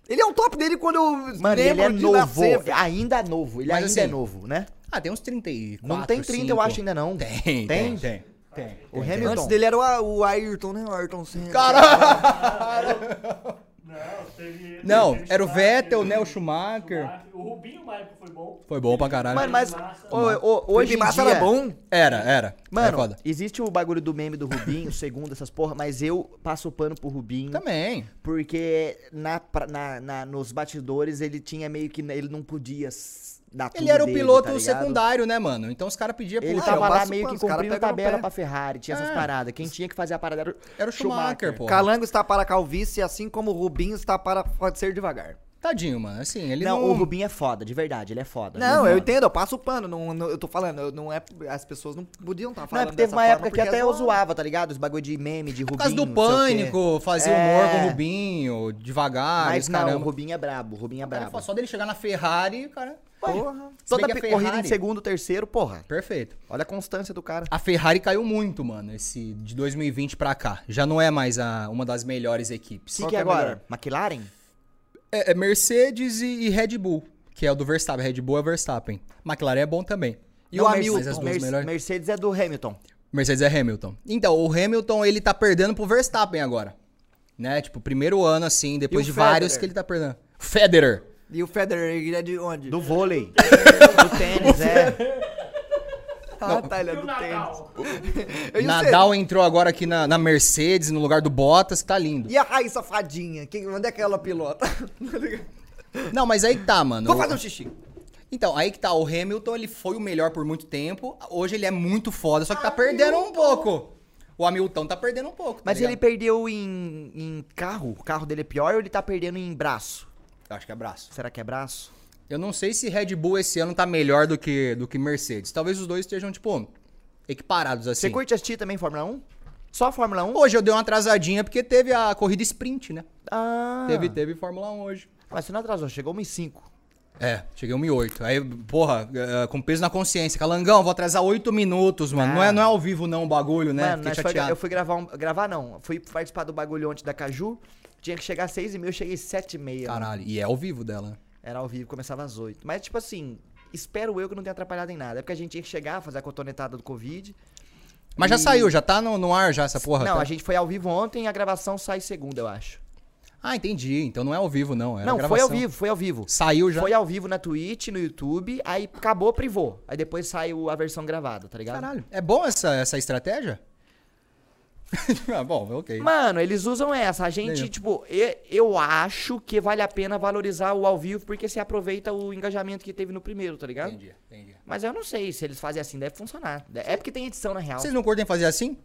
S2: Ele é o top dele quando eu
S1: Mano, ele
S2: lembro
S1: é
S2: de
S1: novo.
S2: nascer, velho.
S1: Ainda é novo. Ele
S3: Mas
S1: ainda
S3: assim,
S1: é novo, né?
S3: Ah, tem uns 34,
S1: Não um, tem 30, eu
S3: 5.
S1: acho ainda não.
S3: Tem,
S1: Tem?
S3: tem, tem. tem.
S1: O Hamilton.
S2: Antes dele era o, A- o Ayrton, né? O Ayrton Senna.
S3: Caralho!
S4: Não, teve.
S3: Não,
S4: teve
S3: era o
S4: Schumacher,
S3: Vettel,
S4: teve
S3: né, o Schumacher.
S4: O Rubinho, na época, foi bom.
S3: Foi bom pra caralho.
S1: Mano, mas
S4: Massa.
S1: ô, ô, hoje
S2: Hoje
S1: em
S2: Massa
S1: dia...
S2: era bom.
S3: Era, era. é
S1: Mano,
S3: foda.
S1: existe o bagulho do meme do Rubinho, segundo essas porra, mas eu passo o pano pro Rubinho,
S3: Também.
S1: porque na, pra- na, na- nos batidores ele tinha meio que... Ele não podia s- dar tudo
S3: Ele era o
S1: dele,
S3: piloto
S1: tá ligado?
S3: secundário, né, mano? Então os caras pediam
S1: Ele
S2: Ah, eu
S1: tava lá
S2: passo
S1: meio
S2: pano,
S1: que
S2: os cara
S1: cumprindo
S2: pega no
S1: tabela
S2: pé.
S1: pra Ferrari, tinha essas
S3: É.
S1: paradas. Quem tinha que fazer a parada era o,
S3: Era o Schumacher, pô.
S2: Calango está para a calvície, assim como o Rubinho está para pode ser devagar.
S3: Tadinho, mano. Assim, ele
S1: Não,
S3: não.
S1: o Rubinho é foda, de verdade, ele é foda. ele é
S2: Não, eu
S1: foda.
S2: entendo, eu passo o pano. Não, não- eu tô falando, eu- não é, as pessoas não podiam estar
S1: Não, é
S2: falando.
S1: porque teve
S2: dessa
S1: uma
S2: forma
S1: época que
S2: porque
S1: até
S2: é
S1: eu
S2: zoado.
S1: zoava, tá ligado? Os bagulho de meme, de Rubinho.
S3: Por causa do
S1: não sei o quê. É.
S3: pânico, fazia humor com o Rubinho, devagar,
S1: Mas
S3: mas
S1: não, o
S3: caramba.
S1: Rubinho é brabo, o Rubinho é
S3: O cara
S1: brabo.
S3: fala, só dele chegar na Ferrari, o cara.
S2: Porra.
S3: Se bem
S1: Toda
S3: que a
S1: pe- corrida em
S3: Ferrari-
S1: segundo, terceiro, porra.
S3: Perfeito.
S1: Olha a constância do cara.
S3: A Ferrari caiu muito, mano, esse de 2020 pra cá. Já não é mais a, uma das melhores equipes.
S1: Se
S2: Qual
S1: que
S2: que é
S1: agora?
S2: melhor?
S1: McLaren?
S3: É, é Mercedes e, e Red Bull, que é o do Verstappen. Red Bull é Verstappen. McLaren é bom também.
S2: E o
S1: Não, Mercedes-
S2: Hamilton?
S3: Mas as duas
S1: Merce-
S3: melhores-
S1: Mercedes é do Hamilton.
S3: Mercedes é Hamilton. Então, o Hamilton, ele tá perdendo pro Verstappen agora. Né? Tipo, primeiro ano, assim, depois
S2: E
S3: de
S2: o
S3: vários
S2: Federer?
S3: que ele tá perdendo. Federer.
S2: E o Federer, ele é de onde?
S1: Do vôlei. do tênis, é.
S2: Ah, tá, ele é
S4: E o
S2: do tênis.
S4: Natal?
S2: Eu ia ser-
S3: Nadal entrou agora aqui na, na Mercedes, no lugar do Bottas, que tá lindo.
S2: E a Raíssa Fadinha? Quem, onde é que ela pilota? Tá
S3: Não, mas aí que tá, mano.
S2: Vou fazer um xixi.
S3: Então, aí que tá. O Hamilton, ele foi o melhor por muito tempo. Hoje ele é muito foda, só que tá perdendo um pouco. O Hamilton tá perdendo um pouco. tá
S1: Mas
S3: ligado?
S1: ele perdeu em, em carro? O carro dele é pior ou ele tá perdendo em braço?
S3: Eu acho que é braço.
S1: Será que é braço?
S3: Eu não sei se Red Bull esse ano tá melhor do que, do que Mercedes. Talvez os dois estejam, tipo, equiparados assim.
S1: Você curte assistir também Fórmula 1? Só Fórmula 1?
S3: Hoje eu dei uma atrasadinha porque teve a corrida sprint, né?
S1: Ah.
S3: Teve, teve Fórmula 1 hoje.
S1: Mas você não atrasou, chegou 1,5.
S3: É, cheguei 1,8. Aí, porra, eh, com peso na consciência. Calangão, vou atrasar 8 minutos, mano.
S1: Ah.
S3: Não, é, não é ao vivo, não, o bagulho, né?
S1: Mano,
S3: Fiquei
S1: nós foi-
S3: chateado.
S1: eu fui gravar um. Gravar não. Fui participar do bagulho ontem da Caju. Tinha que chegar às 6 e meia, eu cheguei às 7 e meia. mano.
S3: Caralho, e é ao vivo dela. né?
S1: Era ao vivo, começava às 8. Mas, tipo assim, espero eu que não tenha atrapalhado em nada. É porque a gente tinha que chegar, fazer a cotonetada do Covid.
S3: Mas já
S1: E-
S3: saiu, já tá no, no ar já essa porra?
S1: não,
S3: tá?
S1: a gente foi ao vivo ontem e a gravação sai segunda, eu acho.
S3: Ah, entendi. Então não é ao vivo, não. Era
S1: não, foi
S3: gravação.
S1: ao vivo, foi ao vivo.
S3: Saiu já.
S1: Foi ao vivo na Twitch, no YouTube, aí acabou, privou. Aí depois saiu a versão gravada, tá ligado?
S3: Caralho, é bom essa, essa estratégia? ah, bom, ok.
S1: Mano, eles usam essa. A gente,
S3: Legal.
S1: tipo, e- eu acho que vale a pena valorizar o ao vivo porque você aproveita o engajamento que teve no primeiro, tá ligado?
S3: Entendi, entendi.
S1: Mas eu não sei se eles fazem assim, deve funcionar. É porque tem edição, na real.
S3: Vocês não curtem fazer assim?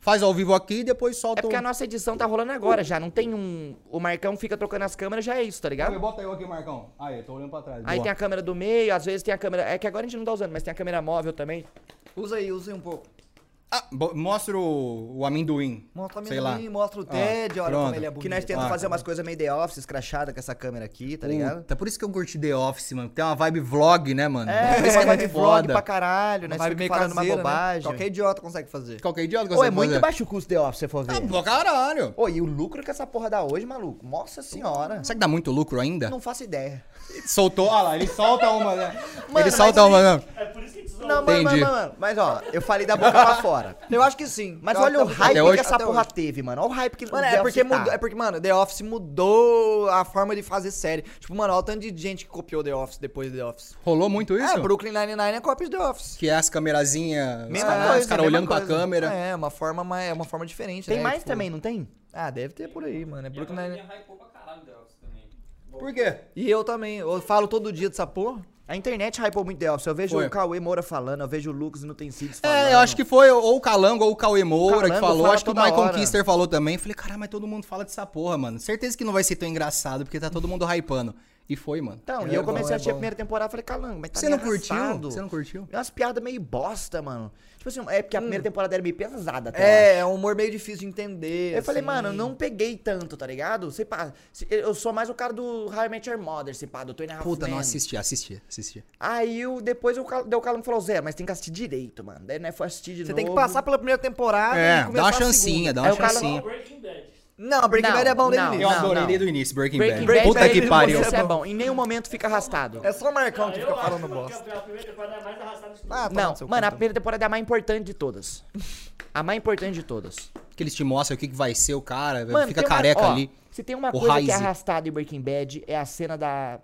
S3: Faz ao vivo aqui e depois
S1: É
S3: solta
S1: porque
S3: um-
S1: a nossa edição tá rolando agora já, não tem um... O Marcão fica trocando as câmeras, já é isso, tá
S3: Calma aí,
S1: ligado?
S3: Bota eu aqui, Marcão. Aí, eu tô olhando pra trás.
S1: Aí
S3: boa.
S1: tem a câmera do meio, às vezes tem a câmera... É que agora a gente não tá usando, mas tem a câmera móvel também.
S2: Usa aí, usa aí um pouco.
S3: Ah, bo- mostra o, o amendoim.
S2: Mostra o
S3: Sei lá.
S2: amendoim, mostra o
S3: Ah,
S2: Ted, olha como
S3: pronto.
S2: ele é
S1: Que
S2: bonito.
S1: nós tentamos
S3: Ah,
S1: fazer
S3: tá
S1: umas coisas meio The Office, escrachada com essa câmera aqui, tá ligado?
S3: Puta, por isso que eu curti The Office, mano. Tem uma vibe vlog, né, mano?
S1: É,
S3: por isso que
S1: uma vibe vlog
S3: foda.
S1: pra caralho, nós
S2: Vai meio
S1: ficamos falando
S2: falando
S1: uma
S3: né?
S1: bobagem.
S2: Qualquer idiota consegue fazer.
S3: Qualquer idiota
S1: Ou
S3: consegue
S1: é muito
S3: fazer.
S1: baixo o custo The Office, se você for ver.
S3: Ah, pô, caralho.
S1: Ô, e o lucro que essa porra dá hoje, maluco? Nossa senhora.
S3: Será que dá muito lucro ainda?
S1: Não faço ideia.
S3: Soltou, olha lá, ele solta uma, né?
S1: Mano,
S3: ele solta
S1: mas
S3: uma, né?
S4: É por isso que a gente só
S1: Não,
S4: um.
S1: mas, mas,
S3: Entendi.
S1: mas, mas, ó, eu falei da boca pra fora.
S2: Eu acho que sim.
S1: Mas
S2: Eu
S1: olha o
S2: acho que-
S1: hype
S3: hoje-
S1: que essa
S2: até
S1: porra
S2: hoje.
S1: teve, mano. Olha o hype que
S2: Mano,
S1: o
S2: é
S1: Delphi
S2: porque,
S1: tá.
S2: mudou, é porque, mano, The Office mudou a forma de fazer série. Tipo, mano, olha o tanto de gente que copiou The Office depois de The Office.
S3: Rolou muito isso?
S2: É, Brooklyn Nine-Nine é cópia de The Office.
S3: Que é as camerazinhas, os
S2: Mesma
S3: caras
S2: coisa,
S3: os caras
S2: mesma
S3: olhando pra
S2: coisa.
S3: câmera.
S2: É, uma forma, mais- é uma forma diferente,
S1: Tem
S2: né?
S1: mais
S2: Tipo,
S1: também, não tem?
S2: Ah, deve ter por aí, mano. É Brooklyn
S6: Minha
S2: Nine-Nine.
S6: mãe hypou pra caralho The Office também.
S3: Por quê?
S2: E eu também. Eu falo todo dia dessa porra.
S1: A internet hypou muito The Office. Eu vejo
S3: Foi.
S1: o Cauê Moura falando, eu vejo o Lucas no Tem Sido falando.
S3: É, eu acho que foi ou o Calango ou o Cauê Moura
S1: Calango
S3: que falou.
S1: fala
S3: Acho que o
S1: toda
S3: Michael
S1: hora.
S3: Kister falou também. Falei, caralho, mas todo mundo fala dessa porra, mano. Certeza que não vai ser tão engraçado, porque tá todo mundo hypando. E foi, mano.
S1: Então,
S2: É
S1: e eu
S2: bom,
S1: comecei
S2: é
S1: a assistir a
S2: bom.
S1: primeira temporada, falei, calango, mas tá
S3: Você
S1: meio
S3: não curtiu?
S1: arrastado.
S3: Você não curtiu?
S1: É umas piadas meio bosta, mano. Tipo assim, é porque a primeira temporada era meio pesada até. eu acho.
S2: É, é um humor meio difícil de entender.
S1: Eu falei,
S2: assim.
S1: mano, eu não peguei tanto, tá ligado? Sei pá, se- eu sou mais o cara do How I Met Your Mother, sei pá, do Tony
S3: Puta, não assisti, assisti, assisti.
S1: Aí eu, depois o Cal- daí o Calango falou, Zé, mas tem que assistir direito, mano. Daí não é foi assistir de
S2: Você
S1: novo.
S2: tem que passar pela primeira temporada e
S3: É,
S2: começar
S3: dá uma
S2: Tá a segunda.
S3: chancinha, dá
S1: Aí
S3: uma
S1: o cara-
S3: chancinha.
S4: Breaking Bad.
S2: Não, Breaking
S1: Não,
S2: Bad é bom desde o
S1: não.
S3: Eu
S2: início.
S3: adorei
S1: não.
S3: desde o início, Breaking,
S1: Breaking
S3: Bad. né?
S1: Bad,
S3: Puta
S1: Breaking
S3: que
S1: Bad,
S3: pariu.
S1: Isso é bom. Em nenhum momento fica arrastado.
S2: É só o Marcão
S4: Ah,
S2: que
S4: eu
S2: fica
S4: acho
S2: falando
S4: que
S2: bosta.
S4: a- a primeira temporada é a mais arrastada de tudo.
S2: Ah,
S1: Não, mano, a primeira temporada é a mais importante de todas. A mais importante de todas.
S3: Que eles te mostram o que que vai ser o cara,
S1: Mano,
S3: fica
S1: tem uma-
S3: careca
S1: ó,
S3: ali.
S1: Se tem uma
S3: O
S1: coisa que é
S3: Heise.
S1: arrastada em Breaking Bad, é a cena da.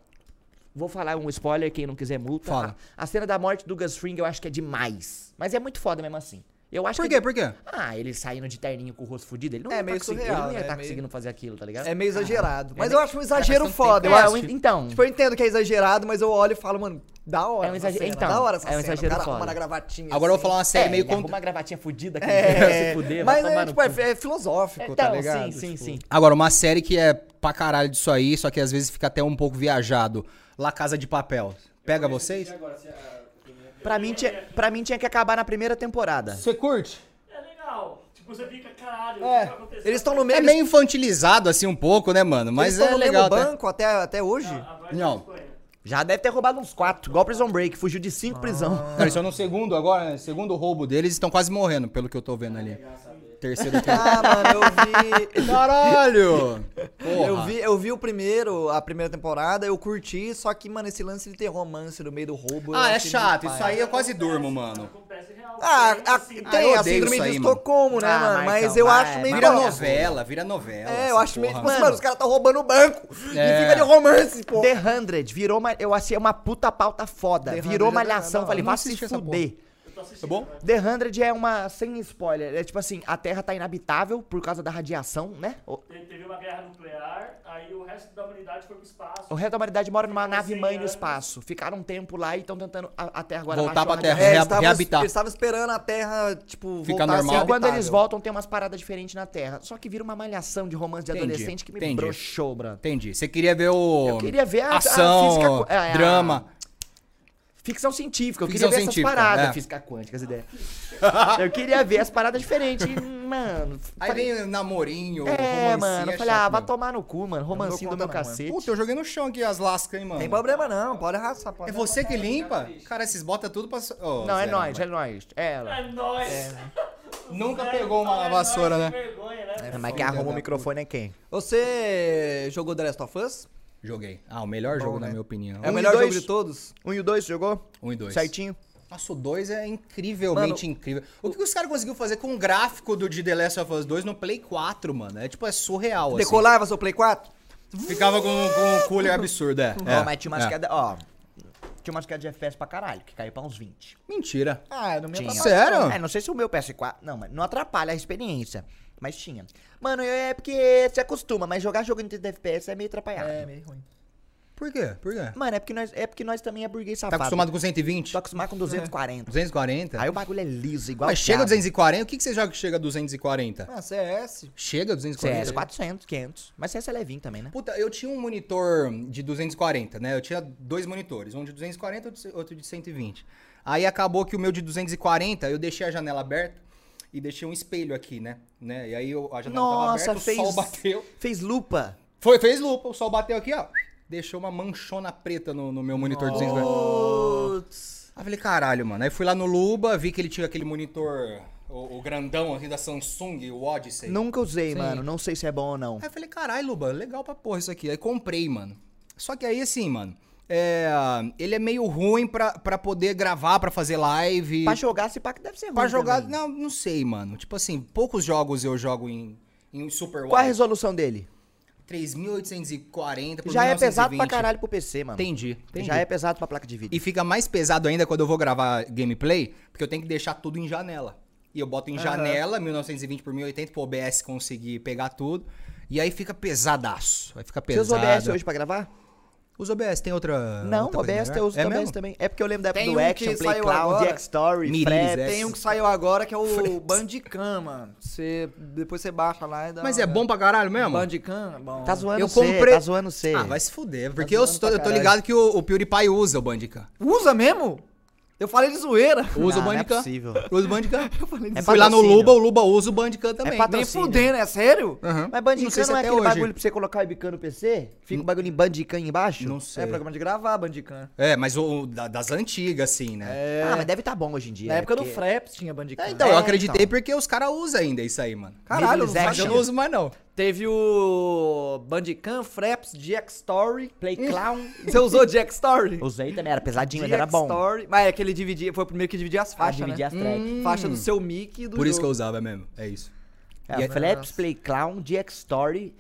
S1: Vou falar um spoiler, quem não quiser multa.
S3: Fala.
S1: A, a cena da morte do Gus Fring eu acho que é demais. Mas é muito foda mesmo assim. Eu acho
S3: Por
S1: que.
S3: quê? Por quê?
S1: Ah, ele saindo de terninho com o rosto fudido. Ele não
S2: É
S1: ia tá
S2: meio
S1: consegui-
S2: surreal,
S1: ele não ia
S2: né?
S1: tá
S2: É meio-
S1: conseguido fazer aquilo, tá ligado?
S2: É meio exagerado.
S1: É
S2: Mas eu
S1: meio-
S2: acho um exagero
S3: bastante
S2: foda, eu
S1: É,
S2: acho.
S1: um- então.
S2: Tipo, eu entendo que é exagerado, mas eu olho e falo, mano, da hora.
S1: É um
S2: essa
S1: exagero-
S2: cena,
S1: então,
S2: da hora essa
S1: é um
S2: cena.
S1: exagero
S2: o cara arruma
S1: foda.
S2: na gravatinha.
S3: Agora eu vou
S2: assim.
S3: falar uma série
S1: é,
S3: meio
S1: ele arruma
S3: contra.
S1: uma gravatinha fudida que ele vai
S2: É,
S1: se fuder, vai
S2: mas
S1: tomar
S2: é,
S1: no
S2: tipo,
S1: cu. Então,
S2: é, é filosófico, tá ligado?
S1: sim, sim,
S2: Tipo,
S1: sim.
S3: Agora, uma série que é pra caralho disso aí, só que às vezes fica até um pouco viajado. La Casa de Papel. Pega vocês?
S6: E agora, se a a primeira temporada-
S1: Pra mim, tinha, pra mim tinha que acabar na primeira temporada.
S3: Você curte?
S4: É legal. Tipo, você fica, caralho,
S2: É,
S4: o que tá vai acontecer?
S2: eles estão no
S3: É
S2: mesmo.
S3: meio infantilizado assim um pouco, né, mano?
S2: eles
S3: Mas
S2: tão
S3: é
S2: no
S3: legal.
S2: mesmo
S3: até.
S2: banco até, até hoje?
S4: A voz da
S3: Não.
S4: Espanha.
S1: Já deve ter roubado uns quatro, igual Prison Break, fugiu de cinco prisão.
S3: Não, eles estão no segundo agora, né? Segundo roubo deles, estão quase morrendo, pelo que eu tô vendo ali. Terceiro tempo.
S2: Ah, mano, eu vi.
S3: Caralho!
S2: Ah, Eu
S3: Porra.
S2: vi, eu vi o primeiro, a primeira temporada, eu curti, só que, mano, esse lance de ter romance no meio do roubo. eu
S3: Ah, é
S2: achei
S3: chato.
S2: muito
S3: Isso
S2: paia.
S3: aí eu quase durmo, mano.
S4: Acontece real.
S2: Ah,
S4: Tem assim,
S2: a-
S4: sim.
S3: Ah, eu
S2: tem a
S3: odeio
S2: síndrome
S3: isso
S2: de
S3: aí, mano.
S2: Estocolmo, né,
S1: Ah,
S2: mano?
S1: Marcão,
S2: mas eu
S1: vai,
S2: acho meio.
S3: Vira
S2: bosta.
S3: novela, vira novela.
S2: É, eu
S3: essa
S2: acho meio
S3: porra.
S2: tipo, mano, os caras tá roubando o banco
S3: É.
S2: e fica de romance, pô.
S1: The 100 virou uma. Eu achei uma puta pauta foda.
S2: The
S1: virou
S2: 100 é da-
S1: malhação.
S2: da-
S1: Falei,
S3: não
S1: vá
S3: assisti
S1: se
S3: essa
S1: fuder.
S4: Eu tô assistindo.
S3: Tá bom?
S4: né?
S1: The 100 é uma. Sem spoiler. É tipo assim: a Terra tá inabitável por causa da radiação, né? O,
S4: Te- Teve uma guerra nuclear, aí o resto da humanidade foi pro espaço.
S1: o resto da humanidade mora numa nave
S4: cem
S1: mãe no
S4: anos.
S1: espaço. Ficaram um tempo lá e estão tentando. A, a Terra agora
S3: Voltar
S1: baixou a
S3: pra Terra.
S1: radiação.
S2: É,
S3: Rea-
S2: eles tavam-
S3: reabitar.
S2: eles estavam esperando a terra, tipo,
S3: Ficar
S2: voltar a ser
S3: é, normal.
S1: E Assim, quando
S2: habitável.
S1: eles voltam, tem umas paradas diferentes na Terra. Só que vira uma malhação de romance de
S3: Entendi,
S1: adolescente que me
S3: entendi.
S1: broxou, Bruno.
S3: Entendi. Você queria ver o.
S1: Eu queria ver a- a física
S3: ação,
S1: co- é, a-
S3: drama.
S1: Ficção científica, eu
S3: Ficção
S1: queria ver essas
S3: científica,
S1: paradas.
S3: é.
S1: Física quântica, as ideias. eu queria ver as paradas diferentes. E, mano.
S3: Aí
S1: falei,
S3: vem namorinho,
S1: é,
S3: romancinho,
S1: mano.
S3: é
S1: Eu falei,
S3: chato,
S1: ah, vai
S3: mano.
S1: tomar um no cu, mano. Romancinho do meu
S2: conta não, mano.
S1: cacete.
S3: Puta, eu joguei no chão aqui as lascas, hein, mano.
S2: Tem problema não, pode arrasar, pode
S3: É
S2: arrasar.
S3: você que limpa? Cara, esses bota tudo pra. Ô,
S1: né? não, é nóis, é
S3: Zé, mano.
S1: nóis. É ela.
S4: É nóis.
S3: Nunca
S4: Zé,
S3: pegou uma
S4: é nóis,
S3: vassoura,
S4: que
S3: né?
S4: vergonha, né?
S1: É, mas
S3: filha
S1: quem arruma
S3: da
S1: o microfone é quem?
S2: Você jogou The Last of Us?
S3: Joguei. Ah, o melhor jogo,
S2: Bom,
S3: na
S2: né?
S3: minha opinião.
S2: É
S1: Um
S2: o
S1: e
S2: melhor jogo
S1: dois.
S2: de todos?
S1: Um e o dois, jogou?
S3: Um e dois.
S1: Certinho?
S3: Nossa, o 2 é incrivelmente incrível. O que os caras conseguiram fazer com o gráfico do de The Last of Us 2 no Play 4, mano? É tipo, é surreal, assim.
S2: Decolava seu Play 4?
S3: Ficava com, com um cooler absurdo, é.
S1: Ó,
S3: é,
S1: mas tinha umas queda, ó. Tinha umas quedas de FPS pra caralho, que caiu pra uns 20.
S3: Mentira.
S2: Ah, não me
S1: Tinha.
S2: atrapalha.
S3: Sério?
S1: É, não sei se o meu PS4. Não, mas não atrapalha a experiência. Mas tinha. Mano, é porque se acostuma, mas jogar jogo em 30 FPS é meio atrapalhado.
S2: É, meio ruim.
S3: Por quê? Por quê?
S1: Mano, é porque nós, é porque nós também é burguês
S3: Tá
S1: safado.
S3: acostumado com 120?
S1: Tô acostumado com 240.
S3: 240?
S1: Tá- Aí o bagulho é liso, igual.
S3: Mas chega
S1: a
S3: a 240? O que, que você joga que chega a 240?
S2: Ah, CS?
S3: Chega a 240?
S1: CS 400, 500. Mas CS é levinho também, né?
S3: Puta, eu tinha um monitor de 240, né? Eu tinha dois monitores, um de 240 e outro de- outro de 120. Aí acabou que o meu de 240, eu deixei a janela aberta e deixei um espelho aqui, né? né? E aí eu- a janela
S1: Nossa,
S3: tava aberta,
S1: fez.
S3: o sol bateu.
S1: Fez lupa.
S3: Foi, fez lupa, o sol bateu aqui, ó. Deixou uma manchona preta no, no meu monitor de 240.
S1: Putz.
S3: Aí eu falei, caralho, mano. Aí fui lá no Luba, vi que ele tinha aquele monitor, o, o grandão aqui da Samsung, o Odyssey.
S1: Nunca usei, mano. Não sei se é bom ou não.
S3: Aí eu falei, caralho, Luba, legal pra porra isso aqui. Aí comprei, mano. Só que aí, assim, mano, é, ele é meio ruim pra, pra poder gravar, pra fazer live.
S1: Pra jogar, se pá que deve ser ruim.
S3: Pra jogar.
S1: também.
S3: Não, não sei, mano. Tipo assim, poucos jogos eu jogo em, em Super
S1: Qual é a
S3: Wide.
S1: resolução dele?
S3: 3.840 por
S1: Já é pesado
S3: 1920.
S1: pra caralho pro PC, mano.
S3: Entendi, entendi.
S1: Já é pesado pra placa de vídeo.
S3: E fica mais pesado ainda quando eu vou gravar gameplay, porque eu tenho que deixar tudo em janela. E eu boto em janela, 1920 por 1080, pro OBS conseguir pegar tudo. E aí fica pesadaço. Aí fica
S1: Você
S3: pesado.
S1: usa o OBS hoje pra gravar?
S3: Os OBS tem outra.
S1: Não,
S3: outra
S1: o OBS eu uso
S3: é
S1: o OBS
S3: mesmo?
S1: também. É porque eu lembro da época
S2: Tem
S1: do
S2: um que
S1: Action, Play
S2: saiu
S1: Cloud,
S2: agora.
S1: X-Story,
S3: Miris,
S1: Fred.
S3: é.
S2: Tem um que saiu agora que é o Bandicam, mano. Você, depois você baixa lá e dá
S3: Mas
S2: uma
S3: é bom pra caralho mesmo?
S2: Bandicam é bom.
S1: Tá zoando
S3: Eu
S1: você,
S3: comprei-
S1: tá zoando você.
S3: Ah, vai se fuder. Porque eu,
S1: Tá zoando
S3: tô,
S1: pra
S3: eu tô
S1: caralho.
S3: ligado que o, o PewDiePie usa o Bandicam.
S2: Usa mesmo? Eu falei de zoeira.
S3: Usa
S1: Não,
S3: o
S1: não é
S3: Bandicam.
S1: possível.
S3: usa o Bandicam.
S1: É
S3: Fui lá no
S1: patrocínio.
S3: Luba, o Luba usa o Bandicam também.
S2: Nem
S1: patrocínio.
S2: fudendo, é sério?
S3: Aham.
S1: É Mas Bandicam
S3: Não sei
S1: não,
S3: se
S1: é
S3: até
S1: aquele
S3: hoje.
S1: bagulho pra você colocar o webcam no PC? Fica o bagulho em Bandicam embaixo?
S3: Não
S2: É
S3: sei.
S2: programa de gravar, Bandicam.
S3: É, mas o, o da- das antigas, assim, né?
S1: Ah, mas deve tá bom hoje em dia.
S2: Na época do
S1: porque-
S2: Fraps tinha Bandicam. né?
S1: É,
S3: Então,
S1: É,
S3: eu
S1: então.
S3: acreditei
S1: é
S3: porque os caras usam ainda isso aí, mano.
S2: Caralho,
S1: Middle
S2: eu não sabia.
S3: Mas eu não uso mais, não.
S2: Teve o Bandicam, Fraps, Jack Story.
S1: Play Clown.
S2: Você usou Jack Story?
S1: Usei também, era pesadinho, mas
S2: Jack
S1: era bom.
S2: Story. Mas é que ele dividia, foi o primeiro que dividia as
S1: Ah,
S2: faixas,
S1: dividir
S2: né?
S1: as Hum. tracks.
S2: Faixa do seu mic e do
S3: Por isso que eu
S2: jogo.
S3: usava mesmo. É isso.
S1: É,
S3: E aí-
S1: Flaps, Play Clown, DX Story,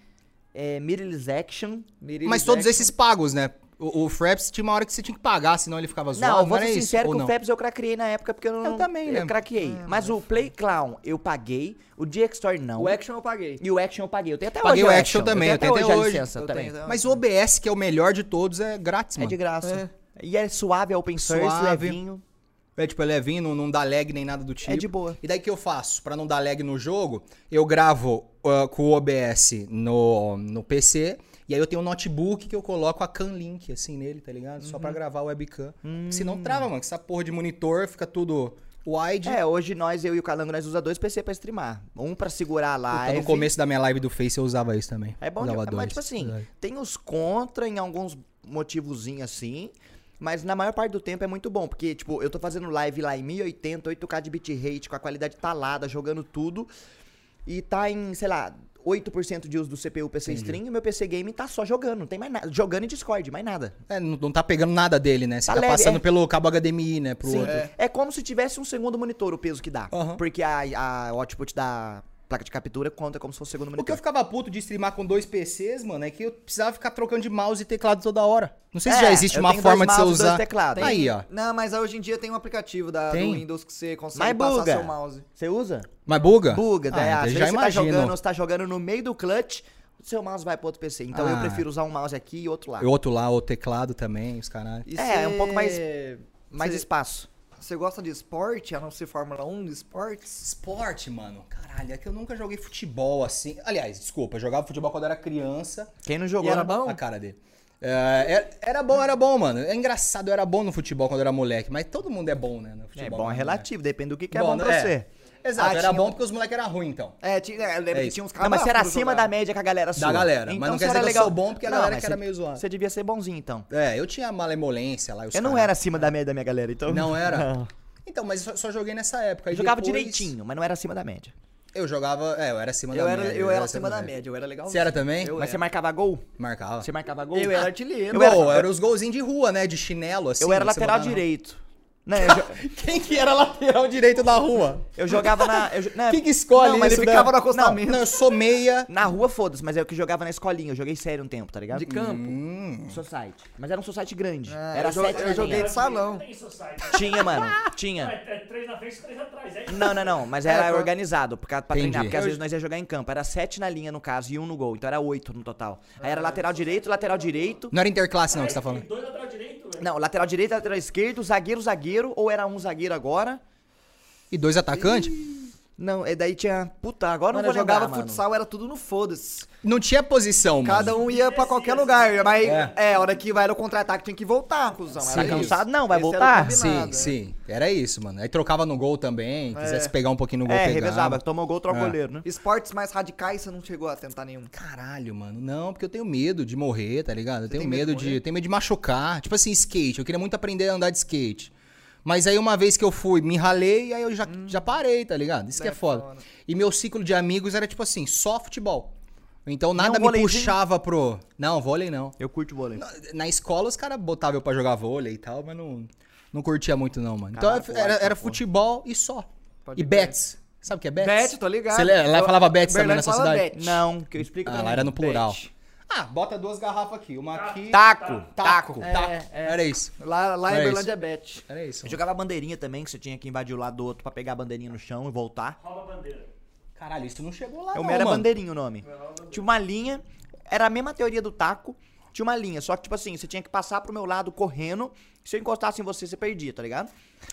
S1: é, Mirrorless Action.
S2: Mirilli
S3: Mas todos
S2: Jack-
S3: esses pagos, né? O, o Fraps tinha uma hora que você tinha que pagar, senão ele ficava zoado.
S1: Não, eu vou
S3: era
S1: ser
S3: isso,
S1: sincero
S3: ou
S1: que o
S3: não?
S1: Flaps eu craqueei na época, porque eu não...
S3: também,
S1: Eu
S3: né?
S1: craqueei. mas o Play Clown eu paguei, o DX Story não.
S2: O Action eu paguei.
S1: E o Action eu paguei. Eu tenho até
S3: Paguei
S1: hoje
S3: o Action também,
S1: Eu tenho até hoje a licença
S2: Eu
S1: também.
S2: tenho até hoje.
S3: Mas o OBS, que é o melhor de todos, é grátis,
S1: É
S3: mano.
S1: de graça.
S2: É.
S1: E é suave, é open source,
S3: Suave.
S1: levinho.
S3: É tipo, é levinho, não, não dá lag nem nada do tipo.
S1: É de boa.
S3: E daí o que eu faço? Pra não dar lag no jogo, eu gravo ah, com o OBS no, no PC. E aí eu tenho um notebook que eu coloco a Can Link assim nele, tá ligado? Só
S1: Uhum.
S3: pra gravar o webcam.
S1: Hum.
S3: Porque senão trava, mano. que Essa porra de monitor fica tudo wide.
S1: É, hoje nós, eu e o Calango, nós usamos dois PC pra streamar. Um pra segurar a
S3: Puta,
S1: live.
S3: no começo da minha live do Face eu usava isso também.
S1: É bom
S3: usava
S1: demais. Mas,
S3: dois.
S1: tipo assim,
S3: Usava.
S1: tem os contra em alguns motivozinhos assim. Mas na maior parte do tempo é muito bom, porque, tipo, eu tô fazendo live lá em 1080, 8K de bitrate, com a qualidade talada, jogando tudo. E tá em, sei lá, 8% de uso do CPU PC Stream, e meu PC Game tá só jogando, não tem mais nada. Jogando em Discord, mais nada.
S3: É, não, não tá pegando nada dele, né? Você
S1: Tá
S3: tá,
S1: leve,
S3: passando
S1: é.
S3: pelo cabo HDMI, né? Pro
S1: Sim.
S3: outro.
S1: É. como se tivesse um segundo monitor o peso que dá.
S3: Aham.
S1: Porque a, a output da placa de captura conta como se fosse o segundo
S3: O que eu
S1: monitor.
S3: ficava puto de streamar com dois PCs, mano, é que eu precisava ficar trocando de mouse e teclado toda hora. Não sei se
S1: É,
S3: já existe
S1: eu
S3: uma
S1: tenho
S3: forma
S1: dois
S3: de você
S1: mouse, dois
S3: usar.
S1: teclados.
S3: Aí, ó.
S2: Não, mas hoje em dia tem um aplicativo da,
S3: Tem?
S2: do Windows que você consegue
S1: Mas
S2: passar
S1: buga.
S2: seu mouse.
S1: Você usa?
S3: Mas buga?
S1: Buga, daí às
S3: ah, então
S1: vezes
S3: já
S1: você tá
S3: imagino.
S1: jogando, você tá jogando no meio do clutch, o seu mouse vai pro outro PC. Então eu
S3: Ah.
S1: prefiro usar um mouse aqui e outro lá.
S3: E outro lá, o teclado também, os caralho.
S2: E
S1: É, é um
S2: cê-
S1: pouco mais- Mais
S2: cê-
S1: espaço.
S2: Você gosta de esporte, a não ser Fórmula 1 de esportes?
S3: Esporte, mano. Caralho, é que eu nunca joguei futebol assim. Aliás, desculpa, eu jogava futebol quando era criança.
S1: Quem não jogou
S2: E era
S1: né?
S2: bom?
S3: A cara dele. É, era, era bom, era bom, mano. É engraçado, eu era bom no futebol quando eu era moleque, mas todo mundo é bom, né? No futebol,
S1: É bom, é
S3: né?
S1: relativo, depende do que, que é bom pra
S3: né?
S1: você.
S3: É. Exato,
S2: Ah,
S3: era
S2: tinha
S3: bom
S2: um-
S3: porque os moleques eram ruins, então.
S2: É, tinha, eu lembro que
S3: isso.
S2: tinha uns
S1: Não,
S2: caras.
S1: mas você era
S2: bravos pra
S1: acima
S2: jogar.
S1: da média que a galera sua. Então
S3: galera, mas não
S1: você
S3: quer
S1: era
S3: dizer que eu sou bom, porque a galera
S1: mas
S3: que era
S1: você-
S3: meio zoada.
S1: Você devia ser bonzinho, então.
S3: É, eu tinha malemolência lá. os
S1: Eu não
S3: caralho.
S1: era acima da média da minha galera, então...
S3: Não era?
S1: Não.
S3: Então, mas só, só joguei nessa época.
S1: Eu
S3: Aí
S1: jogava
S3: depois,
S1: direitinho, mas não era acima da média.
S3: Eu jogava. É, eu era acima
S2: Eu
S3: da
S2: era,
S3: média.
S2: eu era acima da média, eu era legal.
S3: Você era também?
S2: Eu
S1: Mas você
S2: era.
S1: marcava gol?
S3: Marcava.
S1: Você marcava gol?
S2: Eu era artilheiro.
S1: Eu era-
S3: Gol, era os golzinhos de rua, né? De chinelo, assim.
S1: Eu era
S3: você
S1: lateral
S3: botar na-
S1: direito. Não, eu, jo-
S3: Quem que era lateral direito da rua?
S1: eu jogava na... Eu, jo- não,
S3: Quem que escolhe
S2: É. Não, mas
S3: isso,
S2: ele ficava
S3: né?
S2: no acostamento.
S3: Não, não, eu sou meia.
S1: Na rua, foda-se, mas é o que jogava na escolinha. Eu joguei sério um tempo, tá ligado?
S2: de campo.
S3: Hum.
S1: Society. Mas era um society grande.
S2: Ah,
S1: era
S2: eu jo-
S1: sete
S2: eu
S1: na
S2: joguei
S1: linha.
S2: de salão.
S4: Tem society.
S1: Tinha, mano.
S4: Não,
S1: Tinha.
S4: é- é três na frente e três atrás. É isso.
S1: Não, não, não. Mas era
S2: É, pra-
S1: organizado pra, pra
S3: Entendi.
S1: treinar. Porque às
S3: Eu-
S1: vezes nós ia jogar em campo. Era sete na linha, no caso, e um no gol. Então era oito no total. Aí era lateral direito, lateral direito.
S3: Não era interclasse, não, que você tá
S4: Tem
S3: falando.
S4: Dois lateral direito, velho.
S1: Não, lateral direito, lateral esquerdo, zagueiro, zagueiro. Ou era um zagueiro agora.
S3: E dois atacantes?
S1: Não, e daí tinha. Puta, agora
S2: Mano,
S1: não
S2: eu
S1: vou
S2: jogava
S1: lembrar, mano. Uhum.
S2: futsal, era tudo no foda-se.
S3: Não tinha posição,
S2: Cada
S3: mano.
S2: um ia pra qualquer lugar. Mas é, a hora que vai no contra-ataque tinha que voltar, cuzão.
S1: Tá
S2: Era isso.
S1: cansado? Não, vai
S2: Esse era o
S1: voltar?
S2: combinado.
S3: Sim,
S2: né?
S3: sim. Era isso, mano. Aí trocava no gol também. Quisesse pegar um pouquinho no gol,
S1: É,
S3: pegava.
S1: revezava. Tomou gol, troca o
S3: É.
S1: goleiro, né?
S2: Esportes mais radicais você não chegou a tentar nenhum.
S3: Caralho, mano. Não, porque eu tenho medo de morrer, tá ligado? Eu tenho
S2: tem
S3: medo,
S2: medo de
S3: de,
S2: morrer?
S3: eu tenho medo de machucar. Tipo assim, skate. Eu queria muito aprender a andar de skate. Mas aí uma vez que eu fui, me ralei, aí eu já, já parei, tá ligado? Isso que é
S2: Hum. Daí é
S3: foda.
S2: foda.
S3: E meu ciclo de amigos era tipo assim, só futebol. Então
S2: um
S3: nada me
S1: vôleizinho.
S3: puxava pro. Não, vôlei não.
S1: Eu curto vôlei.
S3: Na- Na escola os caras botavam eu pra jogar vôlei e tal, mas não, não curtia muito não, mano.
S1: Caraca,
S3: então era,
S1: essa
S3: era
S1: porra.
S3: futebol e só.
S2: Pode
S3: e
S2: crer.
S3: bets. Sabe o que é bets?
S2: Bet, tô ligado.
S3: Você le- lá
S2: Eu-
S3: falava bets também
S2: Berlândia
S3: na sua
S2: fala
S3: cidade?
S2: bet.
S1: Não, que eu explico
S3: Ah,
S1: também.
S3: lá era no plural.
S1: Bet.
S3: Ah, bota duas garrafas aqui. Uma aqui.
S1: Taco, taco.
S3: Taco. É. taco. Era isso.
S2: Lá, lá
S3: Não
S2: em
S3: é
S2: Berlândia é bet.
S3: Era isso.
S1: Eu jogava bandeirinha também, que você tinha que invadir o lado do outro pra pegar a bandeirinha no chão e voltar.
S4: Rouba a bandeira.
S3: Caralho, isso não chegou lá
S1: É o
S3: Ah, não,
S1: meu era
S3: mano.
S1: bandeirinha o nome. Tinha uma linha, era a mesma teoria do taco, tinha uma linha, só que tipo assim, você tinha que passar pro meu lado correndo, se eu encostasse em você, você perdia, tá ligado?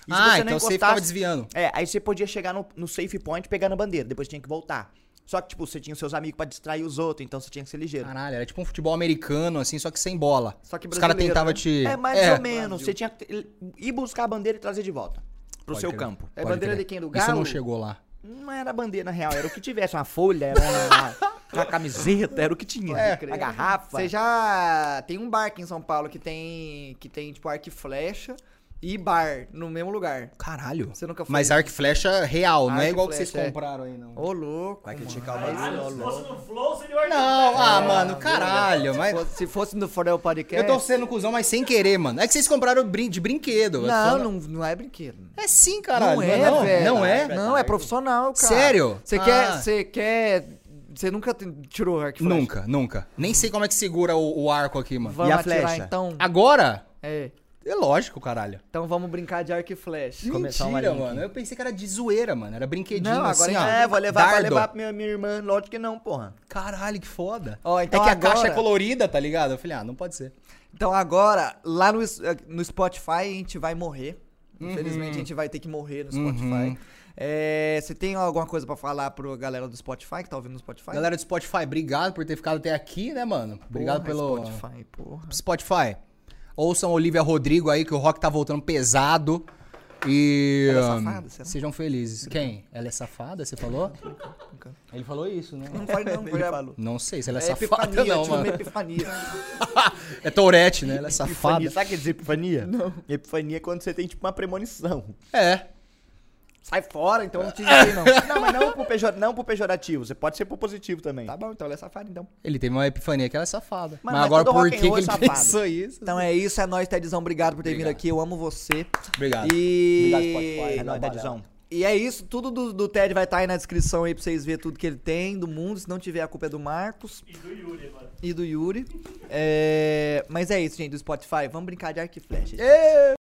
S1: E se você
S3: Ah,
S1: não
S3: então você
S1: encostasse-
S3: ficava desviando.
S1: É, aí você podia chegar no, no safe point pegando a bandeira, depois tinha que voltar. Só que tipo, você tinha os seus amigos pra distrair os outros, então você tinha que ser ligeiro.
S3: Caralho, era tipo um futebol americano, assim, só que sem bola.
S2: Só que
S3: Os caras
S2: brasileiro,
S3: tentavam
S2: né?
S3: te...
S1: É, mais
S3: É,
S1: ou menos, você tinha que te- ir buscar a bandeira e trazer de volta pro
S3: pode
S1: seu
S3: crer,
S1: campo.
S2: É
S3: pode
S2: bandeira
S3: crer.
S2: de quem? Do
S3: Isso
S2: Galo?
S3: não chegou lá.
S1: Não era bandeira, na real, era o que tivesse, uma folha, era uma, uma camiseta, era o que tinha.
S2: Pode crer.
S1: a garrafa.
S2: Você já tem um bar aqui em São Paulo que tem, que tem tipo arco e flecha e bar no mesmo lugar.
S3: Caralho.
S2: Você nunca foi?
S3: Mas arco e flecha real, não
S2: Arco
S3: é
S2: e
S3: igual que
S2: flecha,
S3: vocês
S2: é.
S3: compraram aí, não.
S2: Ô, louco.
S1: Vai
S2: mano.
S1: criticar o
S4: Caralho, se
S1: bagulho,
S4: fosse no Flow, seria o Arthur.
S3: Não, é. ah, mano,
S2: meu
S3: caralho, mas...
S2: Pô, Se fosse no Forel Podcast.
S3: Eu tô sendo cuzão, mas sem querer, mano. É que vocês compraram brin- de brinquedo. eu tô
S2: Não,
S3: falando-
S2: não, não é brinquedo.
S3: É sim, caralho.
S2: não
S3: mas
S2: é,
S3: não,
S2: velho.
S3: Não é?
S2: Não, é profissional, cara.
S3: Sério?
S2: Você
S3: Ah.
S2: quer. Você quer. Você nunca te- tirou arco e flecha?
S3: Nunca, nunca. Nem sei como é que segura o, o arco aqui, mano.
S2: Vamos
S1: E a
S2: atirar
S1: flecha?
S2: então.
S3: Agora?
S2: É.
S3: É lógico, caralho.
S2: Então vamos brincar de arco e flecha.
S1: Começar uma linha
S3: mano. Eu pensei que era de zoeira, mano. Era brinquedinho
S2: Não, agora
S3: assim, ó.
S1: É, vou levar, vou
S3: Dardo.
S1: levar pra minha, minha irmã, lógico que não, porra.
S3: Caralho, que foda.
S2: Ó, então
S3: é que
S2: agora-
S3: a caixa é colorida, tá ligado? Eu falei, ah, não pode ser.
S2: Então agora, lá no, es- eh, no Spotify, a gente vai morrer. Infelizmente,
S3: Uhum.
S2: a gente vai ter que morrer no Spotify. É, você tem alguma coisa pra falar pro galera do Spotify que tá ouvindo no Spotify?
S3: Galera do Spotify, obrigado por ter ficado até aqui, né, mano? Obrigado
S2: Porra,
S3: pelo...
S2: Spotify, porra.
S3: Spotify. Ouçam Olivia Rodrigo aí, que o rock tá voltando pesado. E.
S2: Ela é safada,
S3: hum,
S2: será?
S3: Sejam felizes. Quem? Ela é safada, você falou? Ele falou isso, né?
S2: Não faz não, já-
S3: Não sei se ela é,
S2: É
S3: safada,
S2: epifania, eu
S3: não,
S2: tive uma
S3: mano.
S2: epifania.
S3: É Tourette, né? Ela é safada.
S1: Epifania, sabe o que é dizer epifania? Não. Epifania é quando você tem tipo uma premonição.
S3: É.
S2: Sai fora, então eu não te entendi, não.
S1: Não, mas não pro, pejor, não pro pejorativo, você pode ser pro positivo também.
S2: Tá bom, então ela é safada, então.
S3: Ele teve uma epifania que ela é safada.
S1: Mas-
S3: Mas,
S1: mas
S3: agora
S1: todo
S3: por
S1: rock and
S3: que que
S1: roll é
S3: ele
S1: safado.
S3: pensou isso?
S2: Então é isso, é nóis, Tedzão. Obrigado por ter vindo
S3: Obrigado.
S2: aqui, eu amo você.
S3: Obrigado.
S2: E...
S3: Obrigado, Spotify.
S1: É nóis,
S3: Não,
S1: Tadzão.
S2: E é isso, tudo do, do Ted vai estar aí na descrição aí pra vocês verem tudo que ele tem do mundo. Se não tiver, a culpa é do Marcos
S4: E do Yuri, mano.
S2: e do Yuri. É, Mas é isso, gente, do Spotify. Vamos brincar de arco e flecha. gente.